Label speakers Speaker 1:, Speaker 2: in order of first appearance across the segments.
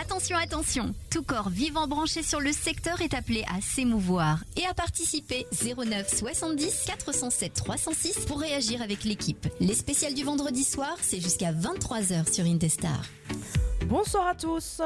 Speaker 1: Attention, attention Tout corps vivant branché sur le secteur est appelé à s'émouvoir et à participer 09 70 407 306 pour réagir avec l'équipe. Les spéciales du vendredi soir, c'est jusqu'à 23h sur Indestar.
Speaker 2: Bonsoir à tous.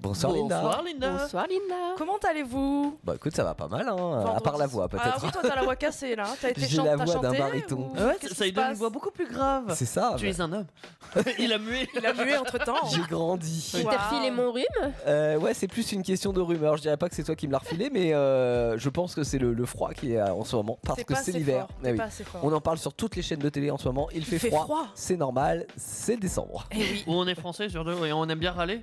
Speaker 3: Bonsoir, Linda.
Speaker 4: Bonsoir Linda.
Speaker 2: Comment allez-vous
Speaker 3: Bah écoute, ça va pas mal, hein, à
Speaker 2: Vendredi-
Speaker 3: part la voix
Speaker 2: Ah
Speaker 3: peut-être.
Speaker 2: oui, toi t'as la voix cassée là. T'as été
Speaker 3: J'ai
Speaker 2: chan-
Speaker 3: la
Speaker 2: t'as
Speaker 3: voix d'un
Speaker 2: chanté,
Speaker 3: baryton.
Speaker 2: ou-
Speaker 4: Ouais,
Speaker 2: qu'est-ce
Speaker 4: ça
Speaker 2: qui
Speaker 4: lui
Speaker 2: se
Speaker 4: donne une
Speaker 2: passe
Speaker 4: voix beaucoup plus grave.
Speaker 3: C'est ça.
Speaker 4: Tu
Speaker 3: bah,
Speaker 4: es un homme. Il a mué.
Speaker 2: Il a mué entre temps.
Speaker 3: J'ai grandi.
Speaker 2: Ouais.
Speaker 4: Ouais.
Speaker 2: Wow.
Speaker 5: T'as refilé mon rhume
Speaker 3: Euh, ouais, c'est plus une question de rumeur. Je dirais pas que c'est toi qui me l'as refilé, mais euh, je pense que c'est le, le froid qui est euh, en ce moment parce que c'est l'hiver. Ah oui.
Speaker 2: pas assez fort.
Speaker 3: On en parle sur toutes les chaînes de télé en ce moment. Il, fait, froid. C'est normal. C'est décembre.
Speaker 2: Eh
Speaker 4: Ou on est français sur deux et on aime bien râler.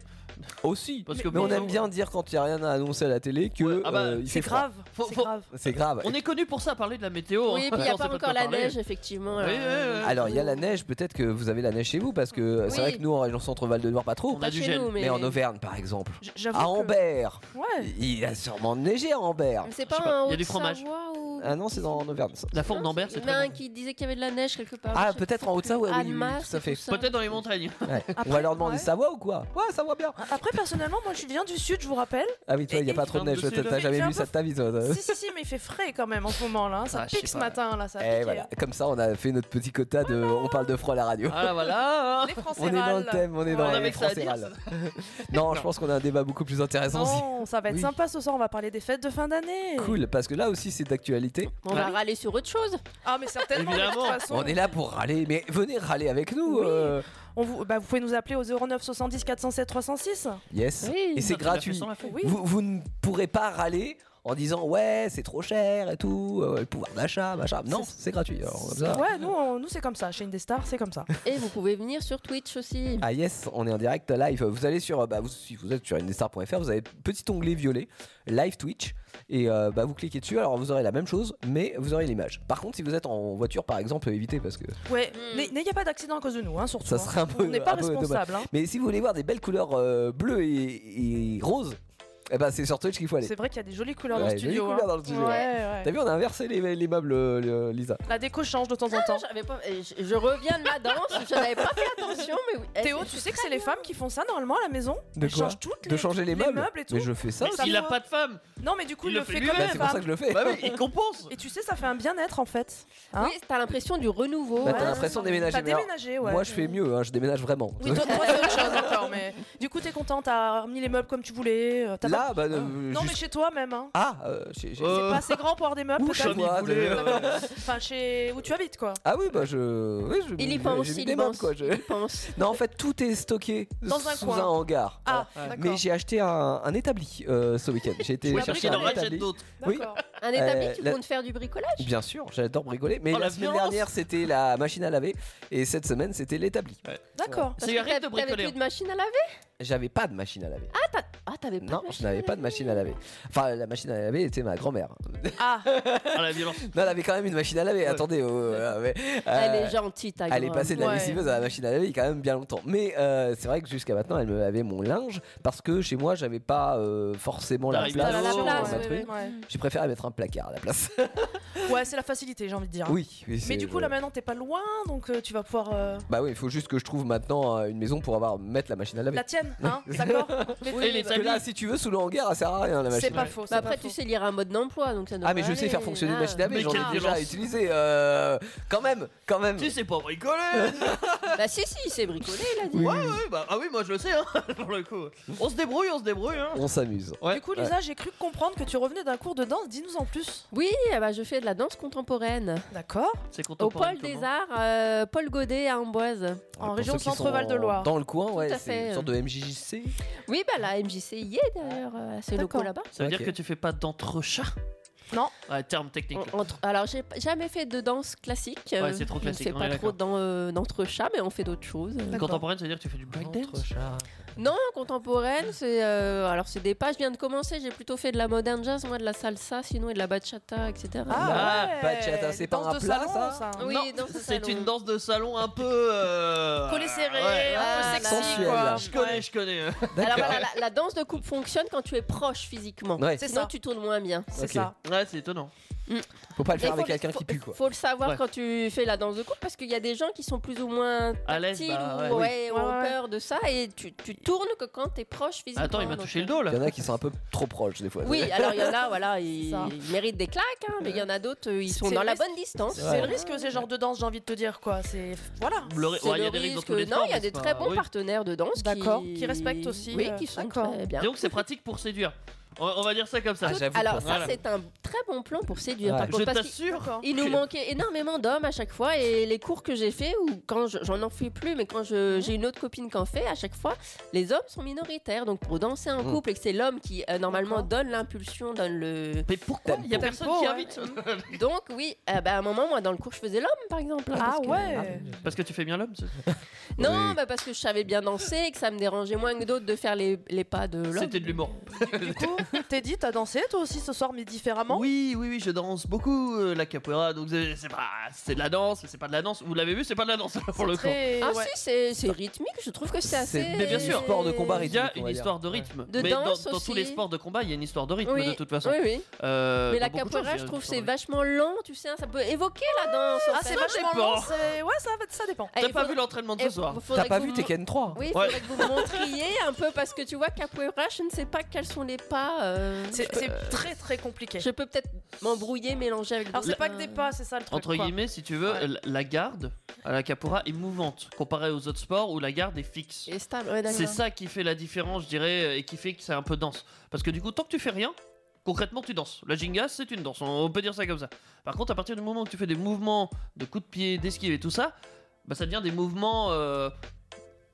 Speaker 3: Aussi.
Speaker 4: Parce que
Speaker 3: Mais on
Speaker 4: pour-
Speaker 3: aime bien dire quand il y a rien à annoncer à la télé que
Speaker 4: Ouais, ah bah,
Speaker 3: euh, il
Speaker 2: C'est
Speaker 3: fait froid.
Speaker 2: grave.
Speaker 4: Faut-
Speaker 2: C'est
Speaker 4: faut-
Speaker 2: grave.
Speaker 3: C'est grave.
Speaker 4: On est connu pour ça, parler de la
Speaker 5: Oui,
Speaker 4: météo. hein.
Speaker 3: Bah
Speaker 5: et puis il n'y
Speaker 4: On
Speaker 5: a
Speaker 4: sait
Speaker 5: pas encore la
Speaker 4: parler.
Speaker 5: neige, effectivement.
Speaker 4: Oui,
Speaker 5: euh,
Speaker 4: oui, oui.
Speaker 3: Alors il y a la neige. Peut-être que vous avez la neige chez vous parce que euh, c'est
Speaker 5: Oui.
Speaker 3: vrai que nous en région Centre-Val de Loire pas trop.
Speaker 4: On a
Speaker 5: Pas
Speaker 4: du
Speaker 5: chez
Speaker 4: gel.
Speaker 5: nous, mais.
Speaker 3: Mais en Auvergne par exemple.
Speaker 2: J- J'avoue.
Speaker 3: À
Speaker 2: que-
Speaker 3: Ambert.
Speaker 2: Ouais.
Speaker 3: Il a sûrement neigé à Ambert.
Speaker 5: Mais c'est
Speaker 4: Je
Speaker 5: pas,
Speaker 4: sais pas,
Speaker 5: un
Speaker 4: il y a
Speaker 5: haut
Speaker 4: du fromage.
Speaker 5: ou.
Speaker 3: Ah non, c'est dans en Auvergne. ça.
Speaker 4: La forme
Speaker 5: Non,
Speaker 4: d'Ambert, c'est
Speaker 5: Il y en a un
Speaker 4: très bon.
Speaker 5: qui disait qu'il y avait de la neige quelque part.
Speaker 3: Ah,
Speaker 5: je sais
Speaker 3: peut-être
Speaker 5: plus.
Speaker 3: en Haute-Savoie, oui, oui, oui,
Speaker 5: Alma,
Speaker 3: tout à
Speaker 5: c'est
Speaker 3: fait.
Speaker 5: tout
Speaker 4: Peut-être dans les montagnes.
Speaker 3: Ouais.
Speaker 2: Après,
Speaker 3: On va leur demander
Speaker 2: ouais.
Speaker 3: ça va ou quoi Ouais, ça va bien.
Speaker 2: Après, personnellement, moi je viens du sud, je vous rappelle.
Speaker 3: Ah oui, toi, il y a
Speaker 2: Et-
Speaker 3: pas trop de
Speaker 4: et-
Speaker 3: neige. toi, T'as
Speaker 4: J'ai
Speaker 3: t'as jamais
Speaker 2: un
Speaker 3: vu
Speaker 2: peu
Speaker 3: ça de ta vie, toi. toi.
Speaker 2: si, si, si, mais il fait frais quand même en ce moment là. Ça
Speaker 4: Ah, je
Speaker 2: pique
Speaker 4: sais
Speaker 2: ce
Speaker 4: pas.
Speaker 2: matin là. Ça
Speaker 3: Eh
Speaker 2: pique.
Speaker 3: voilà, comme ça, on a fait notre petit quota de. On parle de froid à la radio.
Speaker 4: Ah là, voilà. hein.
Speaker 2: Les Français
Speaker 3: On est dans le
Speaker 2: râlent.
Speaker 3: thème, on est
Speaker 2: Ouais.
Speaker 3: dans
Speaker 4: On
Speaker 3: les
Speaker 4: avait que ça à
Speaker 3: Français
Speaker 4: dire,
Speaker 3: râlent. Non, je pense qu'on a un débat beaucoup plus intéressant aussi.
Speaker 2: Non, ça va être
Speaker 3: Oui.
Speaker 2: sympa ce soir. On va parler des fêtes de fin d'année.
Speaker 3: Cool, parce que là aussi, c'est d'actualité.
Speaker 5: On va râler sur autre chose.
Speaker 2: Ah, mais certainement.
Speaker 4: Évidemment.
Speaker 2: De toute façon,
Speaker 3: On est là pour râler, mais venez râler avec nous.
Speaker 2: Oui.
Speaker 3: euh,
Speaker 2: On vous, bah, vous pouvez nous appeler au 09 70 407 306.
Speaker 3: Yes.
Speaker 5: Oui.
Speaker 2: Bah,
Speaker 3: Et c'est
Speaker 4: Tu l'as fait
Speaker 3: gratuit.
Speaker 4: sans la feuille.
Speaker 2: Oui.
Speaker 3: Vous, vous ne pourrez pas râler en disant ouais c'est trop cher et tout, euh, le pouvoir d'achat, machin. Non,
Speaker 2: C'est-
Speaker 3: c'est gratuit. alors, comme ça.
Speaker 2: Ouais, nous, on- nous c'est comme ça. Chez Indestar, c'est comme ça.
Speaker 5: Et vous pouvez venir sur Twitch aussi.
Speaker 3: Ah yes, on est en direct live. Vous allez sur, euh, bah, vous, si vous êtes sur indestar.fr, vous avez petit onglet violet, live Twitch, et euh, bah, vous cliquez dessus. Alors vous aurez la même chose, mais vous aurez l'image. Par contre, si vous êtes en voiture, par exemple, évitez parce que.
Speaker 2: Ouais,
Speaker 5: Hmm.
Speaker 2: mais n'ayez pas d'accident à cause de nous, hein, surtout.
Speaker 3: Ça
Speaker 2: hein.
Speaker 3: serait un peu-
Speaker 2: On n'est pas
Speaker 3: un peu dommage.
Speaker 2: responsable. hein.
Speaker 3: Mais si vous voulez voir des belles couleurs euh, bleues et, et roses, eh ben c'est sur Twitch qu'il faut aller.
Speaker 2: C'est vrai qu'il y a des jolies couleurs dans
Speaker 3: Ouais,
Speaker 2: le
Speaker 3: jolies
Speaker 2: studio. hein.
Speaker 3: couleurs dans le studio,
Speaker 2: Ouais,
Speaker 3: T'as
Speaker 2: ouais.
Speaker 3: vu, on a inversé les, les meubles, euh, Lisa.
Speaker 2: La déco change de temps en temps.
Speaker 5: J'avais pas- eh, Je, je reviens de ma danse, je n'avais pas fait attention, mais oui. Eh,
Speaker 2: Théo,
Speaker 5: je-
Speaker 2: tu sais que c'est les femmes qui font ça normalement à la maison
Speaker 3: De
Speaker 2: Elles
Speaker 3: quoi
Speaker 2: changent toutes les,
Speaker 3: De changer les, meubles.
Speaker 2: et tout.
Speaker 3: Mais je fais ça.
Speaker 2: Mais
Speaker 3: aussi.
Speaker 2: ça
Speaker 4: Il a
Speaker 2: moi.
Speaker 4: pas de femme.
Speaker 2: Non, mais du coup, il,
Speaker 4: Il
Speaker 2: le
Speaker 4: le fait
Speaker 2: fait quand
Speaker 4: lui-même.
Speaker 3: Bah,
Speaker 2: même. hein.
Speaker 3: c'est pour ça que je le fais.
Speaker 4: Bah oui, il compense.
Speaker 2: Et tu sais, ça fait un bien-être en fait. hein
Speaker 5: Oui, t'as l'impression du renouveau.
Speaker 3: Bah,
Speaker 5: ouais.
Speaker 3: t'as l'impression de déménager.
Speaker 2: T'as
Speaker 3: mais alors,
Speaker 2: déménagé, ouais.
Speaker 3: Moi, je fais mieux, hein, je déménage vraiment.
Speaker 2: Oui, toi, toi, c'est autre chose encore, mais du coup, t'es content, t'as remis les meubles comme tu voulais. euh, t'as
Speaker 3: Là, bah.
Speaker 2: pas-
Speaker 3: euh,
Speaker 2: non,
Speaker 3: juste-
Speaker 2: mais chez toi même. Hein.
Speaker 3: Ah, euh, j'ai- j'ai-
Speaker 4: Euh,
Speaker 2: C'est pas assez grand pour avoir des meubles,
Speaker 3: Ouh,
Speaker 2: peut-être.
Speaker 3: chez moi,
Speaker 4: Comme il voulait,
Speaker 3: de-
Speaker 4: euh,
Speaker 2: Enfin, chez où tu habites, quoi.
Speaker 3: Ah oui, bah je. Oui, je
Speaker 5: Il y
Speaker 3: j'ai-
Speaker 5: pense,
Speaker 3: j'ai mis
Speaker 5: il
Speaker 3: des
Speaker 5: y
Speaker 3: meubles,
Speaker 5: pense.
Speaker 3: quoi. je-
Speaker 5: Il y pense.
Speaker 3: Non, en fait, tout est stocké
Speaker 2: Dans un
Speaker 3: sous
Speaker 2: coin.
Speaker 3: un hangar.
Speaker 2: Ah,
Speaker 4: Ouais.
Speaker 2: d'accord.
Speaker 3: Mais j'ai acheté un, un établi euh, ce week-end. J'ai été
Speaker 2: Tu
Speaker 4: Oui,
Speaker 2: l'as
Speaker 4: après
Speaker 3: chercher
Speaker 4: qu'il en
Speaker 3: un
Speaker 4: rachète
Speaker 3: établi.
Speaker 4: d'autres.
Speaker 3: Oui. Euh,
Speaker 2: D'accord.
Speaker 5: Un établi, tu
Speaker 3: la-
Speaker 5: comptes faire du bricolage
Speaker 3: Bien sûr, j'adore bricoler. Mais
Speaker 4: Oh,
Speaker 3: la
Speaker 4: la
Speaker 3: semaine
Speaker 4: violence.
Speaker 3: dernière, c'était la machine à laver. Et cette semaine, c'était l'établi.
Speaker 2: D'accord.
Speaker 5: Parce
Speaker 4: C'est
Speaker 5: que
Speaker 4: arrête
Speaker 5: t'as-
Speaker 4: de bricoler.
Speaker 5: T'avais plus de machine à laver
Speaker 3: J'avais pas de machine à laver.
Speaker 5: Ah, t'as- ah, t'avais pas
Speaker 3: non,
Speaker 5: de
Speaker 3: je
Speaker 5: machine à
Speaker 3: n'avais
Speaker 5: laver.
Speaker 3: pas de machine à laver. Enfin, la machine à laver était ma grand-mère.
Speaker 2: Ah,
Speaker 4: Ah la violence.
Speaker 3: Non, elle avait quand même une machine à laver. Attendez, oh, euh, mais, euh,
Speaker 5: Elle est gentille, ta
Speaker 3: elle est
Speaker 5: grande.
Speaker 3: passée de la
Speaker 2: Ouais.
Speaker 3: lessiveuse à la machine à laver il y a quand même bien longtemps. Mais euh, c'est vrai que jusqu'à maintenant, elle me lavait mon linge parce que chez moi, j'avais pas euh, forcément la
Speaker 4: T'arrives
Speaker 3: place.
Speaker 4: pas à la
Speaker 3: pour
Speaker 4: place,
Speaker 3: en
Speaker 5: ouais,
Speaker 3: mettre
Speaker 5: ouais.
Speaker 3: une.
Speaker 2: ouais.
Speaker 3: J'ai préféré mettre un placard à la place.
Speaker 2: Ouais, c'est la facilité, j'ai envie de dire.
Speaker 3: oui, oui,
Speaker 2: Mais
Speaker 3: c'est-
Speaker 2: du coup,
Speaker 3: je-
Speaker 2: là maintenant, t'es pas loin, donc euh, tu vas pouvoir. euh,
Speaker 3: Bah oui, il faut juste que je trouve maintenant euh, une maison pour avoir mettre la machine à laver.
Speaker 2: La tienne, hein, d'accord Mais
Speaker 4: Oui, les
Speaker 2: t'es-
Speaker 3: Parce que
Speaker 4: famille.
Speaker 3: là, si tu veux, sous le hangar, elle sert à rien la
Speaker 2: C'est
Speaker 3: machine.
Speaker 2: pas
Speaker 4: Ouais.
Speaker 2: faux. c'est
Speaker 5: Bah après,
Speaker 2: pas
Speaker 5: tu
Speaker 2: faux.
Speaker 5: sais lire un mode d'emploi, donc ça devrait
Speaker 3: Ah mais je sais
Speaker 5: aller.
Speaker 3: faire fonctionner une
Speaker 5: Ah.
Speaker 3: machine à laver,
Speaker 4: Mais
Speaker 3: j'en
Speaker 4: quelle
Speaker 3: ai déjà
Speaker 4: violence.
Speaker 3: utilisé euh, quand même, quand même.
Speaker 4: Tu sais pas bricoler.
Speaker 5: Bah si, si, c'est bricolé, il a dit.
Speaker 4: Ouais, ouais, bah ah oui, moi je le sais, hein, pour le coup. On se débrouille, on se débrouille, hein.
Speaker 3: On s'amuse.
Speaker 4: Ouais.
Speaker 2: Du coup, Lisa, j'ai cru comprendre que tu revenais d'un cours de danse. Dis-nous en plus.
Speaker 5: Oui, eh bah, je fais de la danse contemporaine.
Speaker 2: D'accord.
Speaker 4: C'est
Speaker 5: Au
Speaker 4: contemporain.
Speaker 5: pôle des arts, euh, Paul Godet à
Speaker 4: Ah,
Speaker 5: Amboise.
Speaker 3: Ouais,
Speaker 2: en
Speaker 3: pour
Speaker 2: région
Speaker 3: ceux qui sont
Speaker 2: Centre-Val de Loire.
Speaker 3: Dans le coin, ouais,
Speaker 5: à
Speaker 3: c'est une
Speaker 5: fait.
Speaker 3: sorte
Speaker 2: euh,
Speaker 3: de MJJC.
Speaker 5: Oui, bah la MJC y est d'ailleurs, euh, c'est
Speaker 2: D'accord.
Speaker 5: locaux là-bas.
Speaker 4: Ça veut
Speaker 3: Ok.
Speaker 4: dire que tu fais pas d'entrechat
Speaker 2: Non.
Speaker 4: Ouais, terme technique. là.
Speaker 5: On- entre- alors, j'ai p- jamais fait de danse classique. euh,
Speaker 4: c'est trop
Speaker 5: je ne
Speaker 4: classique,
Speaker 5: fais
Speaker 4: on
Speaker 5: pas
Speaker 4: est
Speaker 5: trop
Speaker 4: d'accord.
Speaker 5: dans, euh, d'entre-chats, mais on fait d'autres choses.
Speaker 2: D'accord.
Speaker 4: Contemporaine, ça veut dire que tu fais du breakdance.
Speaker 5: Non, contemporaine, c'est euh, alors c'est des pas. Je viens de commencer, j'ai plutôt fait de la moderne jazz, moi de la salsa, sinon et de la bachata, etc.
Speaker 2: Ah,
Speaker 3: Ah,
Speaker 2: ouais.
Speaker 3: bachata, c'est pas
Speaker 2: Danse
Speaker 3: un
Speaker 2: de
Speaker 3: plat,
Speaker 2: salon,
Speaker 3: ça
Speaker 5: Oui,
Speaker 4: Non,
Speaker 5: danse de
Speaker 4: c'est
Speaker 5: salon.
Speaker 4: une danse de salon un peu. Euh...
Speaker 2: Collé serré,
Speaker 4: ouais.
Speaker 2: un peu
Speaker 5: Voilà.
Speaker 2: sexy,
Speaker 3: Sensuel,
Speaker 2: quoi.
Speaker 3: là.
Speaker 4: Je connais, je connais. euh.
Speaker 5: Alors voilà, la, la danse de coupe fonctionne quand tu es proche physiquement.
Speaker 3: Ouais.
Speaker 2: C'est
Speaker 5: Sinon,
Speaker 2: ça.
Speaker 5: tu tournes moins bien.
Speaker 2: C'est
Speaker 3: Ok.
Speaker 2: ça.
Speaker 4: Ouais, c'est étonnant.
Speaker 3: Faut pas le faire
Speaker 5: Mm. Mais
Speaker 3: avec
Speaker 5: faut le-
Speaker 3: quelqu'un
Speaker 5: faut-
Speaker 3: qui pue quoi.
Speaker 5: Faut le savoir
Speaker 4: Ouais.
Speaker 5: quand tu fais la danse de couple parce qu'il y a des gens qui sont plus ou moins
Speaker 4: À l'aise,
Speaker 5: tactiles
Speaker 4: bah,
Speaker 5: ou
Speaker 4: ouais,
Speaker 5: ouais,
Speaker 2: oui.
Speaker 5: ont
Speaker 2: Ouais, ouais.
Speaker 5: peur de ça et tu, tu tournes que quand t'es proche physiquement.
Speaker 4: Attends, il m'a
Speaker 5: donc,
Speaker 4: touché le
Speaker 5: euh,
Speaker 4: dos là.
Speaker 3: Il y en a qui sont un peu trop proches des fois.
Speaker 5: Oui, alors il y en a, voilà, ils,
Speaker 2: ça.
Speaker 5: ils méritent des claques, hein, mais il y en a d'autres, euh, ils sont
Speaker 2: C'est
Speaker 5: dans
Speaker 2: le
Speaker 5: la
Speaker 2: risque.
Speaker 5: bonne distance.
Speaker 3: C'est vrai.
Speaker 2: C'est le risque, ces genres de danse, j'ai envie de te dire, quoi. C'est. Voilà.
Speaker 4: Le ri-
Speaker 5: C'est
Speaker 4: ouais, il y a
Speaker 5: le
Speaker 4: des risques dans
Speaker 5: risque.
Speaker 4: tous les
Speaker 5: Non, il y a
Speaker 4: sports,
Speaker 5: des
Speaker 4: c'est
Speaker 5: très
Speaker 4: pas-
Speaker 5: bons
Speaker 4: oui.
Speaker 5: partenaires de danse, qui-
Speaker 2: D'accord, qui respectent aussi,
Speaker 5: oui,
Speaker 2: euh,
Speaker 5: qui sont
Speaker 2: d'accord.
Speaker 5: très bien.
Speaker 4: Disons que c'est pratique pour séduire. On, on va dire ça comme ça.
Speaker 3: Ah, j'avoue
Speaker 5: Alors
Speaker 3: pas.
Speaker 5: ça,
Speaker 4: Voilà.
Speaker 5: c'est un très bon plan pour séduire.
Speaker 3: Ouais.
Speaker 5: Par
Speaker 4: Je
Speaker 5: contre, parce qu'il-
Speaker 4: t'assure.
Speaker 5: Il nous manquait énormément d'hommes à chaque fois et les cours que j'ai fait ou quand je- j'en en fais plus mais quand je- j'ai une autre copine qui en fait à chaque fois les hommes sont minoritaires donc pour danser en
Speaker 3: Mhm.
Speaker 5: couple et que c'est l'homme qui euh, normalement
Speaker 2: D'accord.
Speaker 5: donne l'impulsion donne le
Speaker 4: Mais pourquoi Il y a
Speaker 2: Tempo,
Speaker 4: personne qui
Speaker 2: ouais.
Speaker 4: invite
Speaker 5: donc oui euh, bah, à un moment moi dans le cours je faisais l'homme par exemple hein,
Speaker 2: Ah
Speaker 5: parce que-
Speaker 2: ouais.
Speaker 4: Parce que tu fais bien l'homme. c'est-
Speaker 5: non
Speaker 3: Oui.
Speaker 5: bah, parce que je savais bien danser et que ça me dérangeait moins que d'autres de faire les, les pas de l'homme
Speaker 4: C'était de l'humour.
Speaker 2: Du coup, Teddy, t'as dansé toi aussi ce soir, mais différemment
Speaker 4: Oui, oui, oui, je danse beaucoup euh, la capoeira, donc c'est c'est pas, c'est de la danse, mais c'est pas de la danse. Vous l'avez vu, c'est pas de la danse pour le coup.
Speaker 2: Très-
Speaker 5: ah
Speaker 2: ouais.
Speaker 5: si c'est- c'est rythmique je trouve que c'est assez euh,
Speaker 3: C'est-
Speaker 4: mais bien sûr.
Speaker 3: Sport de combat
Speaker 4: Il y a
Speaker 3: rythmique, on
Speaker 4: une
Speaker 3: va dire.
Speaker 4: histoire de rythme.
Speaker 5: De
Speaker 4: mais dans-
Speaker 5: danse
Speaker 4: dans, tous
Speaker 5: aussi.
Speaker 4: les sports de combat, il y a une histoire de rythme
Speaker 5: Oui.
Speaker 4: de toute façon.
Speaker 5: oui oui
Speaker 4: Euh,
Speaker 5: mais
Speaker 4: dans
Speaker 5: la
Speaker 4: beaucoup de
Speaker 5: capoeira
Speaker 4: choses,
Speaker 5: je
Speaker 4: il y a
Speaker 5: trouve
Speaker 4: une
Speaker 5: c'est
Speaker 4: histoire
Speaker 5: vachement lent tu sais hein, ça peut évoquer la danse en
Speaker 2: Ah,
Speaker 5: fait.
Speaker 2: c'est
Speaker 4: Ça
Speaker 2: vachement
Speaker 4: dépend.
Speaker 2: long. c'est- Ouais, ça, ça dépend.
Speaker 4: de rythme.
Speaker 5: Eh,
Speaker 4: T'as pas
Speaker 5: faudrait-
Speaker 4: vu l'entraînement de
Speaker 5: Eh,
Speaker 4: ce soir
Speaker 5: faudrait
Speaker 3: T'as pas
Speaker 5: que
Speaker 3: vu
Speaker 5: vous-
Speaker 3: Tekken 3
Speaker 5: Oui,
Speaker 4: Ouais.
Speaker 5: faudrait que vous me montriez un peu parce que tu vois, Capoeira, je ne sais pas quels sont les pas. euh,
Speaker 2: C'est
Speaker 5: je peux-
Speaker 2: c'est très très compliqué.
Speaker 5: je peux peut-être m'embrouiller, mélanger avec
Speaker 2: Alors, c'est
Speaker 5: d'autres.
Speaker 2: pas que des pas, c'est ça le truc.
Speaker 4: Entre
Speaker 2: quoi.
Speaker 4: guillemets, si tu veux,
Speaker 2: Ouais.
Speaker 4: la- la garde à la capoeira est mouvante comparée aux autres sports où la garde est fixe.
Speaker 5: Et stable, ouais,
Speaker 4: C'est
Speaker 5: d'accord.
Speaker 4: ça qui fait la différence, je dirais, euh, et qui fait que c'est un peu danse. Parce que du coup, tant que tu fais rien, concrètement, tu danses. La jinga, c'est une danse, on on peut dire ça comme ça. Par contre, à partir du moment où tu fais des mouvements de coups de pied, d'esquive et tout ça, bah, ça devient des mouvements euh,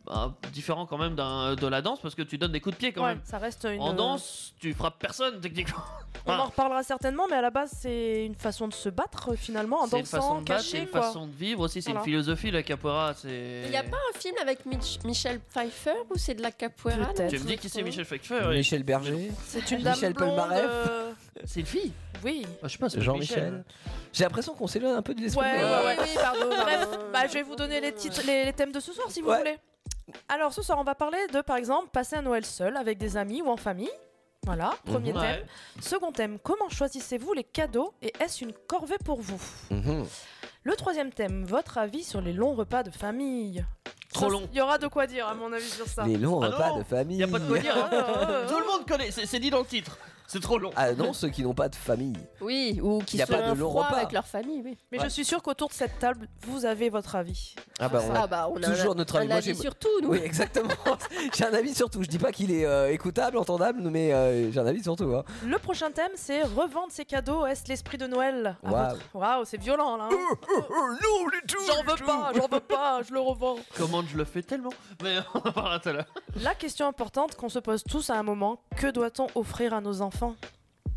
Speaker 4: bah, différents quand même d'un- de la danse, parce que tu donnes des coups de pied quand
Speaker 2: Ouais,
Speaker 4: même.
Speaker 2: ça reste une. euh,
Speaker 4: En danse, tu frappes personne techniquement.
Speaker 2: On
Speaker 4: Voilà.
Speaker 2: en reparlera certainement, mais à la base, c'est une façon de se battre euh, finalement en
Speaker 4: C'est une façon
Speaker 2: dansant,
Speaker 4: de battre, c'est
Speaker 2: caché
Speaker 4: une
Speaker 2: quoi.
Speaker 4: façon de vivre aussi, c'est
Speaker 2: Voilà.
Speaker 4: une philosophie la capoeira. C'est.
Speaker 5: Il n'y a pas un film avec Mich- Michel Pfeiffer où c'est de la Capoeira
Speaker 2: Peut-être.
Speaker 4: Tu me dis qui c'est Michel Pfeiffer et-
Speaker 3: Michel Berger
Speaker 2: C'est une dame
Speaker 3: Michel
Speaker 2: blonde.
Speaker 3: Polnareff.
Speaker 2: euh,
Speaker 4: C'est une fille
Speaker 2: Oui.
Speaker 4: Ah, Je sais pas, c'est
Speaker 3: Jean-Michel J'ai l'impression qu'on s'éloigne un peu de l'esprit. euh.
Speaker 5: Oui,
Speaker 2: Ouais,
Speaker 3: de-
Speaker 2: ouais, ouais.
Speaker 5: oui, pardon.
Speaker 2: Bref,
Speaker 5: pardon.
Speaker 2: bah, je vais vous donner les titres, les, les thèmes de ce soir si vous
Speaker 3: Ouais.
Speaker 2: voulez. Alors ce soir, on va parler de, par exemple, passer un Noël seul avec des amis ou en famille. Voilà, premier
Speaker 4: Mhm. Ouais.
Speaker 2: thème. Second thème, comment choisissez-vous les cadeaux et est-ce une corvée pour vous
Speaker 6: Mm-hmm.
Speaker 3: Mhm.
Speaker 2: Le troisième thème, votre avis sur les longs repas de famille.
Speaker 4: Trop
Speaker 2: Ça,
Speaker 4: long.
Speaker 2: Il y aura de quoi dire, à mon avis, sur ça.
Speaker 3: Les longs
Speaker 4: Ah
Speaker 3: repas
Speaker 4: non,
Speaker 3: de famille.
Speaker 4: Y a pas de quoi dire. hein.
Speaker 2: Euh,
Speaker 4: Tout le monde connaît, c'est c'est dit dans le titre. C'est trop long.
Speaker 3: Ah non, ceux qui n'ont pas de famille.
Speaker 5: Oui, ou qui
Speaker 3: Y a
Speaker 5: sont
Speaker 3: pas de
Speaker 5: un
Speaker 3: long
Speaker 5: froid
Speaker 3: repas.
Speaker 5: avec leur famille, oui.
Speaker 2: Mais
Speaker 3: Ouais.
Speaker 2: je suis sûre qu'autour de cette table, vous avez votre avis.
Speaker 3: Ah bah on a-
Speaker 5: Ah bah, on a
Speaker 3: toujours
Speaker 5: un,
Speaker 3: notre avis.
Speaker 5: un
Speaker 3: Moi, j'ai-
Speaker 5: sur tout, nous.
Speaker 3: Oui, exactement. j'ai un avis surtout. Je dis pas qu'il est euh, écoutable, entendable, mais euh, j'ai un avis surtout. hein.
Speaker 2: Le prochain thème, c'est revendre ses cadeaux. Est-ce l'esprit de Noël à
Speaker 3: Waouh. Euh,
Speaker 2: votre- Waouh, c'est violent là. hein. J'en veux pas, j'en veux pas, je le revends.
Speaker 4: Comment je le fais tellement Mais on en parlera tout à l'heure.
Speaker 2: La question importante qu'on se pose tous à un moment que doit-on offrir à nos enfants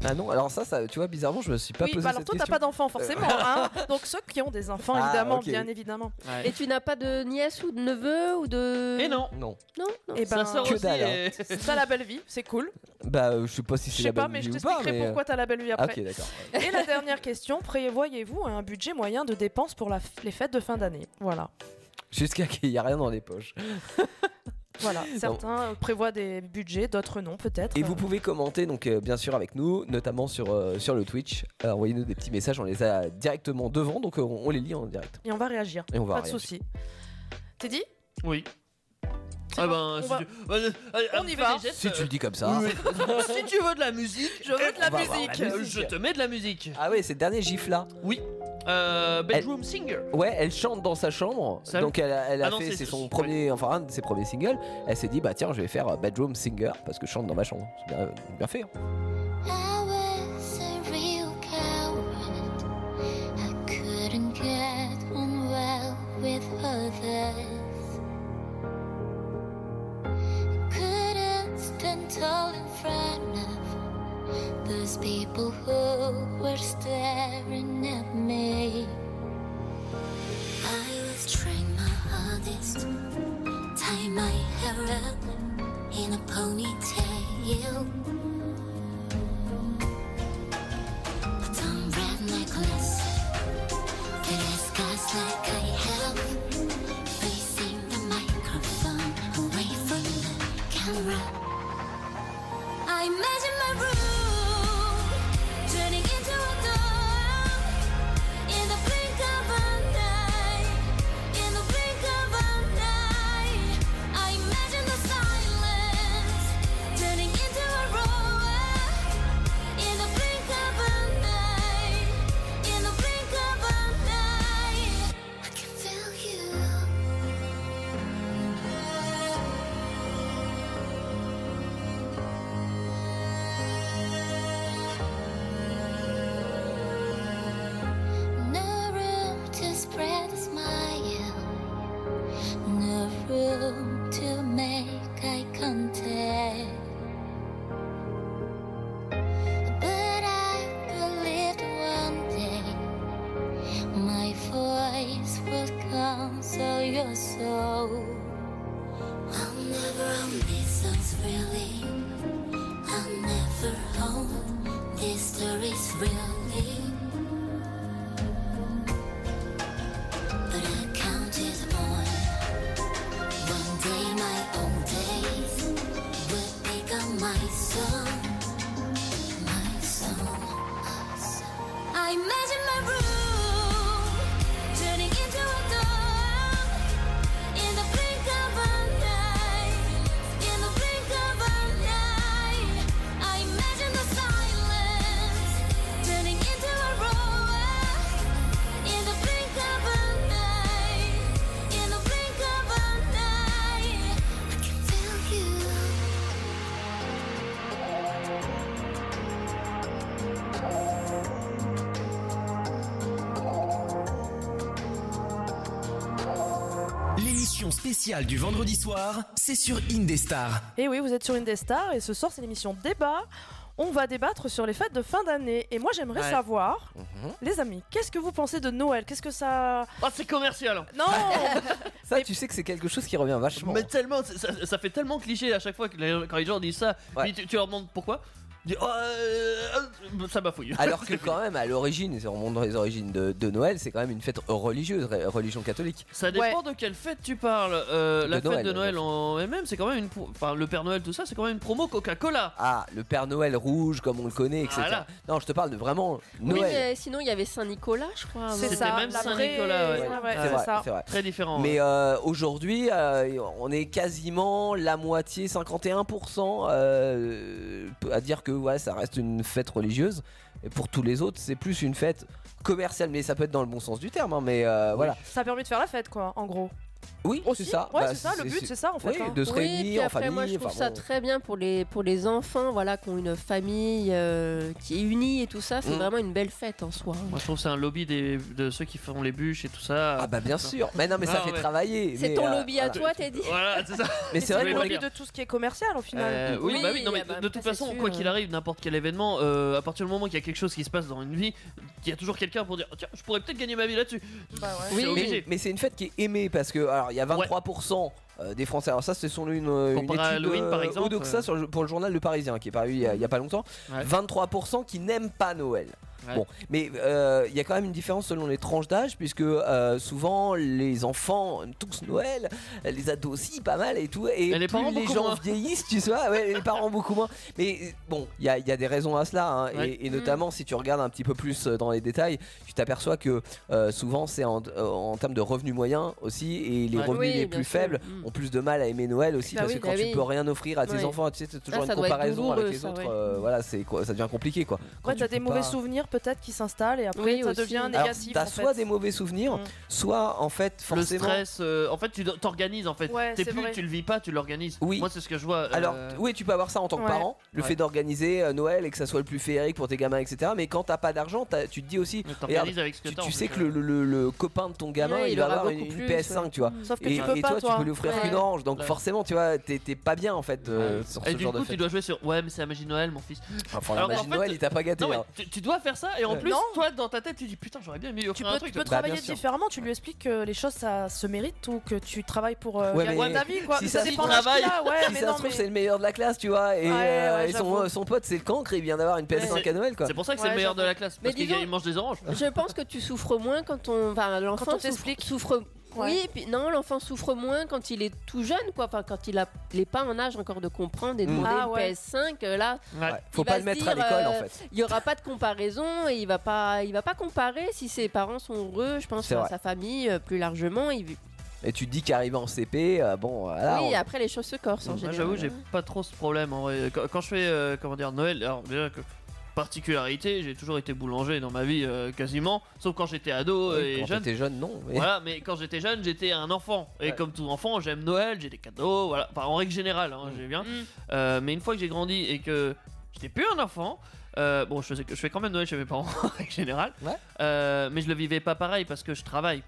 Speaker 3: Ah non, alors ça, ça, tu vois, bizarrement, je me suis pas
Speaker 2: Oui,
Speaker 3: posé
Speaker 2: bah alors
Speaker 3: cette
Speaker 2: toi, t'as
Speaker 3: question. Euh,
Speaker 2: pas d'enfants forcément. hein. Donc ceux qui ont des enfants,
Speaker 3: Ah,
Speaker 2: évidemment,
Speaker 3: ok.
Speaker 2: bien évidemment.
Speaker 5: Et tu n'as pas de nièce ou de neveu ou de.
Speaker 4: Et non,
Speaker 3: Non.
Speaker 5: Non, non.
Speaker 2: Et
Speaker 4: ça
Speaker 2: ben,
Speaker 4: sort
Speaker 3: que
Speaker 4: aussi.
Speaker 3: dalle,
Speaker 4: et-
Speaker 2: t'as la belle vie, c'est cool.
Speaker 3: Bah, euh, je sais pas si
Speaker 2: Je
Speaker 3: c'est
Speaker 2: sais
Speaker 3: la
Speaker 2: pas,
Speaker 3: bonne
Speaker 2: mais je
Speaker 3: idée ou pas,
Speaker 2: t'expliquerai
Speaker 3: mais, euh,
Speaker 2: pourquoi t'as la belle vie
Speaker 3: ah,
Speaker 2: après.
Speaker 3: Ok, d'accord.
Speaker 2: Et la dernière question, prévoyez-vous un budget moyen de dépenses pour la f- les fêtes de fin d'année Voilà.
Speaker 3: Jusqu'à qu'il y a rien dans les poches.
Speaker 2: Voilà, certains euh, prévoient des budgets, d'autres non peut-être. euh,
Speaker 3: Et vous pouvez commenter donc euh, bien sûr avec nous, notamment sur, euh, sur le Twitch. Euh, Envoyez-nous des petits messages, on les a directement devant, donc euh, on, on les lit en direct.
Speaker 2: Et on va réagir.
Speaker 3: Et on va
Speaker 2: Pas de
Speaker 3: réagir.
Speaker 2: souci. T'es dit
Speaker 4: Oui.
Speaker 2: C'est
Speaker 4: Ah
Speaker 2: bon,
Speaker 4: ben,
Speaker 2: on
Speaker 4: si
Speaker 2: va-
Speaker 4: tu- Vas-y, allez,
Speaker 2: On
Speaker 4: fais
Speaker 2: y
Speaker 4: des
Speaker 2: va.
Speaker 4: gestes,
Speaker 3: Si tu
Speaker 4: euh,
Speaker 3: le dis comme ça.
Speaker 4: oui. si tu veux de la musique,
Speaker 2: Je veux de la
Speaker 3: On va voir la
Speaker 2: musique.
Speaker 3: musique.
Speaker 4: euh, je te mets de la musique.
Speaker 3: Ah ouais, c'est le dernier gif là.
Speaker 4: Oui. Euh, bedroom singer.
Speaker 3: Ouais, elle chante dans sa chambre.
Speaker 4: Ça-
Speaker 3: donc elle a, elle a
Speaker 4: Ah non,
Speaker 3: fait,
Speaker 4: c'est-
Speaker 3: c'est son
Speaker 4: ouais.
Speaker 3: premier, enfin un de ses premiers singles. Elle s'est dit bah tiens, je vais faire euh, bedroom singer parce que je chante dans ma chambre. C'est bien, bien fait. hein.
Speaker 6: I was a real coward. I couldn't get on well with others. Couldn't stand tall in front of those people who were staring at me. I was trying my hardest, tie my hair up in a ponytail. Put on red necklace that has scars like I have. Facing the microphone, away from the camera. I imagine my room turning into a door. really. But I counted on one day my old days would become my song, my song. I imagine my room turning into a door. In the blink of an eye, in the blink of an eye, I imagine the silence turning into a roar. In the blink of an eye, in the blink of an eye, I can feel you.
Speaker 7: L'émission spéciale du vendredi soir, c'est sur Indestar.
Speaker 2: Et oui, vous êtes sur Indestar et ce soir c'est l'émission débat. On va débattre sur les fêtes de fin d'année. Et moi j'aimerais
Speaker 4: Ouais.
Speaker 2: savoir,
Speaker 4: Mhm.
Speaker 2: les amis, qu'est-ce que vous pensez de Noël Qu'est-ce que ça...
Speaker 3: bah
Speaker 4: Ah, c'est commercial.
Speaker 2: Non
Speaker 3: Ça, tu sais que c'est quelque chose qui revient vachement.
Speaker 4: Mais tellement, c'est- ça, ça fait tellement cliché à chaque fois que les- quand les gens disent ça.
Speaker 3: Ouais.
Speaker 4: puis Tu, tu leur demandes pourquoi. Ils disent, Oh, euh, euh, ça bafouille.
Speaker 3: Alors que quand même, à l'origine, et si on remonte dans les origines de, de Noël, c'est quand même une fête religieuse, re- religion catholique.
Speaker 4: Ça dépend de quelle fête tu parles. Euh, la
Speaker 3: De
Speaker 4: fête
Speaker 3: Bah, Noël,
Speaker 4: de
Speaker 3: bien
Speaker 4: Noël
Speaker 3: sûr.
Speaker 4: en elle-même, c'est quand même une. pro- Enfin, le Père Noël, tout ça, c'est quand même une promo Coca-Cola.
Speaker 3: Ah, le Père Noël rouge, comme on le connaît, etc.
Speaker 4: Voilà.
Speaker 3: Non, je te parle de vraiment
Speaker 5: Oui,
Speaker 3: Noël.
Speaker 5: mais sinon, il y avait Saint-Nicolas, je crois.
Speaker 2: C'est
Speaker 5: avant.
Speaker 2: ça,
Speaker 4: même
Speaker 2: la vraie-
Speaker 4: Saint-Nicolas, ouais.
Speaker 2: Ouais, ouais,
Speaker 3: c'est
Speaker 2: c'est
Speaker 3: vrai,
Speaker 2: ça.
Speaker 3: c'est vrai.
Speaker 4: Très différent.
Speaker 3: Mais
Speaker 4: ouais.
Speaker 3: euh, aujourd'hui, euh, on est quasiment la moitié, 51%, euh, à dire que ouais, ça reste une fête religieuse. Et pour tous les autres, c'est plus une fête commerciale, mais ça peut être dans le bon sens du terme. hein, mais euh, voilà.
Speaker 2: Ça permet de faire la fête quoi, en gros.
Speaker 3: Oui,
Speaker 2: Aussi,
Speaker 3: c'est ça.
Speaker 2: Ouais,
Speaker 3: Bah,
Speaker 2: c'est ça, le but c'est ça en fait.
Speaker 3: oui,
Speaker 2: hein.
Speaker 3: de se
Speaker 5: oui, puis
Speaker 3: réunir en
Speaker 5: après,
Speaker 3: famille.
Speaker 5: moi, je trouve
Speaker 3: enfin,
Speaker 5: ça
Speaker 3: bon.
Speaker 5: très bien pour les, pour les enfants, voilà, qui ont une famille euh, qui est unie et tout ça. C'est
Speaker 3: Mm.
Speaker 5: vraiment une belle fête en soi.
Speaker 4: Moi, je trouve que c'est un lobby des, de ceux qui font les bûches et tout ça.
Speaker 3: Ah bah bien sûr. Mais non, mais ça
Speaker 4: Ah,
Speaker 3: fait
Speaker 4: ouais.
Speaker 3: travailler.
Speaker 5: C'est
Speaker 3: mais,
Speaker 5: ton
Speaker 3: euh,
Speaker 5: lobby à
Speaker 3: voilà.
Speaker 5: toi, t'as dit.
Speaker 4: Voilà, c'est ça.
Speaker 3: Mais c'est vrai
Speaker 4: Oui,
Speaker 2: C'est
Speaker 3: que
Speaker 2: pour
Speaker 4: bah,
Speaker 2: le
Speaker 4: bien.
Speaker 2: but de tout ce qui est commercial au final.
Speaker 4: Euh, oui,
Speaker 5: Oui,
Speaker 4: bah oui, non, mais
Speaker 5: ah bah,
Speaker 4: de toute
Speaker 5: ça,
Speaker 4: façon,
Speaker 5: c'est
Speaker 4: quoi
Speaker 5: sûr.
Speaker 4: qu'il arrive, n'importe quel événement, euh, à partir du moment qu'il y a quelque chose qui se passe dans une vie, il y a toujours quelqu'un pour dire oh, tiens, je pourrais peut-être gagner ma vie là-dessus.
Speaker 2: Bah ouais.
Speaker 4: C'est
Speaker 5: Oui.
Speaker 4: obligé.
Speaker 3: Mais, mais c'est une fête qui est aimée parce que alors il y a 23% euh, des Français. Alors ça c'est selon une, euh, une étude
Speaker 4: Comparé à Halloween,
Speaker 3: euh,
Speaker 4: par exemple,
Speaker 3: Odoxa
Speaker 4: euh.
Speaker 3: sur le- pour le journal Le Parisien qui est paru il y a, il y a pas longtemps.
Speaker 4: Ouais.
Speaker 3: 23% qui n'aiment pas Noël.
Speaker 4: Ouais.
Speaker 3: Bon, mais euh, il y a quand même une différence selon les tranches d'âge puisque euh, souvent les enfants aiment tous Noël, les ados aussi pas mal et tout. Et,
Speaker 4: Et les
Speaker 3: plus
Speaker 4: parents
Speaker 3: les
Speaker 4: beaucoup
Speaker 3: gens
Speaker 4: moins.
Speaker 3: vieillissent, tu sais, ouais, les parents beaucoup moins. Mais euh, bon, il y a, il y a des raisons à cela hein, et-
Speaker 4: Ouais.
Speaker 3: et, notamment si tu regardes un petit peu plus euh, dans les détails, tu t'aperçois que euh, souvent c'est en, euh, en termes de revenus moyens aussi et les
Speaker 4: Ouais.
Speaker 3: revenus
Speaker 5: Oui,
Speaker 3: les
Speaker 5: bien
Speaker 3: plus
Speaker 5: sûr.
Speaker 3: faibles
Speaker 5: Mm.
Speaker 3: ont plus de mal à aimer Noël aussi
Speaker 5: Bah
Speaker 3: parce
Speaker 5: oui,
Speaker 3: que quand
Speaker 5: bah
Speaker 3: tu
Speaker 5: oui.
Speaker 3: peux rien offrir à tes
Speaker 5: Ouais.
Speaker 3: enfants tu sais c'est toujours
Speaker 5: Ah, ça
Speaker 3: une
Speaker 5: doit être
Speaker 3: comparaison avec
Speaker 5: douloureux,
Speaker 3: les
Speaker 5: ça,
Speaker 3: autres
Speaker 5: ouais.
Speaker 3: euh, voilà c'est quoi ça devient compliqué quoi Quand
Speaker 2: Ouais,
Speaker 3: tu
Speaker 2: t'as des
Speaker 3: peux
Speaker 2: mauvais
Speaker 3: pas-
Speaker 2: souvenirs peut-être qui s'installent et après
Speaker 5: Oui,
Speaker 2: ça
Speaker 5: aussi.
Speaker 2: devient
Speaker 3: Alors,
Speaker 2: hein, négatif.
Speaker 3: t'as
Speaker 2: en fait.
Speaker 3: soit des mauvais souvenirs
Speaker 2: Mm.
Speaker 3: soit en fait
Speaker 4: Le
Speaker 3: forcément
Speaker 4: stress, euh, en fait, tu t'organises en fait.
Speaker 2: Ouais,
Speaker 4: T'es
Speaker 2: c'est
Speaker 4: plus,
Speaker 2: vrai.
Speaker 4: tu le vis pas, tu l'organises.
Speaker 3: Oui.
Speaker 4: Moi, c'est ce que je vois. euh,
Speaker 3: Alors oui, tu peux avoir ça en tant que
Speaker 2: Ouais.
Speaker 3: parent, le
Speaker 4: Ouais.
Speaker 3: fait d'organiser euh, Noël et que ça soit le plus féerique pour tes gamins, etc. Mais quand t'as pas d'argent, t'as- tu te dis aussi,
Speaker 4: mais
Speaker 3: regarde,
Speaker 4: t'organises avec ce que
Speaker 3: tu,
Speaker 4: t'as, en
Speaker 3: tu
Speaker 4: fait.
Speaker 3: sais que le, le- le- le copain de ton gamin,
Speaker 5: Ouais,
Speaker 3: il,
Speaker 5: il
Speaker 3: va
Speaker 5: aura
Speaker 3: avoir une,
Speaker 5: beaucoup plus,
Speaker 3: une PS5,
Speaker 5: ouais.
Speaker 3: tu vois.
Speaker 2: Sauf que
Speaker 3: Et,
Speaker 2: tu peux
Speaker 3: et
Speaker 2: pas,
Speaker 3: toi,
Speaker 2: toi.
Speaker 3: tu peux lui offrir
Speaker 5: Ouais.
Speaker 3: une orange, donc
Speaker 4: Ouais.
Speaker 3: forcément, tu vois, t'es t'es pas bien en fait de,
Speaker 4: Ouais.
Speaker 3: sur
Speaker 4: Et
Speaker 3: ce
Speaker 4: du
Speaker 3: genre
Speaker 4: coup,
Speaker 3: de
Speaker 4: tu
Speaker 3: fête.
Speaker 4: dois jouer sur. Ouais, mais c'est la magie de Noël, mon fils.
Speaker 3: Enfin, la
Speaker 4: Alors qu'en
Speaker 3: magie de
Speaker 4: fait,
Speaker 3: Noël, il t'a pas gâté.
Speaker 4: Non, mais
Speaker 3: hein.
Speaker 4: tu, tu dois faire ça, et en
Speaker 3: Ouais.
Speaker 4: plus,
Speaker 2: Non.
Speaker 4: toi, dans ta tête, tu dis putain, j'aurais bien aimé lui
Speaker 2: Tu
Speaker 4: offrir
Speaker 2: peux,
Speaker 4: un
Speaker 2: tu
Speaker 4: truc.
Speaker 2: peux
Speaker 3: Bah, bien
Speaker 2: travailler
Speaker 3: sûr.
Speaker 2: différemment, tu lui expliques que les choses ça se mérite ou que tu travailles pour euh,
Speaker 3: Ouais,
Speaker 2: gagner
Speaker 3: mais
Speaker 2: ta vie quoi.
Speaker 3: si ça se
Speaker 2: dépend de
Speaker 4: trouve-
Speaker 2: l'âge qu'il a, ouais,
Speaker 3: Si
Speaker 2: mais
Speaker 3: ça
Speaker 2: non,
Speaker 3: se trouve,
Speaker 2: mais-
Speaker 3: c'est le meilleur de la classe, tu vois. Et,
Speaker 2: Ouais,
Speaker 3: euh,
Speaker 2: ouais,
Speaker 3: et son,
Speaker 2: j'avoue.
Speaker 3: son pote, c'est le cancre, il vient d'avoir une PS5
Speaker 4: Ouais,
Speaker 3: à Noël, quoi.
Speaker 4: C'est pour ça que c'est
Speaker 2: Ouais,
Speaker 4: le meilleur de
Speaker 2: j'avoue.
Speaker 4: la classe.
Speaker 5: Mais
Speaker 4: Parce qu'il
Speaker 5: disons-
Speaker 4: il mange des oranges.
Speaker 5: Je pense que tu souffres moins quand on. Enfin,
Speaker 2: Quand
Speaker 5: l'enfant
Speaker 2: on
Speaker 5: souffre,
Speaker 2: t'explique.
Speaker 5: souffre.
Speaker 2: Ouais.
Speaker 5: Oui, et puis non, l'enfant souffre moins quand il est tout jeune, quoi. Enfin, quand il n'est pas en âge encore de comprendre et de
Speaker 3: Mm.
Speaker 5: demander
Speaker 2: Ah
Speaker 5: une
Speaker 2: ouais.
Speaker 5: PS5, euh, là,
Speaker 4: Ouais.
Speaker 3: Ouais. Faut
Speaker 5: Il
Speaker 3: pas
Speaker 5: va
Speaker 3: le
Speaker 5: se
Speaker 3: mettre à
Speaker 5: dire,
Speaker 3: l'école, en
Speaker 5: euh,
Speaker 3: fait.
Speaker 5: il n'y aura pas de comparaison et il va pas, il va pas comparer si ses parents sont heureux, je pense,
Speaker 3: C'est
Speaker 5: à
Speaker 3: vrai.
Speaker 5: sa famille euh, plus largement. Il...
Speaker 3: Et tu te dis qu'arrivé en CP, euh, bon, voilà.
Speaker 5: oui,
Speaker 3: on-
Speaker 5: après, les choses se corsent en
Speaker 4: Moi,
Speaker 5: général.
Speaker 4: j'avoue, j'ai pas trop ce problème en vrai. Quand, quand je fais, euh, comment dire, Noël, alors déjà que particularité, j'ai toujours été boulanger dans ma vie euh, quasiment, sauf quand j'étais ado
Speaker 3: oui,
Speaker 4: oh, et
Speaker 3: quand
Speaker 4: jeune.
Speaker 3: t'étais jeune, non. mais-
Speaker 4: Voilà, mais quand j'étais jeune, j'étais un enfant. Et
Speaker 3: Ouais.
Speaker 4: comme tout enfant, j'aime Noël, j'ai des cadeaux, voilà. Enfin, en règle générale, hein,
Speaker 3: Mm.
Speaker 4: j'ai bien. Euh, mais une fois que j'ai grandi et que j'étais plus un enfant, euh, bon, je, faisais, je fais quand même Noël chez mes parents en règle générale,
Speaker 3: Ouais.
Speaker 4: Euh, mais je le vivais pas pareil parce que je travaille.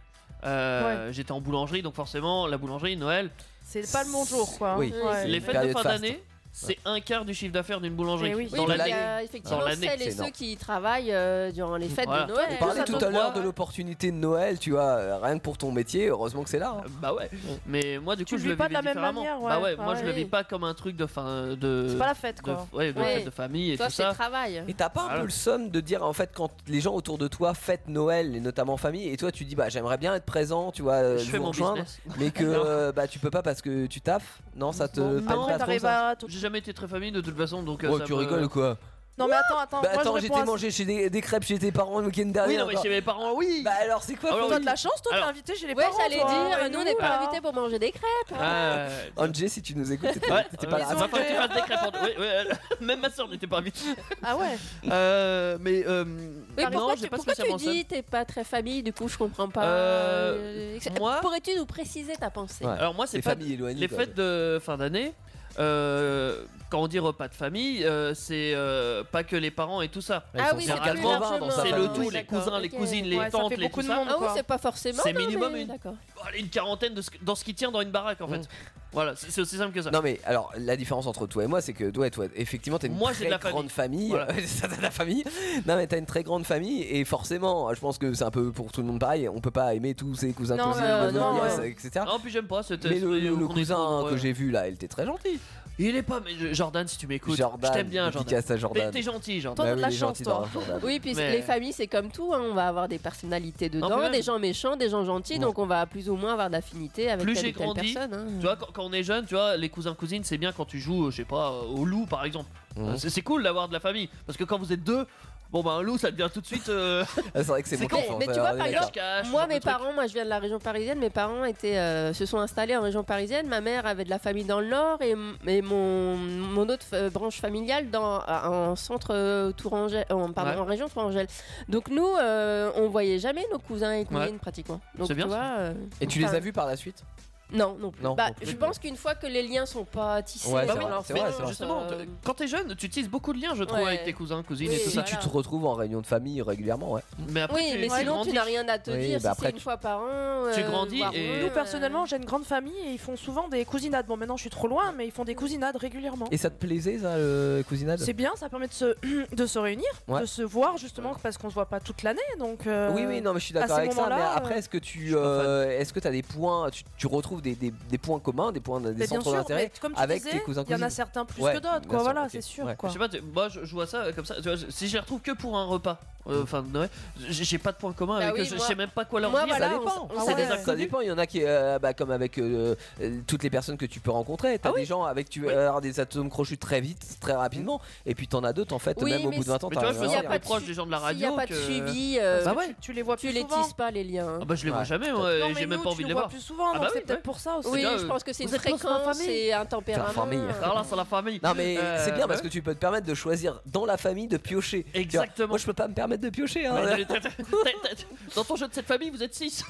Speaker 4: Euh, J'étais en boulangerie, donc forcément, la boulangerie, Noël,
Speaker 2: c'est pas le bon jour quoi.
Speaker 3: Oui.
Speaker 2: Ouais.
Speaker 4: les
Speaker 3: une
Speaker 4: fêtes de
Speaker 3: période
Speaker 4: fin
Speaker 3: faste.
Speaker 4: d'année, c'est un quart du chiffre d'affaires d'une boulangerie
Speaker 2: Eh oui.
Speaker 5: oui,
Speaker 4: dans
Speaker 5: il y
Speaker 4: l'année.
Speaker 5: a effectivement
Speaker 4: Dans l'année,
Speaker 5: celles et
Speaker 3: c'est
Speaker 5: ceux
Speaker 3: énorme.
Speaker 5: qui y travaillent euh, durant les fêtes
Speaker 4: Voilà.
Speaker 5: de
Speaker 3: On
Speaker 5: Noël.
Speaker 3: parlait
Speaker 4: ça
Speaker 3: tout
Speaker 4: tombe
Speaker 3: à l'heure
Speaker 4: bien.
Speaker 3: de l'opportunité de Noël, tu vois, euh, rien que pour ton métier, heureusement que c'est là. hein.
Speaker 4: Bah ouais, mais moi du coup
Speaker 2: Tu le
Speaker 4: je le
Speaker 2: vis pas de
Speaker 4: vivais
Speaker 2: la même
Speaker 4: différemment.
Speaker 2: manière, ouais.
Speaker 4: Bah ouais,
Speaker 2: Ah
Speaker 4: moi je le
Speaker 5: ouais.
Speaker 4: vis pas comme un truc de fin euh, de
Speaker 2: C'est pas la fête, quoi.
Speaker 4: de, ouais, de
Speaker 5: Ouais.
Speaker 4: fête de famille et
Speaker 5: Toi,
Speaker 4: tout
Speaker 5: c'est
Speaker 4: ça.
Speaker 5: travail.
Speaker 3: Et t'as pas un
Speaker 4: Voilà.
Speaker 3: peu le somme de dire en fait quand les gens autour de toi fêtent Noël et notamment en famille et toi tu dis bah j'aimerais bien être présent tu vois euh,
Speaker 4: je
Speaker 3: vous
Speaker 4: fais mon
Speaker 3: rejoindre,
Speaker 4: business.
Speaker 3: mais que
Speaker 4: Non.
Speaker 3: euh, bah tu peux pas parce que tu taffes non ça te
Speaker 4: Non,
Speaker 3: t'aimes
Speaker 2: Après,
Speaker 3: pas trop
Speaker 2: t'arrives
Speaker 3: ça
Speaker 2: à tout-
Speaker 4: J'ai jamais été très famille de toute façon donc euh,
Speaker 3: Ouais,
Speaker 4: ça
Speaker 3: Oh, tu
Speaker 4: me-
Speaker 3: rigoles ou quoi
Speaker 2: bah, Non, mais attends, attends.
Speaker 3: Bah
Speaker 2: moi,
Speaker 3: attends
Speaker 2: je
Speaker 3: j'étais
Speaker 2: réponds à-
Speaker 3: mangé chez des, des crêpes chez tes parents le week-end
Speaker 4: Oui,
Speaker 3: dernier
Speaker 4: non, mais
Speaker 3: encore.
Speaker 4: chez mes parents, oui.
Speaker 3: Bah alors c'est quoi
Speaker 4: Alors,
Speaker 3: faut-
Speaker 2: Toi, de la chance, toi, t'es
Speaker 4: Alors-
Speaker 2: invité chez les
Speaker 5: Ouais,
Speaker 2: parents.
Speaker 5: j'allais
Speaker 2: toi,
Speaker 5: dire,
Speaker 2: et
Speaker 5: nous on n'est
Speaker 2: là.
Speaker 5: pas invités pour manger des crêpes. hein.
Speaker 4: Ah, ouais.
Speaker 3: Angie si tu nous écoutes t'étais
Speaker 4: Ouais,
Speaker 3: t'étais
Speaker 4: ouais,
Speaker 3: pas là
Speaker 4: ils
Speaker 3: Ah,
Speaker 4: ont
Speaker 3: bah,
Speaker 4: fallu que tu fasses des crêpes en- ouais, ouais, même ma soeur n'était pas invitée.
Speaker 2: Ah ouais
Speaker 4: Euh, mais euh,
Speaker 5: Mais
Speaker 4: non,
Speaker 5: pourquoi,
Speaker 4: j'ai
Speaker 5: tu,
Speaker 4: pas
Speaker 5: pourquoi tu
Speaker 4: spécialement ça.
Speaker 5: dis t'es pas très famille Du coup, je comprends pas.
Speaker 4: Euh,
Speaker 5: Euh, ex-
Speaker 4: moi-
Speaker 5: Pourrais-tu nous préciser ta pensée
Speaker 3: Ouais.
Speaker 4: Alors moi, c'est
Speaker 3: les
Speaker 4: pas
Speaker 3: familles éloignées
Speaker 4: les
Speaker 3: quoi.
Speaker 4: fêtes de fin d'année, euh, quand on dit repas de famille, euh, c'est euh, pas que les parents et tout ça.
Speaker 3: Ils sont
Speaker 5: Ah c'est
Speaker 4: c'est
Speaker 5: plus
Speaker 4: un grand
Speaker 3: vin dans
Speaker 5: largement.
Speaker 3: sa
Speaker 4: C'est
Speaker 3: Ah,
Speaker 4: le
Speaker 3: oui,
Speaker 4: tout, les
Speaker 5: D'accord,
Speaker 4: cousins, les
Speaker 5: ok.
Speaker 4: cousines, les
Speaker 2: Ouais, ça
Speaker 4: tantes,
Speaker 2: fait
Speaker 4: les
Speaker 2: beaucoup
Speaker 4: tout
Speaker 2: de
Speaker 4: ça.
Speaker 2: monde.
Speaker 5: Ah oui,
Speaker 2: quoi.
Speaker 5: c'est pas forcément.
Speaker 4: C'est
Speaker 5: non,
Speaker 4: minimum
Speaker 5: mais
Speaker 4: une-
Speaker 5: D'accord.
Speaker 4: Bon, allez, une quarantaine de ce- dans ce qui tient dans une baraque en fait.
Speaker 3: Mm.
Speaker 4: Voilà, c'est c'est aussi simple que ça.
Speaker 3: Non mais alors la différence entre toi et moi c'est que toi, toi effectivement t'as une
Speaker 4: Moi,
Speaker 3: très
Speaker 4: j'ai de la
Speaker 3: grande famille,
Speaker 4: Voilà.
Speaker 3: Ça, t'as de la famille. Non mais t'as une très grande famille et forcément je pense que c'est un peu pour tout le monde pareil, on peut pas aimer tous ses cousins,
Speaker 2: Non,
Speaker 3: cousines,
Speaker 5: euh,
Speaker 3: cousins,
Speaker 5: non,
Speaker 3: nièces,
Speaker 2: ouais.
Speaker 3: etc.
Speaker 4: Non, puis j'aime pas cette.
Speaker 3: mais le,
Speaker 4: esprit
Speaker 3: le-
Speaker 4: où
Speaker 3: le
Speaker 4: qu'on est
Speaker 3: cousin euh,
Speaker 4: trop,
Speaker 3: que
Speaker 4: ouais.
Speaker 3: j'ai vu là, il était très gentil.
Speaker 4: Il est pas, mais je- Jordan, si tu m'écoutes,
Speaker 3: Jordan,
Speaker 4: je t'aime bien, Jordan.
Speaker 3: dédicace à
Speaker 4: T'es
Speaker 3: Jordan.
Speaker 4: t'es Bah gentil, Jordan.
Speaker 2: Toi, t'as de la
Speaker 3: il est
Speaker 2: chance,
Speaker 3: gentil
Speaker 2: toi.
Speaker 3: dans- Jordan.
Speaker 5: Oui, puis
Speaker 4: Mais-
Speaker 5: les familles, c'est comme tout. hein, On va avoir des personnalités
Speaker 4: Non, mais
Speaker 5: dedans,
Speaker 4: même-
Speaker 5: des gens méchants, des gens gentils.
Speaker 3: Ouais.
Speaker 5: Donc, on va plus ou moins avoir d'affinité avec
Speaker 4: Plus
Speaker 5: telle
Speaker 4: j'ai
Speaker 5: ou telle
Speaker 4: grandi,
Speaker 5: personne. hein.
Speaker 4: Tu vois, quand, quand on est jeune, tu vois, les cousins cousines, c'est bien quand tu joues, euh, je sais pas, euh, au loup par exemple.
Speaker 3: Mhm.
Speaker 4: Euh, C'est c'est cool d'avoir de la famille parce que quand vous êtes deux, bon bah un loup ça devient tout de suite euh,
Speaker 3: Ah, c'est vrai que c'est
Speaker 5: C'est
Speaker 3: mon
Speaker 5: con,
Speaker 4: hein.
Speaker 3: enfant,
Speaker 5: mais
Speaker 3: ça,
Speaker 5: tu vois,
Speaker 3: on est
Speaker 5: par
Speaker 3: d'accord.
Speaker 5: exemple,
Speaker 4: cache-cache.
Speaker 5: Moi,
Speaker 4: genre de
Speaker 5: mes
Speaker 4: trucs.
Speaker 5: parents, moi je viens de la région parisienne, mes parents étaient, euh, se sont installés en région parisienne. Ma mère avait de la famille dans le nord et, m- et mon, mon autre euh, branche familiale dans, à- en centre euh, Tourangelle, euh, en- pardon,
Speaker 4: Ouais.
Speaker 5: en région Tourangelle. Donc nous, euh, on voyait jamais nos cousins et cousines pratiquement. Donc
Speaker 4: C'est bien,
Speaker 5: tu vois. euh,
Speaker 3: Et tu les
Speaker 5: enfin,
Speaker 3: as vus par la suite
Speaker 5: Non, non plus.
Speaker 3: Non,
Speaker 5: Bah,
Speaker 3: non plus.
Speaker 5: Je pense qu'une fois que les liens sont pas tissés, euh,
Speaker 3: Ouais,
Speaker 5: dans
Speaker 3: c'est vrai,
Speaker 5: l'enfance,
Speaker 3: c'est vrai, c'est vrai.
Speaker 4: Justement,
Speaker 5: euh,
Speaker 4: t- Bah, quand t'es jeune, tu tisses beaucoup de liens, je trouve,
Speaker 5: Ouais.
Speaker 4: avec tes cousins, cousines
Speaker 5: Oui,
Speaker 4: et tout
Speaker 3: Si
Speaker 4: ça.
Speaker 3: tu
Speaker 5: voilà.
Speaker 3: te retrouves en réunion de famille régulièrement, ouais.
Speaker 4: Mais après,
Speaker 5: oui,
Speaker 4: tu,
Speaker 5: mais
Speaker 4: tu
Speaker 5: sinon
Speaker 4: grandis.
Speaker 5: tu n'as rien à te
Speaker 3: Oui,
Speaker 5: dire.
Speaker 3: bah
Speaker 5: si
Speaker 3: après,
Speaker 5: c'est une
Speaker 3: tu-
Speaker 5: fois par an.
Speaker 4: tu
Speaker 5: euh,
Speaker 4: grandis
Speaker 5: voire
Speaker 4: et-
Speaker 5: moins,
Speaker 4: Nous,
Speaker 2: Nous,
Speaker 5: euh,
Speaker 2: personnellement, j'ai une grande famille et ils font souvent des cousinades. Bon, maintenant, je suis trop loin, mais ils font des cousinades régulièrement.
Speaker 3: Et ça te plaisait ça, le cousinade
Speaker 2: C'est bien, ça permet de se, de se réunir,
Speaker 3: Ouais.
Speaker 2: de se voir justement, parce qu'on se voit pas toute l'année. Donc, euh,
Speaker 3: Oui, oui, non, mais je suis
Speaker 2: à
Speaker 3: d'accord
Speaker 2: ces
Speaker 3: avec ça.
Speaker 2: moments-là,
Speaker 3: Mais
Speaker 2: euh,
Speaker 3: après, est-ce que tu, euh, est-ce que t'as des points, tu, tu retrouves des, des- des points communs, des points, des
Speaker 2: mais bien
Speaker 3: centres
Speaker 2: sûr,
Speaker 3: d'intérêt
Speaker 2: mais comme tu
Speaker 3: avec
Speaker 2: disais,
Speaker 3: tes cousins
Speaker 2: il y en
Speaker 3: cousines.
Speaker 2: a certains plus
Speaker 3: Ouais,
Speaker 2: que d'autres,
Speaker 3: bien
Speaker 2: quoi.
Speaker 3: sûr,
Speaker 2: voilà,
Speaker 3: ok.
Speaker 2: c'est sûr.
Speaker 3: Ouais.
Speaker 2: Quoi.
Speaker 4: Je sais pas, tu- moi je, je vois ça euh, comme ça. Tu vois, si je les retrouve que pour un repas,
Speaker 3: Mm.
Speaker 4: euh, enfin de Noël, j'ai j'ai pas de point commun
Speaker 5: Bah
Speaker 4: avec
Speaker 5: oui,
Speaker 4: eux, je- je
Speaker 5: moi-
Speaker 4: sais même pas quoi leur
Speaker 5: Moi,
Speaker 4: dire.
Speaker 5: voilà,
Speaker 3: ça
Speaker 5: on-
Speaker 3: dépend.
Speaker 5: on
Speaker 2: Ah
Speaker 3: ça,
Speaker 5: s'est-
Speaker 2: ouais.
Speaker 3: dépend, ça dépend. Il y en a qui, euh, bah, comme avec euh, euh, toutes les personnes que tu peux rencontrer, t'as
Speaker 4: Ah oui.
Speaker 3: des gens avec tu vas
Speaker 4: Oui.
Speaker 3: avoir des atomes crochus très vite, très rapidement, et puis t'en as d'autres en fait,
Speaker 5: Oui,
Speaker 3: même au
Speaker 5: mais
Speaker 3: bout de 20 ans.
Speaker 4: Mais tu vois, je
Speaker 3: t'as
Speaker 4: me
Speaker 5: Il y
Speaker 3: rien
Speaker 5: a
Speaker 3: à
Speaker 4: sens
Speaker 5: pas
Speaker 3: dire.
Speaker 4: plus
Speaker 5: de
Speaker 4: proche
Speaker 5: su-
Speaker 4: des gens de la
Speaker 5: S'il n'y a
Speaker 4: radio.
Speaker 5: pas de
Speaker 4: que-
Speaker 5: suivi, euh,
Speaker 4: Bah ouais,
Speaker 2: Tu les vois
Speaker 5: tu
Speaker 2: plus
Speaker 5: les
Speaker 2: souvent.
Speaker 5: tisses pas hein. les liens.
Speaker 4: Ah bah je les vois
Speaker 3: Ouais.
Speaker 4: jamais, moi,
Speaker 2: Non,
Speaker 4: et
Speaker 2: mais
Speaker 4: j'ai même
Speaker 2: nous, tu
Speaker 4: pas envie de
Speaker 2: le
Speaker 4: les
Speaker 2: vois
Speaker 4: voir.
Speaker 2: plus souvent,
Speaker 4: Ah
Speaker 2: donc
Speaker 4: bah
Speaker 2: c'est
Speaker 4: oui,
Speaker 2: peut-être
Speaker 4: ouais.
Speaker 2: pour ça aussi.
Speaker 5: Oui,
Speaker 4: bien,
Speaker 5: je
Speaker 4: euh,
Speaker 5: pense que c'est
Speaker 2: vous
Speaker 5: une
Speaker 2: êtes tous dans la
Speaker 5: fréquence,
Speaker 2: famille.
Speaker 5: c'est un tempérament.
Speaker 3: famille.
Speaker 4: Alors là, c'est la famille.
Speaker 3: Non mais
Speaker 4: Euh,
Speaker 3: c'est bien
Speaker 4: bah
Speaker 3: parce que
Speaker 4: oui.
Speaker 3: tu peux te permettre de choisir dans la famille de piocher. Tu vois,
Speaker 4: Exactement. Bah,
Speaker 3: Moi je peux pas me permettre de piocher. hein.
Speaker 4: Mais t'as- t'as- t'as- t'as- Dans ton jeu de cette famille, vous êtes 6.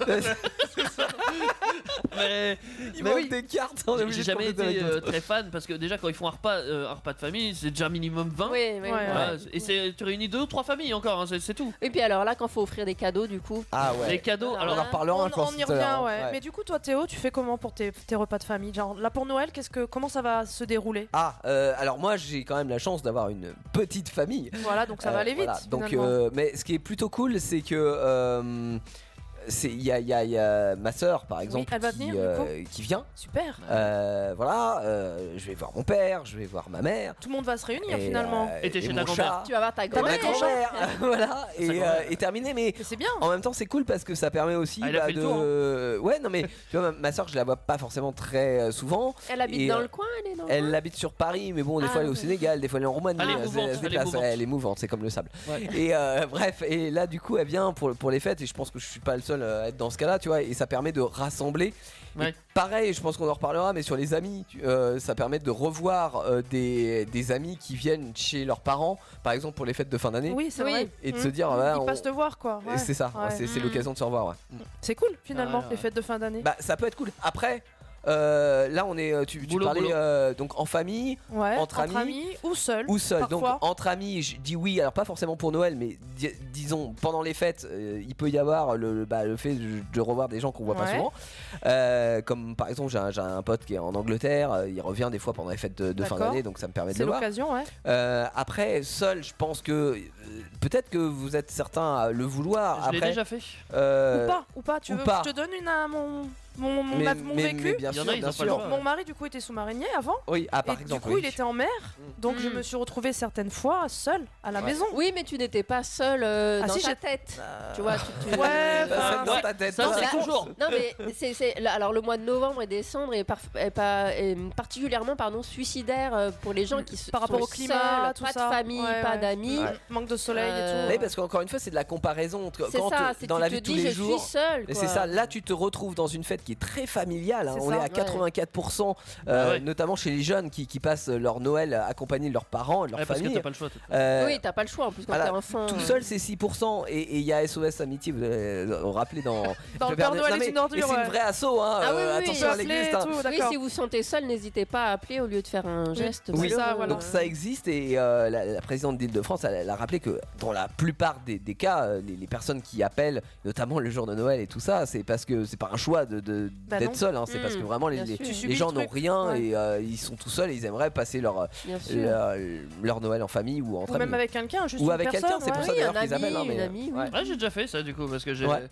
Speaker 4: mais
Speaker 3: Il
Speaker 4: mais
Speaker 3: manque
Speaker 4: oui.
Speaker 3: des cartes. on est obligé
Speaker 4: j'ai
Speaker 3: de
Speaker 4: jamais
Speaker 3: compléter avec
Speaker 4: été
Speaker 3: d'autres.
Speaker 4: euh, très fan parce que déjà quand ils font un repas, euh, un repas de famille, c'est déjà minimum 20.
Speaker 5: Oui, oui, oui.
Speaker 2: Ouais.
Speaker 4: Voilà, Et c'est- tu réunis deux ou trois familles encore, hein, c'est c'est tout.
Speaker 5: Et puis alors là, quand faut offrir des cadeaux, du coup.
Speaker 3: Ah
Speaker 4: Les
Speaker 3: ouais.
Speaker 5: Alors
Speaker 4: cadeaux,
Speaker 3: On en
Speaker 4: alors
Speaker 5: là-
Speaker 3: reparlera,
Speaker 2: on,
Speaker 3: je pense.
Speaker 2: on y
Speaker 3: tout à l'heure,
Speaker 2: revient, ouais.
Speaker 3: ouais.
Speaker 2: Mais du coup, toi, Théo, tu fais comment pour tes, tes repas de famille Genre, là pour Noël, qu'est-ce que, comment ça va se dérouler
Speaker 3: Ah, euh, alors moi j'ai quand même la chance d'avoir une petite famille.
Speaker 2: Voilà, donc ça
Speaker 3: Euh,
Speaker 2: va aller vite.
Speaker 3: voilà. Donc,
Speaker 2: finalement.
Speaker 3: euh, mais ce qui est plutôt cool, c'est que euh, c'est il y a, il y a- il y a ma sœur par exemple
Speaker 2: elle va
Speaker 3: qui, euh,
Speaker 2: venir, du
Speaker 3: qui vient.
Speaker 2: Super.
Speaker 3: Euh, voilà, euh, je vais voir mon père, je vais voir ma mère.
Speaker 2: Tout le monde va se réunir
Speaker 3: et,
Speaker 2: finalement.
Speaker 3: euh,
Speaker 4: Et t'es
Speaker 3: et
Speaker 4: chez
Speaker 3: mon
Speaker 4: ta grand-mère.
Speaker 3: chat,
Speaker 5: Tu vas voir ta
Speaker 3: t'as ma
Speaker 5: grand-mère.
Speaker 3: grand-mère, voilà,
Speaker 4: Sa
Speaker 3: et,
Speaker 4: grand-mère.
Speaker 3: euh, et terminé. Mais
Speaker 2: Mais c'est bien.
Speaker 3: en même temps, c'est cool parce que ça permet aussi
Speaker 4: Ah, elle a
Speaker 3: bah,
Speaker 4: fait
Speaker 3: de.
Speaker 4: le tour, hein.
Speaker 3: Ouais, non, mais tu vois, ma, ma soeur, je la vois pas forcément très euh, souvent.
Speaker 5: Elle habite
Speaker 3: Et,
Speaker 5: dans
Speaker 3: euh,
Speaker 5: le coin, elle est dans le
Speaker 3: Elle
Speaker 5: coin
Speaker 3: habite sur Paris, mais bon, des
Speaker 5: Ah,
Speaker 3: fois elle est au
Speaker 5: ouais.
Speaker 3: Sénégal, des fois elle est en Roumanie.
Speaker 4: Elle est
Speaker 3: se-
Speaker 4: mouvante,
Speaker 3: se
Speaker 4: elle est
Speaker 3: déplace,
Speaker 4: mouvante.
Speaker 3: elle est mouvante, c'est comme le sable.
Speaker 4: Ouais.
Speaker 3: Et euh, bref, et là du coup, elle vient pour, pour les fêtes, et je pense que je suis pas le seul euh, à être dans ce cas-là, tu vois, et ça permet de rassembler. Et
Speaker 4: Ouais.
Speaker 3: pareil, je pense qu'on en reparlera, mais sur les amis, tu- euh, ça permet de revoir euh, des, des amis qui viennent chez leurs parents, par exemple pour les fêtes de fin d'année,
Speaker 2: Oui, c'est
Speaker 5: Oui.
Speaker 2: vrai.
Speaker 3: et de
Speaker 2: Mhm.
Speaker 3: se dire,
Speaker 2: Ils
Speaker 3: ouais, on-
Speaker 2: passent te voir quoi. Ouais.
Speaker 3: c'est ça,
Speaker 2: Ouais. Mmh.
Speaker 3: c'est c'est
Speaker 5: Mm.
Speaker 3: l'occasion de se revoir. ouais.
Speaker 2: C'est cool finalement
Speaker 4: Ah, ouais,
Speaker 2: les
Speaker 4: ouais.
Speaker 2: fêtes de fin d'année.
Speaker 3: Bah, ça peut être cool. Après, Euh, là, on est. euh, Tu, tu
Speaker 4: Boulot,
Speaker 3: parlais
Speaker 4: boulot.
Speaker 3: euh, donc en famille
Speaker 2: Ouais,
Speaker 3: Entre amis
Speaker 2: ou seul.
Speaker 3: ou seul.
Speaker 2: Parfois.
Speaker 3: Donc entre amis, je dis oui. Alors pas forcément pour Noël, mais di- disons pendant les fêtes, euh, il peut y avoir le, le- bah, le fait de, de revoir des gens qu'on voit pas
Speaker 2: Ouais.
Speaker 3: souvent. Euh, comme par exemple, j'ai un, j'ai un pote qui est en Angleterre. euh, Il revient des fois pendant les fêtes de, de fin
Speaker 2: D'accord.
Speaker 3: d'année, donc ça me permet de
Speaker 2: C'est
Speaker 3: le voir.
Speaker 2: l'occasion, ouais.
Speaker 3: Euh, après, seul, je pense que euh, peut-être que vous êtes certains à le vouloir.
Speaker 4: Je l'ai
Speaker 3: après,
Speaker 4: déjà fait.
Speaker 3: euh,
Speaker 2: Ou pas, ou pas. Tu
Speaker 3: ou
Speaker 2: veux
Speaker 3: pas.
Speaker 2: que je te donne une à mon, mon, mon, ma- mon
Speaker 3: mais-
Speaker 2: vécu
Speaker 3: mais bien
Speaker 4: Il y en
Speaker 3: sûr,
Speaker 4: a, ils ont
Speaker 3: bien
Speaker 4: pas le
Speaker 3: sûr.
Speaker 4: droit.
Speaker 2: Mon mari, du coup, était sous-marinier avant.
Speaker 3: Oui, ah, par
Speaker 2: et
Speaker 3: exemple.
Speaker 2: du coup,
Speaker 3: oui.
Speaker 2: il était en mer. Donc, je
Speaker 5: Mm.
Speaker 2: me suis retrouvée certaines fois seule à la
Speaker 3: Ouais.
Speaker 2: maison.
Speaker 5: Oui, mais tu n'étais pas seul
Speaker 2: Ah,
Speaker 5: dans
Speaker 2: si,
Speaker 5: ta
Speaker 2: j'ai-
Speaker 5: tête. Tu vois, tu- tu-
Speaker 2: Ouais,
Speaker 3: Ça,
Speaker 2: enfin,
Speaker 3: c'est dans
Speaker 4: ouais,
Speaker 3: ta tête.
Speaker 4: Ça,
Speaker 5: Non,
Speaker 4: c'est
Speaker 5: bah,
Speaker 4: toujours.
Speaker 5: Non mais c'est c'est- là, alors le mois de novembre et décembre est, parf- est pas est particulièrement pardon suicidaire euh, pour les gens qui se-
Speaker 2: Par rapport
Speaker 5: sont
Speaker 2: au climat,
Speaker 5: seuls,
Speaker 2: tout
Speaker 5: pas
Speaker 2: ça.
Speaker 5: de famille,
Speaker 2: Ouais,
Speaker 5: pas
Speaker 2: ouais.
Speaker 5: d'amis.
Speaker 3: Ouais.
Speaker 2: Manque de soleil
Speaker 5: Euh,
Speaker 2: et
Speaker 3: Oui,
Speaker 2: tout.
Speaker 3: parce qu'encore une fois, c'est de la comparaison. entre-
Speaker 5: C'est
Speaker 3: quand
Speaker 5: ça,
Speaker 3: te-
Speaker 5: c'est
Speaker 3: dans
Speaker 5: tu
Speaker 3: la
Speaker 5: te
Speaker 3: vie de tous
Speaker 5: dis
Speaker 3: les
Speaker 5: je
Speaker 3: jours.
Speaker 5: suis seul.
Speaker 3: Et c'est ça, là tu te retrouves dans une fête qui est très familiale, hein.
Speaker 2: C'est
Speaker 3: on
Speaker 2: ça.
Speaker 3: est à
Speaker 5: Ouais.
Speaker 3: 84%, euh,
Speaker 4: Bah ouais.
Speaker 3: notamment chez les jeunes qui, qui passent leur Noël accompagnés de leurs parents, et de leur
Speaker 4: Ouais, parce que
Speaker 3: famille.
Speaker 4: t'as pas le choix. toi.
Speaker 3: Euh,
Speaker 5: Oui, t'as pas le choix en plus quand
Speaker 3: voilà,
Speaker 5: t'es enfant.
Speaker 3: Tout
Speaker 5: euh,
Speaker 3: seul c'est 6% et et il y a SOS Amitié, vous allez vous rappeler dans...
Speaker 2: Dans
Speaker 3: le
Speaker 2: le Père
Speaker 3: Bernet-
Speaker 2: Noël
Speaker 3: Non, mais-
Speaker 2: est une ordure.
Speaker 3: et c'est
Speaker 2: ouais.
Speaker 3: une vraie asso, hein,
Speaker 5: Ah oui, oui,
Speaker 3: attention à
Speaker 2: Bracelet
Speaker 3: l'église.
Speaker 2: et
Speaker 3: hein.
Speaker 2: tout,
Speaker 5: Oui,
Speaker 2: d'accord.
Speaker 5: si vous sentez seul, n'hésitez pas à appeler au lieu de faire un geste.
Speaker 2: Oui,
Speaker 5: malheureux.
Speaker 2: ça, voilà.
Speaker 3: Donc ça existe et euh, la, la présidente d'Île-de-France elle, elle a rappelé que dans la plupart des, des cas, euh, les, les personnes qui appellent, notamment le jour de Noël et tout ça, c'est parce que c'est pas un choix de, de-
Speaker 2: Bah
Speaker 3: d'être
Speaker 2: non.
Speaker 3: seul, hein, c'est
Speaker 5: Mm,
Speaker 3: parce que vraiment les,
Speaker 5: bien
Speaker 3: les-
Speaker 5: sûr.
Speaker 3: les
Speaker 2: Tu subis
Speaker 3: gens
Speaker 2: le
Speaker 3: n'ont
Speaker 2: truc,
Speaker 3: rien
Speaker 2: ouais.
Speaker 3: et euh, ils sont tout seuls et ils aimeraient passer leur, euh,
Speaker 5: Bien sûr.
Speaker 3: leur, leur Noël en famille ou entre
Speaker 2: Ou même
Speaker 3: amis.
Speaker 2: avec quelqu'un, juste
Speaker 3: Ou
Speaker 2: une
Speaker 3: avec quelqu'un,
Speaker 2: personne.
Speaker 3: c'est pour
Speaker 2: ouais.
Speaker 3: ça
Speaker 5: Oui,
Speaker 3: d'ailleurs
Speaker 5: un
Speaker 3: qu'ils
Speaker 5: ami,
Speaker 3: appellent. hein, mais,
Speaker 5: une
Speaker 3: euh,
Speaker 5: amie, oui.
Speaker 3: ouais.
Speaker 4: Ouais, j'ai déjà fait ça du coup parce que j'ai
Speaker 3: Ouais.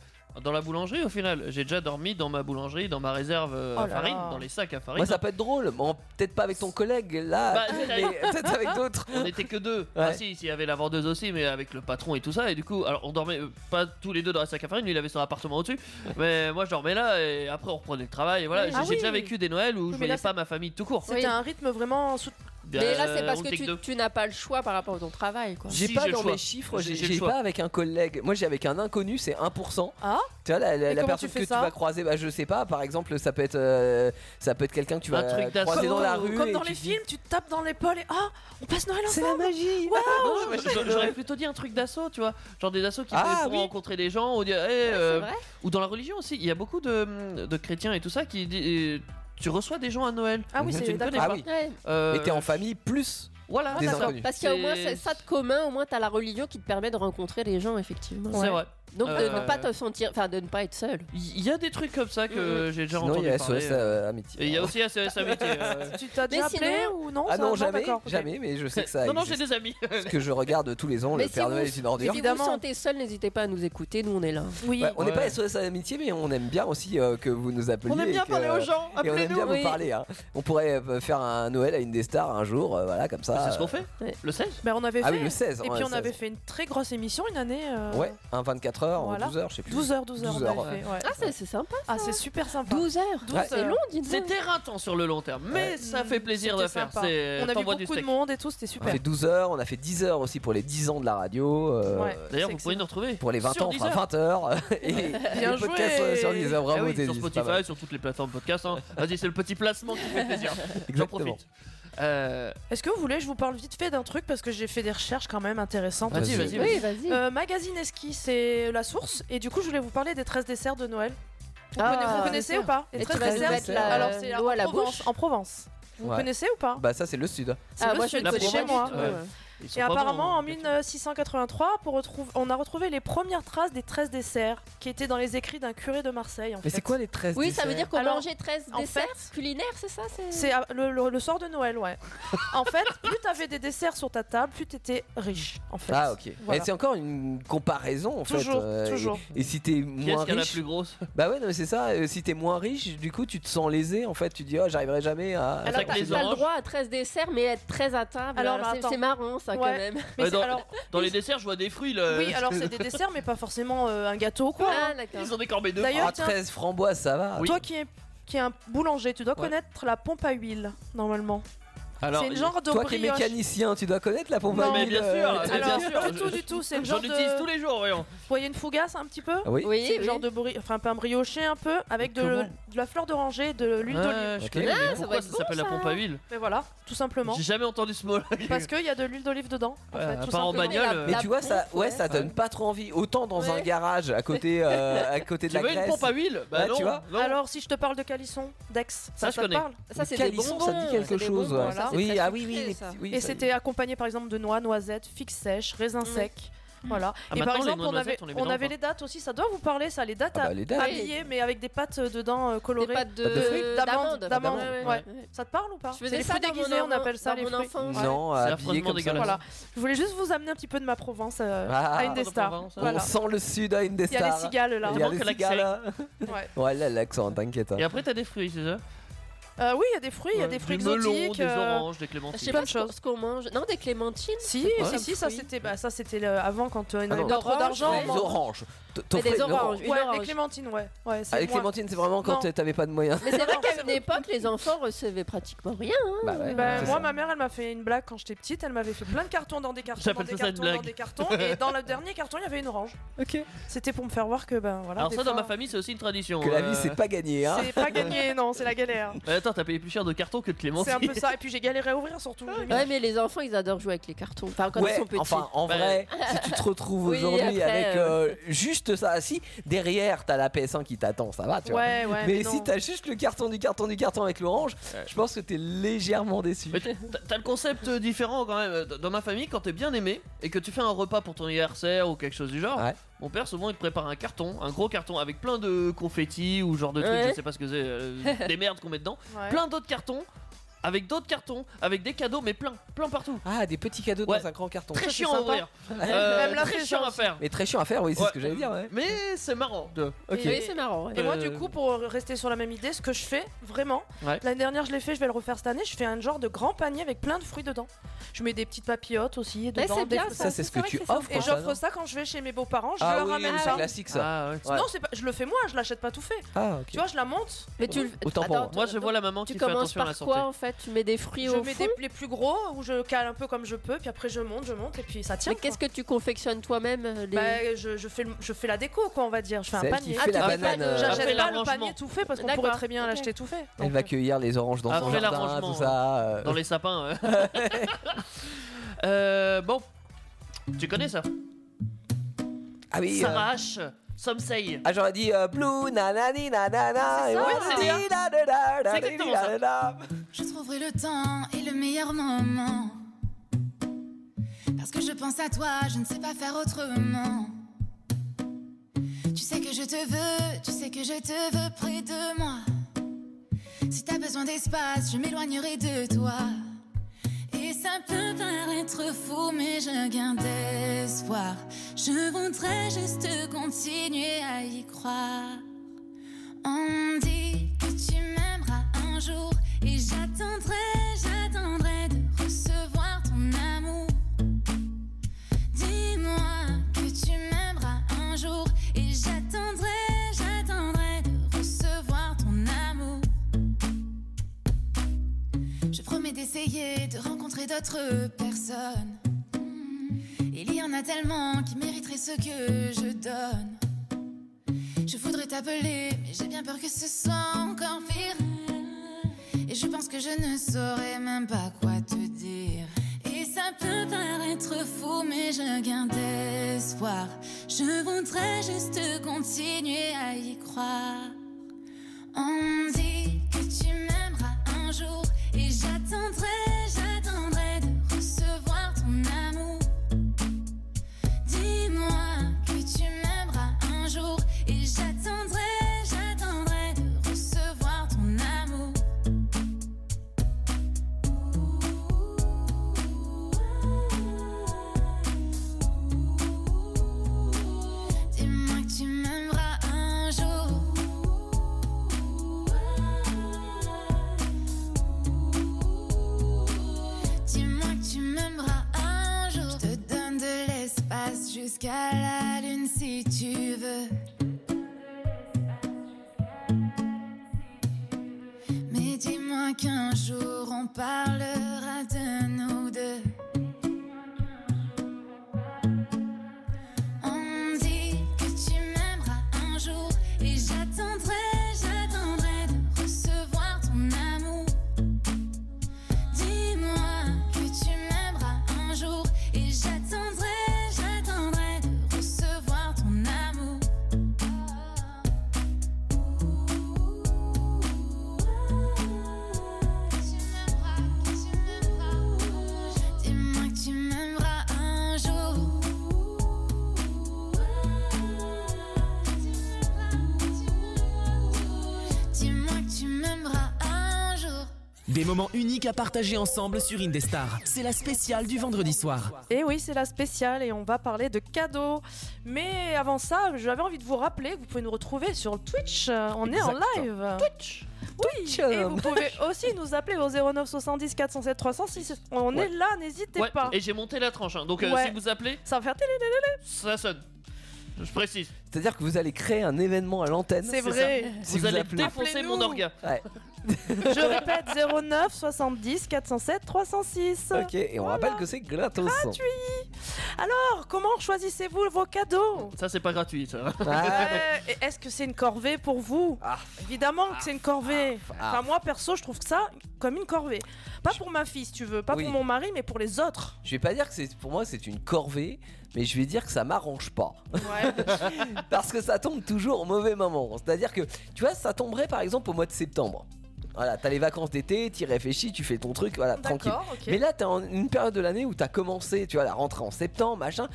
Speaker 4: dans la boulangerie au final, j'ai déjà dormi dans ma boulangerie, dans ma réserve euh,
Speaker 2: Oh
Speaker 4: à
Speaker 2: là
Speaker 4: farine,
Speaker 2: là.
Speaker 4: dans les sacs à farine.
Speaker 3: Ouais, ça peut être drôle, mais en- peut-être pas avec ton collègue là,
Speaker 4: Bah, c'est
Speaker 3: mais peut-être avec d'autres.
Speaker 4: On était que deux. Ah si, s'il y avait la vendeuse aussi, mais avec le patron et tout ça. Et du coup, alors on dormait euh, pas tous les deux dans la sac à farine. Lui, il avait son appartement au-dessus. Mais moi, je dormais là et après, on reprenait le travail. Et voilà,
Speaker 2: Oui.
Speaker 4: j'ai
Speaker 2: Ah
Speaker 4: j'ai
Speaker 2: oui.
Speaker 4: déjà vécu des Noëls où je
Speaker 2: mais
Speaker 4: voyais
Speaker 2: là,
Speaker 4: pas ma famille tout court.
Speaker 2: C'était
Speaker 5: Oui.
Speaker 2: un rythme vraiment soutenu.
Speaker 5: Mais là, c'est
Speaker 4: Euh,
Speaker 5: parce
Speaker 4: on
Speaker 5: que
Speaker 4: le take
Speaker 5: tu,
Speaker 4: deux.
Speaker 5: tu n'as pas le choix par rapport à ton travail. Quoi.
Speaker 3: J'ai
Speaker 4: Si,
Speaker 3: pas
Speaker 4: j'ai le
Speaker 3: dans
Speaker 4: choix.
Speaker 3: mes chiffres,
Speaker 4: J'ai-
Speaker 3: j'ai
Speaker 4: j'ai le
Speaker 3: j'ai
Speaker 4: choix.
Speaker 3: pas avec un collègue. Moi j'ai avec un inconnu, c'est 1%.
Speaker 2: Ah
Speaker 3: Tu vois la, la-
Speaker 2: Et
Speaker 3: la
Speaker 2: comment
Speaker 3: personne
Speaker 2: tu fais
Speaker 3: que
Speaker 2: ça
Speaker 3: tu vas croiser, bah je sais pas, par exemple, ça peut être euh, ça peut être quelqu'un que tu
Speaker 4: Un
Speaker 3: vas
Speaker 4: truc d'assaut.
Speaker 3: croiser dans la rue
Speaker 2: Comme
Speaker 3: et
Speaker 2: dans
Speaker 3: tu
Speaker 2: les
Speaker 3: te dis,
Speaker 2: films, tu te tapes dans l'épaule et ah, on passe Noël
Speaker 3: C'est
Speaker 2: ensemble.
Speaker 3: la magie. Ah
Speaker 4: Non, non, j'a- J'aurais plutôt dit un truc d'assaut, tu vois. Genre des assos qui
Speaker 3: Ah,
Speaker 4: étaient pour
Speaker 3: oui.
Speaker 4: rencontrer des gens ou, dire, eh,
Speaker 5: Ouais, c'est
Speaker 4: euh,
Speaker 5: vrai.
Speaker 4: ou dans la religion aussi. Il y a beaucoup de, de chrétiens et tout ça qui disent Tu reçois des gens à Noël.
Speaker 2: Ah oui,
Speaker 3: Mhm.
Speaker 4: que
Speaker 2: c'est
Speaker 4: tu ne connais
Speaker 2: d'accord.
Speaker 3: Ah
Speaker 4: pas.
Speaker 3: oui.
Speaker 5: Ouais.
Speaker 4: Euh,
Speaker 3: Et t'es en famille plus
Speaker 4: Voilà,
Speaker 3: des
Speaker 4: c'est ça.
Speaker 3: inconnus.
Speaker 5: Parce qu'il y a au
Speaker 4: C'est-
Speaker 5: moins ça, ça de commun, au moins t'as la religion qui te permet de rencontrer les gens, effectivement.
Speaker 4: C'est vrai.
Speaker 5: Donc de
Speaker 4: Euh,
Speaker 5: ne pas te sentir, enfin de ne pas être seul.
Speaker 4: Il y a des trucs comme ça
Speaker 2: Mm,
Speaker 4: que j'ai déjà
Speaker 3: Sinon il
Speaker 4: entendu
Speaker 3: y a SOS
Speaker 4: parler.
Speaker 3: euh, amitié.
Speaker 4: Et il y a aussi SOS Amitié. euh.
Speaker 2: Tu t'as
Speaker 5: Mais
Speaker 2: déjà
Speaker 5: sinon-
Speaker 2: appelé ou non
Speaker 3: Ah
Speaker 2: ça-
Speaker 3: non, jamais,
Speaker 2: d'accord, ok.
Speaker 3: jamais, mais je sais que ça
Speaker 4: Non, non, j'ai
Speaker 3: existe.
Speaker 4: des amis.
Speaker 3: Parce que je regarde tous les ans
Speaker 5: Mais
Speaker 3: le
Speaker 5: si
Speaker 3: Père
Speaker 5: vous-
Speaker 3: Noël est une
Speaker 5: Si
Speaker 3: ordure.
Speaker 5: vous vous
Speaker 2: Évidemment.
Speaker 5: sentez seul, n'hésitez pas à nous écouter, nous on est là.
Speaker 2: Oui.
Speaker 3: Ouais, Bah, on n'est
Speaker 4: Ouais.
Speaker 3: pas SOS amitié, mais on aime bien aussi euh, que vous nous appeliez.
Speaker 4: On aime
Speaker 3: et
Speaker 4: bien
Speaker 3: que-
Speaker 4: parler aux gens.
Speaker 3: Et on aime bien
Speaker 5: Appelez-nous.
Speaker 3: vous
Speaker 5: Oui.
Speaker 3: parler. hein. On pourrait euh, faire un Noël à une des stars un jour, euh, voilà, comme ça.
Speaker 4: C'est ce qu'on fait
Speaker 5: Ouais.
Speaker 4: Le 16
Speaker 2: Ben, on avait
Speaker 3: Ah
Speaker 2: fait.
Speaker 3: oui, le 16.
Speaker 2: Et
Speaker 3: ouais,
Speaker 2: puis on
Speaker 3: 16.
Speaker 2: avait fait une très grosse émission une année. euh,
Speaker 3: Ouais, un 24 heures,
Speaker 2: Voilà.
Speaker 3: 12 heures, je sais plus.
Speaker 2: 12 heures, 12 heures,
Speaker 3: 12
Speaker 2: on
Speaker 3: heures,
Speaker 2: avait fait. ouais.
Speaker 5: Ah, c'est c'est sympa.
Speaker 2: Ah, c'est super sympa.
Speaker 5: 12 heures.
Speaker 2: 12
Speaker 5: C'est
Speaker 2: heures. hein,
Speaker 5: long, dites donc.
Speaker 4: C'était rintant sur le long terme, mais
Speaker 3: Ouais.
Speaker 4: ça fait plaisir
Speaker 2: C'était
Speaker 4: de faire.
Speaker 2: sympa.
Speaker 4: C'est-
Speaker 2: On a vu
Speaker 4: t'envoies du
Speaker 2: beaucoup de
Speaker 4: steak.
Speaker 2: monde et tout, c'était
Speaker 3: On a
Speaker 2: super.
Speaker 3: fait 12 heures, on a fait 10 heures aussi pour les 10 ans de la radio. euh,
Speaker 2: Ouais.
Speaker 4: D'ailleurs,
Speaker 2: C'est
Speaker 4: vous pouvez nous retrouver
Speaker 3: Pour les 20
Speaker 4: sur
Speaker 3: ans,
Speaker 4: 10
Speaker 3: enfin 20 heures. et
Speaker 2: Bien
Speaker 3: les podcasts
Speaker 2: joué.
Speaker 3: sur- sur 10 heures, bravo,
Speaker 4: Ah oui,
Speaker 3: Teddy,
Speaker 4: sur
Speaker 3: c'est pas mal.
Speaker 4: Spotify, sur toutes les plateformes podcast. hein. Vas-y, c'est le petit placement qui fait plaisir. J'en
Speaker 3: Exactement.
Speaker 4: profite. Euh,
Speaker 2: Est-ce que vous voulez, je vous parle vite fait d'un truc parce que j'ai fait des recherches quand même intéressantes.
Speaker 4: Vas-y,
Speaker 3: Vas-y.
Speaker 4: vas-y. vas-y.
Speaker 5: Oui, vas-y.
Speaker 2: Euh, magazine Esqui, c'est la source. Et du coup, je voulais vous parler des 13 desserts de Noël. Vous,
Speaker 5: Ah,
Speaker 2: connaissez, vous connaissez
Speaker 5: dessert.
Speaker 2: ou pas Les
Speaker 5: Et tu
Speaker 2: 13
Speaker 5: vas nous
Speaker 2: desserts
Speaker 5: mettre
Speaker 3: la-
Speaker 2: Alors, c'est
Speaker 5: euh, l'eau à la
Speaker 2: en Provence.
Speaker 5: bouche.
Speaker 2: En Provence. Vous
Speaker 3: Ouais.
Speaker 2: connaissez ou pas
Speaker 3: Bah ça c'est le sud.
Speaker 2: C'est
Speaker 5: Ah,
Speaker 2: le
Speaker 5: moi je
Speaker 2: sud,
Speaker 5: ne
Speaker 4: la
Speaker 2: c'est
Speaker 5: connais
Speaker 2: chez
Speaker 5: pas
Speaker 4: Provence,
Speaker 2: moi.
Speaker 5: du tout.
Speaker 4: ouais.
Speaker 5: ouais.
Speaker 4: Ils sont
Speaker 2: Et
Speaker 4: pas
Speaker 2: apparemment,
Speaker 5: hein,
Speaker 4: bons,
Speaker 2: en
Speaker 4: les petits.
Speaker 2: 1683, pour retrouve- on a retrouvé les premières traces des 13 desserts qui étaient dans les écrits d'un curé de Marseille. En
Speaker 3: Mais
Speaker 2: fait.
Speaker 3: c'est quoi les 13
Speaker 5: Oui, ça veut dire qu'on
Speaker 2: Alors,
Speaker 5: mangeait 13
Speaker 2: en
Speaker 5: desserts culinaires, c'est ça
Speaker 2: C'est ah, le, le- le soir de Noël, ouais. en fait, plus t'avais des desserts sur ta table, plus t'étais riche, en fait.
Speaker 3: Ah ok.
Speaker 2: Voilà.
Speaker 3: Et c'est encore une comparaison en
Speaker 2: Toujours,
Speaker 3: fait. euh,
Speaker 2: toujours.
Speaker 3: Et, et si t'es
Speaker 4: Qui est-ce
Speaker 3: moins
Speaker 4: qui a la
Speaker 3: riche,
Speaker 4: plus grosse
Speaker 3: bah ouais non mais c'est ça. euh, si t'es moins riche, du coup tu te sens lésé en fait. Tu te dis oh j'arriverai jamais à.
Speaker 5: Alors,
Speaker 4: Avec
Speaker 5: t'as
Speaker 4: les
Speaker 5: t'as le
Speaker 4: oranges.
Speaker 5: droit à 13 desserts, mais être très à table.
Speaker 2: Alors,
Speaker 5: euh,
Speaker 2: mais
Speaker 5: c'est-
Speaker 2: attends.
Speaker 5: c'est marrant, ça, quand
Speaker 2: Ouais.
Speaker 5: même.
Speaker 2: Mais
Speaker 4: Ouais,
Speaker 2: c'est-
Speaker 4: dans-
Speaker 2: alors,
Speaker 4: Dans les desserts, je vois des fruits
Speaker 3: Euh,
Speaker 4: là.
Speaker 2: oui, alors c'est des desserts, mais pas forcément euh, un gâteau, quoi.
Speaker 5: Ah, d'accord.
Speaker 4: Ils ont des corbeilles de
Speaker 2: D'ailleurs,
Speaker 3: Ah, 13
Speaker 2: Ah,
Speaker 3: framboises ça va.
Speaker 4: Oui.
Speaker 2: Toi qui es, qui es un boulanger, tu dois
Speaker 3: Ouais.
Speaker 2: connaître la pompe à huile, normalement.
Speaker 4: Alors, euh,
Speaker 2: C'est le genre de
Speaker 3: Toi qui es
Speaker 2: brioche.
Speaker 3: mécanicien, tu dois connaître la pompe
Speaker 2: Non,
Speaker 3: à
Speaker 2: mais
Speaker 3: huile,
Speaker 4: bien
Speaker 3: euh,
Speaker 4: sûr.
Speaker 3: etc.
Speaker 4: Mais
Speaker 2: Alors,
Speaker 4: bien sûr,
Speaker 2: du tout, du tout, c'est le
Speaker 4: J'en
Speaker 2: genre
Speaker 4: utilise tous
Speaker 2: de...
Speaker 4: les jours, voyons.
Speaker 2: Vous voyez une fougasse un petit peu
Speaker 3: Ah Oui.
Speaker 5: Oui,
Speaker 2: C'est le
Speaker 5: oui.
Speaker 2: genre de bri... enfin, un pain brioché un peu, avec de,
Speaker 4: Comment
Speaker 2: de la fleur d'oranger, de l'huile d'olive. Ah,
Speaker 4: Ouais, je
Speaker 3: Ok.
Speaker 4: connais, mais
Speaker 5: ça
Speaker 4: pourquoi
Speaker 5: doit
Speaker 4: ça
Speaker 5: être
Speaker 4: s'appelle
Speaker 5: bon,
Speaker 4: la
Speaker 5: ça.
Speaker 4: pompe à huile
Speaker 2: Mais voilà, tout simplement.
Speaker 4: J'ai jamais entendu ce mot.
Speaker 2: Parce qu'il y a de l'huile d'olive dedans. En
Speaker 4: Ouais,
Speaker 2: fait,
Speaker 4: à
Speaker 2: tout
Speaker 4: part en
Speaker 2: simplement.
Speaker 4: bagnole, euh,
Speaker 3: Mais
Speaker 5: La
Speaker 3: tu vois, ça,
Speaker 5: pompe,
Speaker 3: ouais,
Speaker 5: ouais.
Speaker 3: ça donne pas trop envie. Autant dans un
Speaker 5: Ouais.
Speaker 3: garage à côté, euh, à côté de
Speaker 4: Tu
Speaker 3: la
Speaker 4: veux une
Speaker 3: Grèce.
Speaker 4: pompe à huile Bah
Speaker 3: Ouais,
Speaker 4: non.
Speaker 3: tu vois.
Speaker 4: non.
Speaker 2: Alors, si je te parle de calisson, d'Ax,
Speaker 4: Ça,
Speaker 2: ça,
Speaker 4: je
Speaker 2: ça te
Speaker 4: connais.
Speaker 2: parle
Speaker 5: Ça, c'est des
Speaker 3: Calisson,
Speaker 5: bonbons.
Speaker 3: ça dit quelque
Speaker 5: c'est des
Speaker 3: chose.
Speaker 5: bonbons,
Speaker 3: ouais.
Speaker 5: ça, c'est
Speaker 3: Oui,
Speaker 5: très
Speaker 3: ah oui, oui.
Speaker 5: sucré,
Speaker 3: les
Speaker 5: ça.
Speaker 3: petits- oui,
Speaker 2: Et
Speaker 3: ça- Mm.
Speaker 2: c'était accompagné par exemple de noix, noisettes, figues sèches, raisins secs. Voilà.
Speaker 4: Ah,
Speaker 2: et
Speaker 4: maintenant,
Speaker 2: par
Speaker 4: les
Speaker 2: exemple,
Speaker 4: noix
Speaker 2: on avait,
Speaker 4: noisettes, on les met
Speaker 2: on
Speaker 4: dans le
Speaker 2: avait
Speaker 4: pain.
Speaker 2: les dates aussi, ça doit vous parler ça, les dates
Speaker 3: Ah
Speaker 2: à-
Speaker 3: bah, les dates.
Speaker 2: habillées mais avec des pâtes euh, dedans euh,
Speaker 5: Des
Speaker 2: colorées.
Speaker 5: pâtes de, Ah
Speaker 3: De
Speaker 2: fruits, d'amandes, d'amandes,
Speaker 5: bah Ouais,
Speaker 2: ouais.
Speaker 5: ouais.
Speaker 2: Ça te parle ou pas
Speaker 5: Je
Speaker 2: C'est
Speaker 5: faisais
Speaker 2: les
Speaker 5: ça
Speaker 2: fruits
Speaker 5: dans
Speaker 2: déguisés,
Speaker 5: mon,
Speaker 2: on appelle ça
Speaker 5: dans
Speaker 2: les
Speaker 5: mon
Speaker 2: fruits.
Speaker 5: enfance.
Speaker 3: Non,
Speaker 4: C'est
Speaker 3: habillé
Speaker 4: affreusement
Speaker 3: comme ça.
Speaker 4: dégueulasse.
Speaker 2: Voilà. Je voulais juste vous amener un petit peu de ma Provence euh,
Speaker 3: Ah,
Speaker 2: à une
Speaker 4: de
Speaker 2: des stars.
Speaker 4: Provence, hein.
Speaker 2: Voilà.
Speaker 3: On sent le sud à une des
Speaker 2: Il y a les
Speaker 3: stars.
Speaker 2: cigales là.
Speaker 3: Il y a
Speaker 4: Manque
Speaker 3: les
Speaker 4: l'accent.
Speaker 3: cigales.
Speaker 2: Ouais.
Speaker 3: Ouais, là, l'accent, t'inquiète. hein.
Speaker 4: Et après, t'as des fruits, c'est ça
Speaker 2: Euh, oui, il y a des fruits, il y a des fruits
Speaker 4: Du melon,
Speaker 2: exotiques.
Speaker 4: des
Speaker 2: euh,
Speaker 4: oranges, des
Speaker 5: Je sais
Speaker 4: clémentines.
Speaker 2: Plein
Speaker 5: pas
Speaker 2: de
Speaker 5: ce qu'on-
Speaker 2: choses.
Speaker 5: ce qu'on mange. Non, des clémentines.
Speaker 2: Si,
Speaker 5: Ouais.
Speaker 2: si, si, ça
Speaker 5: Fruits.
Speaker 2: c'était bah, ça, c'était le- avant quand
Speaker 4: Ah
Speaker 2: euh, on avait
Speaker 3: Ah non.
Speaker 2: pas trop
Speaker 5: L'orange,
Speaker 2: d'argent.
Speaker 5: ouais.
Speaker 2: on
Speaker 3: Les
Speaker 2: mangeait-
Speaker 3: oranges. T-
Speaker 5: Mais
Speaker 3: t'offrais
Speaker 5: des
Speaker 3: une orange.
Speaker 5: oranges, une
Speaker 2: Ouais, les
Speaker 5: orange.
Speaker 2: clémentines, ouais. ouais c'est
Speaker 3: Ah, les
Speaker 2: moins-
Speaker 3: clémentines, c'est vraiment quand
Speaker 2: Non.
Speaker 3: t'es- t'avais pas de moyens.
Speaker 5: Mais c'est vrai
Speaker 2: Non,
Speaker 5: qu'à
Speaker 2: c'est
Speaker 5: une époque, les enfants recevaient pratiquement rien. hein.
Speaker 3: Bah ouais,
Speaker 2: Bah,
Speaker 3: c'est
Speaker 2: moi,
Speaker 3: ça.
Speaker 2: ma mère, elle m'a fait une blague quand j'étais petite. Elle m'avait fait plein de cartons dans des cartons, dans
Speaker 4: J'appelle
Speaker 2: des
Speaker 4: ça ça une
Speaker 2: cartons, dans
Speaker 4: blague.
Speaker 2: des cartons. Et dans le dernier carton, il y avait une orange.
Speaker 3: Ok.
Speaker 2: C'était pour me faire voir que, ben voilà.
Speaker 4: Alors,
Speaker 2: des
Speaker 4: ça, dans
Speaker 2: fois,
Speaker 4: ma famille, c'est aussi une tradition.
Speaker 3: Que la
Speaker 4: euh,
Speaker 3: vie, c'est pas gagné, hein.
Speaker 2: C'est pas gagné, non, c'est la galère.
Speaker 4: Ouais, Attends, t'as payé plus cher de carton que de
Speaker 2: C'est un
Speaker 4: clémentine.
Speaker 2: peu ça. Et puis j'ai galéré à ouvrir surtout. j'ai mis-
Speaker 5: Ouais, mais les enfants, ils adorent jouer avec les cartons. Enfin, quand
Speaker 3: ouais,
Speaker 5: ils sont petits.
Speaker 3: enfin en
Speaker 4: Bah,
Speaker 3: vrai, si tu te retrouves
Speaker 5: Oui, après,
Speaker 3: aujourd'hui avec euh, juste ça assis, derrière t'as la PS1 qui t'attend, ça va, tu vois.
Speaker 2: Ouais, ouais.
Speaker 3: mais
Speaker 2: mais
Speaker 3: si
Speaker 2: non.
Speaker 3: t'as juste le carton du carton du carton avec l'orange,
Speaker 4: Ouais.
Speaker 3: je pense que t'es légèrement déçu.
Speaker 4: Mais t'as- t'as- t'as le concept euh, différent quand même. Dans- Dans ma famille, quand t'es bien aimé et que tu fais un repas pour ton anniversaire ou quelque chose du genre,
Speaker 3: Ouais.
Speaker 4: mon père souvent il te prépare un carton, un gros carton avec plein de confettis ou genre de trucs,
Speaker 5: Ouais.
Speaker 4: je sais pas ce que c'est, euh, des merdes qu'on met dedans,
Speaker 2: Ouais.
Speaker 4: plein d'autres cartons, avec d'autres cartons, avec des cadeaux, mais plein, plein partout.
Speaker 3: Ah, des petits cadeaux
Speaker 4: Ouais.
Speaker 3: dans un grand carton.
Speaker 4: Très
Speaker 2: ça,
Speaker 4: chiant
Speaker 2: c'est
Speaker 4: à
Speaker 2: sympa.
Speaker 4: ouvrir, Euh,
Speaker 2: Elle me l'a
Speaker 4: très
Speaker 2: fait,
Speaker 4: chiant
Speaker 2: ça
Speaker 4: à
Speaker 2: aussi.
Speaker 4: faire.
Speaker 3: Mais très chiant à faire, Ah oui, c'est
Speaker 4: Ouais.
Speaker 3: ce que j'allais dire, ouais.
Speaker 4: Mais c'est marrant. de-
Speaker 3: Ok.
Speaker 5: Oui, c'est marrant. ouais.
Speaker 2: Et moi,
Speaker 4: Euh,
Speaker 2: du coup, pour rester sur la même idée, ce que je fais vraiment,
Speaker 4: Ouais.
Speaker 2: l'année dernière je l'ai fait, je vais le refaire cette année, je fais un genre de grand panier avec plein de fruits dedans. Je mets des petites papillotes aussi
Speaker 5: Ouais,
Speaker 2: dedans.
Speaker 5: c'est
Speaker 2: des
Speaker 5: bien
Speaker 2: fruits-
Speaker 5: ça.
Speaker 3: Ça, c'est ce que
Speaker 5: vrai
Speaker 3: tu
Speaker 5: c'est
Speaker 3: offres.
Speaker 2: Et
Speaker 3: quand
Speaker 2: j'offre
Speaker 3: ça,
Speaker 2: ça quand je vais chez mes beaux-parents, je
Speaker 3: Ah
Speaker 2: leur
Speaker 3: oui,
Speaker 2: ramène
Speaker 3: c'est
Speaker 2: ça.
Speaker 3: classique ça.
Speaker 4: Ah, ouais.
Speaker 3: Ouais.
Speaker 2: Non, c'est pas, je le fais moi, je l'achète pas tout fait.
Speaker 3: Ah, ok.
Speaker 2: Tu vois, je la monte,
Speaker 5: Mais tu le-
Speaker 3: Autant pour
Speaker 5: Attends,
Speaker 3: moi.
Speaker 4: Moi je vois la maman
Speaker 5: Tu
Speaker 4: qui fait
Speaker 5: commences
Speaker 4: attention à
Speaker 5: par
Speaker 4: la santé.
Speaker 5: quoi en fait Tu mets des fruits
Speaker 2: je
Speaker 5: au
Speaker 2: mets
Speaker 5: fond
Speaker 2: des, les plus gros où je cale un peu comme je peux, puis après je monte, je monte, et puis ça tient.
Speaker 5: Mais qu'est-ce que tu confectionnes toi-même euh, les-
Speaker 2: quoi. Bah, je, je fais, le- je fais la déco, quoi, on va dire. Je fais un
Speaker 3: C'est elle qui
Speaker 2: panier.
Speaker 3: fait la
Speaker 5: Ah, t'as pas
Speaker 3: banane.
Speaker 5: de-
Speaker 3: euh,
Speaker 4: Après
Speaker 2: J'achète pas le
Speaker 4: l'arrangement.
Speaker 2: panier tout fait parce qu'on
Speaker 5: D'accord,
Speaker 2: pourrait très bien
Speaker 5: ok.
Speaker 2: l'acheter tout fait.
Speaker 3: Elle
Speaker 2: Donc,
Speaker 3: va cueillir les oranges dans son
Speaker 4: Après
Speaker 3: jardin,
Speaker 4: l'arrangement,
Speaker 3: tout ça. euh.
Speaker 4: Dans les sapins. euh. Euh, bon. Tu connais ça
Speaker 3: Ah oui. euh,
Speaker 4: Sarah H. Somsei.
Speaker 3: Ah j'aurais dit euh, Blue nanani nanana
Speaker 2: C'est
Speaker 3: et
Speaker 2: ça,
Speaker 3: ouais,
Speaker 2: c'est
Speaker 3: di-
Speaker 4: ça.
Speaker 3: da- da- da- da-
Speaker 4: C'est exactement ça.
Speaker 3: da- da-
Speaker 8: Je trouverai le temps et le meilleur moment. Parce que je pense à toi, je ne sais pas faire autrement. Tu sais que je te veux, tu sais que je te veux près de moi. Si t'as besoin d'espace, je m'éloignerai de toi. Et ça peut paraître fou, mais je garde espoir. Je voudrais juste continuer à y croire. On dit que tu m'aimeras un jour et j'attendrai, j'attendrai de recevoir ton amour. Dis-moi que tu m'aimeras un jour et j'attendrai, j'attendrai de recevoir ton amour. Je promets d'essayer de rencontrer d'autres personnes. Il y en a tellement qui mériteraient ce que je donne. Je voudrais t'appeler, mais j'ai bien peur que ce soit encore pire. Et je pense que je ne saurais même pas quoi te dire. Et ça peut paraître fou, mais je garde espoir. Je voudrais juste continuer à y croire. On dit que tu m'aimeras un jour. Et j'attendrai, j'attendrai de recevoir ton amour. Dis-moi que tu m'aimeras un jour et j'attendrai, j'attendrai de recevoir ton amour. Dis-moi que tu m'aimeras un jour. Dis-moi que tu m'aimeras un jour. Je te donne de l'espace jusqu'à la lune si tu veux. Mais dis-moi bien qu'un jour on parlera de nous deux. On dit que tu m'aimeras un jour et j'attendrai, j'attendrai de recevoir ton amour. Dis-moi que tu m'aimeras un jour et j'attendrai, j'attendrai de recevoir ton amour. Dis-moi que tu m'aimeras un jour. Dis-moi que tu m'aimeras un jour.
Speaker 7: Des moments uniques à partager ensemble sur Indestar. C'est la spéciale du vendredi soir.
Speaker 2: Et oui, c'est la spéciale et on va parler de cadeaux. Mais avant ça, j'avais envie de vous rappeler que vous pouvez nous retrouver sur Twitch. euh, On est
Speaker 3: Exact.
Speaker 2: en live. Twitch Oui, et vous pouvez aussi nous appeler au 09 70 407 306. On
Speaker 3: Ouais.
Speaker 2: est là, n'hésitez
Speaker 4: Ouais,
Speaker 2: pas.
Speaker 4: et j'ai monté la tranche, hein. donc euh,
Speaker 2: Ouais.
Speaker 4: si vous appelez,
Speaker 2: Ça va faire télé.
Speaker 4: ça sonne. Je précise.
Speaker 3: C'est-à-dire que vous allez créer un événement à l'antenne.
Speaker 2: C'est
Speaker 4: ça.
Speaker 2: vrai.
Speaker 3: Si
Speaker 4: vous,
Speaker 3: vous
Speaker 4: allez
Speaker 3: appelez.
Speaker 4: défoncer
Speaker 2: Appelez-nous.
Speaker 4: mon orga.
Speaker 2: Je répète 09 70 407 306.
Speaker 3: Ok, et on rappelle que c'est gratos.
Speaker 2: Alors, comment choisissez-vous vos cadeaux
Speaker 4: Ça, c'est pas gratuit, ça.
Speaker 3: Ah,
Speaker 2: Euh, et Est-ce que c'est une corvée pour vous
Speaker 3: Ah.
Speaker 2: Évidemment que c'est une corvée.
Speaker 3: ah.
Speaker 2: Enfin, moi perso, je trouve que ça comme une corvée. Pas pour ma fille, si tu veux, pas
Speaker 3: Oui.
Speaker 2: pour mon mari, mais pour les autres.
Speaker 3: Je vais pas dire que c'est pour moi c'est une corvée, mais je vais dire que ça m'arrange pas.
Speaker 2: Ouais.
Speaker 3: Parce que ça tombe toujours au mauvais moment. C'est-à-dire que, tu vois, ça tomberait par exemple au mois de septembre. Voilà, t'as les vacances d'été, t'y réfléchis, tu fais ton truc, voilà, tranquille.
Speaker 2: D'accord, ok.
Speaker 3: Mais là, t'as en- une période de l'année où t'as commencé, tu vois, la rentrée en septembre, machin.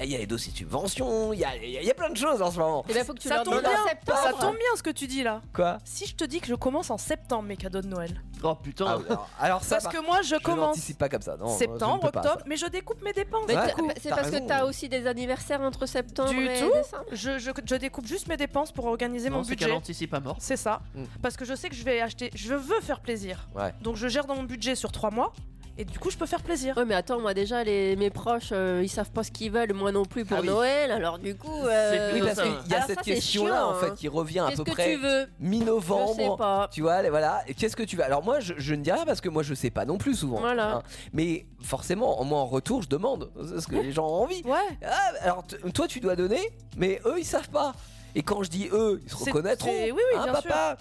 Speaker 3: Et Il y a les dossiers de subvention, il y a, il y a- il y a plein de choses en ce moment.
Speaker 5: Et bien, Eh ben, faut que tu
Speaker 2: ça
Speaker 5: leur
Speaker 2: tombe
Speaker 5: demandes
Speaker 2: bien.
Speaker 5: en
Speaker 2: Ça
Speaker 5: septembre.
Speaker 2: tombe bien ce que tu dis là.
Speaker 3: Quoi
Speaker 2: Si je te dis que je commence en septembre mes cadeaux de Noël.
Speaker 4: Oh putain.
Speaker 3: Ah oui, alors, alors ça,
Speaker 2: Parce
Speaker 3: par-
Speaker 2: que moi je
Speaker 3: je
Speaker 2: commence
Speaker 3: n'anticipe pas comme ça. non, non, je ne
Speaker 2: septembre,
Speaker 3: peux pas, ça.
Speaker 2: octobre, mais je découpe mes dépenses.
Speaker 5: Mais
Speaker 3: Ouais.
Speaker 5: t'as-
Speaker 3: Coup,
Speaker 5: c'est
Speaker 3: t'as
Speaker 5: parce
Speaker 3: raison.
Speaker 5: que t'as aussi des anniversaires entre septembre
Speaker 2: Du
Speaker 5: et
Speaker 2: tout.
Speaker 5: décembre.
Speaker 2: Je, je- je découpe juste mes dépenses pour organiser
Speaker 4: Non,
Speaker 2: mon
Speaker 4: c'est qu'elle
Speaker 2: budget.
Speaker 4: anticipe à mort.
Speaker 2: C'est ça.
Speaker 3: Mm.
Speaker 2: Parce que je sais que je vais acheter, je veux faire plaisir.
Speaker 3: Ouais.
Speaker 2: Donc je gère dans mon budget sur trois mois et du coup je peux faire plaisir.
Speaker 5: Ouais, mais attends, moi déjà, les, mes proches, euh, ils savent pas ce qu'ils veulent, moi non plus pour
Speaker 3: Ah oui.
Speaker 5: Noël, alors du coup. euh,
Speaker 3: Oui,
Speaker 4: plutôt
Speaker 3: parce
Speaker 4: ça.
Speaker 3: qu'il y a
Speaker 5: Alors
Speaker 3: cette
Speaker 5: ça, c'est
Speaker 3: question-là
Speaker 5: chiant,
Speaker 3: en fait
Speaker 5: hein.
Speaker 3: qui revient à
Speaker 5: Qu'est-ce
Speaker 3: peu
Speaker 5: que
Speaker 3: près
Speaker 5: tu veux Je
Speaker 3: mi-novembre.
Speaker 5: sais pas.
Speaker 3: Tu vois, les- voilà. Et Qu'est-ce que tu veux Alors moi, je, je ne dis rien parce que moi, je sais pas non plus souvent. hein.
Speaker 5: Voilà.
Speaker 3: Mais forcément, moi en retour, je demande ce que les gens ont envie.
Speaker 2: Ouais.
Speaker 3: Ah, alors t- toi, tu dois donner, mais eux, ils savent pas. Et quand je dis eux, ils se
Speaker 2: C'est-
Speaker 3: reconnaîtront.
Speaker 2: c'est- oui, oui,
Speaker 3: Hein,
Speaker 2: bien sûr.
Speaker 3: papa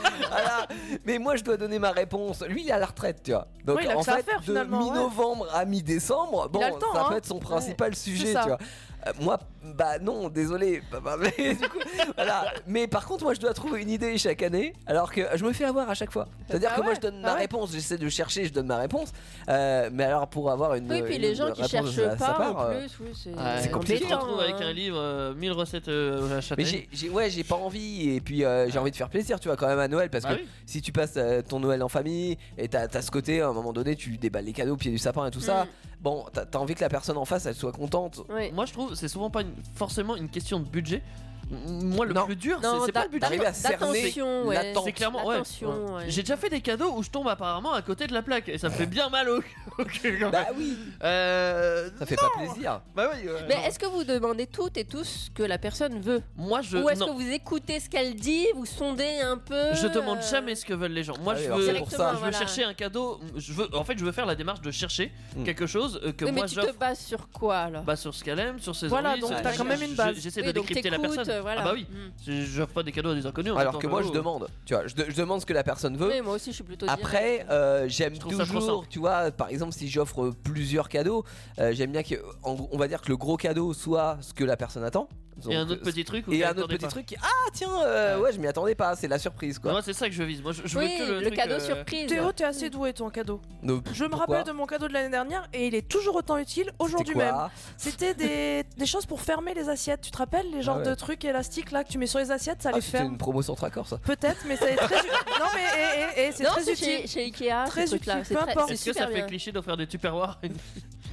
Speaker 3: Voilà. Mais moi, je dois donner ma réponse. Lui, il est à la retraite, tu vois. Donc
Speaker 2: Oui, il a
Speaker 3: en
Speaker 2: que ça à
Speaker 3: fait,
Speaker 2: faire,
Speaker 3: de
Speaker 2: finalement, ouais.
Speaker 3: mi-novembre à mi-décembre, bon,
Speaker 2: a le temps,
Speaker 3: ça peut
Speaker 2: hein.
Speaker 3: être son principal sujet,
Speaker 2: ça.
Speaker 3: tu vois. Euh, moi, bah non, désolé. bah, bah, mais, du coup, voilà. mais par contre, moi, je dois trouver une idée chaque année, alors que je me fais avoir à chaque fois. C'est-à-dire
Speaker 2: Ah
Speaker 3: que moi,
Speaker 2: ouais,
Speaker 3: je donne
Speaker 2: ah
Speaker 3: ma
Speaker 2: ouais.
Speaker 3: réponse, j'essaie de chercher, je donne ma réponse. Euh, mais alors, pour avoir une.
Speaker 5: Oui, puis
Speaker 3: une
Speaker 5: les gens qui
Speaker 3: réponse de
Speaker 5: cherchent
Speaker 3: sa- sa
Speaker 5: pas
Speaker 3: part,
Speaker 5: en
Speaker 3: euh,
Speaker 5: plus, oui, c'est
Speaker 4: Ouais,
Speaker 3: c'est compliqué.
Speaker 4: On se retrouve
Speaker 5: embêtant,
Speaker 4: avec
Speaker 5: hein.
Speaker 4: un livre, euh, 1000 recettes euh, à
Speaker 3: Mais
Speaker 4: châtaigner.
Speaker 3: j'ai, j'ai- ouais, j'ai pas envie, et puis euh, j'ai envie de faire plaisir, tu vois, quand même à Noël, parce
Speaker 4: Bah
Speaker 3: que
Speaker 4: oui.
Speaker 3: si tu passes euh, ton Noël en famille, et t'as, t'as ce côté, à un moment donné, tu déballes les cadeaux au pied du sapin et tout ça,
Speaker 5: Mm.
Speaker 3: bon, t'as, t'as envie que la personne en face, elle soit contente.
Speaker 5: Oui.
Speaker 4: Moi, je trouve c'est souvent pas une- forcément une question de budget. M- Moi, le
Speaker 3: Non.
Speaker 4: plus dur,
Speaker 5: Non,
Speaker 4: c'est- c'est pas le
Speaker 5: d'a-
Speaker 4: budget.
Speaker 3: T'arrives à cerner
Speaker 5: D'attention, ouais.
Speaker 3: l'attente.
Speaker 4: C'est clairement, ouais.
Speaker 5: Attention, ouais.
Speaker 4: J'ai déjà fait des cadeaux où je tombe apparemment à côté de la plaque et ça me fait bien mal au au cul. quand même.
Speaker 3: Bah oui,
Speaker 4: Euh,
Speaker 3: ça fait pas plaisir.
Speaker 4: bah oui. euh,
Speaker 5: Mais
Speaker 4: non.
Speaker 5: est-ce que vous demandez toutes et tous ce que la personne veut
Speaker 4: Moi, je
Speaker 5: Ou est-ce que
Speaker 4: non.
Speaker 5: vous écoutez ce qu'elle dit, vous sondez un peu
Speaker 4: Je demande
Speaker 5: euh,
Speaker 4: jamais ce que veulent les gens. Moi,
Speaker 3: Ah oui,
Speaker 4: je
Speaker 3: alors
Speaker 4: veux,
Speaker 3: c'est
Speaker 4: je
Speaker 3: pour ça.
Speaker 5: Directement,
Speaker 4: veux
Speaker 5: voilà.
Speaker 4: chercher un cadeau. Je veux, en fait, je veux faire la démarche de chercher
Speaker 3: Mm.
Speaker 4: quelque chose euh, que
Speaker 5: Oui, mais
Speaker 4: moi
Speaker 5: tu te
Speaker 4: j'offre.
Speaker 5: bases sur quoi alors
Speaker 4: Bah, sur ce qu'elle aime, sur ses
Speaker 2: Voilà,
Speaker 4: envies.
Speaker 2: donc
Speaker 4: sur-
Speaker 2: t'as quand même une base.
Speaker 4: je- J'essaie
Speaker 5: Oui,
Speaker 4: de
Speaker 5: donc
Speaker 4: décrypter la
Speaker 5: t'écoutes,
Speaker 4: personne.
Speaker 5: euh, voilà.
Speaker 4: Ah bah oui.
Speaker 5: Mm.
Speaker 4: Je- J'offre pas des cadeaux à des inconnus. en
Speaker 3: Alors
Speaker 4: même
Speaker 3: que
Speaker 4: temps
Speaker 3: moi, je
Speaker 4: oh.
Speaker 3: demande, tu vois, je, de- je demande ce que la personne veut.
Speaker 5: Oui, moi aussi je suis plutôt
Speaker 3: Après, euh, j'aime
Speaker 4: Je trouve ça trop
Speaker 3: toujours,
Speaker 4: simple.
Speaker 3: tu vois, par exemple, si j'offre plusieurs cadeaux, euh, j'aime bien que, en gros, on va dire que le gros cadeau soit ce que la personne attend.
Speaker 4: Et un
Speaker 3: Donc,
Speaker 4: autre petit truc. où
Speaker 3: et
Speaker 4: t'y
Speaker 3: un autre
Speaker 4: attendais
Speaker 3: petit
Speaker 4: pas.
Speaker 3: truc qui ah tiens euh,
Speaker 4: Ouais.
Speaker 3: ouais. je m'y attendais pas c'est la surprise quoi
Speaker 4: Moi, c'est ça que je vise. Moi, je, je veux
Speaker 5: Oui,
Speaker 4: que le,
Speaker 5: le,
Speaker 4: truc,
Speaker 5: cadeau
Speaker 4: euh,
Speaker 5: surprise.
Speaker 2: Théo, t'es assez doué ton cadeau.
Speaker 3: Donc,
Speaker 2: Je me
Speaker 3: pourquoi
Speaker 2: rappelle de mon cadeau de l'année dernière et il est toujours autant utile
Speaker 3: C'était
Speaker 2: aujourd'hui
Speaker 3: quoi
Speaker 2: même. C'était des, des choses pour fermer les assiettes. Tu te rappelles les genres
Speaker 4: Ah
Speaker 3: ouais.
Speaker 2: de trucs élastiques là que tu mets sur les assiettes, ça
Speaker 3: Ah,
Speaker 2: les
Speaker 3: c'était
Speaker 2: ferme
Speaker 3: une promo sans traccord ça
Speaker 2: Peut-être, mais ça est très utile. Non, mais et, et- et c'est
Speaker 5: Non,
Speaker 2: très
Speaker 5: c'est
Speaker 2: utile.
Speaker 5: chez, chez Ikea,
Speaker 2: Très
Speaker 5: ces trucs-là.
Speaker 2: utile,
Speaker 5: C'est
Speaker 2: peu
Speaker 5: très-
Speaker 2: importe.
Speaker 5: c'est
Speaker 4: Est-ce que
Speaker 5: super
Speaker 4: ça fait
Speaker 5: bien.
Speaker 4: cliché d'offrir des tupperwares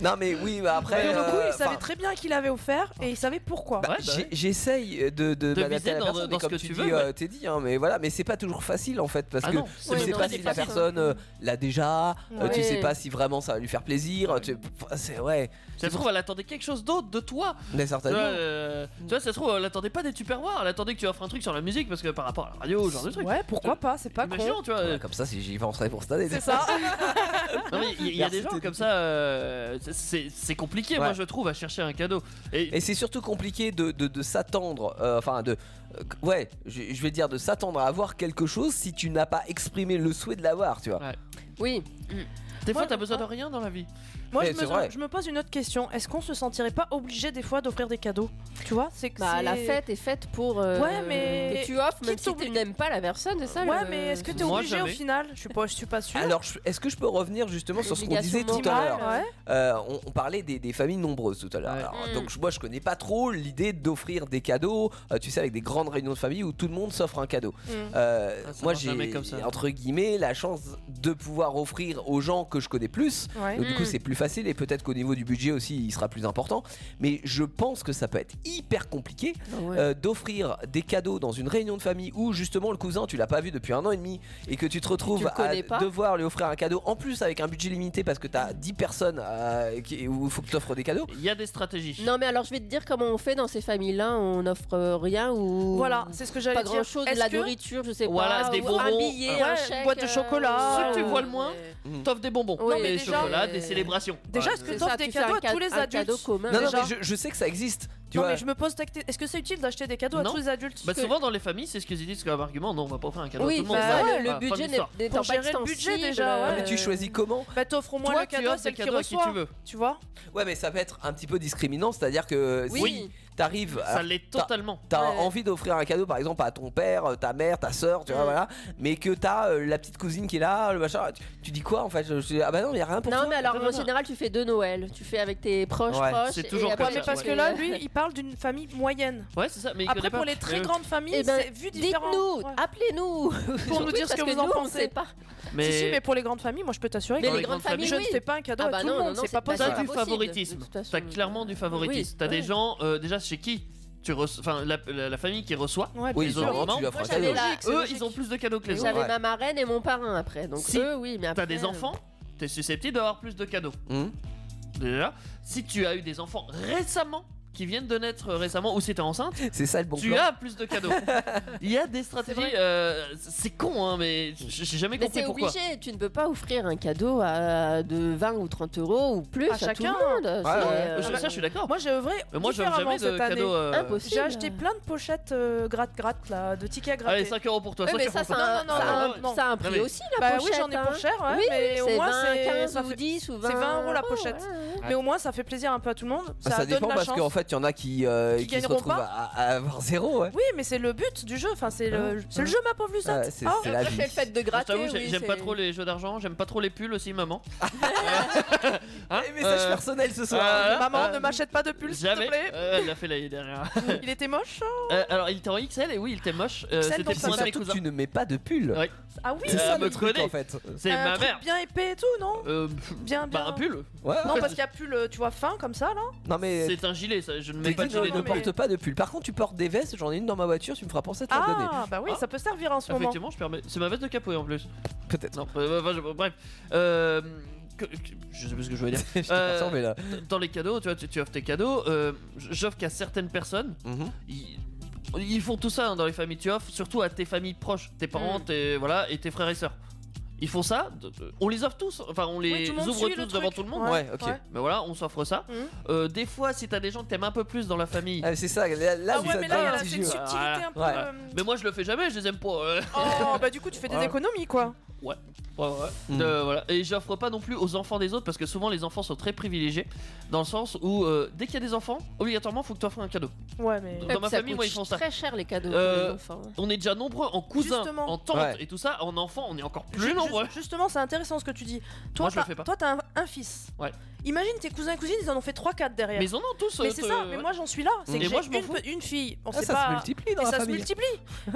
Speaker 3: Non, mais oui, bah, après.
Speaker 2: Mais pour le coup,
Speaker 3: euh,
Speaker 2: il savait
Speaker 3: enfin,
Speaker 2: très bien qu'il avait offert et il savait pourquoi.
Speaker 3: bah,
Speaker 4: Ouais, bah
Speaker 3: j'ai-
Speaker 4: ouais.
Speaker 3: J'essaye de, de, m'adapter
Speaker 4: De
Speaker 3: à
Speaker 4: miser
Speaker 3: la
Speaker 4: dans-
Speaker 3: personne,
Speaker 4: dans
Speaker 3: mais
Speaker 4: ce
Speaker 3: comme
Speaker 4: que
Speaker 3: tu
Speaker 4: tu
Speaker 3: dis,
Speaker 4: veux,
Speaker 3: euh, t'es dit, hein, mais voilà, mais c'est pas toujours facile en fait, parce
Speaker 4: Ah
Speaker 3: que
Speaker 4: non,
Speaker 3: tu
Speaker 4: c'est
Speaker 5: Ouais,
Speaker 3: sais
Speaker 5: non,
Speaker 3: pas
Speaker 5: c'est
Speaker 3: si
Speaker 5: pas
Speaker 3: la
Speaker 5: ça.
Speaker 3: personne euh, l'a déjà, euh, tu
Speaker 5: Ouais.
Speaker 3: sais pas si vraiment ça va lui faire plaisir, euh, tu... enfin, c'est ouais,
Speaker 4: Ça se trouve, elle attendait quelque chose d'autre de toi.
Speaker 3: mais
Speaker 4: Tu vois,
Speaker 3: certainement.
Speaker 4: euh, tu vois, ça se trouve, elle attendait pas des tupperwares, elle attendait que tu offres un truc sur la musique parce que par rapport à la radio, ce genre de truc.
Speaker 2: Ouais, pourquoi pas, c'est pas con.
Speaker 4: Imaginons, tu vois. euh,
Speaker 3: Ouais, comme ça, si j'y penserais pour cette année.
Speaker 2: C'est ça.
Speaker 4: Non, mais il y, il y a
Speaker 3: Merci,
Speaker 4: des gens
Speaker 3: t'es-
Speaker 4: comme ça, euh, c'est c'est compliqué, moi
Speaker 3: Ouais.
Speaker 4: je trouve, à chercher un cadeau. Et,
Speaker 3: Et c'est surtout compliqué de, de- de s'attendre, euh, enfin de, euh, ouais, je, je vais dire de s'attendre à avoir quelque chose si tu n'as pas exprimé le souhait de l'avoir, tu vois.
Speaker 5: Oui.
Speaker 4: des fois,
Speaker 2: Mm. moi,
Speaker 4: t'as besoin de
Speaker 2: moi-
Speaker 4: rien dans la vie.
Speaker 2: Moi, je
Speaker 3: Mais c'est
Speaker 2: me,
Speaker 3: vrai.
Speaker 2: je me pose une autre question. Est-ce qu'on se sentirait pas obligé des fois d'offrir des cadeaux Tu vois, c'est que
Speaker 5: Bah,
Speaker 2: c'est-
Speaker 5: la fête est faite pour. euh,
Speaker 2: Ouais, mais-
Speaker 5: Que tu offres,
Speaker 2: qui
Speaker 5: même si tu
Speaker 2: t'oblige-
Speaker 5: n'aimes pas la personne, c'est ça
Speaker 2: Ouais,
Speaker 5: le-
Speaker 2: mais est-ce que t'es
Speaker 4: Moi,
Speaker 2: obligé au
Speaker 4: jamais.
Speaker 2: final Je suis pas, je suis pas sûre.
Speaker 3: Alors, je- est-ce que je peux revenir justement sur ce qu'on
Speaker 5: L'obligation
Speaker 3: disait tout à
Speaker 5: morale,
Speaker 3: l'heure
Speaker 2: Ouais.
Speaker 3: Euh, on, on parlait des, des familles nombreuses tout à l'heure.
Speaker 4: Ouais.
Speaker 3: Alors,
Speaker 5: Mm.
Speaker 3: Donc je- moi je connais pas trop l'idée d'offrir des cadeaux, euh, tu sais avec des grandes réunions de famille où tout le monde s'offre un cadeau.
Speaker 2: Mm.
Speaker 3: Euh,
Speaker 4: Ah, ça
Speaker 3: moi
Speaker 4: marche jamais
Speaker 3: j'ai
Speaker 4: comme ça.
Speaker 3: entre guillemets la chance de pouvoir offrir aux gens que je connais plus.
Speaker 2: Ouais.
Speaker 3: Donc, du coup
Speaker 5: Mm.
Speaker 3: c'est plus facile et peut-être qu'au niveau du budget aussi il sera plus important. Mais je pense que ça peut être hyper compliqué
Speaker 5: Ah Ouais.
Speaker 3: euh, d'offrir des cadeaux dans une réunion de famille où justement le cousin tu l'as pas vu depuis un an et demi et que tu te retrouves
Speaker 5: le connais
Speaker 3: à
Speaker 5: pas.
Speaker 3: devoir lui offrir un cadeau en plus avec un budget limité parce que t'as 10 personnes euh, qui- où il faut que tu offres des cadeaux.
Speaker 4: Il y a des stratégies.
Speaker 5: Non, mais alors je vais te dire comment on fait dans ces familles-là. On n'offre euh, rien ou.
Speaker 2: Voilà, c'est ce que j'allais
Speaker 5: Pas
Speaker 2: dire.
Speaker 5: grand chose, de
Speaker 2: Est-ce
Speaker 5: la
Speaker 2: que-
Speaker 5: nourriture, je sais
Speaker 4: Voilà,
Speaker 5: pas.
Speaker 4: des
Speaker 5: ou un
Speaker 4: bonbons,
Speaker 5: billet,
Speaker 2: ouais,
Speaker 5: un
Speaker 2: une
Speaker 5: chèque,
Speaker 2: boîte de
Speaker 5: euh,
Speaker 2: chocolat,
Speaker 4: Ceux que tu
Speaker 5: ou-
Speaker 4: vois le moins.
Speaker 3: Mmh.
Speaker 4: T'offres des bonbons,
Speaker 5: Oui,
Speaker 4: des
Speaker 5: mais
Speaker 2: déjà,
Speaker 4: chocolats,
Speaker 5: euh,
Speaker 4: des célébrations.
Speaker 2: Déjà,
Speaker 4: Ouais,
Speaker 2: est-ce
Speaker 5: C'est
Speaker 2: que
Speaker 5: ça,
Speaker 2: t'offres
Speaker 5: tu
Speaker 2: des
Speaker 5: fais un
Speaker 2: cadeaux à
Speaker 5: cade-
Speaker 2: tous les
Speaker 5: un cadeau
Speaker 2: adultes
Speaker 5: commun.
Speaker 3: Non, non,
Speaker 2: Déjà.
Speaker 3: mais je, je sais que ça existe. Tu
Speaker 2: Non,
Speaker 3: vois,
Speaker 2: mais je me pose. ta- Est-ce que c'est utile d'acheter des cadeaux à
Speaker 4: Non.
Speaker 2: tous les adultes
Speaker 4: Bah souvent dans les familles, c'est ce qu'ils disent comme argument. Non, on va pas offrir un cadeau à
Speaker 5: Oui,
Speaker 4: tout le monde.
Speaker 2: bah
Speaker 5: ouais,
Speaker 4: Ouais, bah,
Speaker 5: le
Speaker 4: fin Ah,
Speaker 5: budget
Speaker 4: d'histoire.
Speaker 5: n'est- n'étant
Speaker 2: Pour
Speaker 5: pas
Speaker 2: gérer le
Speaker 5: extensible.
Speaker 2: budget,
Speaker 5: euh.
Speaker 2: déjà, ouais.
Speaker 3: Ah, mais tu choisis comment
Speaker 2: Bah, t'offres au moins
Speaker 4: euh, Toi,
Speaker 2: le
Speaker 4: tu
Speaker 2: cadeau à
Speaker 4: offres des
Speaker 2: celle qui
Speaker 4: cadeaux à qui
Speaker 2: reçoit.
Speaker 4: tu veux.
Speaker 2: Tu vois
Speaker 3: Ouais, mais ça peut être un petit peu discriminant, c'est-à-dire que si
Speaker 5: Oui.
Speaker 3: t'arrives,
Speaker 4: Ça
Speaker 3: à-
Speaker 4: l'est totalement.
Speaker 3: t'as
Speaker 5: Ouais.
Speaker 3: envie d'offrir un cadeau par exemple à ton père, euh, ta mère, ta soeur, tu vois,
Speaker 5: Mm.
Speaker 3: voilà, mais que t'as euh, la petite cousine qui est là, le machin, tu, tu dis quoi en fait Je- je- Ah bah non, mais y a rien pour
Speaker 5: Non,
Speaker 3: toi.
Speaker 5: mais alors
Speaker 4: Non, non,
Speaker 5: en
Speaker 4: non.
Speaker 5: général, tu fais deux Noël. Tu fais avec tes proches,
Speaker 3: Ouais,
Speaker 5: proches.
Speaker 4: c'est
Speaker 5: et
Speaker 4: toujours
Speaker 5: après,
Speaker 4: comme
Speaker 2: Mais
Speaker 4: ça,
Speaker 2: parce
Speaker 4: ouais.
Speaker 2: que là, lui, il parle d'une famille moyenne.
Speaker 4: Ouais, c'est ça. Mais il
Speaker 2: Après,
Speaker 4: connaît
Speaker 2: pour
Speaker 4: pas.
Speaker 2: les très
Speaker 4: Mais-
Speaker 2: grandes familles,
Speaker 5: Eh ben,
Speaker 2: c'est vu différemment.
Speaker 5: Dites-nous,
Speaker 2: Ouais.
Speaker 5: appelez-nous
Speaker 2: Pour nous dire ce
Speaker 5: parce
Speaker 2: que vous
Speaker 5: nous,
Speaker 2: en
Speaker 5: on
Speaker 2: pensez.
Speaker 5: sait pas.
Speaker 4: Mais
Speaker 2: Si, si, mais pour les grandes familles, moi, je peux t'assurer
Speaker 5: Mais
Speaker 4: Dans
Speaker 5: les
Speaker 4: les
Speaker 5: grandes
Speaker 4: grandes familles,
Speaker 5: familles,
Speaker 2: je
Speaker 5: oui.
Speaker 2: ne fais pas un cadeau
Speaker 5: Ah bah
Speaker 2: à tout
Speaker 5: non,
Speaker 2: le
Speaker 5: non,
Speaker 2: monde,
Speaker 5: non,
Speaker 2: c'est pas
Speaker 5: c'est pas
Speaker 2: possible.
Speaker 4: T'as
Speaker 5: ça.
Speaker 4: du
Speaker 5: possible,
Speaker 4: favoritisme.
Speaker 5: de toute façon.
Speaker 4: T'as clairement du favoritisme.
Speaker 5: Oui,
Speaker 4: T'as des
Speaker 5: ouais.
Speaker 4: gens, euh, déjà chez qui tu reçois, enfin la, la- la famille qui reçoit,
Speaker 2: Ouais,
Speaker 3: Oui,
Speaker 2: bien
Speaker 4: ils
Speaker 2: sûr.
Speaker 4: ont-
Speaker 3: normalement, tu lui offres
Speaker 5: Moi,
Speaker 3: un
Speaker 5: j'avais
Speaker 3: cadeau.
Speaker 5: la-
Speaker 2: C'est
Speaker 4: eux
Speaker 2: logique.
Speaker 4: ils ont plus de cadeaux que les autres.
Speaker 5: J'avais
Speaker 3: Ouais.
Speaker 5: ma marraine et mon parrain après. Donc
Speaker 4: Si
Speaker 5: eux, oui, mais après. euh,
Speaker 4: T'as des enfants, t'es susceptible d'avoir plus de cadeaux.
Speaker 3: Mm.
Speaker 4: Déjà, si tu as eu des enfants récemment, qui viennent de naître euh, récemment, ou si t'es enceinte,
Speaker 3: C'est ça le bon
Speaker 4: tu
Speaker 3: plan.
Speaker 4: as plus de cadeaux. Il y a des stratégies. euh, C'est con, hein, mais j- j'ai jamais
Speaker 5: Mais
Speaker 4: compris
Speaker 5: c'est
Speaker 4: pourquoi.
Speaker 5: obligé, tu ne peux pas offrir un cadeau à de 20 ou 30 euros ou plus
Speaker 2: À
Speaker 5: à,
Speaker 2: chacun.
Speaker 5: tout le monde. C'est,
Speaker 3: ouais.
Speaker 5: euh,
Speaker 4: Euh, ça, je suis d'accord.
Speaker 2: Moi, j'ai œuvré
Speaker 4: Mais moi, je n'offre
Speaker 2: différemment
Speaker 4: jamais
Speaker 2: cette
Speaker 4: de
Speaker 2: année.
Speaker 4: cadeaux. euh,
Speaker 5: Impossible.
Speaker 2: J'ai acheté plein de pochettes euh, gratte-gratte, là, de tickets à gratter.
Speaker 4: Allez, 5 euros pour toi.
Speaker 5: Ouais,
Speaker 4: cinq
Speaker 5: mais
Speaker 4: euros
Speaker 5: ça, ça
Speaker 4: pour toi.
Speaker 5: a un,
Speaker 2: non,
Speaker 5: ça a un-
Speaker 4: non,
Speaker 2: non.
Speaker 5: ça a un prix
Speaker 4: mais-
Speaker 5: aussi, la
Speaker 2: bah
Speaker 5: pochette.
Speaker 2: oui, j'en ai
Speaker 5: hein.
Speaker 2: pour cher, ouais,
Speaker 5: Oui,
Speaker 2: mais au
Speaker 5: c'est
Speaker 2: moins,
Speaker 5: 20,
Speaker 2: c'est
Speaker 5: 15
Speaker 2: ça
Speaker 5: ou
Speaker 2: fait-
Speaker 5: 10 ou 20
Speaker 2: c'est 20 euros la pochette.
Speaker 5: ouais, ouais.
Speaker 2: Mais au moins, ça fait plaisir un peu à tout le monde.
Speaker 3: Ah, Ça,
Speaker 2: Ça, donne
Speaker 3: dépend
Speaker 2: la
Speaker 3: parce
Speaker 2: chance.
Speaker 3: qu'en fait, il y en a qui, euh,
Speaker 2: Qui
Speaker 3: qui se
Speaker 2: gagneront
Speaker 3: retrouvent
Speaker 2: pas.
Speaker 3: à, à avoir zéro. Ouais.
Speaker 2: Oui, mais c'est le but du jeu. Enfin, c'est le, c'est le jeu, ma pauvre Lucette.
Speaker 3: Ah Ouais, c'est
Speaker 2: Ah,
Speaker 3: c'est la
Speaker 5: Après,
Speaker 3: vie.
Speaker 5: le fait de
Speaker 4: Je
Speaker 5: gratter.
Speaker 4: t'avoue, j'ai-
Speaker 5: oui,
Speaker 4: j'aime pas
Speaker 5: c'est-
Speaker 4: trop les jeux d'argent, j'aime pas trop les pulls aussi, maman. Hein
Speaker 3: Les messages
Speaker 4: Euh,
Speaker 3: personnels ce soir.
Speaker 4: Ah, là,
Speaker 2: Maman,
Speaker 4: ah,
Speaker 2: ne m'achète pas de pull, s'il te
Speaker 4: Jamais.
Speaker 2: plaît.
Speaker 4: Euh, Elle l'a fait l'année dernière.
Speaker 2: Il était moche.
Speaker 4: Euh, alors, il était en XL et oui, il était moche. Euh,
Speaker 2: XL,
Speaker 4: C'était
Speaker 2: donc
Speaker 3: Et
Speaker 4: pour
Speaker 3: c'est
Speaker 4: un de mes
Speaker 3: surtout que
Speaker 4: cousins.
Speaker 3: tu ne mets pas de pull.
Speaker 4: Ouais.
Speaker 2: Ah oui,
Speaker 3: C'est
Speaker 4: Euh,
Speaker 3: ça
Speaker 4: me
Speaker 3: le truc
Speaker 4: connais.
Speaker 3: en fait. Ah.
Speaker 4: C'est
Speaker 2: un
Speaker 4: ma
Speaker 2: truc
Speaker 4: mère.
Speaker 2: bien épais et tout, non
Speaker 4: Euh, pff,
Speaker 2: Bien, bien.
Speaker 4: bah, un pull.
Speaker 3: Ouais.
Speaker 2: Non, parce qu'il y a plus le, tu vois, fin comme ça, là.
Speaker 3: Non mais
Speaker 4: C'est un gilet, ça. Je ne
Speaker 3: t'es
Speaker 4: mets
Speaker 3: dit,
Speaker 4: pas de
Speaker 3: non,
Speaker 4: gilet
Speaker 2: non,
Speaker 3: ne
Speaker 4: de
Speaker 2: mais-
Speaker 3: porte pas de pull. Par contre, tu portes des vestes. J'en ai une dans ma voiture. Tu me feras penser de te la donner.
Speaker 2: Ah, bah oui,
Speaker 4: Ah.
Speaker 2: ça peut servir en ce moment.
Speaker 4: Effectivement, je permets. C'est ma veste de capoué en plus.
Speaker 3: Peut-être.
Speaker 4: Non, euh, enfin, je- bref. Euh, que- que- je sais plus ce que je voulais dire.
Speaker 3: Je t'ai pas
Speaker 4: Euh,
Speaker 3: ressemblé, là.
Speaker 4: Dans les cadeaux, tu vois, tu, tu offres tes cadeaux. euh, J'offre qu'à certaines personnes.
Speaker 3: Mhm.
Speaker 4: Ils, ils font tout ça hein, dans les familles. Tu offres surtout à tes familles proches, tes parents,
Speaker 2: Mm.
Speaker 4: tes, voilà, et tes frères et sœurs. Ils font ça. de- de- On les offre tous. Enfin, on les
Speaker 2: Oui, tout le monde
Speaker 4: ouvre
Speaker 2: suit le
Speaker 4: tous devant
Speaker 2: truc.
Speaker 4: tout le monde.
Speaker 3: Ouais, ok.
Speaker 2: ouais.
Speaker 4: Mais voilà, on s'offre ça.
Speaker 2: Mhm.
Speaker 4: Euh, des fois, si t'as des gens que t'aimes un peu plus dans la famille.
Speaker 3: Ah, mais c'est ça. Là, là,
Speaker 2: Ah
Speaker 3: ça
Speaker 2: ouais, mais
Speaker 3: devient
Speaker 2: là,
Speaker 3: un petit
Speaker 2: c'est une
Speaker 3: jeu.
Speaker 4: su-
Speaker 2: subtilité un peu.
Speaker 3: Ouais.
Speaker 2: euh,
Speaker 4: Mais moi, je le fais jamais, je les aime pas. euh.
Speaker 2: Oh, bah du coup, tu fais des
Speaker 4: Ouais.
Speaker 2: économies, quoi.
Speaker 4: Ouais, ouais, ouais.
Speaker 3: Mm.
Speaker 4: Euh, voilà. Et j'offre pas non plus aux enfants des autres parce que souvent les enfants sont très privilégiés dans le sens où euh, dès qu'il y a des enfants, obligatoirement faut que tu offres un cadeau.
Speaker 2: Ouais, mais.
Speaker 4: Dans
Speaker 5: Ouais,
Speaker 4: ma
Speaker 5: puis ça
Speaker 4: famille,
Speaker 5: coûte
Speaker 4: moi, ils font ça.
Speaker 5: très cher les cadeaux
Speaker 4: Euh,
Speaker 5: pour les enfants.
Speaker 4: On est déjà nombreux en cousins,
Speaker 2: Justement.
Speaker 4: en tantes
Speaker 3: Ouais.
Speaker 4: et tout ça, en enfants on est encore
Speaker 2: Ju-
Speaker 4: plus
Speaker 2: ju-
Speaker 4: nombreux.
Speaker 2: Justement, c'est intéressant ce que tu dis. Toi,
Speaker 4: Moi, je le
Speaker 2: t'as-
Speaker 4: fais pas.
Speaker 2: Toi, t'as un, un fils.
Speaker 4: Ouais.
Speaker 2: Imagine tes cousins et cousines, ils en ont fait 3-4 derrière.
Speaker 4: Mais ils en ont tous.
Speaker 2: Mais
Speaker 4: euh,
Speaker 2: c'est
Speaker 4: te-
Speaker 2: ça, mais moi j'en suis là. C'est
Speaker 3: Et
Speaker 2: que j'ai
Speaker 4: moi, je m'en
Speaker 2: une,
Speaker 4: fous.
Speaker 2: pe- une fille, on
Speaker 3: Ah,
Speaker 2: sait
Speaker 3: ça se
Speaker 2: pas.
Speaker 3: multiplie dans
Speaker 2: Et
Speaker 3: la
Speaker 2: ça se
Speaker 3: famille.
Speaker 2: multiplie.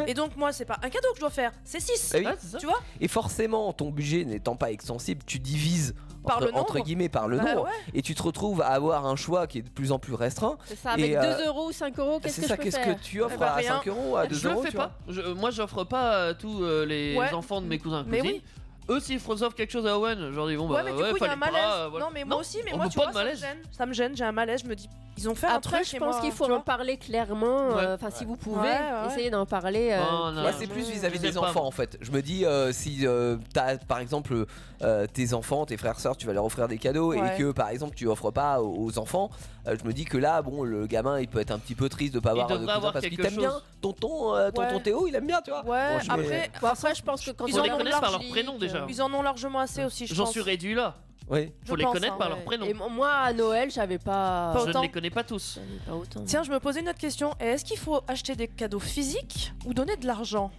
Speaker 2: et donc, moi, c'est pas un cadeau que je dois faire, c'est 6.
Speaker 3: Eh oui.
Speaker 4: Ouais, Ah, c'est ça.
Speaker 2: Tu vois
Speaker 3: Et forcément, ton budget n'étant pas extensible, tu divises
Speaker 2: Par
Speaker 3: entre,
Speaker 2: le nombre.
Speaker 3: entre guillemets par le
Speaker 2: Bah
Speaker 3: nombre
Speaker 2: ouais.
Speaker 3: et tu te retrouves à avoir un choix qui est de plus en plus restreint.
Speaker 5: C'est ça, avec 2
Speaker 3: Et, euh,
Speaker 5: euros, 5 euros, qu'est-ce
Speaker 3: C'est
Speaker 5: que
Speaker 3: ça,
Speaker 5: je peux
Speaker 3: qu'est-ce
Speaker 5: faire
Speaker 3: que tu offres
Speaker 2: Eh ben,
Speaker 3: Bah, à
Speaker 2: rien.
Speaker 3: 5 euros, à 2
Speaker 4: Je
Speaker 3: euros
Speaker 4: le fais
Speaker 3: tu
Speaker 4: pas. Je- euh, moi, j'offre pas à tous euh, les
Speaker 2: Ouais.
Speaker 4: enfants de mes cousins et
Speaker 2: Mais
Speaker 4: cousines.
Speaker 2: oui.
Speaker 4: Eux, s'ils font- offrent quelque chose à Owen, je leur dis bon bah
Speaker 2: ouais, mais du coup, il y a
Speaker 4: fallait
Speaker 2: un malaise.
Speaker 4: pas, euh, voilà.
Speaker 2: Non, mais moi aussi, mais
Speaker 4: on
Speaker 2: moi,
Speaker 4: veut
Speaker 2: tu
Speaker 4: pas
Speaker 2: vois,
Speaker 4: de
Speaker 2: ça me
Speaker 4: malaise.
Speaker 2: gêne. Ça me gêne, j'ai un malaise. Je me dis, ils ont fait un
Speaker 5: Après,
Speaker 2: truc
Speaker 5: je
Speaker 2: chez
Speaker 5: pense
Speaker 2: moi,
Speaker 5: qu'il faut
Speaker 2: tu
Speaker 5: en
Speaker 2: vois.
Speaker 5: parler clairement.
Speaker 4: Ouais.
Speaker 5: euh, Enfin, si vous pouvez,
Speaker 2: Ouais, ouais.
Speaker 5: essayez d'en parler. euh,
Speaker 4: Non, non,
Speaker 3: Moi,
Speaker 4: Ah,
Speaker 3: c'est
Speaker 5: clairement.
Speaker 3: plus vis-à-vis
Speaker 4: je sais
Speaker 3: des
Speaker 4: pas,
Speaker 3: enfants
Speaker 4: moi.
Speaker 3: en fait. Je me dis, euh, si euh, t'as par exemple euh, tes enfants, tes frères, sœurs, tu vas leur offrir des cadeaux
Speaker 2: Ouais.
Speaker 3: et que par exemple tu offres pas aux, aux enfants, euh, je me dis que là, bon, le gamin il peut être un petit peu triste de pas Bah, avoir euh, de
Speaker 4: devrait
Speaker 3: cousin
Speaker 4: avoir
Speaker 3: parce qu'il
Speaker 4: quelque
Speaker 3: t'aime bien.
Speaker 4: chose.
Speaker 3: Tonton, euh, tonton
Speaker 2: Ouais.
Speaker 3: Théo, il aime bien, tu vois.
Speaker 2: Ouais,
Speaker 3: Bon, je vais-
Speaker 2: après,
Speaker 5: Bon, après, je pense que quand
Speaker 2: Ils
Speaker 5: on
Speaker 2: ont
Speaker 5: leur
Speaker 2: les connaître par
Speaker 5: logique,
Speaker 4: leur prénom, déjà.
Speaker 5: euh,
Speaker 2: ils en ont largement assez aussi, je
Speaker 4: J'en
Speaker 2: pense.
Speaker 4: suis réduit là.
Speaker 3: Oui.
Speaker 2: Je
Speaker 4: Faut les
Speaker 2: pense,
Speaker 4: connaître
Speaker 2: hein,
Speaker 4: par
Speaker 2: ouais.
Speaker 4: leur prénom.
Speaker 5: Et m- moi, à Noël, j'avais pas.
Speaker 2: Pas
Speaker 4: je
Speaker 2: autant.
Speaker 4: ne les connais pas tous.
Speaker 5: J'avais pas autant.
Speaker 2: Tiens, je me posais une autre question. Et Est-ce qu'il faut acheter des cadeaux physiques ou donner de l'argent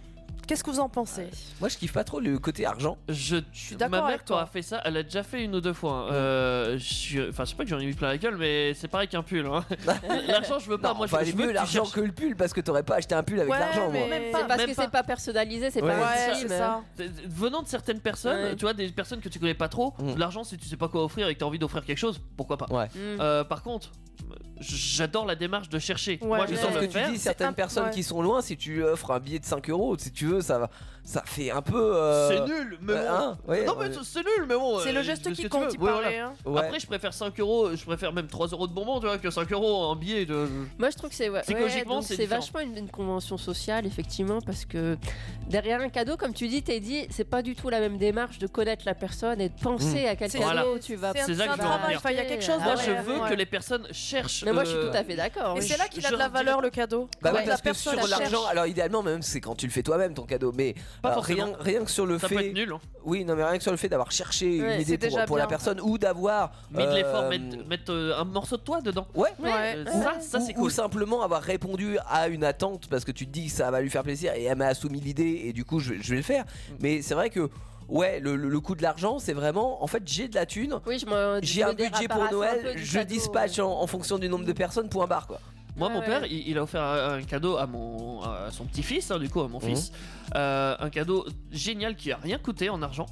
Speaker 2: Qu'est-ce que vous en pensez
Speaker 3: Moi, je kiffe pas trop le côté argent.
Speaker 4: Je,
Speaker 2: suis
Speaker 4: ma
Speaker 2: d'accord
Speaker 4: mère
Speaker 2: avec
Speaker 4: quand
Speaker 2: toi.
Speaker 4: a fait ça, elle a déjà fait une ou deux fois. hein. Euh, je- enfin, je sais pas que j'en ai mis plein la gueule, mais c'est pareil qu'un pull. hein. L'argent, je veux pas.
Speaker 3: Non,
Speaker 4: moi, je-
Speaker 3: enfin,
Speaker 4: je
Speaker 3: il est
Speaker 4: veux
Speaker 3: mieux
Speaker 4: que tu
Speaker 3: l'argent
Speaker 4: cherches.
Speaker 3: que le pull parce que t'aurais pas acheté un pull avec
Speaker 2: Ouais,
Speaker 3: l'argent,
Speaker 2: mais-
Speaker 3: moi.
Speaker 2: Même
Speaker 5: C'est parce
Speaker 4: Même
Speaker 5: que
Speaker 4: pas.
Speaker 5: c'est pas personnalisé, c'est
Speaker 3: Ouais,
Speaker 5: pas
Speaker 2: Ouais,
Speaker 5: intime.
Speaker 2: c'est ça.
Speaker 4: Venant de certaines personnes,
Speaker 5: Ouais.
Speaker 4: tu vois, des personnes que tu connais pas trop,
Speaker 3: Mm.
Speaker 4: l'argent, si tu sais pas quoi offrir et que t'as envie d'offrir quelque chose, pourquoi pas.
Speaker 5: Mm.
Speaker 4: Euh, par contre, j'adore la démarche de chercher.
Speaker 2: Ouais,
Speaker 4: Moi,
Speaker 2: mais-
Speaker 4: je
Speaker 3: Sauf
Speaker 4: sens
Speaker 2: Ouais.
Speaker 3: que
Speaker 4: le
Speaker 3: tu
Speaker 4: faire.
Speaker 3: dis certaines
Speaker 2: un-
Speaker 3: personnes
Speaker 2: ouais.
Speaker 3: qui sont loin, si tu offres un billet de 5 euros, si tu veux, ça, ça fait un peu. euh,
Speaker 4: C'est nul, mais
Speaker 3: euh,
Speaker 4: bon.
Speaker 3: hein, ouais,
Speaker 4: non, mais
Speaker 3: ouais.
Speaker 4: c'est- c'est nul, mais bon.
Speaker 2: C'est
Speaker 4: euh,
Speaker 2: le
Speaker 4: je fais
Speaker 2: geste
Speaker 4: ce
Speaker 2: qui
Speaker 4: que tu
Speaker 2: compte,
Speaker 4: veux.
Speaker 2: il
Speaker 4: Ouais,
Speaker 2: paraît,
Speaker 4: voilà.
Speaker 2: hein.
Speaker 3: Ouais.
Speaker 4: Après, je préfère 5 euros, je préfère même 3 euros de bonbon, tu vois, que 5 euros en billet. De...
Speaker 5: Moi, je trouve que c'est ouais,
Speaker 4: Psychologiquement,
Speaker 5: ouais, donc
Speaker 4: c'est
Speaker 5: c'est
Speaker 4: différent.
Speaker 5: vachement une, une convention sociale, effectivement, parce que derrière un cadeau, comme tu dis, Teddy, c'est pas du tout la même démarche de connaître la personne et de penser à quel
Speaker 2: C'est-
Speaker 5: cadeau
Speaker 4: Voilà.
Speaker 5: tu vas.
Speaker 2: C'est un,
Speaker 4: C'est ça que
Speaker 2: c'est un
Speaker 4: je veux
Speaker 2: travail,
Speaker 4: dire.
Speaker 2: enfin, il y a quelque chose.
Speaker 5: Ah
Speaker 4: Moi,
Speaker 5: ouais,
Speaker 4: je
Speaker 5: ouais,
Speaker 4: veux
Speaker 5: ouais.
Speaker 4: que les personnes cherchent.
Speaker 5: Mais moi, je suis
Speaker 4: euh,
Speaker 5: tout à fait d'accord.
Speaker 2: Et
Speaker 5: oui.
Speaker 2: c'est là qu'il a
Speaker 4: je
Speaker 2: de la
Speaker 4: leur dirais-
Speaker 2: valeur le cadeau.
Speaker 3: Bah
Speaker 2: Quand
Speaker 3: oui,
Speaker 2: la
Speaker 3: parce que
Speaker 2: personne
Speaker 3: sur
Speaker 2: la cherche.
Speaker 3: l'argent, alors idéalement même c'est quand tu le fais toi-même ton cadeau, mais
Speaker 4: Pas
Speaker 3: euh,
Speaker 4: forcément.
Speaker 3: rien, rien que sur le
Speaker 4: Ça peut
Speaker 3: fait,
Speaker 4: être nul. hein.
Speaker 3: oui non mais rien que sur le fait d'avoir cherché
Speaker 5: Ouais,
Speaker 3: une idée
Speaker 2: c'est
Speaker 3: pour,
Speaker 2: déjà
Speaker 3: pour la
Speaker 2: bien.
Speaker 3: personne ou d'avoir
Speaker 4: Mis de
Speaker 3: euh,
Speaker 4: l'effort, mettre, mettre, euh, un morceau de toi dedans.
Speaker 3: ouais,
Speaker 5: Ouais.
Speaker 4: Euh, ça, ça
Speaker 3: ou,
Speaker 4: c'est
Speaker 3: ou
Speaker 4: cool.
Speaker 3: simplement avoir répondu à une attente parce que tu te dis que ça va lui faire plaisir et elle m'a soumis l'idée et du coup je, vais- je vais le faire. Mais c'est vrai que ouais le, le- le coût de l'argent c'est vraiment en fait j'ai de la thune.
Speaker 5: Oui, je m'en- je
Speaker 3: J'ai
Speaker 5: me
Speaker 3: un budget
Speaker 5: déraparasse
Speaker 3: pour
Speaker 5: un peu
Speaker 3: Noël,
Speaker 5: du
Speaker 3: je
Speaker 5: cadeau,
Speaker 3: dispatche
Speaker 5: ouais.
Speaker 3: en, en fonction du nombre de personnes, point barre quoi.
Speaker 4: Moi,
Speaker 5: Ouais,
Speaker 4: mon
Speaker 5: ouais.
Speaker 4: père, il, il a offert un, un cadeau à, mon, à son petit-fils, hein, du coup, à mon fils. Euh, un cadeau génial qui a rien coûté en argent.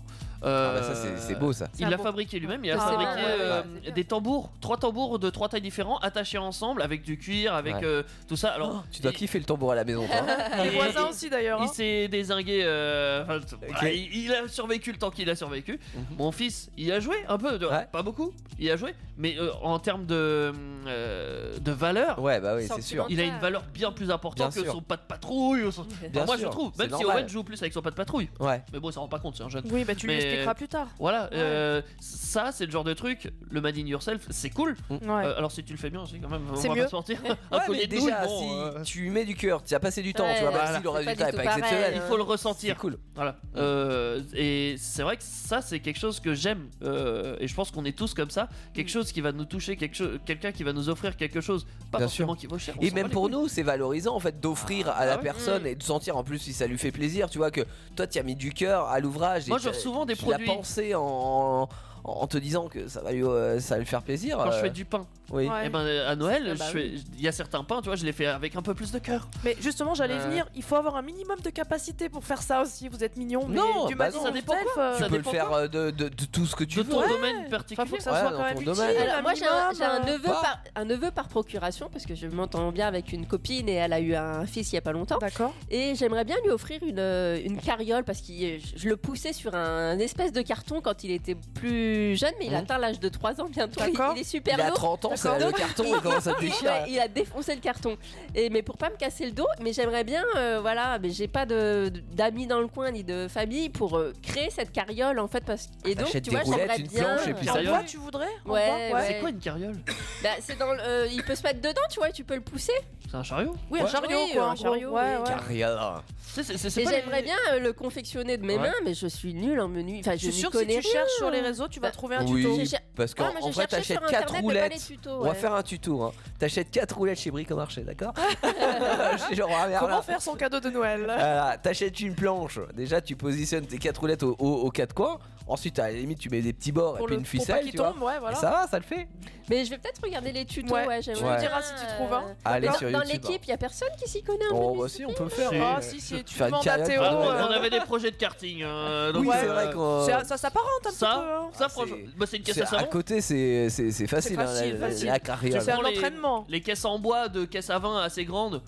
Speaker 4: Euh,
Speaker 3: Ah bah ça c'est- c'est beau ça.
Speaker 4: Il
Speaker 2: Ah
Speaker 4: l'a
Speaker 2: bon.
Speaker 4: fabriqué lui-même, il a
Speaker 5: Ah, c'est
Speaker 4: fabriqué
Speaker 5: bien, ouais,
Speaker 4: euh,
Speaker 5: ouais, ouais.
Speaker 4: des tambours, trois tambours de trois tailles différentes attachés ensemble avec du cuir, avec
Speaker 3: Ouais.
Speaker 4: euh, tout ça. Alors,
Speaker 3: Oh, tu dois
Speaker 4: il-
Speaker 3: kiffer le tambour à la maison. toi, hein.
Speaker 2: Les
Speaker 4: il-
Speaker 2: voisins
Speaker 4: il-
Speaker 2: aussi d'ailleurs.
Speaker 4: Il
Speaker 2: hein.
Speaker 4: s'est dézingué. euh, enfin, t-
Speaker 3: Ok.
Speaker 4: ah, il, il a survécu le temps qu'il a survécu.
Speaker 3: Mhm.
Speaker 4: Mon fils, il a joué un peu, de-
Speaker 3: Ouais.
Speaker 4: pas beaucoup, il a joué, mais euh, en termes de, euh, de valeur,
Speaker 3: Ouais bah oui c'est sûr.
Speaker 4: il a une valeur bien plus importante
Speaker 3: Bien
Speaker 4: que
Speaker 3: sûr.
Speaker 4: son pas de patrouille. ou son-
Speaker 3: Bien
Speaker 4: Enfin, moi,
Speaker 3: sûr,
Speaker 4: je trouve,
Speaker 3: c'est
Speaker 4: même si
Speaker 3: normal.
Speaker 4: Owen joue plus avec son pas de patrouille,
Speaker 3: Ouais.
Speaker 4: mais bon, ça rend pas compte, c'est un jeune.
Speaker 2: Oui, bah tu lui
Speaker 4: Mais-
Speaker 2: expliqueras plus tard.
Speaker 4: Voilà,
Speaker 2: Ouais.
Speaker 4: euh, ça, c'est le genre de truc. Le Made in Yourself, c'est cool.
Speaker 2: Ouais.
Speaker 4: Euh, alors, si tu le fais bien, c'est quand même, on
Speaker 2: C'est
Speaker 4: va
Speaker 2: mieux.
Speaker 4: pas se mentir.
Speaker 3: Mm.
Speaker 4: Un
Speaker 3: Ouais,
Speaker 4: collier
Speaker 3: mais
Speaker 4: de nouilles,
Speaker 3: déjà,
Speaker 4: bon,
Speaker 3: si
Speaker 4: euh,
Speaker 3: tu y mets du cœur, tu as passé du temps,
Speaker 5: Ouais,
Speaker 3: tu vois, même
Speaker 5: voilà.
Speaker 3: si le
Speaker 5: C'est pas
Speaker 3: résultat
Speaker 5: du
Speaker 3: est
Speaker 5: tout
Speaker 3: pas
Speaker 5: pareil,
Speaker 3: exceptionnel.
Speaker 2: hein.
Speaker 4: il faut le
Speaker 3: C'est
Speaker 4: ressentir.
Speaker 3: cool. Mm.
Speaker 4: Voilà. Euh, et c'est vrai que ça, c'est quelque chose que j'aime. Euh, et je pense qu'on est tous comme ça.
Speaker 2: Mm.
Speaker 4: Quelque chose qui va nous toucher, quelque chose- quelqu'un qui va nous offrir quelque chose. Pas
Speaker 3: Bien
Speaker 4: forcément qui vaut cher. on
Speaker 3: Et
Speaker 4: s'en
Speaker 3: même
Speaker 4: bat les
Speaker 3: pour
Speaker 4: couilles.
Speaker 3: nous, c'est valorisant en fait d'offrir à
Speaker 4: Ah
Speaker 3: la
Speaker 4: ouais.
Speaker 3: personne
Speaker 5: Mm.
Speaker 3: et de sentir en plus si ça lui fait plaisir, tu vois, que toi tu as mis du cœur à l'ouvrage. et
Speaker 4: Moi,
Speaker 3: tu-
Speaker 4: j'offre souvent des
Speaker 3: tu
Speaker 4: produits.
Speaker 3: l'as pensé en, en- en te disant que ça va lui, euh, ça va lui faire plaisir.
Speaker 4: Quand je
Speaker 3: euh,
Speaker 4: fais du pain,
Speaker 3: oui.
Speaker 2: Ouais.
Speaker 4: eh ben, euh, à Noël,
Speaker 5: Ah
Speaker 4: je
Speaker 5: bah
Speaker 4: fais- il
Speaker 5: oui.
Speaker 4: y a certains pains, tu vois, je les fais avec un peu plus de cœur.
Speaker 2: Mais justement, j'allais
Speaker 4: Euh.
Speaker 2: venir. Il faut avoir un minimum de capacité pour faire ça aussi. Vous êtes mignon. Mais
Speaker 3: Non,
Speaker 2: du
Speaker 3: bah
Speaker 2: Madison
Speaker 3: non. Ça
Speaker 4: dépend
Speaker 2: Self,
Speaker 3: Tu
Speaker 2: euh,
Speaker 4: ça
Speaker 3: peux le
Speaker 4: dépend
Speaker 3: faire euh, de, de- de tout ce que tu
Speaker 4: De
Speaker 3: veux.
Speaker 4: ton
Speaker 2: Ouais.
Speaker 4: domaine
Speaker 2: Enfin, faut
Speaker 4: particulier.
Speaker 2: que ça
Speaker 3: Ouais,
Speaker 2: soit
Speaker 3: dans
Speaker 2: quand même
Speaker 3: ton
Speaker 2: utile.
Speaker 3: domaine.
Speaker 5: Alors,
Speaker 2: un
Speaker 5: moi, j'ai un,
Speaker 2: minimum,
Speaker 5: j'ai un
Speaker 2: euh.
Speaker 5: neveu
Speaker 3: Pas.
Speaker 5: par, un neveu par procuration, parce que je m'entends bien avec une copine et elle a eu un fils il y a pas longtemps.
Speaker 2: D'accord.
Speaker 5: Et j'aimerais bien lui offrir une, euh, une carriole, parce que je le poussais sur un espèce de carton quand il était plus jeune, mais il
Speaker 3: Mhm.
Speaker 5: atteint l'âge de 3 ans bientôt. Il,
Speaker 2: D'accord.
Speaker 5: il est super
Speaker 3: Il a
Speaker 5: lourd.
Speaker 3: 30 ans, c'est
Speaker 5: D'accord.
Speaker 3: le carton, il commence à te
Speaker 5: Ouais,
Speaker 3: déchirer.
Speaker 5: il a défoncé le carton. Et mais pour pas me casser le dos, mais j'aimerais bien, euh, voilà, mais j'ai pas de d'amis dans le coin ni de famille pour euh, créer cette carriole en fait parce et donc
Speaker 3: Ah, T'achètes
Speaker 5: tu
Speaker 3: des
Speaker 5: vois
Speaker 3: roulettes,
Speaker 5: j'aimerais
Speaker 3: une
Speaker 5: bien. euh,
Speaker 3: planche, et puis
Speaker 2: En
Speaker 3: ça y est.
Speaker 2: bois, tu voudrais En
Speaker 5: Ouais,
Speaker 2: bois,
Speaker 5: ouais.
Speaker 4: C'est quoi une carriole
Speaker 5: Bah, c'est dans le- euh, il peut se mettre dedans, tu vois, et tu peux le pousser.
Speaker 4: C'est un chariot
Speaker 2: Oui, un
Speaker 5: Ouais.
Speaker 2: chariot
Speaker 5: Oui,
Speaker 2: quoi.
Speaker 5: un
Speaker 2: en gros.
Speaker 5: chariot,
Speaker 2: Ouais,
Speaker 5: oui.
Speaker 2: ouais.
Speaker 3: Carrière.
Speaker 4: C'est- c'est- c'est
Speaker 5: Et
Speaker 4: pas
Speaker 5: j'aimerais
Speaker 4: les-
Speaker 5: bien euh, le confectionner de mes
Speaker 4: Ouais.
Speaker 5: mains, mais je suis nulle en menu. Enfin,
Speaker 2: Je
Speaker 5: je
Speaker 2: suis
Speaker 5: n'y
Speaker 2: sûr que si
Speaker 5: connais
Speaker 2: tu
Speaker 5: rien.
Speaker 2: cherches sur les réseaux, tu vas
Speaker 5: Bah,
Speaker 2: trouver un tuto.
Speaker 3: Oui,
Speaker 5: J'ai-
Speaker 3: parce
Speaker 5: Ouais,
Speaker 3: qu'en
Speaker 5: moi,
Speaker 3: en
Speaker 5: j'ai
Speaker 3: vrai,
Speaker 5: cherché sur
Speaker 3: t'achètes
Speaker 5: Internet,
Speaker 3: 4
Speaker 5: mais pas les
Speaker 3: roulettes.
Speaker 5: tutos,
Speaker 3: On va
Speaker 5: ouais.
Speaker 3: faire un tuto. Hein. T'achètes 4 roulettes chez Bricomarché, d'accord Chez Leroy Merlin.
Speaker 2: Comment faire son cadeau de Noël
Speaker 3: Euh, Voilà, t'achètes une planche. Déjà, tu positionnes tes quatre roulettes au- au- aux quatre coins. Ensuite, à la limite, tu mets des petits bords et
Speaker 2: pour
Speaker 3: puis
Speaker 2: le
Speaker 3: une
Speaker 2: pour pas
Speaker 3: ficelle,
Speaker 2: qu'il
Speaker 3: tu vois.
Speaker 2: tombe, ouais,
Speaker 3: Et
Speaker 2: voilà.
Speaker 3: Ça va, ça le fait.
Speaker 5: Mais je vais peut-être regarder les tutos.
Speaker 2: Ouais,
Speaker 5: Ouais,
Speaker 2: tu
Speaker 5: j'aimerais
Speaker 2: me diras
Speaker 5: bien,
Speaker 2: si tu trouves hein. un.
Speaker 5: euh,
Speaker 3: Allez
Speaker 5: dans-
Speaker 3: sur
Speaker 5: Dans
Speaker 3: YouTube. hein.
Speaker 5: l'équipe, il y a personne qui s'y connaît un
Speaker 3: Oh,
Speaker 5: peu.
Speaker 3: bah
Speaker 5: les-
Speaker 3: si, on peut faire.
Speaker 4: Si.
Speaker 2: Ah
Speaker 4: Euh,
Speaker 2: si si, tu
Speaker 3: faire une
Speaker 2: demandes à
Speaker 3: carrière.
Speaker 2: Théo.
Speaker 4: Ah, on-
Speaker 2: euh,
Speaker 4: on avait des projets de karting. euh, donc,
Speaker 3: Oui, c'est
Speaker 4: euh,
Speaker 3: vrai qu'on.
Speaker 2: c'est- ça s'apparente un petit peu.
Speaker 4: Ça,
Speaker 2: hein.
Speaker 4: ça,
Speaker 3: Ah,
Speaker 4: franchement,
Speaker 3: c'est-
Speaker 4: bah, c'est une caisse
Speaker 3: c'est-
Speaker 4: à
Speaker 3: à
Speaker 4: savon.
Speaker 3: côté, c'est c'est- c'est facile,
Speaker 2: C'est
Speaker 3: hein, la-
Speaker 2: facile,
Speaker 3: la,
Speaker 2: facile.
Speaker 3: la carrière.
Speaker 2: C'est
Speaker 4: Tu
Speaker 2: un
Speaker 4: prends les-
Speaker 2: entraînement.
Speaker 4: Les caisses en bois de caisse à vin assez grandes.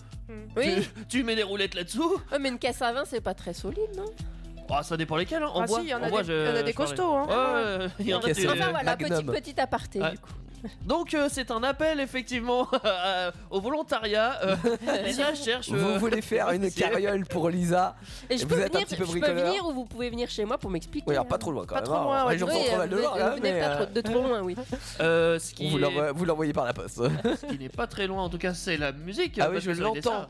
Speaker 5: Oui,
Speaker 4: Tu, tu mets des roulettes là-dessous.
Speaker 5: Oh, mais une caisse à vin, c'est pas très solide, non
Speaker 4: Ah, ça dépend lesquelles. Hein. En
Speaker 2: Ah
Speaker 4: bois.
Speaker 2: si, il y en
Speaker 4: en
Speaker 2: a
Speaker 4: bois,
Speaker 2: des-
Speaker 4: je-
Speaker 2: il y en a des
Speaker 4: je parlais.
Speaker 2: costauds, hein.
Speaker 4: Ouais, ouais, ouais, il y en a
Speaker 3: Caisse
Speaker 4: des-
Speaker 3: à
Speaker 5: Enfin voilà, petit,
Speaker 3: Magnum.
Speaker 5: petit aparté
Speaker 4: Ouais.
Speaker 5: du coup.
Speaker 4: Donc euh, c'est un appel effectivement à- au volontariat. euh, Lisa cherche. euh,
Speaker 3: Vous voulez faire une
Speaker 4: Monsieur.
Speaker 3: carriole pour Lisa
Speaker 5: Et je
Speaker 3: Vous
Speaker 5: peux
Speaker 3: êtes un
Speaker 5: venir,
Speaker 3: petit peu
Speaker 5: je peux
Speaker 3: bricoleur
Speaker 5: venir ou vous pouvez venir chez moi pour m'expliquer.
Speaker 3: hein. Oui, alors
Speaker 5: hein.
Speaker 3: pas trop loin quand
Speaker 2: Pas
Speaker 3: même.
Speaker 2: trop
Speaker 3: hein.
Speaker 2: loin, ouais.
Speaker 3: Région
Speaker 5: Oui,
Speaker 3: Centrale
Speaker 5: euh,
Speaker 3: de
Speaker 5: vous
Speaker 3: Loire,
Speaker 5: venez-
Speaker 3: là,
Speaker 5: vous venez
Speaker 3: mais.
Speaker 5: pas
Speaker 3: euh,
Speaker 5: trop- de trop loin, oui.
Speaker 4: euh, ce qui
Speaker 3: Vous
Speaker 4: est-
Speaker 3: l'envoie- vous l'envoyez par la poste.
Speaker 4: ce qui n'est pas très loin en tout cas c'est la musique.
Speaker 3: Ah
Speaker 4: euh,
Speaker 3: oui,
Speaker 4: parce
Speaker 3: je
Speaker 4: que ça, il est
Speaker 3: l'entends.
Speaker 4: ça.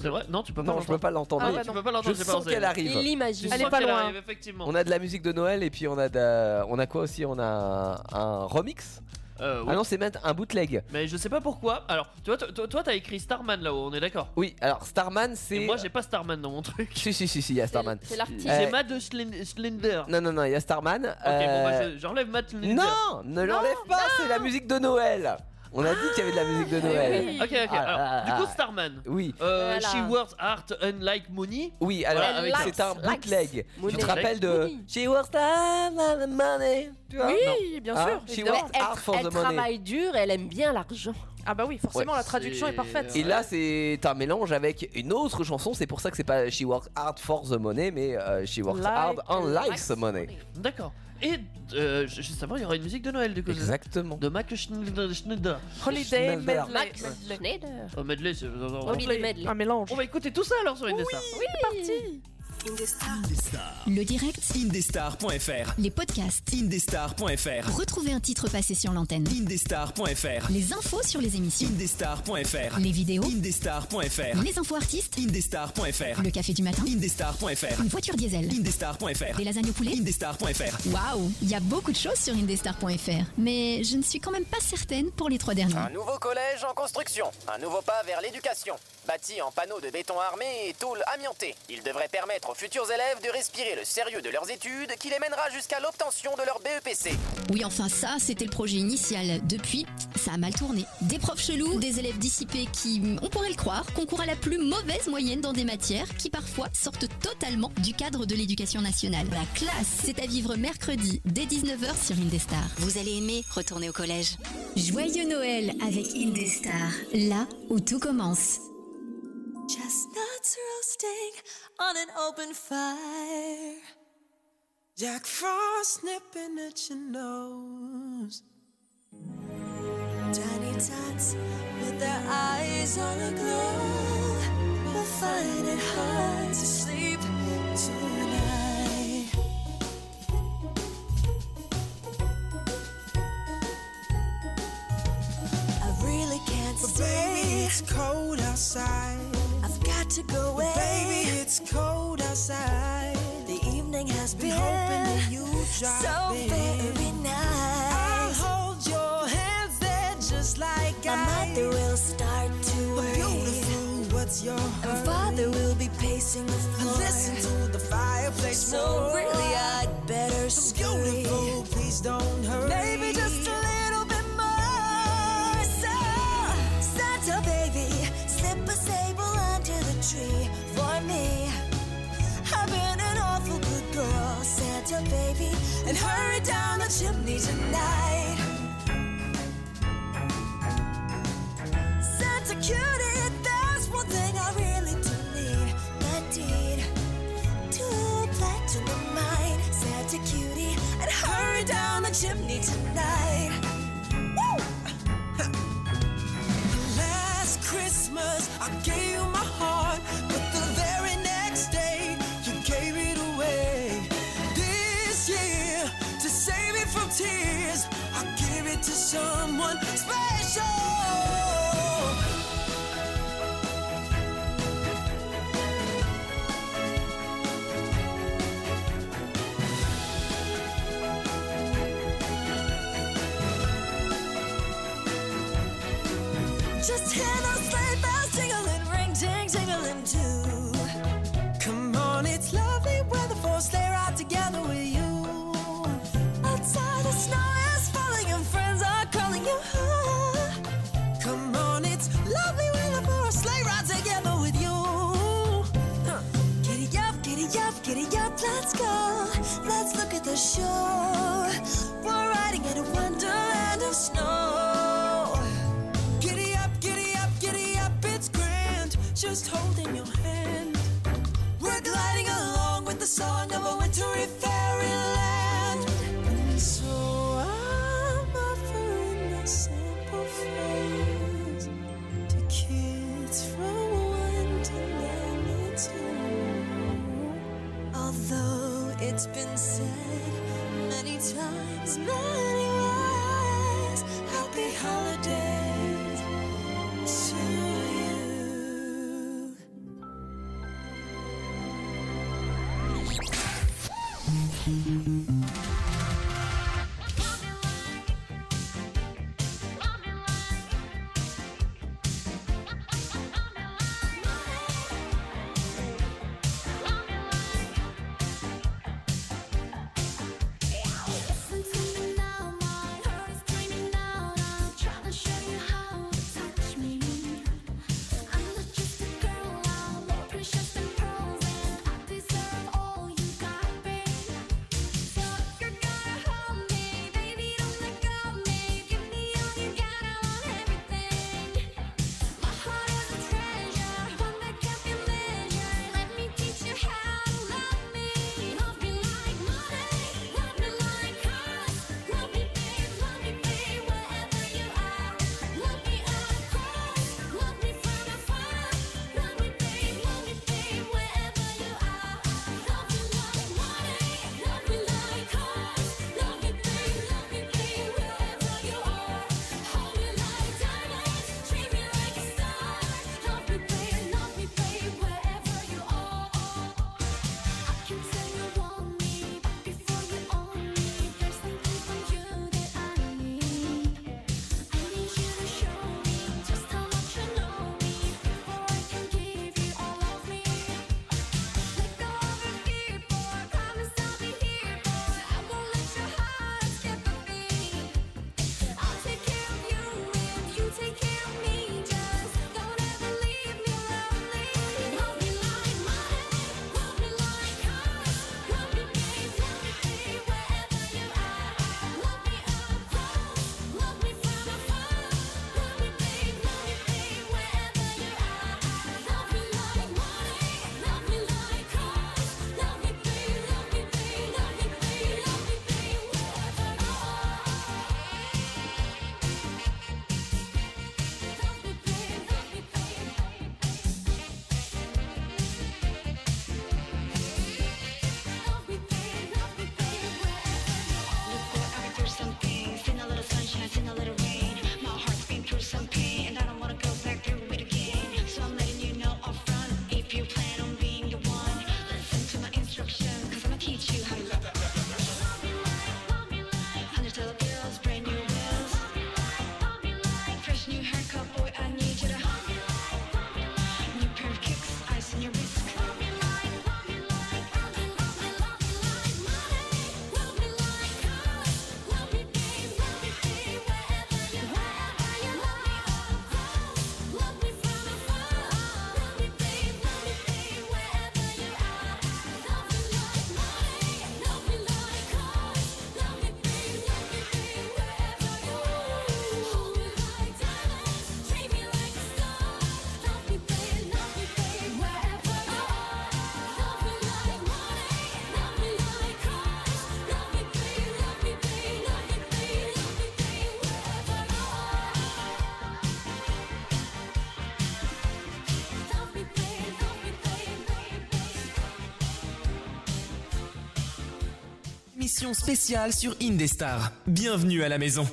Speaker 4: C'est vrai Non tu peux pas.
Speaker 3: Non, je peux
Speaker 4: l'entendre.
Speaker 3: pas l'entendre.
Speaker 2: Ah
Speaker 3: mais
Speaker 2: ouais,
Speaker 4: Tu
Speaker 2: non.
Speaker 4: peux pas l'entendre.
Speaker 3: je
Speaker 4: j'ai
Speaker 3: sens
Speaker 4: pas
Speaker 3: qu'elle
Speaker 5: Il
Speaker 3: arrive.
Speaker 4: Tu
Speaker 5: l'imagine.
Speaker 4: sens
Speaker 2: Elle est pas
Speaker 4: qu'elle
Speaker 2: loin.
Speaker 4: arrive, effectivement.
Speaker 3: On a de la musique de Noël et puis on a de la- on a quoi aussi On a un, un remix.
Speaker 4: Euh, ouais.
Speaker 3: Ah non, c'est même un bootleg.
Speaker 4: Mais je sais pas pourquoi. Alors, tu vois, toi, toi- toi, t'as écrit Starman là-haut, on est d'accord.
Speaker 3: Oui, alors Starman,
Speaker 4: Et
Speaker 3: c'est.
Speaker 4: moi, j'ai pas Starman dans mon truc.
Speaker 3: Si si si si, il y a
Speaker 5: C'est-
Speaker 3: Starman.
Speaker 5: C'est l'artiste.
Speaker 3: Euh,
Speaker 4: J'ai Matt de Slend- Slender.
Speaker 3: Non non non, il y a Starman.
Speaker 4: Ok, bon, bah,
Speaker 3: euh,
Speaker 4: je- j'enlève Matt Slender.
Speaker 3: Non, ne l'enlève pas. C'est la musique de Noël. On a dit qu'il y avait de la musique de Noël.
Speaker 2: oui.
Speaker 4: Eh Ok, ok.
Speaker 3: Ah,
Speaker 4: alors,
Speaker 3: ah,
Speaker 4: du
Speaker 3: ah,
Speaker 4: coup,
Speaker 3: ah.
Speaker 4: Starman.
Speaker 3: Oui,
Speaker 4: Euh,
Speaker 5: Voilà.
Speaker 4: She works art unlike money.
Speaker 3: oui, alors
Speaker 4: Voilà, avec
Speaker 3: c'est
Speaker 5: ça.
Speaker 3: un bootleg.
Speaker 5: Money.
Speaker 3: Tu te rappelles de
Speaker 5: Money.
Speaker 3: She works hard for the money. tu vois
Speaker 2: Oui, bien
Speaker 3: Hein
Speaker 2: sûr.
Speaker 3: She
Speaker 2: évidemment.
Speaker 3: works
Speaker 5: Elle,
Speaker 3: hard for
Speaker 5: elle
Speaker 3: the money.
Speaker 5: travaille dur, elle aime bien l'argent.
Speaker 2: Ah bah oui, forcément
Speaker 3: Ouais,
Speaker 2: la traduction est,
Speaker 4: c'est-
Speaker 2: parfaite.
Speaker 3: Et là, c'est un mélange avec une autre chanson. C'est pour ça que c'est pas She Works Hard for the Money, mais euh, She Works
Speaker 2: Like
Speaker 3: Hard on Likes the Money.
Speaker 4: D'accord. Et euh, ju- juste avant, il y aura une musique de Noël du coup.
Speaker 3: Exactement.
Speaker 4: De Mac Schneider. Schneider.
Speaker 2: Holiday
Speaker 3: Schneider.
Speaker 2: Medley.
Speaker 5: Schneider.
Speaker 4: Oh, medley, c'est.
Speaker 5: Holiday Medley.
Speaker 2: Un mélange.
Speaker 4: On va écouter tout ça alors sur Indestar.
Speaker 7: Indestar.
Speaker 1: Le direct,
Speaker 7: Indestar.fr.
Speaker 1: les podcasts.
Speaker 7: Indestar.fr.
Speaker 1: Retrouvez un titre passé sur l'antenne.
Speaker 7: Indestar.fr.
Speaker 1: Les infos sur les émissions.
Speaker 7: Indestar.fr.
Speaker 1: Les vidéos.
Speaker 7: Indestar.fr.
Speaker 1: Les infos artistes.
Speaker 7: Indestar.fr.
Speaker 1: Le café du matin.
Speaker 7: Indestar.fr.
Speaker 1: Une voiture diesel.
Speaker 7: Indestar.fr.
Speaker 1: Des lasagnes au poulet.
Speaker 7: Indestar.fr.
Speaker 1: Waouh, il y a beaucoup de choses sur indestar.fr, mais je ne suis quand même pas certaine pour les trois derniers.
Speaker 3: Ah,
Speaker 9: Un nouveau collège en construction, un nouveau pas vers l'éducation. Bâti en panneaux de béton armé et tôle amiantée, il devrait permettre aux futurs élèves de respirer le sérieux de leurs études qui les mènera jusqu'à l'obtention de leur E BEPC.
Speaker 1: Oui, enfin ça, c'était le projet initial. Depuis, ça a mal tourné. Des profs chelous, des élèves dissipés qui, on pourrait le croire, concourent à la plus mauvaise moyenne dans des matières qui parfois sortent totalement du cadre de l'éducation nationale. La classe, c'est à vivre mercredi dès 19h sur Indestar. Vous allez aimer retourner au collège. Joyeux Noël avec Indestar, là où tout commence.
Speaker 10: Chestnuts roasting on an open fire. Jack Frost nipping at your nose. Tiny tots with their eyes all aglow will find it hard to sleep tonight. I really can't stay. it's cold outside. I've got to go away. Baby, it's cold outside. The evening has been, hoping that you drop so in. very nice. I'll hold your hands there just like My mother will start to worry. Beautiful, what's your hurry? And father will be pacing the floor. Listen to the fireplace. So really, I'd better scurry. Beautiful, please don't hurry. Maybe just a little bit more. So, Santa baby, slip a sable under the tree for me. I've been an awful good girl, Santa baby, and hurry down the chimney tonight. Santa cutie, there's one thing I really do need. That deed to platinum mine. Santa cutie, and hurry down the chimney tonight. Woo! Last Christmas, I gave you my heart, but the very next day, you gave it away. This year, to save me from tears, I give it to someone special. Just hear those sleigh bells jingling, ring ting tingling too. Come on, it's lovely weather for a sleigh ride together with you. Let's go, let's look at the show. We're riding in a wonderland of snow. Giddy up, giddy up, giddy up, it's grand. Just holding your hand. We're gliding along with the song of a wintry fairyland. So I'm offering a simple phrase to kids from Wonderland too. Although it's been said many times, many ways, happy holidays to you.
Speaker 6: Listen to me now, my heart is dreaming out. I'll try to show you how to touch me. I'm not just a girl, I'm more precious than pearls, and I deserve all you got, babe. So you're gonna hold me, baby, don't let go of me. Give me all you got, I want everything. My heart is a treasure, one that can't be measured. Let me teach you how to love me. Love me like money, love me like cars. Love me, babe, love me, babe, wherever you are. Love me up close, love me from afar. Love me, babe, love me, babe, wherever you are. Love me like money, love me like cars. Love me, babe, love me, babe, wherever you are. Hold me like diamonds, treat me like a star. Love me, babe, love me, babe, wherever you are. I can tell you want me, but before you own me, there's something from you that I need. I need you to show me just how much you know me before I can give you all of me. Let go of your fear, boy. Promise I'll be here, boy. I won't let your heart escape from me. I'll take care of you and you take care of me. Just don't ever leave me lonely. Love me like money, love me like cars, love me, babe, love me, babe, wherever you are. Love me up close, love me from afar. Love me, babe, love me, babe, wherever you are. Love me like money, love me like cars, love me, babe, love me, babe, love me, babe, love me, babe, wherever you are. Love me, babe, love me, babe. Love me, babe, love me, babe,
Speaker 11: Look what I've through some things. Seen a little sunshine, seen a little rain. My heart's been through some pain, and I don't wanna go back through it again. So I'm letting you know up front. If you plan on being the one, listen to my instructions, cause I'ma teach you how to love. Hundred dollar bills, brand new wheels. Fresh new haircut, boy, I need you to New pair of kicks, ice in your wrist.
Speaker 7: Mission spéciale sur Indestar. Bienvenue à la maison.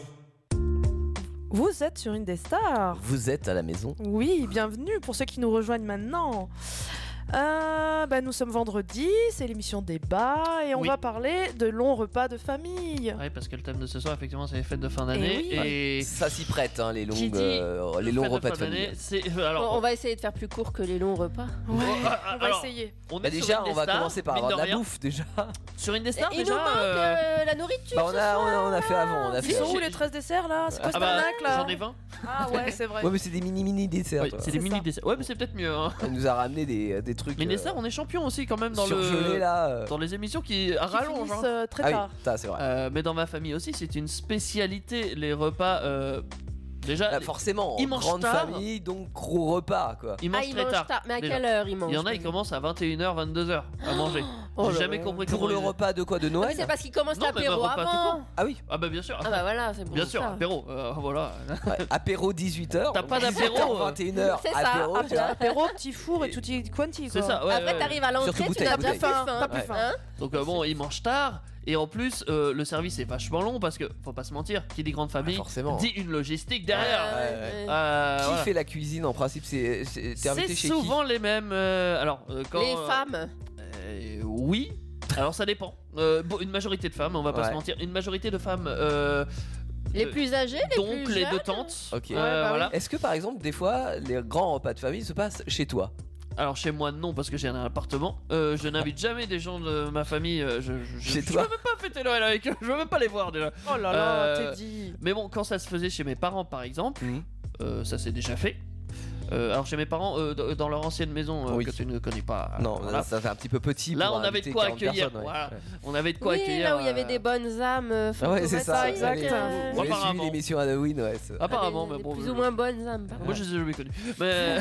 Speaker 2: Vous êtes sur une des stars.
Speaker 3: Vous êtes à la maison.
Speaker 2: Oui, bienvenue pour ceux qui nous rejoignent maintenant. Euh, bah, nous sommes vendredi, c'est l'émission débat et on
Speaker 4: Oui.
Speaker 2: va parler de longs repas de famille.
Speaker 4: Ouais, Ah parce que le thème de ce soir, effectivement, c'est les fêtes de fin
Speaker 2: Eh
Speaker 4: d'année.
Speaker 2: oui.
Speaker 4: Et,
Speaker 3: Ça s'y prête, hein, les
Speaker 5: Qui
Speaker 3: longues,
Speaker 5: dit
Speaker 3: euh, les longs
Speaker 4: fêtes
Speaker 3: repas de
Speaker 4: fin d'année,
Speaker 3: famille.
Speaker 4: c'est- euh,
Speaker 5: On-
Speaker 4: Alors,
Speaker 5: on va essayer de faire plus court que les longs repas.
Speaker 2: Ouais,
Speaker 4: ah, ah,
Speaker 2: on va
Speaker 4: alors,
Speaker 2: essayer.
Speaker 4: on est
Speaker 3: Bah
Speaker 4: sur
Speaker 3: déjà, on va
Speaker 4: Indestar,
Speaker 3: commencer par
Speaker 4: mine
Speaker 3: avoir de
Speaker 4: de
Speaker 3: la
Speaker 4: rien.
Speaker 3: bouffe déjà.
Speaker 4: Sur Indestar,
Speaker 5: Il nous
Speaker 4: déjà.
Speaker 5: manque
Speaker 4: euh,
Speaker 5: euh, la nourriture.
Speaker 3: Bah on a, on a, on a fait avant, on a
Speaker 2: Ils
Speaker 3: fait.
Speaker 2: sont où les 13 desserts là C'est quoi
Speaker 4: Ah
Speaker 2: cette
Speaker 4: bah,
Speaker 2: arnaque là
Speaker 4: j'en ai 20.
Speaker 2: Ah ouais, c'est vrai.
Speaker 3: Ouais, mais c'est des mini mini desserts.
Speaker 4: Oui,
Speaker 3: toi.
Speaker 4: c'est des mini desserts. Ouais, mais c'est peut-être mieux. Hein.
Speaker 3: Elle nous a ramené des, des trucs.
Speaker 4: Mais
Speaker 3: euh,
Speaker 4: les stars, on est champion aussi quand même dans
Speaker 3: surgelés,
Speaker 4: le
Speaker 3: là, euh.
Speaker 4: dans les émissions qui, à rallonge.
Speaker 2: finissent,
Speaker 4: hein.
Speaker 2: euh, très Ah oui, tard.
Speaker 3: ça, c'est vrai.
Speaker 4: Euh, mais dans ma famille aussi, c'est une spécialité les repas. euh, déjà,
Speaker 3: Ah, forcément,
Speaker 4: ils mangent
Speaker 3: grande
Speaker 4: tard.
Speaker 3: famille, donc gros repas quoi.
Speaker 4: Ils mangent
Speaker 5: Ah, ils
Speaker 4: très
Speaker 5: mangent
Speaker 4: tard.
Speaker 5: tard. Mais à
Speaker 4: déjà.
Speaker 5: quelle heure ils
Speaker 4: Il y en
Speaker 5: mangent,
Speaker 4: a, ils commencent à 21h, 22h à manger.
Speaker 5: Oh
Speaker 4: J'ai
Speaker 5: là
Speaker 4: jamais
Speaker 5: là.
Speaker 4: compris
Speaker 3: Pour
Speaker 4: comment
Speaker 3: le
Speaker 4: ils-
Speaker 3: repas de quoi De
Speaker 5: Ah, mais
Speaker 3: Noël
Speaker 5: c'est parce qu'ils commencent
Speaker 4: Non, mais un
Speaker 5: l'apéro
Speaker 4: repas tout
Speaker 5: avant.
Speaker 4: court.
Speaker 3: Ah oui.
Speaker 4: Ah bah bien sûr.
Speaker 5: Ah bah voilà, c'est pour
Speaker 4: Bien sûr,
Speaker 5: ça.
Speaker 4: apéro. euh, voilà.
Speaker 3: Ouais, apéro 18h.
Speaker 4: T'as pas d'apéro. euh,
Speaker 3: 21h,
Speaker 5: C'est ça,
Speaker 3: apéro, tu vois.
Speaker 2: Apéro, petit four et tout quanti.
Speaker 4: C'est ça. Ouais,
Speaker 5: Après,
Speaker 4: ouais.
Speaker 5: t'arrives à
Speaker 3: Surtout
Speaker 5: l'entrée, tu
Speaker 3: bouteille,
Speaker 5: n'as plus
Speaker 3: bouteille.
Speaker 5: faim.
Speaker 2: Pas plus
Speaker 3: Ouais.
Speaker 2: faim.
Speaker 5: Hein
Speaker 4: Donc euh, bon, ils mangent tard et en plus euh, le service est vachement long parce que faut pas se mentir, qui dit grande famille
Speaker 3: Forcément.
Speaker 4: dit une logistique derrière.
Speaker 3: ouais,
Speaker 5: ouais.
Speaker 4: Euh,
Speaker 3: Qui
Speaker 4: voilà.
Speaker 3: fait la cuisine en principe C'est c'est- t'es invité
Speaker 4: C'est
Speaker 3: chez
Speaker 4: souvent les mêmes. euh, alors euh, quand
Speaker 5: Les
Speaker 4: euh,
Speaker 5: femmes.
Speaker 4: euh, oui. Alors ça dépend. Euh, bon, une majorité de femmes, on va pas
Speaker 3: Ouais.
Speaker 4: se mentir, une majorité de femmes. euh,
Speaker 5: Les
Speaker 4: euh,
Speaker 5: plus âgés, les
Speaker 4: donc
Speaker 5: plus
Speaker 4: les
Speaker 5: jeunes.
Speaker 4: deux tantes.
Speaker 3: Ok. Ouais,
Speaker 4: Euh,
Speaker 3: bah
Speaker 2: oui.
Speaker 4: voilà.
Speaker 3: qui Est-ce que par exemple, des fois, les grands repas de famille se passent chez toi Bah,
Speaker 4: Alors chez moi non parce que j'ai un appartement. Euh, je n'invite jamais des gens de ma famille. euh, je, je, je-
Speaker 3: Chez
Speaker 4: je
Speaker 3: toi
Speaker 4: veux même pas fêter Noël avec eux. Je veux même pas les voir déjà.
Speaker 2: Oh là là,
Speaker 4: Euh,
Speaker 2: t'es dit.
Speaker 4: Mais bon, quand ça se faisait chez mes parents par exemple,
Speaker 3: Mhm.
Speaker 4: euh, ça s'est déjà fait. Euh, alors chez mes parents euh, d- dans leur ancienne maison euh,
Speaker 3: Oui.
Speaker 4: que tu ne connais pas. euh,
Speaker 3: Non,
Speaker 4: voilà.
Speaker 3: là, ça fait un petit peu petit.
Speaker 4: Là,
Speaker 3: pour
Speaker 4: on avait de
Speaker 3: inviter
Speaker 4: quoi
Speaker 3: 40
Speaker 4: accueillir,
Speaker 3: personnes, ouais.
Speaker 4: voilà.
Speaker 3: Ouais.
Speaker 4: on avait de quoi
Speaker 5: Oui,
Speaker 4: accueillir.
Speaker 5: là où il y avait
Speaker 4: euh,
Speaker 5: des bonnes âmes. euh,
Speaker 3: Ah ouais, c'est
Speaker 5: fantomatiques,
Speaker 3: ça.
Speaker 2: exact.
Speaker 5: euh,
Speaker 3: Vous avez suivi
Speaker 4: Apparemment.
Speaker 3: l'émission Halloween, ouais. c'est-
Speaker 4: Apparemment,
Speaker 5: des-
Speaker 4: mais
Speaker 5: des
Speaker 4: bon.
Speaker 5: Plus
Speaker 4: je-
Speaker 5: ou moins bonnes âmes,
Speaker 4: Moi, je les ai jamais connus. Mais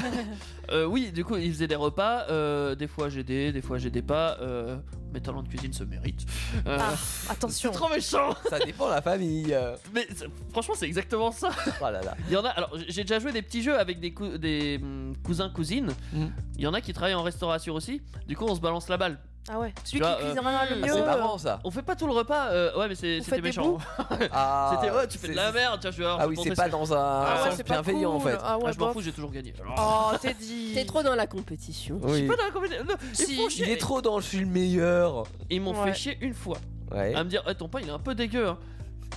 Speaker 4: euh, oui, du coup, ils faisaient des repas. euh, des fois, j'aidais, des fois, j'aidais pas. euh, mes talents de cuisine se méritent. Euh,
Speaker 2: Ah,
Speaker 4: c'est
Speaker 2: attention.
Speaker 4: trop méchant.
Speaker 3: Ça dépend la famille. euh.
Speaker 4: Mais c'est- franchement, c'est exactement ça.
Speaker 3: Oh là là.
Speaker 4: Il y en a. Alors, j'ai déjà joué des petits jeux avec des, cou- des hum, cousins cousines.
Speaker 3: Mhm.
Speaker 4: Il y en a qui travaillent en restauration aussi. Du coup, on se balance la balle.
Speaker 2: Ah ouais. Celui
Speaker 4: Tu
Speaker 2: qui
Speaker 4: vois, Oh,
Speaker 2: cuisinera
Speaker 5: euh,
Speaker 2: le
Speaker 5: ah,
Speaker 3: Ah,
Speaker 2: mieux.
Speaker 3: c'est
Speaker 2: euh,
Speaker 3: marrant ça.
Speaker 4: On fait pas tout le repas. euh, ouais, mais c'est-
Speaker 2: Vous
Speaker 4: c'était
Speaker 2: faites des
Speaker 4: méchant.
Speaker 2: bouts
Speaker 3: Ah,
Speaker 4: C'était ouais, tu fais de la
Speaker 3: c'est-
Speaker 4: merde. Tiens, je vais.
Speaker 3: Ah oui, c'est pas dans un
Speaker 4: Ah ouais,
Speaker 3: sens
Speaker 4: c'est
Speaker 2: pas
Speaker 3: bienveillant en
Speaker 2: cool.
Speaker 3: fait.
Speaker 2: Ah ouais,
Speaker 4: Ah, je m'en
Speaker 2: bof.
Speaker 4: fous, j'ai toujours gagné. Alors,
Speaker 2: Oh, t'es dit.
Speaker 5: T'es trop dans la compétition.
Speaker 4: Je suis
Speaker 3: Oui.
Speaker 4: pas dans la compétition. Non, ils
Speaker 2: Si.
Speaker 4: font chier.
Speaker 3: Il est trop dans, je suis le meilleur.
Speaker 4: Ils m'ont
Speaker 2: Ouais.
Speaker 4: fait chier une fois.
Speaker 3: Ouais.
Speaker 4: à me dire Eh, ton pain il est un peu dégueu hein.
Speaker 5: Ah,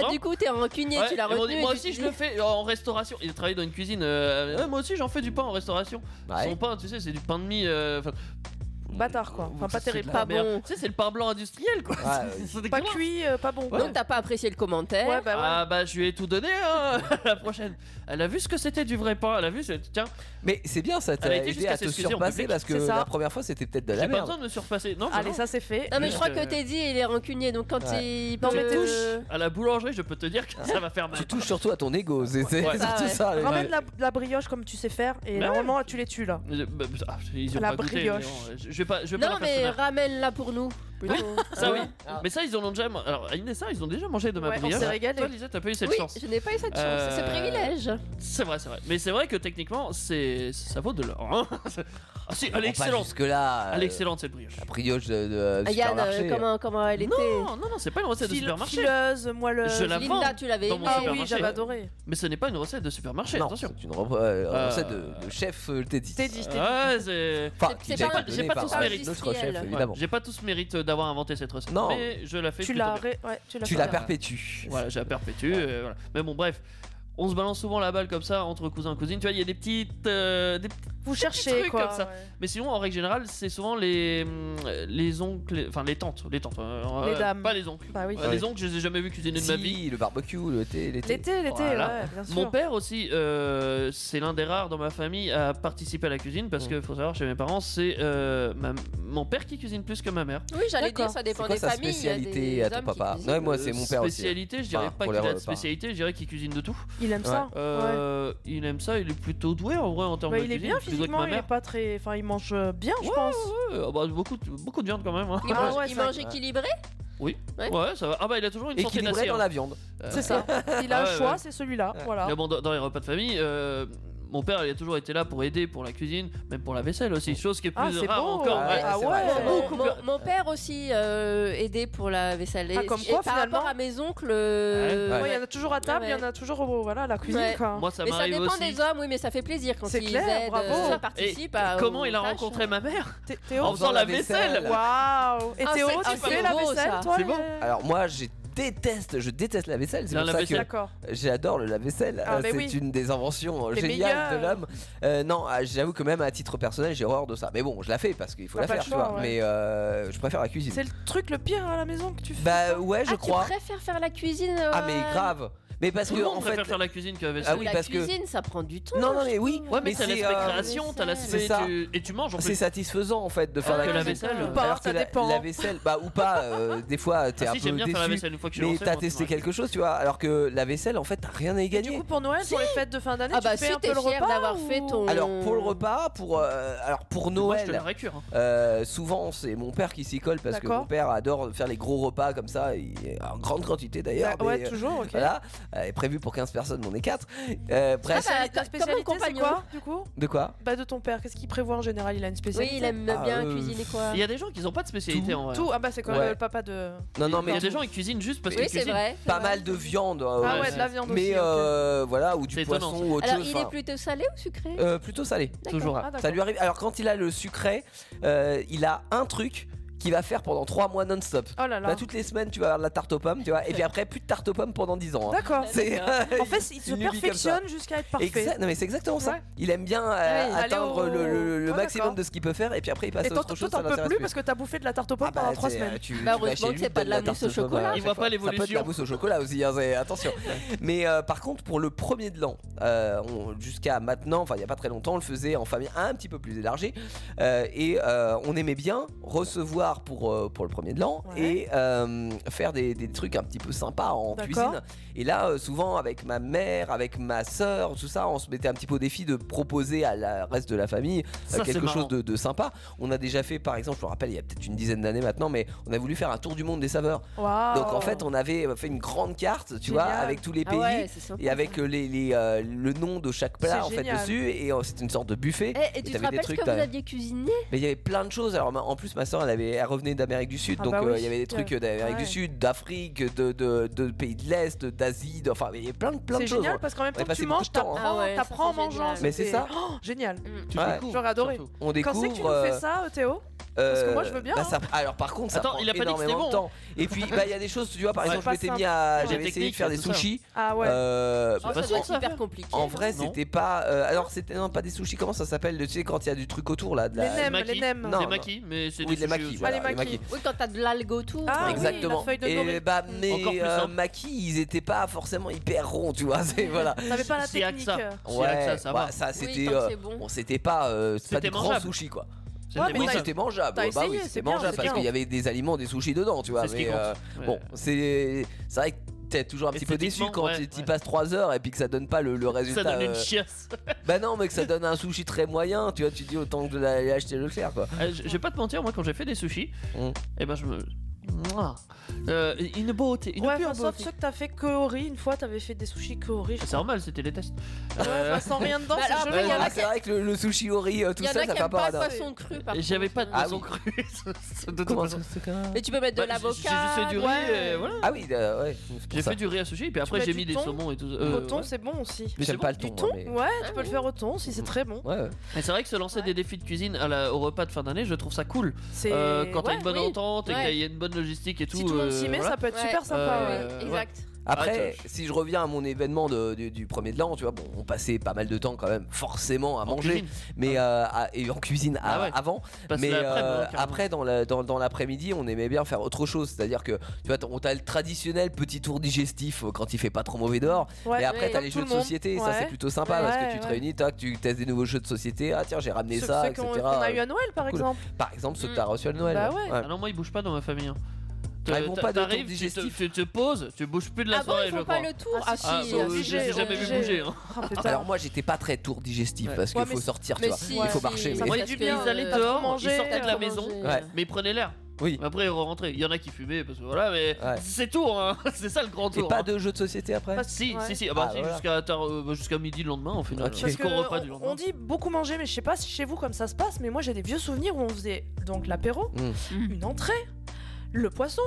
Speaker 4: Pardon
Speaker 5: du coup, t'es rancunier,
Speaker 4: Ouais,
Speaker 5: tu l'as
Speaker 4: ils m'ont
Speaker 5: retenu.
Speaker 4: dit,
Speaker 5: et
Speaker 4: moi
Speaker 5: tu
Speaker 4: aussi
Speaker 5: te
Speaker 4: je
Speaker 5: dis-
Speaker 4: le fais euh, en restauration. Il travaille dans une cuisine. euh, Ouais, moi aussi j'en fais du pain en restauration.
Speaker 3: Bah Ouais.
Speaker 4: Son pain, tu sais, c'est du pain de mie. euh, enfin,
Speaker 2: Bâtard, quoi. Enfin, pas
Speaker 4: c'est de
Speaker 2: terrible.
Speaker 4: la
Speaker 5: Pas
Speaker 4: merde.
Speaker 5: bon.
Speaker 4: Tu sais, c'est le pain blanc industriel quoi.
Speaker 3: Ouais, oui.
Speaker 4: C'est des
Speaker 2: Pas
Speaker 4: connards.
Speaker 2: cuit, euh, pas bon.
Speaker 5: Donc, t'as pas apprécié le commentaire.
Speaker 2: Ouais, bah ouais.
Speaker 4: Ah bah je lui ai tout donné hein, la prochaine. Elle a vu ce que c'était du vrai pain. Elle a vu ce... tiens,
Speaker 3: Mais c'est bien, ça
Speaker 4: Elle a
Speaker 3: t'a
Speaker 4: été
Speaker 3: aidé
Speaker 4: jusqu'à
Speaker 3: à te
Speaker 4: s'excuser en
Speaker 3: surpasser
Speaker 4: public,
Speaker 3: parce que
Speaker 2: c'est ça.
Speaker 3: la première fois c'était peut-être de
Speaker 4: j'ai
Speaker 3: la
Speaker 4: pas
Speaker 3: merde.
Speaker 4: besoin de me surpasser. Non,
Speaker 2: Allez,
Speaker 4: non.
Speaker 2: ça c'est fait.
Speaker 5: Non, mais je crois que
Speaker 4: Euh,
Speaker 5: Teddy, il est rancunier. Donc, quand
Speaker 3: Ouais.
Speaker 5: il.
Speaker 2: Non, mais
Speaker 5: peut-
Speaker 2: touche.
Speaker 4: à la boulangerie, je peux te dire que ça va faire mal.
Speaker 3: Tu touches surtout à ton ego, c'est c'est
Speaker 4: Ouais.
Speaker 3: surtout
Speaker 5: Ouais.
Speaker 3: ça. les-
Speaker 2: Ramène la, la brioche comme tu sais faire Ah et
Speaker 4: Ben Ouais.
Speaker 2: normalement tu les tues là.
Speaker 4: Euh, bah, ah, ils ont
Speaker 2: La
Speaker 4: pas goûté, mais
Speaker 2: brioche.
Speaker 4: bon, je je vais pas, je vais pas
Speaker 5: Non,
Speaker 4: la faire
Speaker 5: mais
Speaker 4: sonner.
Speaker 5: ramène-la pour nous. plutôt.
Speaker 4: Ça oui.
Speaker 3: Ah.
Speaker 4: Mais ça ils en ont déjà. man- Alors à Inessa ils ont déjà mangé de ma
Speaker 2: Ouais, on
Speaker 4: brioche.
Speaker 2: s'est régalé.
Speaker 4: Toi Lisa t'as pas eu cette
Speaker 5: Oui,
Speaker 4: chance.
Speaker 5: je n'ai pas eu cette chance, c'est
Speaker 4: Euh,
Speaker 5: ce privilège.
Speaker 4: C'est vrai c'est vrai. Mais c'est vrai que techniquement c'est ça vaut de l'or. hein. ah si elle est excellente.
Speaker 3: Jusque là.
Speaker 4: Elle est excellente cette brioche.
Speaker 3: euh, La brioche de, de
Speaker 5: Ah, Yann, euh,
Speaker 3: supermarché.
Speaker 5: comment, comment elle était
Speaker 4: Non non non c'est pas une recette de
Speaker 2: File-
Speaker 4: supermarché.
Speaker 2: Fileuse, moelleuse.
Speaker 4: Je la vends
Speaker 5: Linda, tu l'avais
Speaker 4: dans mon
Speaker 5: aimée.
Speaker 2: Ah oui,
Speaker 4: supermarché.
Speaker 2: j'avais adoré.
Speaker 4: Mais ce n'est pas une recette de supermarché
Speaker 3: non,
Speaker 4: attention.
Speaker 3: c'est une re- euh, recette de, de chef euh, Teddy.
Speaker 2: Teddy, Teddy.
Speaker 4: Ouais c'est.
Speaker 3: Enfin,
Speaker 5: C'est-
Speaker 3: qui
Speaker 5: c'est
Speaker 3: nous a
Speaker 5: pas-
Speaker 3: été
Speaker 4: j'ai
Speaker 3: donné
Speaker 4: pas
Speaker 3: par,
Speaker 4: tous
Speaker 3: euh,
Speaker 4: mérite.
Speaker 3: Notre chef,
Speaker 5: industriel.
Speaker 3: évidemment.
Speaker 4: Ouais, J'ai pas tout ce mérite euh, d'avoir inventé cette recette.
Speaker 3: Non.
Speaker 4: Mais je la fais.
Speaker 2: Tu
Speaker 4: plutôt
Speaker 2: l'as
Speaker 4: bien.
Speaker 2: ré- ouais, tu l'as
Speaker 3: Tu
Speaker 2: fait
Speaker 3: la
Speaker 2: bien.
Speaker 3: perpétues.
Speaker 4: Voilà j'ai la perpétue. euh, voilà. Mais bon bref. On se balance souvent la balle comme ça entre cousins cousines. Tu vois, il y a des petites, euh, des
Speaker 2: Vous
Speaker 4: Petit
Speaker 2: cherchez
Speaker 4: truc
Speaker 2: quoi.
Speaker 4: comme ça.
Speaker 2: ouais.
Speaker 4: Mais sinon, en règle générale, c'est souvent les, hum, les oncles, enfin les tantes, les tantes. euh,
Speaker 2: Les
Speaker 4: euh,
Speaker 2: dames.
Speaker 4: Pas les oncles.
Speaker 2: Bah oui.
Speaker 4: Euh, Les oncles, je les ai jamais vus cuisiner de ma
Speaker 3: Si,
Speaker 4: vie.
Speaker 3: le barbecue, le thé, l'été.
Speaker 2: L'été, l'été,
Speaker 4: Voilà.
Speaker 2: ouais, bien sûr.
Speaker 4: Mon père aussi, euh, c'est l'un des rares dans ma famille à participer à la cuisine parce
Speaker 3: Mm.
Speaker 4: que faut savoir chez mes parents, c'est euh, ma- mon père qui cuisine plus que ma mère.
Speaker 5: Oui, j'allais
Speaker 2: D'accord.
Speaker 5: dire, ça dépend
Speaker 3: C'est quoi
Speaker 5: des
Speaker 3: sa
Speaker 5: familles. il y a
Speaker 3: spécialité
Speaker 5: des
Speaker 3: à ton
Speaker 5: hommes qui
Speaker 3: papa
Speaker 5: cuisinent.
Speaker 3: Ouais, moi c'est
Speaker 4: Euh,
Speaker 3: mon père aussi. hein.
Speaker 4: Spécialité, je dirais
Speaker 3: Enfin,
Speaker 4: pas
Speaker 3: pour
Speaker 4: qu'il
Speaker 3: les
Speaker 4: a de
Speaker 3: repas.
Speaker 4: spécialité, je dirais qu'il cuisine de tout.
Speaker 2: Il aime ça. ouais.
Speaker 4: Euh, Il aime ça, il est plutôt doué en vrai en termes
Speaker 2: Bah,
Speaker 4: de
Speaker 2: il est
Speaker 4: cuisine.
Speaker 2: bien
Speaker 4: plus doué que ma
Speaker 2: physiquement, il est
Speaker 4: mère.
Speaker 2: pas très. Enfin, il mange euh, bien, je
Speaker 4: Ouais,
Speaker 2: pense.
Speaker 4: Ouais, bah, beaucoup, de- beaucoup de viande quand même. hein.
Speaker 5: Il
Speaker 2: Ah
Speaker 5: mange,
Speaker 2: ouais,
Speaker 5: il
Speaker 2: c'est
Speaker 5: mange
Speaker 3: vrai.
Speaker 5: équilibré
Speaker 4: Ah.
Speaker 5: ouais.
Speaker 4: Ouais, ça va. Ah bah il a toujours une santé
Speaker 3: Équilibré
Speaker 4: d'acier.
Speaker 3: dans
Speaker 4: hein.
Speaker 3: la viande.
Speaker 4: Euh,
Speaker 2: C'est ça. Il a
Speaker 4: Ah
Speaker 2: un
Speaker 4: ouais,
Speaker 2: choix,
Speaker 4: ouais.
Speaker 2: c'est celui-là. Voilà.
Speaker 4: Mais bon, dans, dans les repas de famille, euh, mon père il a toujours été là pour aider pour la cuisine, même pour la vaisselle aussi, chose qui est plus
Speaker 2: Ah, c'est
Speaker 4: rare
Speaker 2: beau.
Speaker 4: encore.
Speaker 3: Ah
Speaker 4: ouais.
Speaker 2: Ah
Speaker 3: c'est vrai,
Speaker 2: ouais.
Speaker 3: c'est
Speaker 5: Mon-
Speaker 3: vrai.
Speaker 4: Beaucoup.
Speaker 5: Mon, mon père aussi euh, aidé pour la vaisselle.
Speaker 2: Ah,
Speaker 5: Et-
Speaker 2: comme
Speaker 5: et
Speaker 2: quoi,
Speaker 5: par
Speaker 2: finalement
Speaker 5: rapport à mes oncles. euh,
Speaker 2: Ouais, Il y en a toujours à table, il y en a toujours au, voilà, à la cuisine.
Speaker 5: Ouais.
Speaker 2: Quoi.
Speaker 4: Moi ça
Speaker 5: mais ça
Speaker 4: m'arrive
Speaker 5: dépend
Speaker 4: aussi.
Speaker 5: des hommes, oui, mais ça fait plaisir quand
Speaker 2: C'est
Speaker 5: ils
Speaker 2: clair,
Speaker 5: aident,
Speaker 2: bravo.
Speaker 5: euh, ça
Speaker 4: Et
Speaker 5: participe à-
Speaker 4: comment
Speaker 5: aux
Speaker 4: il a
Speaker 2: hein.
Speaker 5: tâches.
Speaker 4: rencontré ma mère
Speaker 2: Thé-
Speaker 4: En
Speaker 2: Théo
Speaker 4: faisant la vaisselle.
Speaker 2: Waouh Et
Speaker 5: Ah,
Speaker 2: Théo,
Speaker 5: c'est-
Speaker 2: tu
Speaker 5: ah,
Speaker 2: fais
Speaker 5: c'est
Speaker 2: la
Speaker 5: beau,
Speaker 2: vaisselle,
Speaker 5: ça.
Speaker 2: toi
Speaker 4: C'est bon.
Speaker 2: Léa
Speaker 3: Alors moi, je déteste, je déteste la vaisselle. C'est
Speaker 4: Non,
Speaker 3: pour
Speaker 4: la
Speaker 3: ça
Speaker 4: vaisselle.
Speaker 3: que
Speaker 2: D'accord.
Speaker 3: J'adore le lave-vaisselle,
Speaker 2: Ah,
Speaker 3: euh,
Speaker 2: mais
Speaker 3: c'est
Speaker 2: oui.
Speaker 3: une des inventions euh,
Speaker 2: Les
Speaker 3: géniales de
Speaker 2: meilleures.
Speaker 3: l'homme. Euh, non, ah, j'avoue que même à titre personnel, j'ai horreur de ça. Mais bon, je la fais parce qu'il faut
Speaker 2: T'as
Speaker 3: la
Speaker 2: pas
Speaker 3: faire,
Speaker 2: le
Speaker 3: tu
Speaker 2: choix,
Speaker 3: vois.
Speaker 2: ouais.
Speaker 3: Mais euh, je préfère la cuisine.
Speaker 2: C'est le truc le pire à la maison que tu fais.
Speaker 3: Bah ouais, je
Speaker 5: Ah,
Speaker 3: crois.
Speaker 5: Tu préfères faire la cuisine
Speaker 3: Ah
Speaker 5: euh,
Speaker 3: mais grave. Mais parce
Speaker 4: Tout
Speaker 3: que
Speaker 4: le monde
Speaker 3: en
Speaker 4: préfère
Speaker 3: fait,
Speaker 4: faire la cuisine que la vaisselle.
Speaker 3: Ah oui, La parce que- cuisine,
Speaker 5: ça prend du temps.
Speaker 3: Non, non, mais oui.
Speaker 4: Ouais, mais,
Speaker 3: c'est,
Speaker 4: t'as l'aspect
Speaker 3: euh,
Speaker 4: création, t'as l'aspect.
Speaker 3: c'est ça.
Speaker 4: tu- Et tu manges en
Speaker 3: c'est
Speaker 4: plus.
Speaker 3: satisfaisant en fait de faire
Speaker 4: Ah, que la
Speaker 3: cuisine.
Speaker 4: vaisselle, Ou
Speaker 3: Alors
Speaker 4: pas,
Speaker 3: que
Speaker 4: ça
Speaker 3: la,
Speaker 4: dépend.
Speaker 3: la vaisselle, bah ou pas. euh, des fois, t'es
Speaker 4: Ah
Speaker 3: un
Speaker 4: si,
Speaker 3: peu
Speaker 4: j'aime bien
Speaker 3: déçu.
Speaker 4: faire la vaisselle une fois que je suis
Speaker 3: mais
Speaker 4: lancé,
Speaker 3: t'as
Speaker 4: moi,
Speaker 3: testé quelque chose, tu vois. Alors que la vaisselle, en fait, t'as rien à y gagner.
Speaker 2: Pour Noël, pour les fêtes de fin d'année,
Speaker 5: Ah bah
Speaker 2: tu fais
Speaker 5: si,
Speaker 2: un
Speaker 5: t'es
Speaker 2: peu le
Speaker 5: fier
Speaker 2: repas
Speaker 5: d'avoir
Speaker 2: ou-
Speaker 5: fait ton.
Speaker 3: Alors pour le repas, pour euh, alors pour
Speaker 4: Moi, je te
Speaker 3: Noël,
Speaker 4: la récure. hein.
Speaker 3: euh, souvent c'est mon père qui s'y colle parce que
Speaker 4: D'accord.
Speaker 3: mon père adore faire les gros repas comme ça, il- en grande quantité d'ailleurs.
Speaker 2: Ah, ouais,
Speaker 3: mais, euh,
Speaker 2: toujours, ok.
Speaker 3: Voilà, euh, est prévu pour 15 personnes, on est 4 Euh,
Speaker 2: Ah
Speaker 3: bref.
Speaker 2: bah, ta
Speaker 5: comme un
Speaker 2: spécialité, c'est
Speaker 5: compagnon.
Speaker 2: quoi du coup
Speaker 3: De quoi
Speaker 2: Bah de ton père, qu'est-ce qu'il prévoit en général Il a une spécialité
Speaker 5: Oui, il aime
Speaker 3: Ah, bien euh,
Speaker 5: cuisiner quoi
Speaker 4: Il y a des gens qui n'ont pas de spécialité en vrai.
Speaker 2: Tout, ah bah c'est quand
Speaker 3: Ouais.
Speaker 2: le papa de.
Speaker 3: Non, non,
Speaker 4: Il y
Speaker 3: mais
Speaker 4: a des gens qui cuisinent juste parce
Speaker 5: Oui,
Speaker 4: qu'ils
Speaker 5: c'est
Speaker 4: cuisinent.
Speaker 5: vrai.
Speaker 3: pas mal de viande. euh,
Speaker 2: Ah
Speaker 4: ouais,
Speaker 2: ouais, de la viande aussi.
Speaker 3: mais
Speaker 2: ok.
Speaker 3: euh, voilà, ou du
Speaker 4: C'est étonnant,
Speaker 3: poisson ou autre
Speaker 5: Alors
Speaker 3: chose.
Speaker 5: il est
Speaker 3: enfin,
Speaker 5: plutôt salé ou sucré
Speaker 3: euh, plutôt salé.
Speaker 4: Toujours.
Speaker 2: Ah, d'accord.
Speaker 3: Ça lui arrive. Alors quand il a le sucré, euh, il a un truc qu'il va faire pendant 3 mois non-stop.
Speaker 2: Oh là
Speaker 3: Là,
Speaker 2: là.
Speaker 3: toutes les semaines, tu vas avoir de la tarte aux pommes, tu vois, et puis après, plus de tarte aux pommes pendant 10 ans. hein.
Speaker 2: D'accord.
Speaker 3: C'est-
Speaker 2: En fait, il se
Speaker 3: une lubie comme ça.
Speaker 2: perfectionne jusqu'à être parfait.
Speaker 3: Exact- non mais c'est exactement ça.
Speaker 2: Ouais.
Speaker 3: Il aime bien euh,
Speaker 2: Ouais, aller
Speaker 3: atteindre
Speaker 2: au-
Speaker 3: le, le- le
Speaker 2: Ouais,
Speaker 3: maximum
Speaker 2: d'accord.
Speaker 3: de ce qu'il peut faire et puis après il passe
Speaker 2: Et
Speaker 3: à
Speaker 2: toi,
Speaker 3: autre
Speaker 2: toi,
Speaker 3: chose.
Speaker 2: t'en
Speaker 3: ça
Speaker 2: peux
Speaker 3: l'intéresse
Speaker 2: plus parce que t'as bouffé de la tarte aux pommes
Speaker 3: Ah bah,
Speaker 2: pendant 3
Speaker 3: c'est-
Speaker 2: semaines.
Speaker 3: tu- tu
Speaker 5: Bah,
Speaker 3: vas
Speaker 5: heureusement
Speaker 3: chez
Speaker 5: que
Speaker 3: lui,
Speaker 5: c'est pas de la
Speaker 3: tarte
Speaker 5: mousse au
Speaker 3: pommes,
Speaker 5: chocolat.
Speaker 3: voilà,
Speaker 4: Il
Speaker 3: ça
Speaker 4: voit
Speaker 3: peut-
Speaker 4: pas
Speaker 3: Ça peut être de la
Speaker 4: l'évolution.
Speaker 3: mousse au chocolat aussi, hein, c'est- attention. Mais euh, par contre, pour le premier de l'an, euh, on- jusqu'à maintenant, enfin il y a pas très longtemps, on le faisait en famille un petit peu plus élargie euh, et euh, on aimait bien recevoir pour euh, pour le premier de l'an
Speaker 2: Ouais.
Speaker 3: et euh, faire des, des trucs un petit peu sympas en
Speaker 2: D'accord.
Speaker 3: cuisine. Et là, euh, souvent avec ma mère, avec ma sœur, tout ça, on se mettait un petit peu au défi de proposer à la reste de la famille
Speaker 4: Ça,
Speaker 3: euh,
Speaker 4: c'est
Speaker 3: quelque
Speaker 4: marrant.
Speaker 3: chose de, de sympa. On a déjà fait, par exemple, je me rappelle, il y a peut-être une dizaine d'années maintenant, mais on a voulu faire un tour du monde des saveurs.
Speaker 2: Waouh.
Speaker 3: Donc en fait, on avait euh, fait une grande carte, tu vois,
Speaker 2: Génial.
Speaker 3: avec tous les
Speaker 5: Ah
Speaker 3: pays.
Speaker 5: ouais, c'est sympa.
Speaker 3: Et avec euh, les, les, euh, le nom de chaque plat
Speaker 2: C'est
Speaker 3: en fait
Speaker 2: génial.
Speaker 3: dessus et euh, c'était une sorte de buffet.
Speaker 5: Eh, Et tu te
Speaker 3: t'avais des
Speaker 5: rappelles ce
Speaker 3: trucs,
Speaker 5: que vous
Speaker 3: t'as-
Speaker 5: aviez cuisiné
Speaker 3: Mais il y avait plein de choses. Alors ma- en plus ma soeur elle, avait, elle revenait d'Amérique du Sud,
Speaker 2: Ah
Speaker 3: donc
Speaker 2: bah
Speaker 3: euh, il
Speaker 2: oui,
Speaker 3: y avait des
Speaker 2: euh,
Speaker 3: trucs d'Amérique
Speaker 2: ouais.
Speaker 3: du Sud, d'Afrique, de, de, de pays de l'Est, d'Asie, de- enfin il y avait plein de plein de
Speaker 2: C'est
Speaker 3: choses. hein.
Speaker 2: génial parce qu'en même
Speaker 3: On
Speaker 2: temps
Speaker 3: a
Speaker 2: que
Speaker 3: passé
Speaker 2: tu
Speaker 3: beaucoup
Speaker 2: manges,
Speaker 3: de temps, hein.
Speaker 2: t'apprends
Speaker 5: Ah ouais, ça,
Speaker 2: t'apprends en
Speaker 5: c'est
Speaker 2: mangeant.
Speaker 5: génial.
Speaker 3: Mais c'est ça.
Speaker 2: Oh, génial.
Speaker 4: Tu
Speaker 3: Ouais.
Speaker 4: découvres,
Speaker 2: J'aurais adoré.
Speaker 4: surtout.
Speaker 3: On
Speaker 2: Quand
Speaker 3: découvre.
Speaker 2: c'est que tu nous fais
Speaker 3: euh,
Speaker 2: ça, Théo Parce que moi, je veux bien,
Speaker 3: bah,
Speaker 2: hein.
Speaker 3: ça- alors par contre, ça
Speaker 4: Attends,
Speaker 3: prend
Speaker 4: il a pas dit que c'était
Speaker 3: énormément
Speaker 4: bon,
Speaker 3: de temps. Et puis bah, il y a des choses, tu vois, par
Speaker 4: Ouais.
Speaker 3: exemple,
Speaker 2: Pas
Speaker 3: je m'étais
Speaker 2: simple.
Speaker 3: mis à,
Speaker 4: Ouais.
Speaker 3: j'avais essayé de
Speaker 4: technique,
Speaker 3: faire des
Speaker 4: tout ça.
Speaker 3: sushis.
Speaker 2: Ah ouais.
Speaker 5: Oh,
Speaker 3: Euh,
Speaker 5: Ça
Speaker 4: facile,
Speaker 5: doit être
Speaker 4: ça,
Speaker 5: hyper
Speaker 4: faire.
Speaker 5: compliqué.
Speaker 3: En vrai,
Speaker 4: Non.
Speaker 3: c'était pas. euh, alors, c'était non, pas des sushis. Comment ça s'appelle Tu sais, quand il y a du truc autour là. De
Speaker 2: Les
Speaker 3: la...
Speaker 2: nems,
Speaker 4: maquis.
Speaker 2: les nems. Ah,
Speaker 3: Non,
Speaker 4: les
Speaker 3: non.
Speaker 4: maquis, mais c'est
Speaker 3: Oui, les
Speaker 4: des sushis
Speaker 3: maquis.
Speaker 4: aussi.
Speaker 3: voilà,
Speaker 2: les maquis.
Speaker 5: Oui, quand t'as de l'algo tout.
Speaker 2: Ah oui,
Speaker 3: Exactement.
Speaker 2: la feuille de
Speaker 3: et
Speaker 2: nori.
Speaker 3: bah, mais
Speaker 4: Encore plus
Speaker 3: euh,
Speaker 4: simple.
Speaker 3: maquis, ils étaient pas forcément hyper ronds, tu vois. C'est voilà.
Speaker 2: T'avais pas la
Speaker 4: C'est à que
Speaker 2: technique.
Speaker 4: ça.
Speaker 2: euh.
Speaker 4: Si elle a que ça, ça va.
Speaker 3: bah, ça
Speaker 5: Oui,
Speaker 3: c'était.
Speaker 5: tant que
Speaker 3: euh,
Speaker 5: c'est bon.
Speaker 3: Bon, c'était pas. euh, c'est pas
Speaker 4: C'était
Speaker 3: des grands
Speaker 4: mangeable.
Speaker 3: sushis quoi.
Speaker 4: C'était
Speaker 2: Ouais, mais
Speaker 4: bon,
Speaker 3: oui,
Speaker 2: t'as-
Speaker 4: ça.
Speaker 3: c'était mangeable.
Speaker 2: t'as
Speaker 3: bah oui,
Speaker 2: essayé, c'est
Speaker 3: c'était
Speaker 2: bien,
Speaker 3: mangeable
Speaker 2: c'est
Speaker 3: parce
Speaker 2: bien.
Speaker 3: qu'il y avait des aliments, des sushis dedans, tu vois.
Speaker 4: C'est ce qui
Speaker 3: mais,
Speaker 4: compte.
Speaker 3: euh,
Speaker 4: Ouais.
Speaker 3: Bon, c'est c'est vrai que t'es toujours un petit peu déçu
Speaker 4: Esthétiquement,
Speaker 3: quand
Speaker 4: ouais,
Speaker 3: tu t'y
Speaker 4: ouais.
Speaker 3: passes 3 heures et puis que ça donne pas le, le résultat.
Speaker 4: Ça donne une
Speaker 3: euh,
Speaker 4: chiasse.
Speaker 3: Bah non, mais que ça donne un sushi très moyen, tu vois, tu dis autant que de l'aller acheter le clair quoi.
Speaker 4: Euh, Je je vais pas te mentir, moi quand j'ai fait des sushis,
Speaker 3: Mm.
Speaker 4: et ben je me. Mouah. Euh, une beauté, une
Speaker 2: Ouais,
Speaker 4: pure
Speaker 2: enfin, sauf
Speaker 4: beauté.
Speaker 2: ceux que t'as fait Kaori une fois, t'avais fait des sushis Kaori. je
Speaker 4: C'est normal, c'était les tests.
Speaker 2: crois. Ouais,
Speaker 4: Euh,
Speaker 2: enfin, sans rien dedans,
Speaker 5: Bah,
Speaker 2: c'est
Speaker 5: alors,
Speaker 2: gelé.
Speaker 5: y en a
Speaker 3: Ah, c'est
Speaker 5: qui-
Speaker 3: vrai que le, le sushi au riz, euh, tout
Speaker 5: Il y en
Speaker 3: ça,
Speaker 5: a
Speaker 3: ça
Speaker 5: qui
Speaker 3: fait
Speaker 5: aiment
Speaker 3: pas
Speaker 5: pas
Speaker 3: radin.
Speaker 5: le poisson cru par
Speaker 4: Et J'avais pas de
Speaker 3: Ah
Speaker 4: poisson
Speaker 3: oui.
Speaker 4: cru. ça- de toute
Speaker 3: Comment
Speaker 4: façon.
Speaker 3: ça c'est quand même-
Speaker 5: Mais tu peux mettre de
Speaker 4: Bah, j'ai-
Speaker 5: l'avocat.
Speaker 4: J'ai juste fait du riz,
Speaker 2: ouais.
Speaker 4: euh, voilà.
Speaker 3: Ah oui, euh, ouais. c'est pour
Speaker 4: J'ai
Speaker 3: ça.
Speaker 4: fait du riz à sushi, et puis après
Speaker 2: mets
Speaker 4: j'ai
Speaker 2: du
Speaker 4: mis des
Speaker 2: thon,
Speaker 4: saumons et tout. ça.
Speaker 2: Au
Speaker 4: Euh,
Speaker 2: thon,
Speaker 4: ouais.
Speaker 2: c'est bon aussi.
Speaker 4: Mais c'est
Speaker 3: J'aime
Speaker 4: bon,
Speaker 3: pas le
Speaker 2: Du
Speaker 3: ton.
Speaker 2: thon
Speaker 3: moi, mais-
Speaker 2: Ouais, tu peux le faire au thon aussi, c'est très bon.
Speaker 3: Ouais, ouais.
Speaker 4: Mais c'est vrai que se lancer des défis de cuisine à la- au repas de fin d'année, je trouve ça cool.
Speaker 2: C'est
Speaker 4: Euh, quand t'as
Speaker 2: ouais,
Speaker 4: une bonne
Speaker 5: oui.
Speaker 4: entente et
Speaker 5: Ouais.
Speaker 4: qu'il y a une bonne logistique et tout.
Speaker 2: Si tout le monde s'y
Speaker 4: euh,
Speaker 2: met,
Speaker 4: voilà.
Speaker 2: ça peut être
Speaker 5: Ouais.
Speaker 2: super sympa.
Speaker 4: Euh,
Speaker 2: ouais.
Speaker 4: ouais.
Speaker 5: Exact.
Speaker 3: Après,
Speaker 4: Ah,
Speaker 3: si je reviens à mon événement de- du, du premier de l'an, tu vois, bon, on passait pas mal de temps quand même, forcément, à
Speaker 4: En
Speaker 3: manger,
Speaker 4: cuisine.
Speaker 3: mais euh, à- et en cuisine à-
Speaker 4: Ah ouais.
Speaker 3: avant.
Speaker 4: Parce que
Speaker 3: mais
Speaker 4: l'après,
Speaker 3: euh,
Speaker 4: bah, carrément.
Speaker 3: après, dans la- dans- dans l'après-midi, on aimait bien faire autre chose. C'est-à-dire que, tu vois, on t'a le traditionnel petit tour digestif euh, quand il fait pas trop mauvais dehors.
Speaker 2: Ouais.
Speaker 3: Et après,
Speaker 5: ouais,
Speaker 3: t'as
Speaker 2: comme
Speaker 3: les
Speaker 2: tout
Speaker 3: jeux
Speaker 2: le
Speaker 3: de
Speaker 2: monde.
Speaker 3: société, et ça c'est
Speaker 2: Ouais.
Speaker 3: plutôt sympa parce
Speaker 2: Ouais,
Speaker 3: que tu te
Speaker 2: ouais.
Speaker 3: réunis, tac, tu testes des nouveaux jeux de société. Ah tiens, j'ai ramené
Speaker 2: Ceux-
Speaker 3: ça,
Speaker 2: ceux
Speaker 3: etc.
Speaker 2: qu'on qu'on a eu à Noël, par
Speaker 3: cool.
Speaker 2: exemple.
Speaker 3: Par exemple, ceux que t'as reçu à Noël.
Speaker 2: Bah
Speaker 3: ouais.
Speaker 2: ouais.
Speaker 3: Ouais.
Speaker 4: Mm. Ah non, moi ils bougent pas dans ma famille. hein.
Speaker 3: Ah, ils
Speaker 4: Te-
Speaker 3: font pas de
Speaker 4: t'arrives,
Speaker 3: tour
Speaker 4: tu te-
Speaker 3: digestif.
Speaker 4: Tu te poses, tu bouges plus de la
Speaker 5: Ah bon,
Speaker 4: soirée,
Speaker 5: ils
Speaker 4: je
Speaker 5: font
Speaker 4: crois.
Speaker 5: pas le tour
Speaker 2: Ah,
Speaker 5: Ah
Speaker 2: si,
Speaker 4: Ah,
Speaker 5: si,
Speaker 4: bon,
Speaker 5: euh,
Speaker 4: je-
Speaker 2: obligé,
Speaker 4: j'ai jamais vu
Speaker 2: obligé.
Speaker 4: bouger. hein.
Speaker 2: Ah, putain.
Speaker 3: Alors moi j'étais pas très tour digestif
Speaker 4: Ouais.
Speaker 3: parce qu'il
Speaker 2: Ouais,
Speaker 3: faut
Speaker 2: mais-
Speaker 3: sortir, tu
Speaker 5: Mais
Speaker 3: vois.
Speaker 5: si,
Speaker 3: Il faut
Speaker 5: si,
Speaker 3: marcher.
Speaker 5: ça
Speaker 3: mais-
Speaker 4: Moi,
Speaker 5: parce
Speaker 4: ils-
Speaker 5: que,
Speaker 4: ils allaient
Speaker 5: euh,
Speaker 4: dehors,
Speaker 2: manger,
Speaker 4: ils sortaient de la
Speaker 5: trop
Speaker 4: maison,
Speaker 5: manger.
Speaker 3: Ouais.
Speaker 4: mais ils prenaient l'air.
Speaker 3: Oui.
Speaker 4: Après, ils re-rentraient. Il y en a qui fumaient parce que voilà, mais
Speaker 3: Ouais.
Speaker 4: c'est tout. hein. C'est ça le grand
Speaker 3: Et
Speaker 4: tour.
Speaker 3: pas
Speaker 4: hein.
Speaker 3: de jeux de société après.
Speaker 2: Parce-
Speaker 4: Si,
Speaker 2: Ouais.
Speaker 4: si, si, ah bah
Speaker 3: Ah,
Speaker 4: si,
Speaker 3: voilà.
Speaker 4: jusqu'à tard, euh, bah, jusqu'à midi le lendemain, on fait
Speaker 3: Ok.
Speaker 2: Parce
Speaker 4: le
Speaker 2: que
Speaker 4: qu'on repas du
Speaker 2: on,
Speaker 4: lendemain.
Speaker 2: on dit beaucoup manger, mais je sais pas si chez vous comme ça se passe, mais moi j'ai des vieux souvenirs où on faisait donc l'apéro,
Speaker 3: Mm.
Speaker 5: Mm.
Speaker 2: une entrée, le poisson,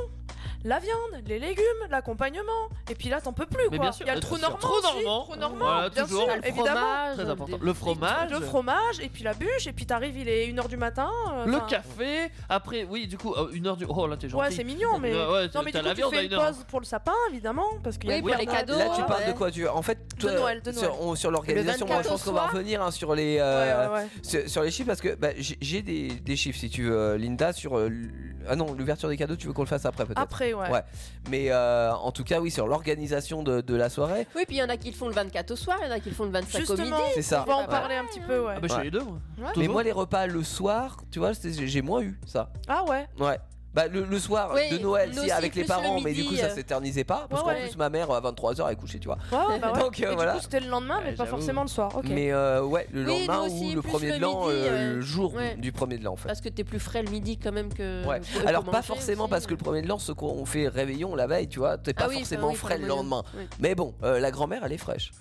Speaker 2: la viande, les légumes, l'accompagnement, et puis là t'en peux plus
Speaker 4: Mais
Speaker 2: quoi.
Speaker 4: bien sûr, euh,
Speaker 2: Il y a le
Speaker 4: bien
Speaker 2: trou
Speaker 4: sûr.
Speaker 2: normand,
Speaker 4: Trou
Speaker 2: aussi,
Speaker 4: normand.
Speaker 2: trou normand,
Speaker 4: Voilà,
Speaker 2: bien
Speaker 4: toujours.
Speaker 2: sûr,
Speaker 4: Le
Speaker 2: évidemment.
Speaker 5: Fromage,
Speaker 4: Très
Speaker 5: le
Speaker 4: important.
Speaker 5: dé-
Speaker 4: Le fromage,
Speaker 2: Le fromage, et puis la bûche, et puis t'arrives, il est 1h du matin. euh,
Speaker 4: le
Speaker 2: enfin,
Speaker 4: café. Après, oui, du coup, euh, une heure du. Oh là, t'es gentil.
Speaker 2: Ouais, c'est mignon, mais.
Speaker 4: Ouais, ouais,
Speaker 2: non, mais
Speaker 4: t'as
Speaker 2: du
Speaker 4: la
Speaker 2: coup, tu
Speaker 4: viande à
Speaker 2: fais
Speaker 4: une
Speaker 2: une
Speaker 4: heure.
Speaker 2: pause pour le sapin, évidemment, parce qu'il y a
Speaker 5: Oui, pour les
Speaker 2: Bernard-
Speaker 5: cadeaux. euh,
Speaker 3: Là tu
Speaker 5: ouais.
Speaker 3: parles de quoi tu En fait, toi,
Speaker 2: Noël, hein. de
Speaker 3: sur, on- sur l'organisation,
Speaker 5: Le
Speaker 3: moi
Speaker 5: 24
Speaker 3: je
Speaker 5: au
Speaker 3: pense qu'on va
Speaker 5: soir.
Speaker 3: revenir hein, sur les
Speaker 2: Ouais,
Speaker 3: euh,
Speaker 2: ouais, ouais.
Speaker 3: sur, sur les chiffres parce euh, que bah, j'ai- j'ai des, des chiffres si tu veux Linda sur euh, l- ah non l'ouverture des cadeaux tu veux qu'on le fasse après peut-être.
Speaker 2: après, ouais.
Speaker 3: Mais euh, en tout cas, oui, sur l'organisation de, de la soirée.
Speaker 5: Oui, puis il y en a qui le font le 24 au soir, il y en a qui le font le 25 au midi.
Speaker 2: Justement,
Speaker 3: C'est ça.
Speaker 2: on va en
Speaker 3: Ouais.
Speaker 2: parler un petit peu, ouais.
Speaker 3: Ah bah, je fais les deux, moi. Mais moi, les repas le soir, tu vois, c'est- j'ai j'ai moins eu ça.
Speaker 2: Ah ouais
Speaker 3: Ouais. Bah, le, le soir
Speaker 2: Oui,
Speaker 3: de Noël,
Speaker 2: nous
Speaker 3: si,
Speaker 2: aussi,
Speaker 3: avec les
Speaker 2: plus le
Speaker 3: parents, mais du
Speaker 2: midi,
Speaker 3: coup, ça
Speaker 2: euh.
Speaker 3: s'éternisait pas. Parce
Speaker 2: Ouais,
Speaker 3: qu'en
Speaker 2: ouais.
Speaker 3: plus, ma mère, à 23h, elle est couchée, tu vois.
Speaker 2: Ouais, ouais, bah ouais.
Speaker 3: Donc, euh,
Speaker 2: Et du
Speaker 3: voilà.
Speaker 2: coup, c'était le lendemain, mais pas
Speaker 3: j'avoue.
Speaker 2: forcément le soir. Ok.
Speaker 3: Mais euh, ouais, le
Speaker 5: Oui,
Speaker 3: lendemain
Speaker 5: nous aussi,
Speaker 3: ou le
Speaker 5: plus
Speaker 3: premier
Speaker 5: le
Speaker 3: de l'an,
Speaker 5: midi,
Speaker 3: euh, le
Speaker 5: ouais.
Speaker 3: jour
Speaker 5: Ouais.
Speaker 3: du premier de l'an, en fait.
Speaker 5: Parce que t'es plus frais le midi quand même
Speaker 2: euh,
Speaker 5: que.
Speaker 3: Ouais.
Speaker 5: que-
Speaker 3: Alors
Speaker 5: qu'on
Speaker 3: pas
Speaker 5: mangeait
Speaker 3: forcément
Speaker 5: aussi.
Speaker 3: parce que le premier de l'an, ce qu'on fait réveillon la veille, tu vois, t'es pas
Speaker 5: Ah oui, bah
Speaker 3: forcément
Speaker 5: oui, pour
Speaker 3: frais
Speaker 5: le
Speaker 3: le
Speaker 5: moyen.
Speaker 3: lendemain.
Speaker 5: Oui.
Speaker 3: Mais bon, euh, la grand-mère, elle est fraîche.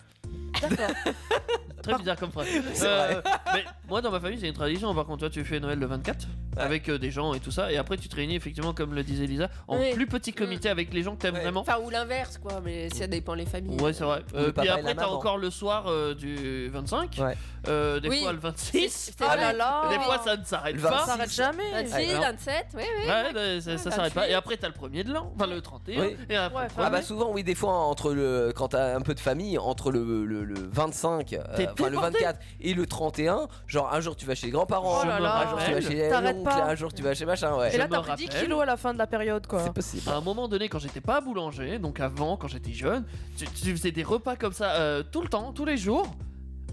Speaker 4: Très bizarre comme phrase.
Speaker 3: C'est
Speaker 4: Euh, mais moi, dans ma famille, j'ai une tradition. Par contre, toi, tu fais Noël le 24 avec euh, des gens et tout ça. Et après, tu te réunis, effectivement, comme le disait Lisa, en
Speaker 5: Oui.
Speaker 4: plus petit
Speaker 2: Mm.
Speaker 4: comité avec les gens que t'aimes vraiment.
Speaker 5: Enfin, ou l'inverse, quoi, mais ça dépend les familles.
Speaker 4: Ouais, c'est vrai.
Speaker 3: Ou
Speaker 4: Euh,
Speaker 3: le papa
Speaker 4: puis
Speaker 3: et
Speaker 4: après,
Speaker 3: la
Speaker 4: t'as
Speaker 3: maman.
Speaker 4: encore le soir euh, du 25. Euh, des
Speaker 5: Oui.
Speaker 4: fois, le 26.
Speaker 2: Oh
Speaker 5: c'est Ah vrai. là là.
Speaker 4: Des fois, ça ne s'arrête
Speaker 3: Le
Speaker 4: pas.
Speaker 3: 26. Ça s'arrête
Speaker 2: jamais.
Speaker 5: 26,
Speaker 4: Alors.
Speaker 5: 27, oui, oui.
Speaker 4: Ouais, ouais, ça, ça s'arrête pas.
Speaker 5: 28.
Speaker 4: Et après, t'as le premier de l'an, enfin le 31.
Speaker 3: Oui.
Speaker 4: Et après,
Speaker 5: Ouais,
Speaker 4: t'as-
Speaker 3: Ah bah souvent oui des fois entre le quand t'as un peu de famille entre le, le, le 25 euh,
Speaker 4: T'es
Speaker 3: enfin le
Speaker 4: débordé.
Speaker 3: 24 et le 31 genre un jour tu vas chez les grands-parents
Speaker 4: Oh là là.
Speaker 3: un jour tu vas chez
Speaker 2: T'arrêtes
Speaker 3: l'oncle
Speaker 2: pas.
Speaker 3: un jour tu vas chez machin ouais
Speaker 2: Et là,
Speaker 4: Je
Speaker 2: t'as
Speaker 4: me
Speaker 2: pris 10
Speaker 4: rappelle.
Speaker 2: kilos à la fin de la période, quoi.
Speaker 3: possible.
Speaker 4: À un moment donné, quand j'étais pas boulanger, donc avant, quand j'étais jeune, tu, tu faisais des repas comme ça euh, tout le temps, tous les jours.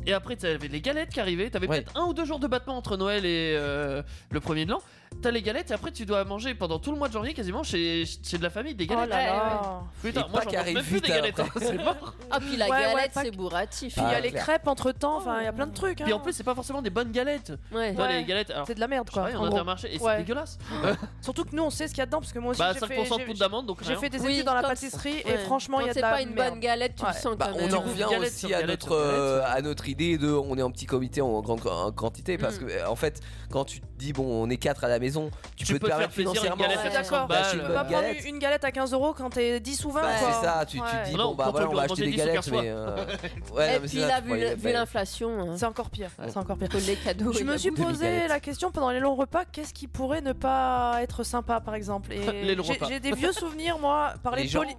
Speaker 4: Et après, t'avais les galettes qui arrivaient. T'avais
Speaker 3: Ouais.
Speaker 4: peut-être un ou deux jours de battement entre Noël et euh, le premier de l'an. T'as les galettes et après, tu dois manger pendant tout le mois de janvier quasiment chez, chez de la famille des galettes. Eh,
Speaker 2: Oh là là.
Speaker 4: Putain,
Speaker 3: Et
Speaker 4: moi
Speaker 3: pas
Speaker 4: j'en mange
Speaker 3: qu'arrive
Speaker 4: même plus
Speaker 3: vite
Speaker 4: des galettes.
Speaker 3: après.
Speaker 4: hein, c'est mort.
Speaker 5: Ah, puis la
Speaker 2: Ouais, ouais,
Speaker 5: galette,
Speaker 2: pas
Speaker 5: c'est
Speaker 2: que-
Speaker 5: bourratif.
Speaker 2: Puis il y
Speaker 3: Ah,
Speaker 2: a les
Speaker 3: clair.
Speaker 2: crêpes entre temps, enfin, il y a plein de trucs.
Speaker 4: Puis
Speaker 2: hein.
Speaker 4: en plus, c'est pas forcément des bonnes galettes.
Speaker 5: Ouais.
Speaker 4: Toi,
Speaker 2: Ouais.
Speaker 4: les galettes. Alors,
Speaker 2: c'est de la merde, quoi.
Speaker 4: pareil,
Speaker 2: en
Speaker 4: en
Speaker 2: gros.
Speaker 4: intermarché, et
Speaker 2: Ouais.
Speaker 4: c'est dégueulasse. Euh,
Speaker 2: Surtout que nous, on sait ce qu'il y a dedans, parce que moi aussi,
Speaker 4: bah,
Speaker 2: j'ai
Speaker 4: 5%
Speaker 2: fait,
Speaker 4: de
Speaker 2: j'ai-
Speaker 4: poudre d'amande, donc euh,
Speaker 2: j'ai
Speaker 4: rien.
Speaker 2: fait des
Speaker 5: Oui,
Speaker 2: études dans la
Speaker 5: quand-
Speaker 2: pâtisserie et
Speaker 5: ouais.
Speaker 2: franchement, il y
Speaker 5: Quand
Speaker 2: a de
Speaker 5: c'est
Speaker 2: la
Speaker 5: pas une
Speaker 2: merde.
Speaker 5: bonne galette, tu
Speaker 2: Ouais.
Speaker 5: le sens
Speaker 3: Bah,
Speaker 5: quand
Speaker 3: on
Speaker 5: même.
Speaker 3: en
Speaker 4: coup,
Speaker 3: revient
Speaker 4: galette
Speaker 3: aussi
Speaker 4: sur
Speaker 3: à
Speaker 4: galette
Speaker 3: notre,
Speaker 4: sur galette.
Speaker 3: euh, à notre idée de on est en petit comité en grande en quantité parce
Speaker 5: Mm.
Speaker 3: que euh, en fait quand tu te dis bon on est quatre à la maison tu, peux te
Speaker 4: faire
Speaker 3: permettre
Speaker 4: plaisir une
Speaker 3: financièrement
Speaker 4: galette
Speaker 5: Ouais.
Speaker 4: à 60
Speaker 2: D'accord.
Speaker 3: Bah, je suis
Speaker 4: balles.
Speaker 2: Tu
Speaker 3: une
Speaker 4: euh,
Speaker 2: peux pas
Speaker 3: bonne
Speaker 2: prendre
Speaker 3: galette.
Speaker 2: une galette à 15 euros quand t'es 10 ou 20,
Speaker 3: Bah,
Speaker 2: quoi.
Speaker 3: c'est ça tu, tu
Speaker 2: Ouais.
Speaker 3: te dis
Speaker 4: Non,
Speaker 3: bon bah
Speaker 4: quand
Speaker 3: voilà
Speaker 4: on
Speaker 3: on
Speaker 4: lui
Speaker 3: va
Speaker 4: a
Speaker 3: acheter
Speaker 4: mangé
Speaker 3: des
Speaker 4: 10 ou
Speaker 3: galettes
Speaker 4: 15 fois.
Speaker 3: mais euh, ouais, non,
Speaker 5: Et
Speaker 3: mais
Speaker 5: puis
Speaker 3: c'est ça,
Speaker 5: là,
Speaker 3: tu
Speaker 5: vu
Speaker 3: croyais-
Speaker 5: le- vu
Speaker 3: bah,
Speaker 5: l'inflation, hein,
Speaker 2: C'est encore pire. C'est encore pire.
Speaker 5: entre les cadeaux.
Speaker 2: Je
Speaker 5: et
Speaker 2: me
Speaker 5: la
Speaker 2: suis
Speaker 5: bouffe.
Speaker 2: posé la question pendant les longs repas, qu'est-ce qui pourrait ne pas être sympa par exemple Et
Speaker 4: Les longs
Speaker 2: j'ai-
Speaker 4: repas.
Speaker 2: J'ai des vieux souvenirs moi, parler
Speaker 3: Les gens.
Speaker 2: poli-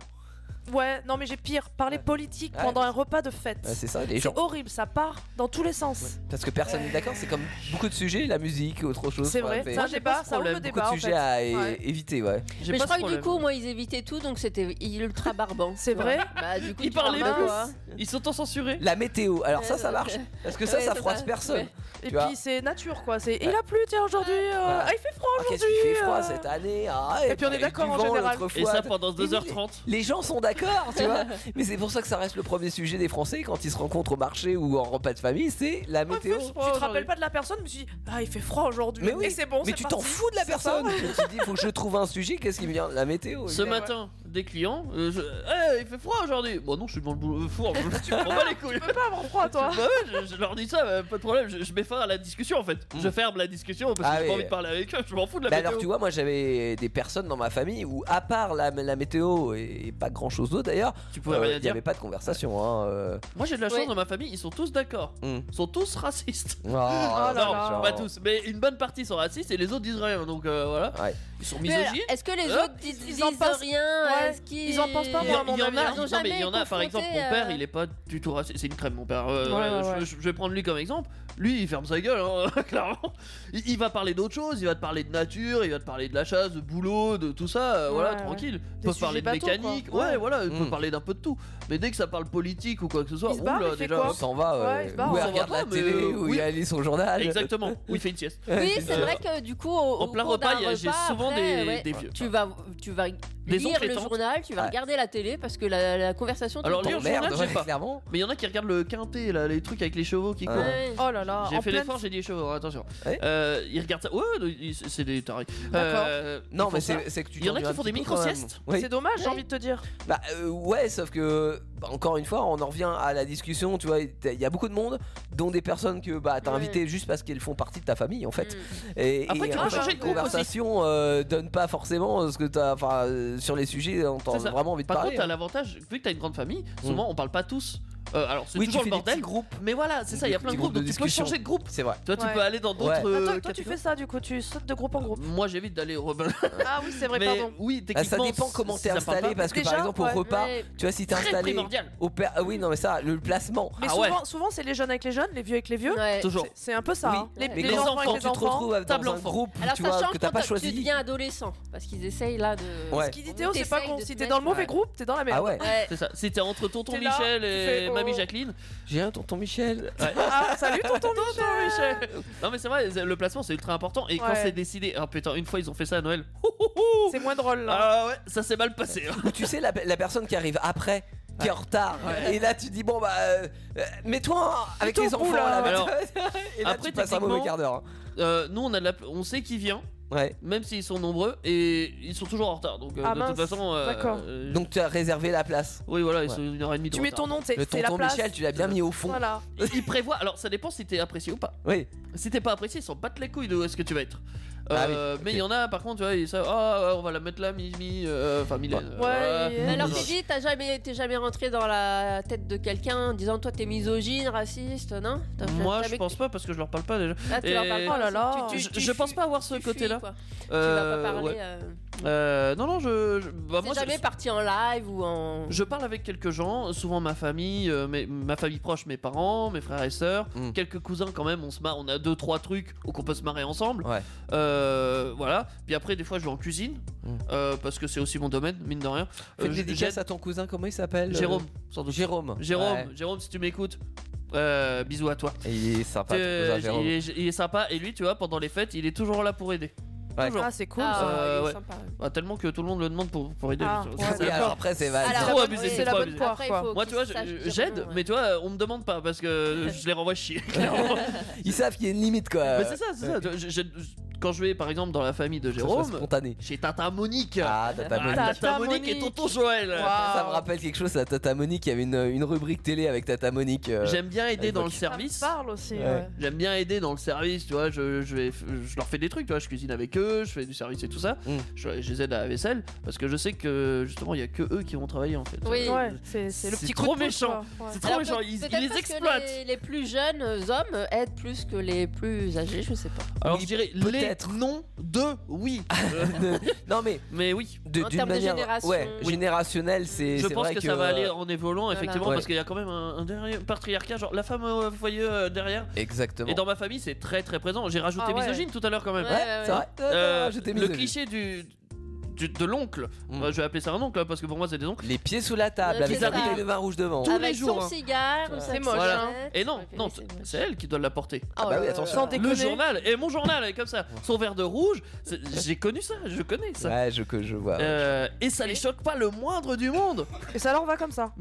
Speaker 2: Ouais, non mais j'ai pire, parler politique
Speaker 3: Ouais.
Speaker 2: pendant un repas de fête.
Speaker 3: ouais, c'est ça les gens
Speaker 2: c'est horrible, ça part dans tous les sens.
Speaker 3: parce que personne n'est d'accord c'est comme beaucoup de sujets la musique autre chose
Speaker 2: C'est
Speaker 3: quoi,
Speaker 2: vrai,
Speaker 3: c'est-
Speaker 2: c'est un débat,
Speaker 4: ce
Speaker 2: ça ouvre
Speaker 4: problème.
Speaker 2: le débat
Speaker 3: beaucoup de
Speaker 2: en
Speaker 3: sujets
Speaker 2: fait.
Speaker 3: à é-
Speaker 2: Ouais.
Speaker 3: éviter ouais
Speaker 4: j'ai
Speaker 5: Mais je
Speaker 4: pas ce
Speaker 5: crois que du
Speaker 4: problème.
Speaker 5: coup, moi, ils évitaient tout, donc c'était ultra barbant.
Speaker 2: C'est
Speaker 5: tu vois.
Speaker 2: vrai
Speaker 5: Bah, du coup,
Speaker 4: Ils
Speaker 5: tu
Speaker 4: parlaient
Speaker 5: parles,
Speaker 4: plus.
Speaker 5: quoi.
Speaker 4: Ils sont en censurés.
Speaker 3: Hein la météo alors ça
Speaker 5: Ouais,
Speaker 3: ça
Speaker 5: ouais.
Speaker 3: marche
Speaker 2: Euh,
Speaker 3: parce que ça
Speaker 5: Ouais,
Speaker 3: ça
Speaker 5: c'est
Speaker 3: froisse
Speaker 5: ça.
Speaker 3: personne
Speaker 5: Ouais.
Speaker 2: Et
Speaker 3: tu vois.
Speaker 2: puis c'est nature quoi, c'est
Speaker 3: Ouais.
Speaker 2: il a plu tiens aujourd'hui, euh,
Speaker 3: Voilà.
Speaker 2: ah, il fait froid
Speaker 3: Ah,
Speaker 2: aujourd'hui.
Speaker 3: qu'est-ce qu'il fait froid
Speaker 2: euh.
Speaker 3: cette année ah,
Speaker 2: Et puis on est
Speaker 3: t'as eu
Speaker 2: d'accord,
Speaker 3: du
Speaker 2: en
Speaker 3: vent
Speaker 2: général.
Speaker 3: l'autre
Speaker 4: Et
Speaker 3: fois,
Speaker 4: ça pendant 2h30.
Speaker 3: les gens sont d'accord, tu vois. Mais c'est pour ça que ça reste le premier sujet des Français quand ils se rencontrent au marché ou en repas de famille, c'est la météo.
Speaker 2: Tu te rappelles pas de la personne, je me suis dit ah il fait froid aujourd'hui.
Speaker 3: Mais oui,
Speaker 2: Et c'est bon,
Speaker 3: Mais
Speaker 2: c'est
Speaker 3: tu t'en
Speaker 2: parti.
Speaker 3: fous de la
Speaker 2: C'est ça.
Speaker 3: personne. Tu te dis, faut que je trouve un sujet, qu'est-ce qui me vient La météo.
Speaker 4: Ce
Speaker 3: évidemment.
Speaker 4: matin, des clients, euh, je- Eh, il fait froid aujourd'hui. Bon non, je suis devant le boulot, euh, four, je je prends pas les couilles.
Speaker 2: Tu peux pas avoir froid toi.
Speaker 4: Bah ouais, je, je leur dis ça, bah, pas de problème, je, je mets fin à la discussion en fait. Je ferme la discussion parce que
Speaker 3: Mm. Ah
Speaker 4: j'ai
Speaker 3: oui.
Speaker 4: pas envie de parler avec eux, je m'en fous de la
Speaker 3: Mais
Speaker 4: météo.
Speaker 3: alors tu vois, moi j'avais des personnes dans ma famille où à part la, la météo et pas grand chose d'autre d'ailleurs,
Speaker 4: Tu
Speaker 3: euh,
Speaker 4: pouvais
Speaker 3: il
Speaker 4: rien
Speaker 3: n'y
Speaker 4: dire.
Speaker 3: avait pas de conversation. Hein, euh.
Speaker 4: Moi j'ai de la chance
Speaker 5: Ouais.
Speaker 4: dans ma famille, ils sont tous d'accord.
Speaker 3: Mm.
Speaker 4: Ils sont tous racistes.
Speaker 3: Oh, là
Speaker 4: non,
Speaker 3: là.
Speaker 4: pas tous, mais une bonne partie sont racistes et les autres disent rien, donc euh, voilà.
Speaker 3: Ouais.
Speaker 4: Ils sont
Speaker 5: Mais alors,
Speaker 4: misogynes.
Speaker 5: Est-ce que les
Speaker 4: Hop,
Speaker 5: autres disent,
Speaker 2: ils en
Speaker 5: disent
Speaker 2: pensent-
Speaker 5: rien
Speaker 2: ouais,
Speaker 5: est-ce qu'ils-
Speaker 2: ils en pensent pas,
Speaker 4: Il y, a-
Speaker 2: moi, à mon
Speaker 4: il y en
Speaker 2: avis,
Speaker 4: a,
Speaker 5: ils ont
Speaker 4: hein. non, mais il y
Speaker 5: jamais
Speaker 4: en a, par
Speaker 5: confronté,
Speaker 4: exemple, mon
Speaker 5: euh,
Speaker 4: père, il est pas du tout raciste. C'est une crème, mon père. euh,
Speaker 2: Ouais, ouais, ouais.
Speaker 4: je- Je, je vais prendre lui comme exemple. Lui, il ferme sa gueule, hein, clairement. Il, il va parler d'autre chose, il va te parler de nature, il va te parler de la chasse, de boulot, de tout ça. euh,
Speaker 2: Ouais,
Speaker 4: voilà,
Speaker 2: ouais.
Speaker 4: tranquille. Il
Speaker 2: Des
Speaker 4: peut
Speaker 2: sujets
Speaker 4: parler de
Speaker 2: bateaux, quoi.
Speaker 4: mécanique,
Speaker 2: Ouais.
Speaker 4: ouais, voilà, il peut
Speaker 3: Mm.
Speaker 4: parler d'un peu de tout. Mais dès que ça parle politique ou quoi que ce soit,
Speaker 2: Il se barre,
Speaker 4: oula,
Speaker 2: il fait
Speaker 4: déjà.
Speaker 3: On
Speaker 2: quoi
Speaker 3: s'en va,
Speaker 2: Ouais,
Speaker 3: euh,
Speaker 2: il se barre. On
Speaker 3: où elle
Speaker 4: s'en va
Speaker 3: regarde
Speaker 4: pas,
Speaker 3: la
Speaker 4: mais,
Speaker 3: télé,
Speaker 4: euh,
Speaker 3: où
Speaker 4: oui.
Speaker 3: il a lu son journal.
Speaker 4: Exactement, où il fait une sieste.
Speaker 5: Oui,
Speaker 3: C'est
Speaker 5: c'est
Speaker 3: ça.
Speaker 5: vrai que du coup, au,
Speaker 4: En
Speaker 5: au
Speaker 4: plein
Speaker 5: cours
Speaker 4: repas,
Speaker 5: d'un
Speaker 4: il y a- j'ai
Speaker 5: repas,
Speaker 4: souvent
Speaker 5: après,
Speaker 4: des-
Speaker 5: ouais,
Speaker 4: des vieux.
Speaker 5: Tu vas, tu vas lire
Speaker 4: oncles et
Speaker 5: le
Speaker 4: tantes.
Speaker 5: journal, tu vas
Speaker 3: Ouais.
Speaker 5: regarder la télé parce que la, la conversation. tu
Speaker 4: Alors,
Speaker 5: l'entends.
Speaker 4: lire le journal,
Speaker 3: T'emmerdes,
Speaker 4: j'ai
Speaker 3: ouais,
Speaker 4: pas.
Speaker 3: clairement.
Speaker 4: Mais il y en a qui regardent le quintet, là, les trucs avec les chevaux qui courent.
Speaker 5: Ouais.
Speaker 2: Oh là là,
Speaker 4: J'ai
Speaker 2: en
Speaker 4: fait
Speaker 2: pleine-
Speaker 4: l'effort, j'ai dit les chevaux, attention.
Speaker 3: Ouais.
Speaker 4: Euh, ils regardent ça. Ouais, ouais, ils- c'est des tarés.
Speaker 2: D'accord.
Speaker 4: Euh,
Speaker 3: Non,
Speaker 4: ils
Speaker 3: mais
Speaker 4: font ça.
Speaker 3: c'est c'est que tu
Speaker 4: Il y en a
Speaker 3: t'ennuies
Speaker 4: qui
Speaker 3: un
Speaker 4: font des
Speaker 3: petit peu quand même.
Speaker 4: micro-siestes.
Speaker 3: Oui.
Speaker 2: C'est dommage, hein. j'ai
Speaker 5: Ouais.
Speaker 2: envie de te dire.
Speaker 3: Bah euh, ouais, sauf que bah, encore une fois, on en revient à la discussion. Tu vois, il y a beaucoup de monde, dont des personnes que bah t'as
Speaker 5: Ouais.
Speaker 3: invité juste parce qu'elles font partie de ta famille en fait.
Speaker 5: Mm.
Speaker 3: Et,
Speaker 4: Après,
Speaker 3: et,
Speaker 4: tu
Speaker 2: peux
Speaker 3: euh,
Speaker 2: changer
Speaker 4: de
Speaker 3: la
Speaker 4: groupe
Speaker 3: conversation euh, donne pas forcément euh, ce que t'as, enfin euh, sur les sujets dont t'as
Speaker 4: C'est ça.
Speaker 3: vraiment envie de
Speaker 4: Par
Speaker 3: parler. hein.
Speaker 4: Mm. contre, t'as l'avantage, vu que t'as une grande famille, souvent on parle pas tous. Euh, alors c'est
Speaker 3: Oui,
Speaker 4: toujours
Speaker 3: tu fais
Speaker 4: le
Speaker 3: des
Speaker 4: bordel.
Speaker 3: petits groupes.
Speaker 4: Mais voilà, c'est ça, il y a plein de groupes, donc tu peux changer de groupe.
Speaker 3: C'est vrai.
Speaker 4: Toi, tu peux aller dans d'autres.
Speaker 2: Bah, toi,
Speaker 4: euh,
Speaker 2: toi, tu
Speaker 4: catégories.
Speaker 2: fais ça du coup, tu sautes de groupe en groupe.
Speaker 4: Moi, j'évite d'aller au Robin.
Speaker 2: Ah oui, c'est vrai,
Speaker 4: Mais
Speaker 2: pardon.
Speaker 4: Oui,
Speaker 3: Ah, ça
Speaker 4: techniquement.
Speaker 3: dépend comment
Speaker 4: si
Speaker 3: t'es
Speaker 4: ça parle
Speaker 3: installé
Speaker 4: pas.
Speaker 3: parce que
Speaker 2: Déjà,
Speaker 3: par exemple
Speaker 2: ouais.
Speaker 3: au repas,
Speaker 2: Ouais.
Speaker 3: tu vois si t'es
Speaker 4: Très
Speaker 3: installé
Speaker 4: primordial. Ah
Speaker 3: au père ah oui non mais ça le placement.
Speaker 2: Mais souvent, souvent c'est les jeunes avec les jeunes, les vieux avec les vieux.
Speaker 5: Ouais.
Speaker 4: Toujours.
Speaker 2: C'est- C'est un peu ça.
Speaker 3: Oui,
Speaker 2: hein. Les,
Speaker 3: mais
Speaker 2: les
Speaker 3: quand-
Speaker 2: enfants avec
Speaker 3: quand
Speaker 2: les
Speaker 3: tu te
Speaker 2: enfants.
Speaker 3: retrouves dans
Speaker 4: table
Speaker 3: un
Speaker 4: enfant.
Speaker 3: groupe
Speaker 5: Alors
Speaker 3: tu
Speaker 5: ça
Speaker 3: vois
Speaker 5: change
Speaker 3: que
Speaker 5: quand
Speaker 3: t'as pas
Speaker 5: tu
Speaker 3: choisi.
Speaker 5: deviens adolescent, parce qu'ils essayent là de.
Speaker 3: Ouais.
Speaker 2: Ce qu'il
Speaker 5: On
Speaker 2: dit Théo, c'est pas
Speaker 5: t'essaye
Speaker 2: con.
Speaker 5: de
Speaker 2: Si
Speaker 5: te
Speaker 2: t'es dans le mauvais
Speaker 5: mettre,
Speaker 2: groupe, t'es dans la merde.
Speaker 3: Ah ouais.
Speaker 5: Ouais.
Speaker 4: C'est ça. C'était entre tonton
Speaker 2: T'es là,
Speaker 4: Michel
Speaker 2: tu
Speaker 4: et
Speaker 2: fais, oh.
Speaker 4: mamie Jacqueline.
Speaker 3: J'ai un tonton Michel.
Speaker 4: Ouais.
Speaker 2: Ah, salut tonton Michel.
Speaker 4: Non mais c'est vrai, le placement c'est ultra important et quand
Speaker 2: Ouais.
Speaker 4: c'est décidé, ah putain, une fois ils ont fait ça à Noël. Hou, hou, hou.
Speaker 2: C'est moins drôle là.
Speaker 4: Ah ouais, ça s'est mal passé. hein.
Speaker 3: Ou tu sais la, la personne qui arrive après qui est en retard et là tu dis bon bah euh, euh, mets-toi en- avec
Speaker 2: Mets-toi
Speaker 3: les
Speaker 2: au bout,
Speaker 3: enfants
Speaker 2: là.
Speaker 3: là. mets-toi-
Speaker 4: Alors,
Speaker 3: et là
Speaker 4: après,
Speaker 3: tu passes un mauvais
Speaker 4: techniquement-
Speaker 3: quart d'heure. hein.
Speaker 4: Euh, nous on a de la... on sait qui vient,
Speaker 3: Ouais.
Speaker 4: même s'ils sont nombreux et ils sont toujours en retard. Donc euh,
Speaker 2: Ah,
Speaker 4: de
Speaker 2: mince.
Speaker 4: toute façon, euh,
Speaker 2: D'accord.
Speaker 4: euh,
Speaker 3: Donc tu as réservé la place.
Speaker 4: oui voilà, ils
Speaker 3: Ouais.
Speaker 4: sont une heure et demie. de
Speaker 2: Tu mets ton
Speaker 4: retard.
Speaker 2: nom, t'es-
Speaker 3: Le
Speaker 2: c'est la
Speaker 3: tonton
Speaker 2: place.
Speaker 3: Michel tu l'as bien mis au fond.
Speaker 2: Voilà.
Speaker 4: Ils prévoient. Alors ça dépend si t'es apprécié ou pas.
Speaker 3: Oui.
Speaker 4: Si t'es pas apprécié, ils s'en battent les couilles de où est-ce que tu vas être.
Speaker 2: Bah
Speaker 3: Ah
Speaker 4: Euh,
Speaker 3: oui,
Speaker 4: Mais
Speaker 3: ok.
Speaker 4: il y en a par contre, tu vois, ils savent, ah ouais, on va la mettre là, Mimi, euh, enfin Mylène.
Speaker 2: Ouais,
Speaker 4: euh,
Speaker 2: il y a-
Speaker 5: Mais Alors
Speaker 4: non.
Speaker 5: t'es dit, t'as jamais, t'es jamais rentré dans la tête de quelqu'un en disant toi t'es misogyne, raciste, non T'as
Speaker 4: Moi
Speaker 5: jamais-
Speaker 4: je pense pas parce que je leur parle pas déjà.
Speaker 5: Là, Ah, tu leur parles
Speaker 4: Et-
Speaker 5: pas,
Speaker 2: Oh là là.
Speaker 5: tu- tu-
Speaker 4: Je-
Speaker 5: tu
Speaker 4: je pense
Speaker 5: fuis-
Speaker 4: pas avoir ce
Speaker 5: tu fuis,
Speaker 4: côté-là.
Speaker 5: quoi. Tu vas
Speaker 4: Euh,
Speaker 5: pas parler.
Speaker 4: ouais.
Speaker 5: euh,
Speaker 4: Euh, non, non, je. je- bah, moi,
Speaker 5: T'es jamais
Speaker 4: je,
Speaker 5: parti en live ou en.
Speaker 4: je parle avec quelques gens, souvent ma famille, euh, mes- ma famille proche, mes parents, mes frères et sœurs,
Speaker 3: Mm.
Speaker 4: quelques cousins quand même. On se marre, on a deux trois trucs où qu'on peut se marrer ensemble.
Speaker 3: Ouais.
Speaker 4: Euh, voilà. Puis après, des fois, je vais en cuisine
Speaker 3: Mm.
Speaker 4: euh, parce que c'est aussi mon domaine, mine de rien.
Speaker 3: Fais
Speaker 4: Euh,
Speaker 3: une
Speaker 4: j-
Speaker 3: dédicace
Speaker 4: j'aide-
Speaker 3: à ton cousin comment il s'appelle euh,
Speaker 4: Jérôme, sans doute.
Speaker 3: Jérôme.
Speaker 4: Jérôme,
Speaker 3: Ouais.
Speaker 4: Jérôme, si tu m'écoutes, euh, bisous à toi.
Speaker 3: Et Il est sympa ton
Speaker 4: Euh,
Speaker 3: cousin
Speaker 4: il,
Speaker 3: Jérôme.
Speaker 4: est, il est sympa et lui, tu vois, pendant les fêtes, il est toujours là pour aider.
Speaker 3: Ouais.
Speaker 4: Toujours.
Speaker 2: Ah, c'est cool.
Speaker 5: Ah,
Speaker 2: ça.
Speaker 4: Euh,
Speaker 5: il est
Speaker 4: ouais.
Speaker 5: sympa.
Speaker 4: Ah, tellement que tout le monde le demande pour, pour aider.
Speaker 2: Ah,
Speaker 4: Ça-
Speaker 2: ouais,
Speaker 4: ça-
Speaker 3: Oui,
Speaker 4: ça-
Speaker 3: alors après c'est vache.
Speaker 5: Alors,
Speaker 4: trop abusé,
Speaker 5: oui,
Speaker 4: c'est trop
Speaker 5: la bonne
Speaker 4: abusé.
Speaker 5: foi, Après, il
Speaker 2: quoi.
Speaker 5: faut
Speaker 4: Moi,
Speaker 5: qu'ils
Speaker 4: tu vois, je-
Speaker 5: sachent
Speaker 4: je-
Speaker 5: dire
Speaker 4: j'aide,
Speaker 5: non, ouais.
Speaker 4: mais tu vois, euh, on me demande pas parce que je les renvoie chier.
Speaker 3: Euh,
Speaker 4: clairement.
Speaker 3: Ils savent qu'il y a une limite quoi.
Speaker 4: mais c'est ça, c'est ça. tu vois, je- je- quand je vais, par exemple, dans la famille de
Speaker 3: Que ce soit
Speaker 4: Jérôme,
Speaker 3: spontané.
Speaker 4: chez Tata Monique.
Speaker 3: Ah, Tata
Speaker 4: Ah,
Speaker 3: Monique.
Speaker 4: Tata
Speaker 2: Tata
Speaker 4: Monique et
Speaker 2: Monique.
Speaker 4: Tonton Joël.
Speaker 2: Waouh.
Speaker 3: Ça me rappelle quelque chose, la Tata Monique, il y avait une, une rubrique télé avec Tata Monique. euh,
Speaker 4: J'aime bien aider
Speaker 3: à
Speaker 4: dans le
Speaker 3: l'époque.
Speaker 2: Ça me
Speaker 4: service.
Speaker 2: parle aussi.
Speaker 3: Ouais.
Speaker 2: ouais.
Speaker 4: J'aime bien aider dans le service, tu vois. Je, je, vais, je leur fais des trucs, tu vois. Je cuisine avec eux, je fais du service et tout ça.
Speaker 3: Mm.
Speaker 4: Je, je les aide à la vaisselle parce que je sais que justement, il y a que eux qui vont travailler en fait.
Speaker 5: Oui.
Speaker 4: Euh,
Speaker 2: Ouais, c'est c'est le
Speaker 4: C'est
Speaker 2: petit
Speaker 4: trop
Speaker 2: coup de pouce,
Speaker 4: méchant.
Speaker 2: quoi. Ouais.
Speaker 4: C'est trop
Speaker 5: Alors,
Speaker 4: méchant,
Speaker 5: peut-
Speaker 4: ils, ils
Speaker 5: peut-être
Speaker 4: les
Speaker 5: parce que
Speaker 4: exploitent.
Speaker 5: Les, les plus jeunes euh, hommes aident plus que les plus âgés, je sais pas.
Speaker 4: Alors,
Speaker 3: Oui,
Speaker 4: je dirais
Speaker 3: peut-être.
Speaker 4: les non de oui. Euh,
Speaker 3: non mais
Speaker 4: mais oui.
Speaker 3: de-
Speaker 5: En
Speaker 3: d'une
Speaker 5: termes de
Speaker 3: manière
Speaker 5: génération.
Speaker 3: ouais,
Speaker 5: Oui.
Speaker 3: générationnelle, c'est
Speaker 4: Je
Speaker 3: c'est
Speaker 4: pense
Speaker 3: vrai
Speaker 4: que,
Speaker 3: que,
Speaker 4: ça va aller en évolulant,
Speaker 5: voilà.
Speaker 4: effectivement,
Speaker 3: Ouais.
Speaker 4: parce qu'il y a quand même un, un derrière- patriarcat, genre la femme au foyer euh, derrière.
Speaker 3: Exactement.
Speaker 4: Et dans ma famille, c'est très très présent. J'ai rajouté
Speaker 2: Ah ouais.
Speaker 4: misogyne tout à l'heure quand même.
Speaker 3: Ouais,
Speaker 5: Ouais, ouais,
Speaker 3: c'est
Speaker 5: ouais.
Speaker 3: vrai. Ah,
Speaker 4: Euh,
Speaker 3: Je t'ai mis
Speaker 4: le
Speaker 3: de-
Speaker 4: cliché du, du- de l'oncle,
Speaker 3: Mm.
Speaker 4: Euh, je vais appeler ça un oncle parce que pour moi c'est des oncles.
Speaker 3: Les pieds sous la table
Speaker 5: Le pied
Speaker 3: avec la
Speaker 5: sous la
Speaker 3: bouteille de
Speaker 5: table.
Speaker 3: vin rouge devant.
Speaker 4: Tous les
Speaker 5: Avec
Speaker 4: jours,
Speaker 5: son
Speaker 4: hein.
Speaker 5: cigare,
Speaker 3: Ouais.
Speaker 5: sa
Speaker 2: C'est moche,
Speaker 5: cigarette.
Speaker 2: hein.
Speaker 4: Et non,
Speaker 5: Ouais,
Speaker 4: non,
Speaker 5: c'est moche.
Speaker 4: c'est elle qui doit la porter.
Speaker 3: Ah bah
Speaker 5: Oh
Speaker 3: oui,
Speaker 5: là
Speaker 3: attention.
Speaker 5: là.
Speaker 2: Euh, Sans déconner.
Speaker 4: Le journal, et mon journal est comme ça. Son verre de rouge, c'est- j'ai connu ça, je connais ça.
Speaker 3: Ouais, je que je vois.
Speaker 4: Euh, et ça les choque pas le moindre du monde.
Speaker 2: Et ça leur va comme ça.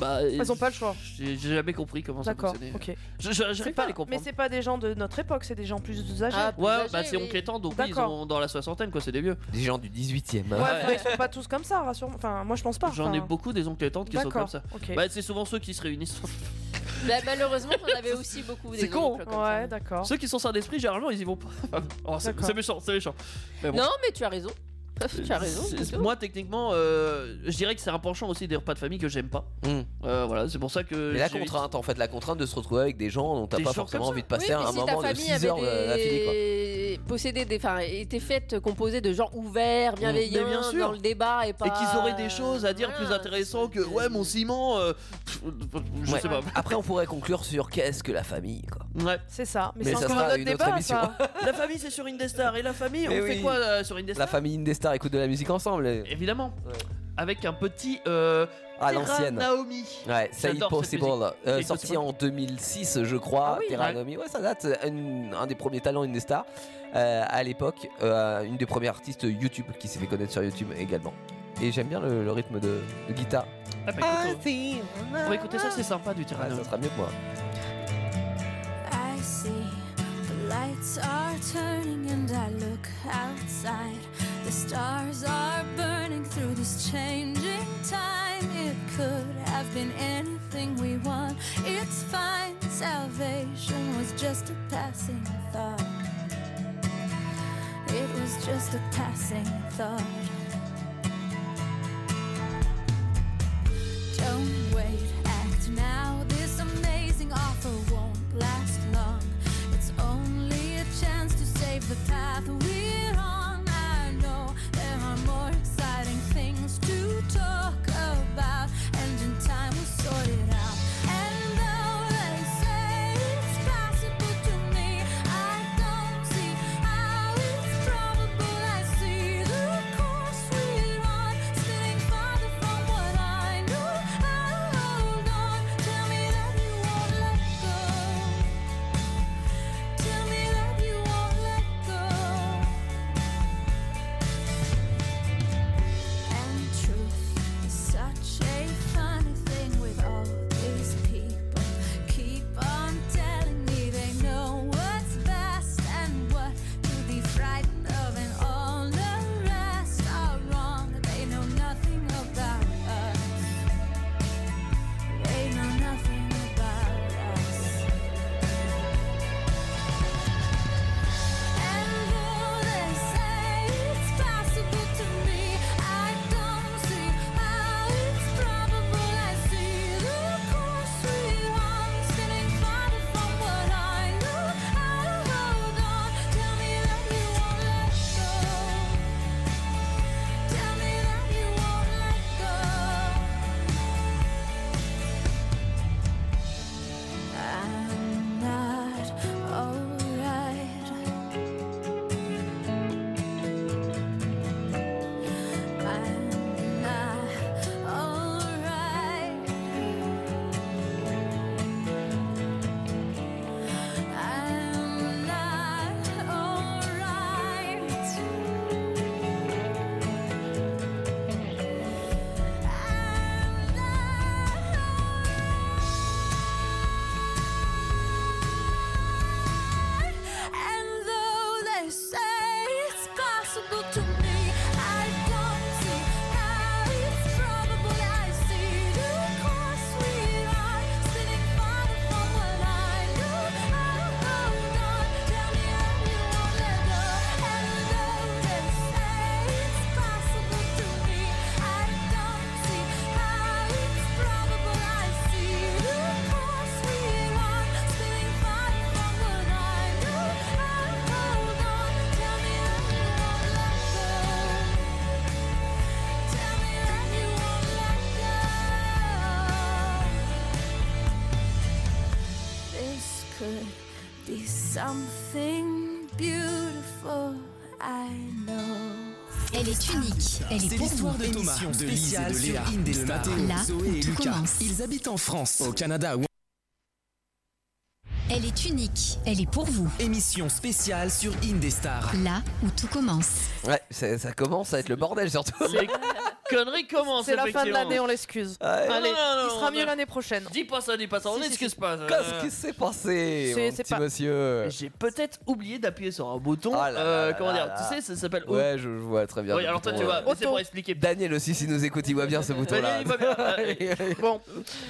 Speaker 4: Bah,
Speaker 2: Ils ont pas le choix.
Speaker 4: J'ai j'ai jamais compris comment ça
Speaker 2: D'accord,
Speaker 4: fonctionnait.
Speaker 2: ok.
Speaker 4: Je- je- J'arrive
Speaker 2: C'est
Speaker 4: pas
Speaker 2: pas-
Speaker 4: à les
Speaker 2: Mais
Speaker 4: comprendre.
Speaker 2: c'est pas des gens de notre époque, c'est des gens plus âgés.
Speaker 5: Ah,
Speaker 4: Ouais,
Speaker 5: plus
Speaker 4: bah
Speaker 5: âgés,
Speaker 4: c'est
Speaker 5: oui.
Speaker 4: oncle et tante, donc oui, ils
Speaker 2: D'accord.
Speaker 4: ont dans la soixantaine, quoi, c'est des vieux.
Speaker 3: Des gens du hein. 18ème.
Speaker 2: ouais,
Speaker 4: ouais.
Speaker 2: enfin, ils sont pas tous comme ça, rassure. Enfin, moi je pense pas.
Speaker 4: J'en ai
Speaker 5: hein.
Speaker 2: enfin.
Speaker 4: beaucoup des oncles et tantes qui sont comme
Speaker 2: D'accord,
Speaker 4: ça.
Speaker 2: ok.
Speaker 4: Bah, c'est souvent ceux qui se réunissent.
Speaker 5: Bah, malheureusement, j'en avais aussi beaucoup des
Speaker 4: C'est con, hein.
Speaker 5: oncles comme
Speaker 2: Ouais,
Speaker 5: ça.
Speaker 2: d'accord.
Speaker 4: ceux qui sont sains d'esprit, généralement, ils y vont pas. Oh, c'est
Speaker 2: D'accord.
Speaker 4: c'est méchant, c'est méchant. Mais bon.
Speaker 5: Non, mais tu as raison. tu as raison.
Speaker 4: C'est-
Speaker 5: plutôt.
Speaker 4: Moi, techniquement, euh, je dirais que c'est un penchant aussi des repas de famille que j'aime pas.
Speaker 3: Mm.
Speaker 4: Euh, voilà, c'est pour ça que.
Speaker 3: Mais la
Speaker 4: j'ai-
Speaker 3: contrainte en fait, la contrainte de se retrouver avec des gens dont t'as
Speaker 4: Des
Speaker 3: pas
Speaker 4: gens comme
Speaker 3: forcément
Speaker 4: ça.
Speaker 3: envie de
Speaker 5: Oui,
Speaker 3: passer
Speaker 5: mais
Speaker 3: un
Speaker 5: si ta
Speaker 3: moment de
Speaker 5: famille
Speaker 3: 6 heures euh, affilée quoi.
Speaker 5: avait possédé des, enfin, était faite euh, composée de gens ouverts, bienveillants,
Speaker 4: Mm. Mais bien sûr.
Speaker 5: dans le débat et pas.
Speaker 4: Et qu'ils auraient des choses à dire
Speaker 5: Voilà,
Speaker 4: plus intéressantes que
Speaker 5: c'est-
Speaker 4: ouais, mon ciment. euh, pff, je
Speaker 3: Ouais.
Speaker 4: sais pas.
Speaker 3: Après on pourrait conclure sur qu'est-ce que la famille quoi.
Speaker 4: Ouais.
Speaker 2: C'est ça. Mais,
Speaker 3: Mais
Speaker 2: c'est
Speaker 3: ça
Speaker 2: encore
Speaker 3: sera
Speaker 2: un autre
Speaker 3: une autre
Speaker 2: débat,
Speaker 3: émission.
Speaker 2: ça.
Speaker 4: La famille, c'est sur Indestar. Et la famille, on
Speaker 3: Eh
Speaker 4: fait
Speaker 3: oui.
Speaker 4: quoi euh, sur Indestar
Speaker 3: La famille Indestar écoute de la musique ensemble. et-
Speaker 4: Évidemment.
Speaker 3: Ouais.
Speaker 4: Avec un petit. Euh,
Speaker 3: À
Speaker 4: Terra
Speaker 3: l'ancienne.
Speaker 4: Naomi.
Speaker 3: Ouais, Say It
Speaker 4: J'adore cette
Speaker 3: Possible, euh,
Speaker 4: Say It
Speaker 3: sorti
Speaker 4: Possible.
Speaker 3: en 2006, je crois.
Speaker 4: Ah oui,
Speaker 3: Terra
Speaker 4: ouais.
Speaker 3: Nomi. ouais, ça date. euh, une- un des premiers talents Indestar euh, à l'époque. euh, une des premières artistes YouTube qui s'est fait connaître sur YouTube également. Et j'aime bien le, le rythme de, de guitare.
Speaker 4: Ah, bah, écoute, on va écouter ça, c'est sympa du Terra
Speaker 3: Ouais, ça
Speaker 4: Naomi.
Speaker 3: sera mieux que moi.
Speaker 8: I see the lights are turning and I look outside. The stars are burning through this changing time. It could have been anything we want. It's fine, salvation was just a passing thought. It was just a passing thought. Don't wait, act now.
Speaker 10: could be something beautiful, I know.
Speaker 1: Elle est unique, elle est
Speaker 7: C'est
Speaker 1: pour
Speaker 7: l'histoire
Speaker 1: vous.
Speaker 7: de Thomas, de Lise et de Léa, de Mathéo,
Speaker 1: Là
Speaker 7: Zoé
Speaker 1: où
Speaker 7: et
Speaker 1: tout
Speaker 7: Lucas.
Speaker 1: commence.
Speaker 7: Ils habitent en France, au Canada ou
Speaker 1: Elle est unique, elle est pour vous.
Speaker 7: Émission spéciale sur Indestar.
Speaker 1: Là où tout commence.
Speaker 3: Ouais, ça, ça commence à être le bordel surtout.
Speaker 4: Les conneries commencent.
Speaker 2: C'est la fin de
Speaker 4: effectivement. Ah,
Speaker 2: l'année, on l'excuse.
Speaker 4: non,
Speaker 2: Allez,
Speaker 4: non, non,
Speaker 2: il sera
Speaker 4: non,
Speaker 2: mieux
Speaker 4: non.
Speaker 2: l'année prochaine.
Speaker 4: Dis pas ça, dis pas ça, on
Speaker 2: Si,
Speaker 4: est
Speaker 2: si,
Speaker 4: ce qui
Speaker 2: si.
Speaker 4: se passe.
Speaker 3: Qu'est-ce
Speaker 4: euh,
Speaker 3: qui s'est passé,
Speaker 2: C'est-
Speaker 3: mon
Speaker 2: c'est
Speaker 3: petit
Speaker 2: pas-
Speaker 3: monsieur
Speaker 4: J'ai peut-être oublié d'appuyer sur un bouton.
Speaker 3: Ah là là
Speaker 4: euh,
Speaker 3: là
Speaker 4: comment
Speaker 3: là
Speaker 4: dire
Speaker 3: là.
Speaker 4: Tu sais, ça s'appelle.
Speaker 3: Ouais, je, je vois très bien.
Speaker 4: Oui, alors toi, tu vois, c'est pour expliquer.
Speaker 3: Daniel aussi, s'il nous écoute, il voit bien ce bouton-là.
Speaker 4: Daniel, il va bien. Euh,
Speaker 2: Bon,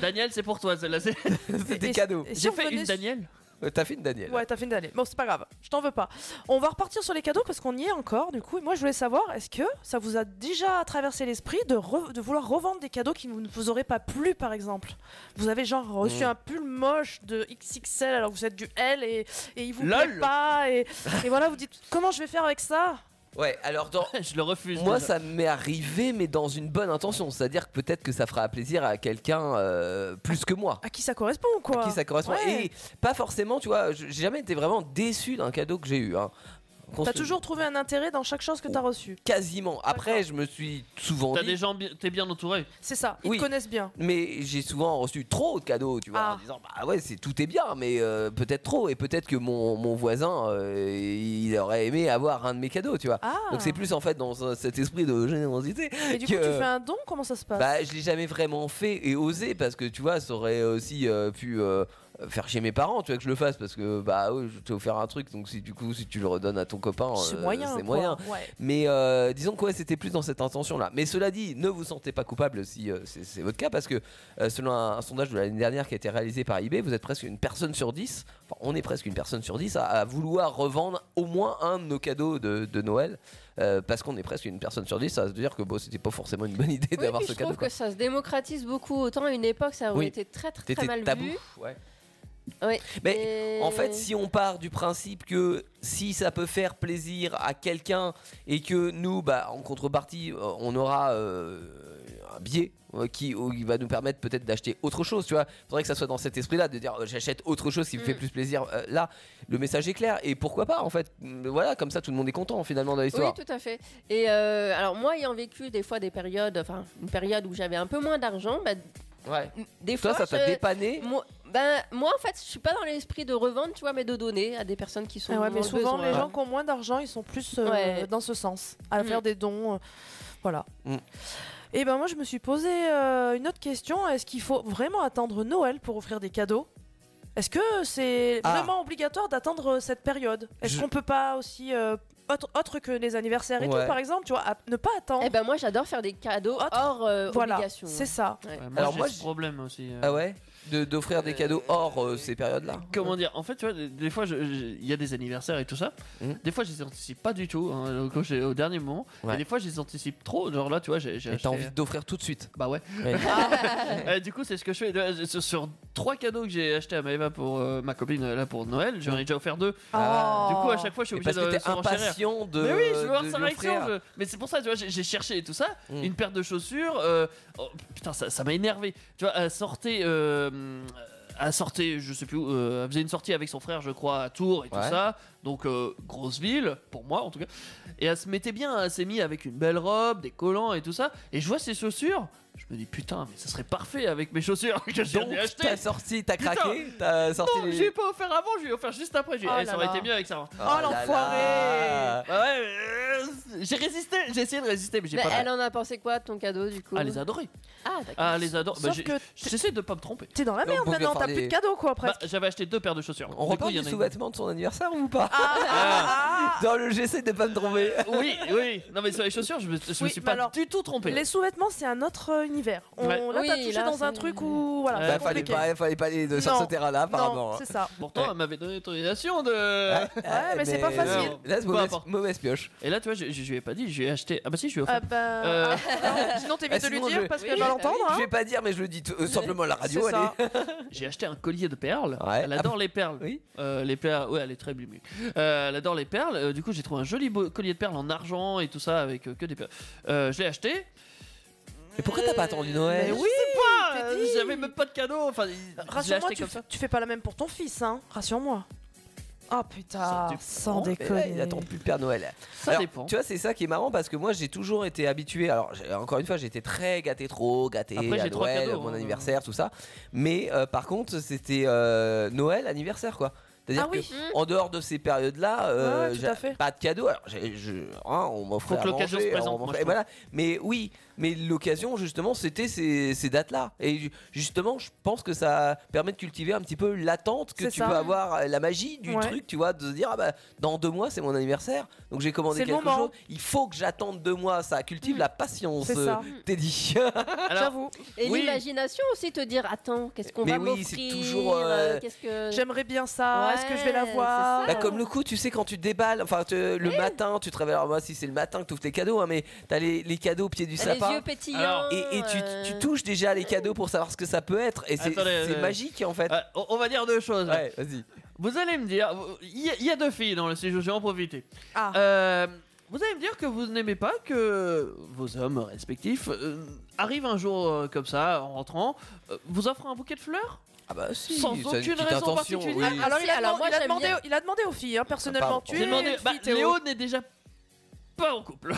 Speaker 4: Daniel, c'est pour toi celle-là. c'est-
Speaker 2: Et- et-
Speaker 3: C'était cadeau.
Speaker 2: et si
Speaker 4: J'ai
Speaker 2: on
Speaker 4: fait
Speaker 2: venait
Speaker 4: une
Speaker 2: sur-
Speaker 4: Daniel.
Speaker 3: Euh, T'as fait une Daniel.
Speaker 2: Ouais, t'as fait une d'année. Bon, c'est pas grave, je t'en veux pas. On va repartir sur les cadeaux parce qu'on y est encore, du coup. Et moi, je voulais savoir, est-ce que ça vous a déjà traversé l'esprit de, re- de vouloir revendre des cadeaux qui ne vous auraient pas plu, par exemple Vous avez genre reçu
Speaker 3: Mm.
Speaker 2: un pull moche de XXL alors que vous êtes du L et, et il vous plaît
Speaker 4: Lol.
Speaker 2: pas. Et, et voilà, vous dites, comment je vais faire avec ça
Speaker 3: Ouais, alors dans.
Speaker 4: Je le refuse.
Speaker 3: Moi,
Speaker 4: déjà.
Speaker 3: ça m'est arrivé, mais dans une bonne intention. C'est-à-dire que peut-être que ça fera plaisir à quelqu'un euh, plus que moi.
Speaker 2: À qui ça correspond ou quoi
Speaker 3: à qui ça correspond.
Speaker 2: Ouais.
Speaker 3: Et pas forcément, tu vois, je- j'ai jamais été vraiment déçu d'un cadeau que j'ai eu. Hein.
Speaker 2: T'as
Speaker 3: Constru-
Speaker 2: toujours trouvé un intérêt dans chaque chose que
Speaker 3: Oh.
Speaker 2: t'as reçue.
Speaker 3: Quasiment. Après, je me suis souvent
Speaker 4: T'as
Speaker 3: dit-
Speaker 4: des gens, bi- t'es bien entouré.
Speaker 2: C'est ça, ils
Speaker 3: Oui.
Speaker 2: te connaissent bien.
Speaker 3: Mais j'ai souvent reçu trop de cadeaux, tu vois,
Speaker 2: Ah.
Speaker 3: en disant bah ouais, c'est tout est bien, mais euh, peut-être trop, et peut-être que mon, mon voisin euh, il aurait aimé avoir un de mes cadeaux, tu vois.
Speaker 2: Ah
Speaker 3: Donc c'est plus en fait dans ce- cet esprit de générosité.
Speaker 2: Et du coup,
Speaker 3: que-
Speaker 2: tu fais un don Comment ça se passe
Speaker 3: Bah, je l'ai jamais vraiment fait et osé parce que tu vois, ça aurait aussi euh, pu euh, faire chez mes parents, tu vois, que je le fasse parce que bah ouais, je t'ai offert un truc, donc si du coup, si tu le redonnes à ton copain,
Speaker 2: C'est
Speaker 3: euh,
Speaker 2: moyen.
Speaker 3: c'est
Speaker 2: quoi.
Speaker 3: moyen.
Speaker 2: Ouais.
Speaker 3: Mais euh, disons que ouais, c'était plus dans cette intention-là. Mais cela dit, ne vous sentez pas coupable si euh, c'est c'est votre cas, parce que euh, selon un, un sondage de l'année dernière qui a été réalisé par eBay, vous êtes presque une personne sur dix, enfin on est presque une personne sur dix, à, à vouloir revendre au moins un de nos cadeaux de, de Noël, euh, parce qu'on est presque une personne sur dix, ça veut dire que bon, c'était pas forcément une bonne idée
Speaker 5: Oui,
Speaker 3: d'avoir
Speaker 5: puis
Speaker 3: ce
Speaker 5: je trouve
Speaker 3: cadeau. quoi.
Speaker 5: que ça se démocratise beaucoup. Autant à une époque, ça aurait
Speaker 3: Oui.
Speaker 5: été très très, très
Speaker 3: T'étais
Speaker 5: mal
Speaker 3: tabou.
Speaker 5: vu.
Speaker 3: ouais.
Speaker 5: Ouais.
Speaker 3: Mais
Speaker 5: Et-
Speaker 3: En fait, si on part du principe que si ça peut faire plaisir à quelqu'un et que nous, bah, en contrepartie, euh, on aura euh, un billet euh, qui, ou qui va nous permettre peut-être d'acheter autre chose, tu vois, faudrait que ça soit dans cet esprit-là, de dire euh, j'achète autre chose qui me fait
Speaker 5: Mm.
Speaker 3: plus plaisir. Euh, là, le message est clair et pourquoi pas, en fait, Mm, voilà, comme ça tout le monde est content finalement dans
Speaker 5: Oui,
Speaker 3: l'histoire.
Speaker 5: tout à fait. Et euh, alors moi, ayant vécu des fois des périodes, enfin une période où j'avais un peu moins d'argent, bah,
Speaker 3: ouais.
Speaker 5: des
Speaker 3: Toi,
Speaker 5: fois,
Speaker 3: ça t'a
Speaker 5: je-
Speaker 3: dépanné
Speaker 5: moi, ben, moi, en fait, je suis pas dans l'esprit de revendre, tu vois, mais de donner à des personnes qui sont.
Speaker 2: Ah ouais, mais
Speaker 5: dans le
Speaker 2: souvent,
Speaker 5: besoin.
Speaker 2: les gens qui ont moins d'argent, ils sont plus euh,
Speaker 5: Ouais.
Speaker 2: dans ce sens, à
Speaker 5: Mm.
Speaker 2: faire des dons. euh, voilà.
Speaker 3: Mm.
Speaker 2: Et ben moi, je me suis posé euh, une autre question. Est-ce qu'il faut vraiment attendre Noël pour offrir des cadeaux Est-ce que c'est
Speaker 3: Ah.
Speaker 2: vraiment obligatoire d'attendre euh, cette période Est-ce
Speaker 3: Je-
Speaker 2: qu'on peut pas aussi. euh, autre, autre que les anniversaires et
Speaker 3: Ouais.
Speaker 2: tout, par exemple, tu vois, à- ne pas attendre.
Speaker 5: Eh ben moi, j'adore faire des cadeaux
Speaker 2: Autre-
Speaker 5: hors euh,
Speaker 2: voilà,
Speaker 5: obligation. hein.
Speaker 2: c'est ça.
Speaker 5: Ouais.
Speaker 4: Ouais,
Speaker 3: Alors,
Speaker 4: j'ai
Speaker 3: moi,
Speaker 4: ce
Speaker 3: je-
Speaker 4: problème aussi. euh.
Speaker 3: Ah ouais De- D'offrir des
Speaker 4: Euh,
Speaker 3: cadeaux hors euh, ces périodes-là
Speaker 4: Comment dire En fait, tu vois, des- des fois, je- je- il y a des anniversaires et tout ça.
Speaker 3: Mhm.
Speaker 4: Des fois, je les anticipe pas du tout hein, quand j'ai- au dernier moment.
Speaker 3: Ouais.
Speaker 4: Et des fois, je les anticipe trop. Genre là, tu vois, j'ai j'ai
Speaker 3: Et
Speaker 4: acheté.
Speaker 3: t'as envie d'offrir tout de suite
Speaker 4: Bah ouais.
Speaker 3: Ouais.
Speaker 4: Euh, du coup, c'est ce que je fais. Euh, sur- Sur trois cadeaux que j'ai acheté à Maeva pour euh, ma copine euh, là pour Noël, j'en ai déjà offert deux.
Speaker 3: Ah,
Speaker 4: Du coup, à chaque fois, je suis
Speaker 3: Et
Speaker 4: obligé
Speaker 3: Parce
Speaker 4: de
Speaker 3: que t'es
Speaker 4: surenchérir.
Speaker 3: impatient de.
Speaker 4: mais oui, je veux voir
Speaker 3: de
Speaker 4: sa
Speaker 3: lui
Speaker 4: réaction.
Speaker 3: offrir.
Speaker 4: je- Mais c'est pour ça, tu vois, j'ai j'ai cherché et tout ça.
Speaker 3: Mm.
Speaker 4: Une paire de chaussures. euh, oh, putain, ça ça m'a énervé. Tu vois, elle sortait. euh, elle sortait, je sais plus où, euh, elle faisait une sortie avec son frère, je crois, à Tours et tout
Speaker 3: Ouais.
Speaker 4: ça. Donc, euh, grosse ville, pour moi en tout cas. Et elle se mettait bien, elle s'est mise avec une belle robe, des collants et tout ça. Et je vois ses chaussures. Je me dis, putain, mais ça serait parfait avec mes chaussures que j'ai
Speaker 3: Donc
Speaker 4: acheté.
Speaker 3: t'as sorti, t'as
Speaker 4: Putain.
Speaker 3: craqué, t'as sorti
Speaker 4: Non,
Speaker 3: les.
Speaker 4: je lui ai Oh, pas offert avant, je lui ai offert juste après. Je lui ai dit,
Speaker 2: Oh
Speaker 4: Eh,
Speaker 2: là
Speaker 4: ça aurait
Speaker 2: là.
Speaker 4: été mieux avec ça.
Speaker 3: là
Speaker 2: Oh, l'enfoiré.
Speaker 3: là.
Speaker 4: Bah ouais, mais, euh, j'ai résisté, j'ai essayé de résister, mais j'ai
Speaker 5: Mais
Speaker 4: pas.
Speaker 5: elle en a pensé quoi de ton cadeau du coup
Speaker 4: Ah, les adorer.
Speaker 5: Ah, d'accord.
Speaker 4: Ah, les adorer. Bah,
Speaker 2: Sauf
Speaker 4: j'ai-
Speaker 2: que
Speaker 4: J'essaie de pas me tromper.
Speaker 2: T'es dans la
Speaker 3: Donc,
Speaker 2: merde
Speaker 3: vous
Speaker 2: maintenant,
Speaker 3: devez
Speaker 2: t'as plus
Speaker 3: faire
Speaker 2: de
Speaker 3: les-
Speaker 2: cadeaux quoi
Speaker 4: Bah,
Speaker 2: presque.
Speaker 4: J'avais acheté deux paires de chaussures.
Speaker 3: On
Speaker 4: Du coup,
Speaker 3: reparle
Speaker 4: il y en
Speaker 3: du
Speaker 4: a une-
Speaker 3: sous-vêtement de son anniversaire ou pas
Speaker 2: Ah,
Speaker 3: Dans le j'essaie de pas me tromper.
Speaker 4: Euh, Oui, oui. Non, mais sur les chaussures, je me, je me
Speaker 2: Oui,
Speaker 4: suis
Speaker 2: mais
Speaker 4: pas
Speaker 2: alors,
Speaker 4: du tout trompé.
Speaker 2: Les sous-vêtements, c'est un autre euh, univers. On,
Speaker 4: Ouais.
Speaker 2: Là, t'as
Speaker 5: Oui,
Speaker 2: touché
Speaker 5: là,
Speaker 2: dans un
Speaker 5: c'est-
Speaker 2: truc où. Voilà,
Speaker 4: Ouais,
Speaker 2: c'est
Speaker 3: Bah, fallait
Speaker 2: compliqué.
Speaker 3: pas, fallait pas aller de- sur
Speaker 2: Non.
Speaker 3: ce terrain-là apparemment.
Speaker 2: Non,
Speaker 3: hein.
Speaker 2: c'est ça.
Speaker 4: Pourtant, elle m'avait donné l'autorisation de.
Speaker 3: Ouais,
Speaker 2: mais c'est pas facile.
Speaker 3: euh, Là, c'est
Speaker 4: Peu
Speaker 3: mauvaise,
Speaker 4: importe.
Speaker 3: mauvaise pioche.
Speaker 4: Et là, tu vois, je, je, lui ai pas dit, je lui ai acheté. Ah, bah si, je lui ai offert.
Speaker 2: Ah bah,
Speaker 4: Euh.
Speaker 2: ah, sinon
Speaker 3: Ah,
Speaker 2: t'évites de lui
Speaker 3: sinon,
Speaker 2: dire
Speaker 3: je-
Speaker 2: parce
Speaker 5: Oui,
Speaker 2: qu'elle va
Speaker 5: bah
Speaker 2: l'entendre.
Speaker 3: Ah Je
Speaker 2: Hein.
Speaker 3: vais pas dire, mais je le dis tout- euh, simplement à la radio.
Speaker 2: C'est
Speaker 3: Allez.
Speaker 2: ça.
Speaker 4: J'ai acheté un collier de perles.
Speaker 3: Ouais.
Speaker 4: Elle adore les perles.
Speaker 3: Oui.
Speaker 4: Euh, les perles, ouais, elle est très biblique. Euh, elle adore les perles. Euh, du coup, j'ai trouvé un joli beau collier de perles en argent et tout ça avec euh, que des perles. Euh, je l'ai acheté.
Speaker 3: Et pourquoi t'as pas attendu Noël
Speaker 4: Mais oui, je sais pas. euh, j'avais même pas de cadeau. Enfin, il- je l'ai
Speaker 2: Rassure-moi,
Speaker 4: acheté
Speaker 2: tu,
Speaker 4: comme
Speaker 2: fais-
Speaker 4: ça.
Speaker 2: tu fais pas la même pour ton fils, hein Rassure-moi. Ah putain, sans
Speaker 3: Oh, mais là,
Speaker 4: Eh,
Speaker 2: déconner.
Speaker 3: Il attend plus le Père Noël.
Speaker 4: Ça dépend.
Speaker 3: Tu vois, c'est ça qui est marrant parce que moi, j'ai toujours été habitué. Alors, j'ai- encore une fois, j'étais très gâté trop, gâté
Speaker 4: Après,
Speaker 3: à
Speaker 4: j'ai trois
Speaker 3: Noël,
Speaker 4: cadeaux,
Speaker 3: mon
Speaker 4: hein.
Speaker 3: anniversaire, tout ça. Mais euh, par contre, c'était euh, Noël, anniversaire, quoi. C'est-à-dire
Speaker 4: Ah oui.
Speaker 3: que en dehors de ces périodes-là, euh,
Speaker 4: Ouais, ouais, tout
Speaker 3: j'a-
Speaker 4: à fait.
Speaker 3: pas de cadeau. Alors, j'ai- je, hein, on m'offrait
Speaker 4: Faut
Speaker 3: à
Speaker 4: que l'occasion
Speaker 3: manger,
Speaker 4: se présente,
Speaker 3: on m'offrait-
Speaker 4: moi, je
Speaker 3: et voilà. Mais oui, mais l'occasion justement, c'était ces, ces dates-là. Et ju- justement, je pense que ça permet de cultiver un petit peu l'attente que
Speaker 2: C'est
Speaker 3: tu
Speaker 2: ça.
Speaker 3: peux avoir, euh, la magie du
Speaker 2: Ouais.
Speaker 3: truc, tu vois, de se dire ah bah dans deux mois c'est mon anniversaire, donc j'ai commandé
Speaker 2: C'est le
Speaker 3: quelque
Speaker 2: moment. Mm.
Speaker 3: chose. Il faut que j'attende deux mois, ça cultive la patience.
Speaker 5: C'est ça.
Speaker 3: euh, Teddy.
Speaker 2: J'avoue.
Speaker 5: Et l'imagination aussi, te dire attends, qu'est-ce qu'on
Speaker 3: Mais
Speaker 5: va
Speaker 3: oui, c'est
Speaker 5: m'offrir
Speaker 3: toujours, euh,
Speaker 5: euh, qu'est-ce que...
Speaker 2: J'aimerais bien ça. Est-ce que je vais l'avoir
Speaker 3: Bah, comme le coup, tu sais, quand tu déballes, enfin te- le matin, tu te réveilles. Alors, moi, si c'est le matin que tu ouvres tes cadeaux, hein, mais t'as les, les cadeaux au pied du
Speaker 5: Les
Speaker 3: sapin.
Speaker 5: yeux pétillants,
Speaker 3: Et, et tu,
Speaker 5: euh.
Speaker 3: tu touches déjà les cadeaux pour savoir ce que ça peut être. Et c'est
Speaker 4: Attendez,
Speaker 3: c'est
Speaker 4: euh,
Speaker 3: magique en fait.
Speaker 4: euh, on- on va dire deux choses.
Speaker 3: Ouais, vas-y.
Speaker 4: Vous allez me dire, vous- il y, a- il y a deux filles dans le sujet, je vais en profiter.
Speaker 2: Ah.
Speaker 4: Euh, vous allez me dire que vous n'aimez pas que vos hommes respectifs euh, arrivent un jour euh, comme ça, en rentrant, euh, vous offrent un bouquet de fleurs
Speaker 3: Ah bah si,
Speaker 4: sans
Speaker 3: c'est une
Speaker 4: aucune
Speaker 3: petite
Speaker 4: raison
Speaker 3: intention,
Speaker 4: particulière.
Speaker 3: oui.
Speaker 2: Ah,
Speaker 3: Ah,
Speaker 2: Alors, il a,
Speaker 5: Ah, Alors, moi,
Speaker 2: il a
Speaker 5: j'aime
Speaker 2: demandé,
Speaker 5: bien.
Speaker 2: il a demandé aux filles, hein, personnellement.
Speaker 4: Pardon.
Speaker 2: Tu
Speaker 4: J'ai
Speaker 2: es
Speaker 4: demandé-
Speaker 2: une
Speaker 4: bah,
Speaker 2: fille, Théo.
Speaker 4: Léo n'est déjà pas en couple.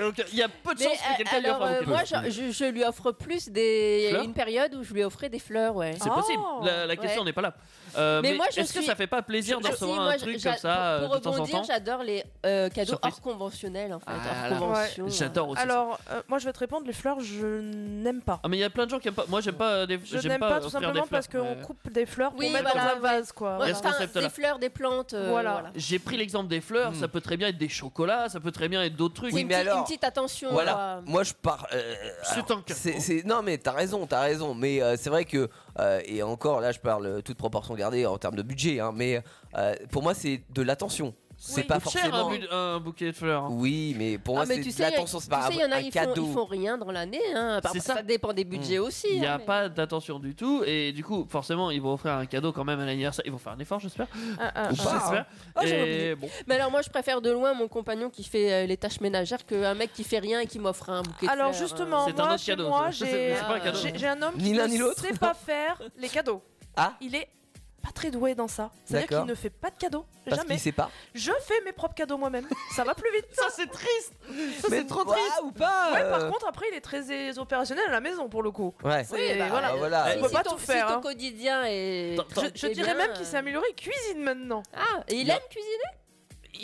Speaker 4: Donc il y a peu de
Speaker 5: Mais,
Speaker 4: chances que
Speaker 5: euh,
Speaker 4: quelqu'un lui
Speaker 5: alors,
Speaker 4: offre un
Speaker 5: euh,
Speaker 4: bouquet.
Speaker 5: moi, je, je- je lui offre plus des. Il y a
Speaker 4: Fleurs
Speaker 5: une période où je lui offrais des fleurs, ouais.
Speaker 4: C'est possible,
Speaker 2: Oh.
Speaker 4: la, la question
Speaker 5: Oh, Ouais.
Speaker 4: n'est pas là. Euh,
Speaker 5: Mais
Speaker 4: mais
Speaker 5: moi, je
Speaker 4: est-ce que
Speaker 5: suis-
Speaker 4: ça fait pas plaisir de
Speaker 5: Ah, si,
Speaker 4: recevoir
Speaker 5: moi,
Speaker 4: un
Speaker 5: je-
Speaker 4: truc
Speaker 5: j'a-
Speaker 4: comme ça
Speaker 5: Pour,
Speaker 4: euh,
Speaker 5: pour
Speaker 4: de temps en
Speaker 5: rebondir,
Speaker 4: temps
Speaker 5: j'adore les euh, cadeaux
Speaker 4: Surprise.
Speaker 5: hors conventionnels, en fait.
Speaker 4: Ah,
Speaker 5: hors
Speaker 4: là,
Speaker 5: convention.
Speaker 4: ouais. J'adore aussi.
Speaker 2: Alors, euh, moi, je vais te répondre, les fleurs, je n'aime pas.
Speaker 4: Ah mais il y a plein de gens qui aiment pas. Moi j'aime pas euh, des
Speaker 2: Je
Speaker 4: j'aime
Speaker 2: n'aime pas, tout
Speaker 4: offrir des
Speaker 2: simplement parce
Speaker 4: fleurs,
Speaker 2: qu'on
Speaker 4: mais-
Speaker 2: coupe des fleurs pour
Speaker 5: Oui,
Speaker 2: mettre dans
Speaker 5: voilà,
Speaker 2: un vase, quoi.
Speaker 4: Ouais, Il y a ce
Speaker 5: Enfin,
Speaker 4: concept-là.
Speaker 5: des fleurs, des plantes. euh,
Speaker 2: Voilà.
Speaker 5: voilà.
Speaker 4: J'ai pris l'exemple des fleurs,
Speaker 3: Hmm.
Speaker 4: ça peut très bien être des chocolats, ça peut très bien être d'autres trucs.
Speaker 5: Oui, Une mais petite- alors- une petite attention,
Speaker 3: Voilà,
Speaker 5: euh,
Speaker 3: moi je pars. euh, alors, c'est- c'est- Non, mais t'as raison, t'as raison. Mais euh, c'est vrai que, euh, et encore là, je parle euh, toute proportion gardée en termes de budget, hein, mais euh, pour moi, c'est de l'attention. C'est
Speaker 4: Ça
Speaker 3: pas
Speaker 4: coûte cher, hein,
Speaker 3: forcément.
Speaker 4: un, bu- un bouquet de fleurs.
Speaker 3: Oui, mais pour moi,
Speaker 5: Ah, mais
Speaker 3: c'est
Speaker 5: tu
Speaker 3: de
Speaker 5: sais, il y a-
Speaker 3: l'attention, c'est pas
Speaker 5: tu sais, il y en a,
Speaker 3: un
Speaker 5: ils font,
Speaker 3: cadeau. Mm.
Speaker 5: ils font rien dans l'année. Hein. Par-
Speaker 4: C'est
Speaker 5: ça.
Speaker 4: ça.
Speaker 5: dépend des budgets aussi.
Speaker 4: Il n'y a
Speaker 5: hein, mais-
Speaker 4: pas d'attention du tout et du coup forcément ils vont offrir un cadeau quand même à l'anniversaire. Ils vont faire un effort j'espère.
Speaker 5: Ah, ah,
Speaker 4: Ou
Speaker 5: ah.
Speaker 4: pas, j'espère.
Speaker 5: Ah, j'avais oublié.
Speaker 4: et bon.
Speaker 5: Mais alors, moi, je préfère de loin mon compagnon qui fait euh, les tâches ménagères qu'un mec qui fait rien et qui m'offre un bouquet de
Speaker 2: Alors
Speaker 5: fleurs,
Speaker 2: justement,
Speaker 5: hein.
Speaker 2: moi, chez moi, j'ai
Speaker 4: c'est pas un cadeau.
Speaker 2: j'ai- j'ai un homme
Speaker 4: Ni
Speaker 2: qui
Speaker 4: l'un ni
Speaker 2: ne
Speaker 4: l'autre.
Speaker 2: sait pas faire les cadeaux.
Speaker 3: Ah.
Speaker 2: Il est pas très doué dans ça. C'est-à-dire
Speaker 3: D'accord.
Speaker 2: qu'il ne fait pas de cadeaux.
Speaker 3: Parce
Speaker 2: jamais.
Speaker 3: qu'il sait pas.
Speaker 2: Je fais mes propres cadeaux moi-même. ça va plus vite.
Speaker 4: Ça, c'est triste.
Speaker 2: Ça,
Speaker 3: Mais
Speaker 2: c'est trop
Speaker 3: toi,
Speaker 2: triste.
Speaker 3: ou pas,
Speaker 2: Ouais,
Speaker 3: euh.
Speaker 2: par contre, après, il est très opérationnel à la maison pour le coup.
Speaker 3: Ouais.
Speaker 2: C'est-
Speaker 3: Oui, bah,
Speaker 2: voilà.
Speaker 3: bah, voilà.
Speaker 2: Il
Speaker 3: Si-
Speaker 2: peut
Speaker 3: si
Speaker 2: pas
Speaker 5: ton-
Speaker 2: tout faire.
Speaker 5: si ton
Speaker 2: hein.
Speaker 5: quotidien est.
Speaker 2: Je, je
Speaker 5: est
Speaker 2: dirais
Speaker 5: bien,
Speaker 2: même qu'il s'est amélioré, il cuisine maintenant.
Speaker 5: Ah, et il aime cuisiner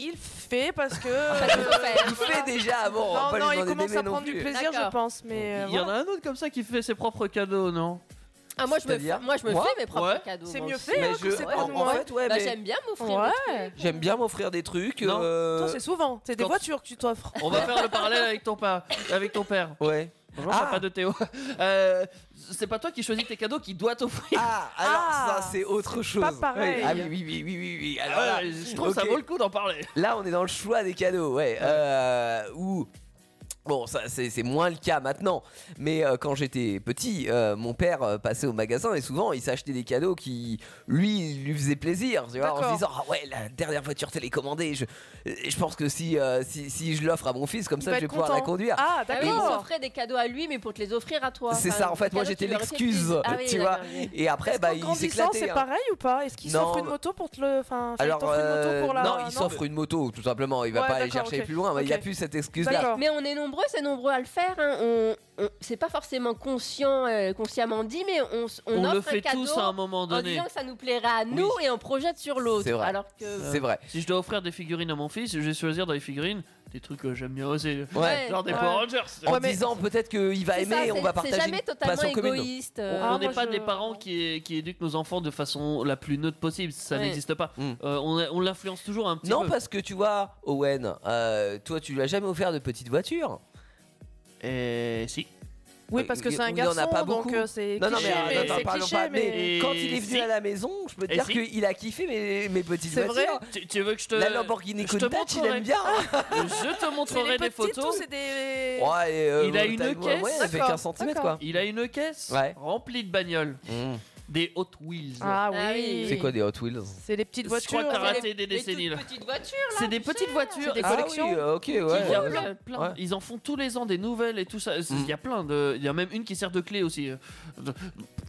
Speaker 2: Il fait parce que.
Speaker 3: Il fait déjà avant. on va
Speaker 2: Non,
Speaker 3: pas lui
Speaker 2: non, il
Speaker 3: demander
Speaker 2: commence à
Speaker 3: d'aimer non
Speaker 2: prendre du
Speaker 3: plus.
Speaker 2: plaisir, je
Speaker 5: D'accord.
Speaker 2: pense, mais. euh,
Speaker 4: Il y en a un autre comme ça qui fait ses propres cadeaux non
Speaker 5: Ah, moi, je me, fais,
Speaker 4: C'est-à-dire
Speaker 5: moi, je me
Speaker 4: Moi
Speaker 5: fais mes propres
Speaker 4: Ouais.
Speaker 5: cadeaux.
Speaker 4: C'est
Speaker 5: moi
Speaker 4: mieux
Speaker 5: aussi.
Speaker 4: fait, hein, que c'est pas
Speaker 3: en- en
Speaker 4: moi.
Speaker 3: fait, ouais,
Speaker 5: Bah,
Speaker 3: mais-
Speaker 5: J'aime bien m'offrir.
Speaker 2: Ouais.
Speaker 3: J'aime bien m'offrir des trucs.
Speaker 4: Non.
Speaker 3: euh,
Speaker 2: Toi, c'est souvent. C'est des
Speaker 4: quand-
Speaker 2: voitures que tu t'offres.
Speaker 4: On va faire le parallèle avec ton père. Avec ton père.
Speaker 3: Ouais. Ah.
Speaker 4: Bonjour, papa de Théo. Euh, c'est pas toi qui choisis tes cadeaux qui doit t'offrir.
Speaker 3: Ah, alors ça c'est autre chose.
Speaker 4: pas pareil.
Speaker 3: Oui, Ah oui, oui, oui, oui, oui, oui. Alors,
Speaker 4: Ah
Speaker 3: là,
Speaker 4: ouais, je trouve ça
Speaker 3: ok.
Speaker 4: vaut le coup d'en parler.
Speaker 3: Là, on est dans le choix des cadeaux, ouais. Euh, ou bon, ça c'est c'est moins le cas maintenant. Mais euh, quand j'étais petit, euh, mon père euh, passait au magasin et souvent il s'achetait des cadeaux qui lui lui faisaient plaisir, tu vois, en se
Speaker 12: D'accord.
Speaker 3: disant ah ouais la dernière voiture télécommandée. Je, je pense que si euh, si, si je l'offre à mon fils comme
Speaker 5: Il
Speaker 3: ça,
Speaker 5: va
Speaker 3: je vais
Speaker 5: être
Speaker 3: pouvoir la
Speaker 5: content.
Speaker 3: conduire.
Speaker 5: Ah,
Speaker 3: Et
Speaker 5: d'accord. Il s'offrait des cadeaux à lui, mais pour te les offrir à toi.
Speaker 3: C'est
Speaker 5: Enfin,
Speaker 3: ça, en fait,
Speaker 5: des
Speaker 3: moi
Speaker 5: cadeaux
Speaker 3: j'étais
Speaker 5: qui lui auraient fait plaisir.
Speaker 3: l'excuse,
Speaker 5: Ah oui,
Speaker 3: tu
Speaker 5: d'accord,
Speaker 3: vois.
Speaker 5: oui.
Speaker 3: Et après, bah, il
Speaker 2: Grandissant,
Speaker 3: s'éclate.
Speaker 2: c'est
Speaker 5: hein.
Speaker 2: pareil ou pas Est-ce qu'il s'offre
Speaker 3: Non, bah
Speaker 2: une moto pour te le. Enfin, il
Speaker 3: Alors,
Speaker 2: t'offre une moto
Speaker 3: euh,
Speaker 2: pour la.
Speaker 3: non, il s'offre une moto, tout simplement. Il va
Speaker 2: Ouais,
Speaker 3: pas aller
Speaker 2: d'accord,
Speaker 3: chercher
Speaker 2: ok.
Speaker 3: plus loin. Il n'y a
Speaker 2: Ok.
Speaker 3: plus cette excuse-là.
Speaker 5: Mais on est nombreux, c'est nombreux à le faire. hein. On, on- c'est pas forcément conscient, euh, consciemment dit, mais on, s- on
Speaker 4: On
Speaker 5: offre
Speaker 4: le
Speaker 5: un
Speaker 4: fait
Speaker 5: cadeau
Speaker 4: tous à un moment donné.
Speaker 5: En disant que ça nous plaira à nous et on projette sur l'autre.
Speaker 4: C'est vrai.
Speaker 5: Alors que. euh,
Speaker 3: Euh, vrai.
Speaker 4: Si je dois offrir des figurines à mon fils, je vais choisir dans les figurines des trucs que j'aime bien aussi.
Speaker 3: Ouais.
Speaker 4: Genre des
Speaker 3: Ouais.
Speaker 4: Power Rangers.
Speaker 3: En disant peut-être qu'il va
Speaker 5: C'est
Speaker 3: aimer,
Speaker 5: ça, c'est-
Speaker 3: on va
Speaker 5: c'est
Speaker 3: partager
Speaker 5: jamais
Speaker 3: une
Speaker 5: totalement
Speaker 3: passion commune.
Speaker 5: égoïste,
Speaker 4: On-
Speaker 5: euh. Ah,
Speaker 4: on n'est
Speaker 5: moi,
Speaker 4: pas
Speaker 5: je-
Speaker 4: des parents qui, qui éduquent nos enfants de façon la plus neutre possible. Ça
Speaker 3: Ouais.
Speaker 4: n'existe pas. Euh, on on l'influence toujours un petit
Speaker 3: Mm. Non,
Speaker 4: peu.
Speaker 3: parce que tu vois, Owen, euh, toi, tu lui as jamais offert de petite voiture.
Speaker 4: Eh, si.
Speaker 3: Euh,
Speaker 2: Oui, parce que c'est un
Speaker 3: il en a
Speaker 2: garçon,
Speaker 3: pas
Speaker 2: donc,
Speaker 3: beaucoup.
Speaker 2: euh, c'est
Speaker 3: Non, non,
Speaker 2: cliché,
Speaker 3: mais,
Speaker 2: mais
Speaker 3: attends,
Speaker 2: c'est
Speaker 3: parlons
Speaker 2: cliché,
Speaker 3: pas, mais
Speaker 2: mais-
Speaker 3: quand il est venu
Speaker 2: Si.
Speaker 3: à la maison, je peux te
Speaker 4: Et
Speaker 3: dire
Speaker 4: Eh, si.
Speaker 3: qu'il a kiffé mes, mes petites
Speaker 4: C'est vrai
Speaker 3: voitures.
Speaker 4: tu, tu veux que je te.
Speaker 3: La Lamborghini
Speaker 4: je te
Speaker 3: Countach, il
Speaker 4: montrerai.
Speaker 3: aime bien.
Speaker 4: je te montrerai des photos.
Speaker 3: Ouais, et, euh,
Speaker 4: il a
Speaker 3: taille-
Speaker 4: une
Speaker 3: ouais,
Speaker 4: caisse.
Speaker 3: ouais, elle fait 15 centimètres, quoi.
Speaker 4: Il a une caisse remplie de bagnoles. Des Hot Wheels.
Speaker 2: Ah oui.
Speaker 3: C'est quoi des Hot Wheels
Speaker 2: C'est des petites
Speaker 4: Je crois
Speaker 2: voitures.
Speaker 4: que t'as
Speaker 2: C'est
Speaker 4: raté
Speaker 2: les-
Speaker 4: des
Speaker 2: les
Speaker 4: décennies là.
Speaker 5: Petite voiture
Speaker 4: C'est des petites voitures.
Speaker 2: des collections.
Speaker 3: Ah oui, euh, ok, ouais.
Speaker 4: Il y a
Speaker 3: ouais. Mm.
Speaker 4: plein, plein. Ils en font tous les ans des nouvelles et tout ça. C'est- Il y a plein de. Il y a même une qui sert de clé aussi. euh, de-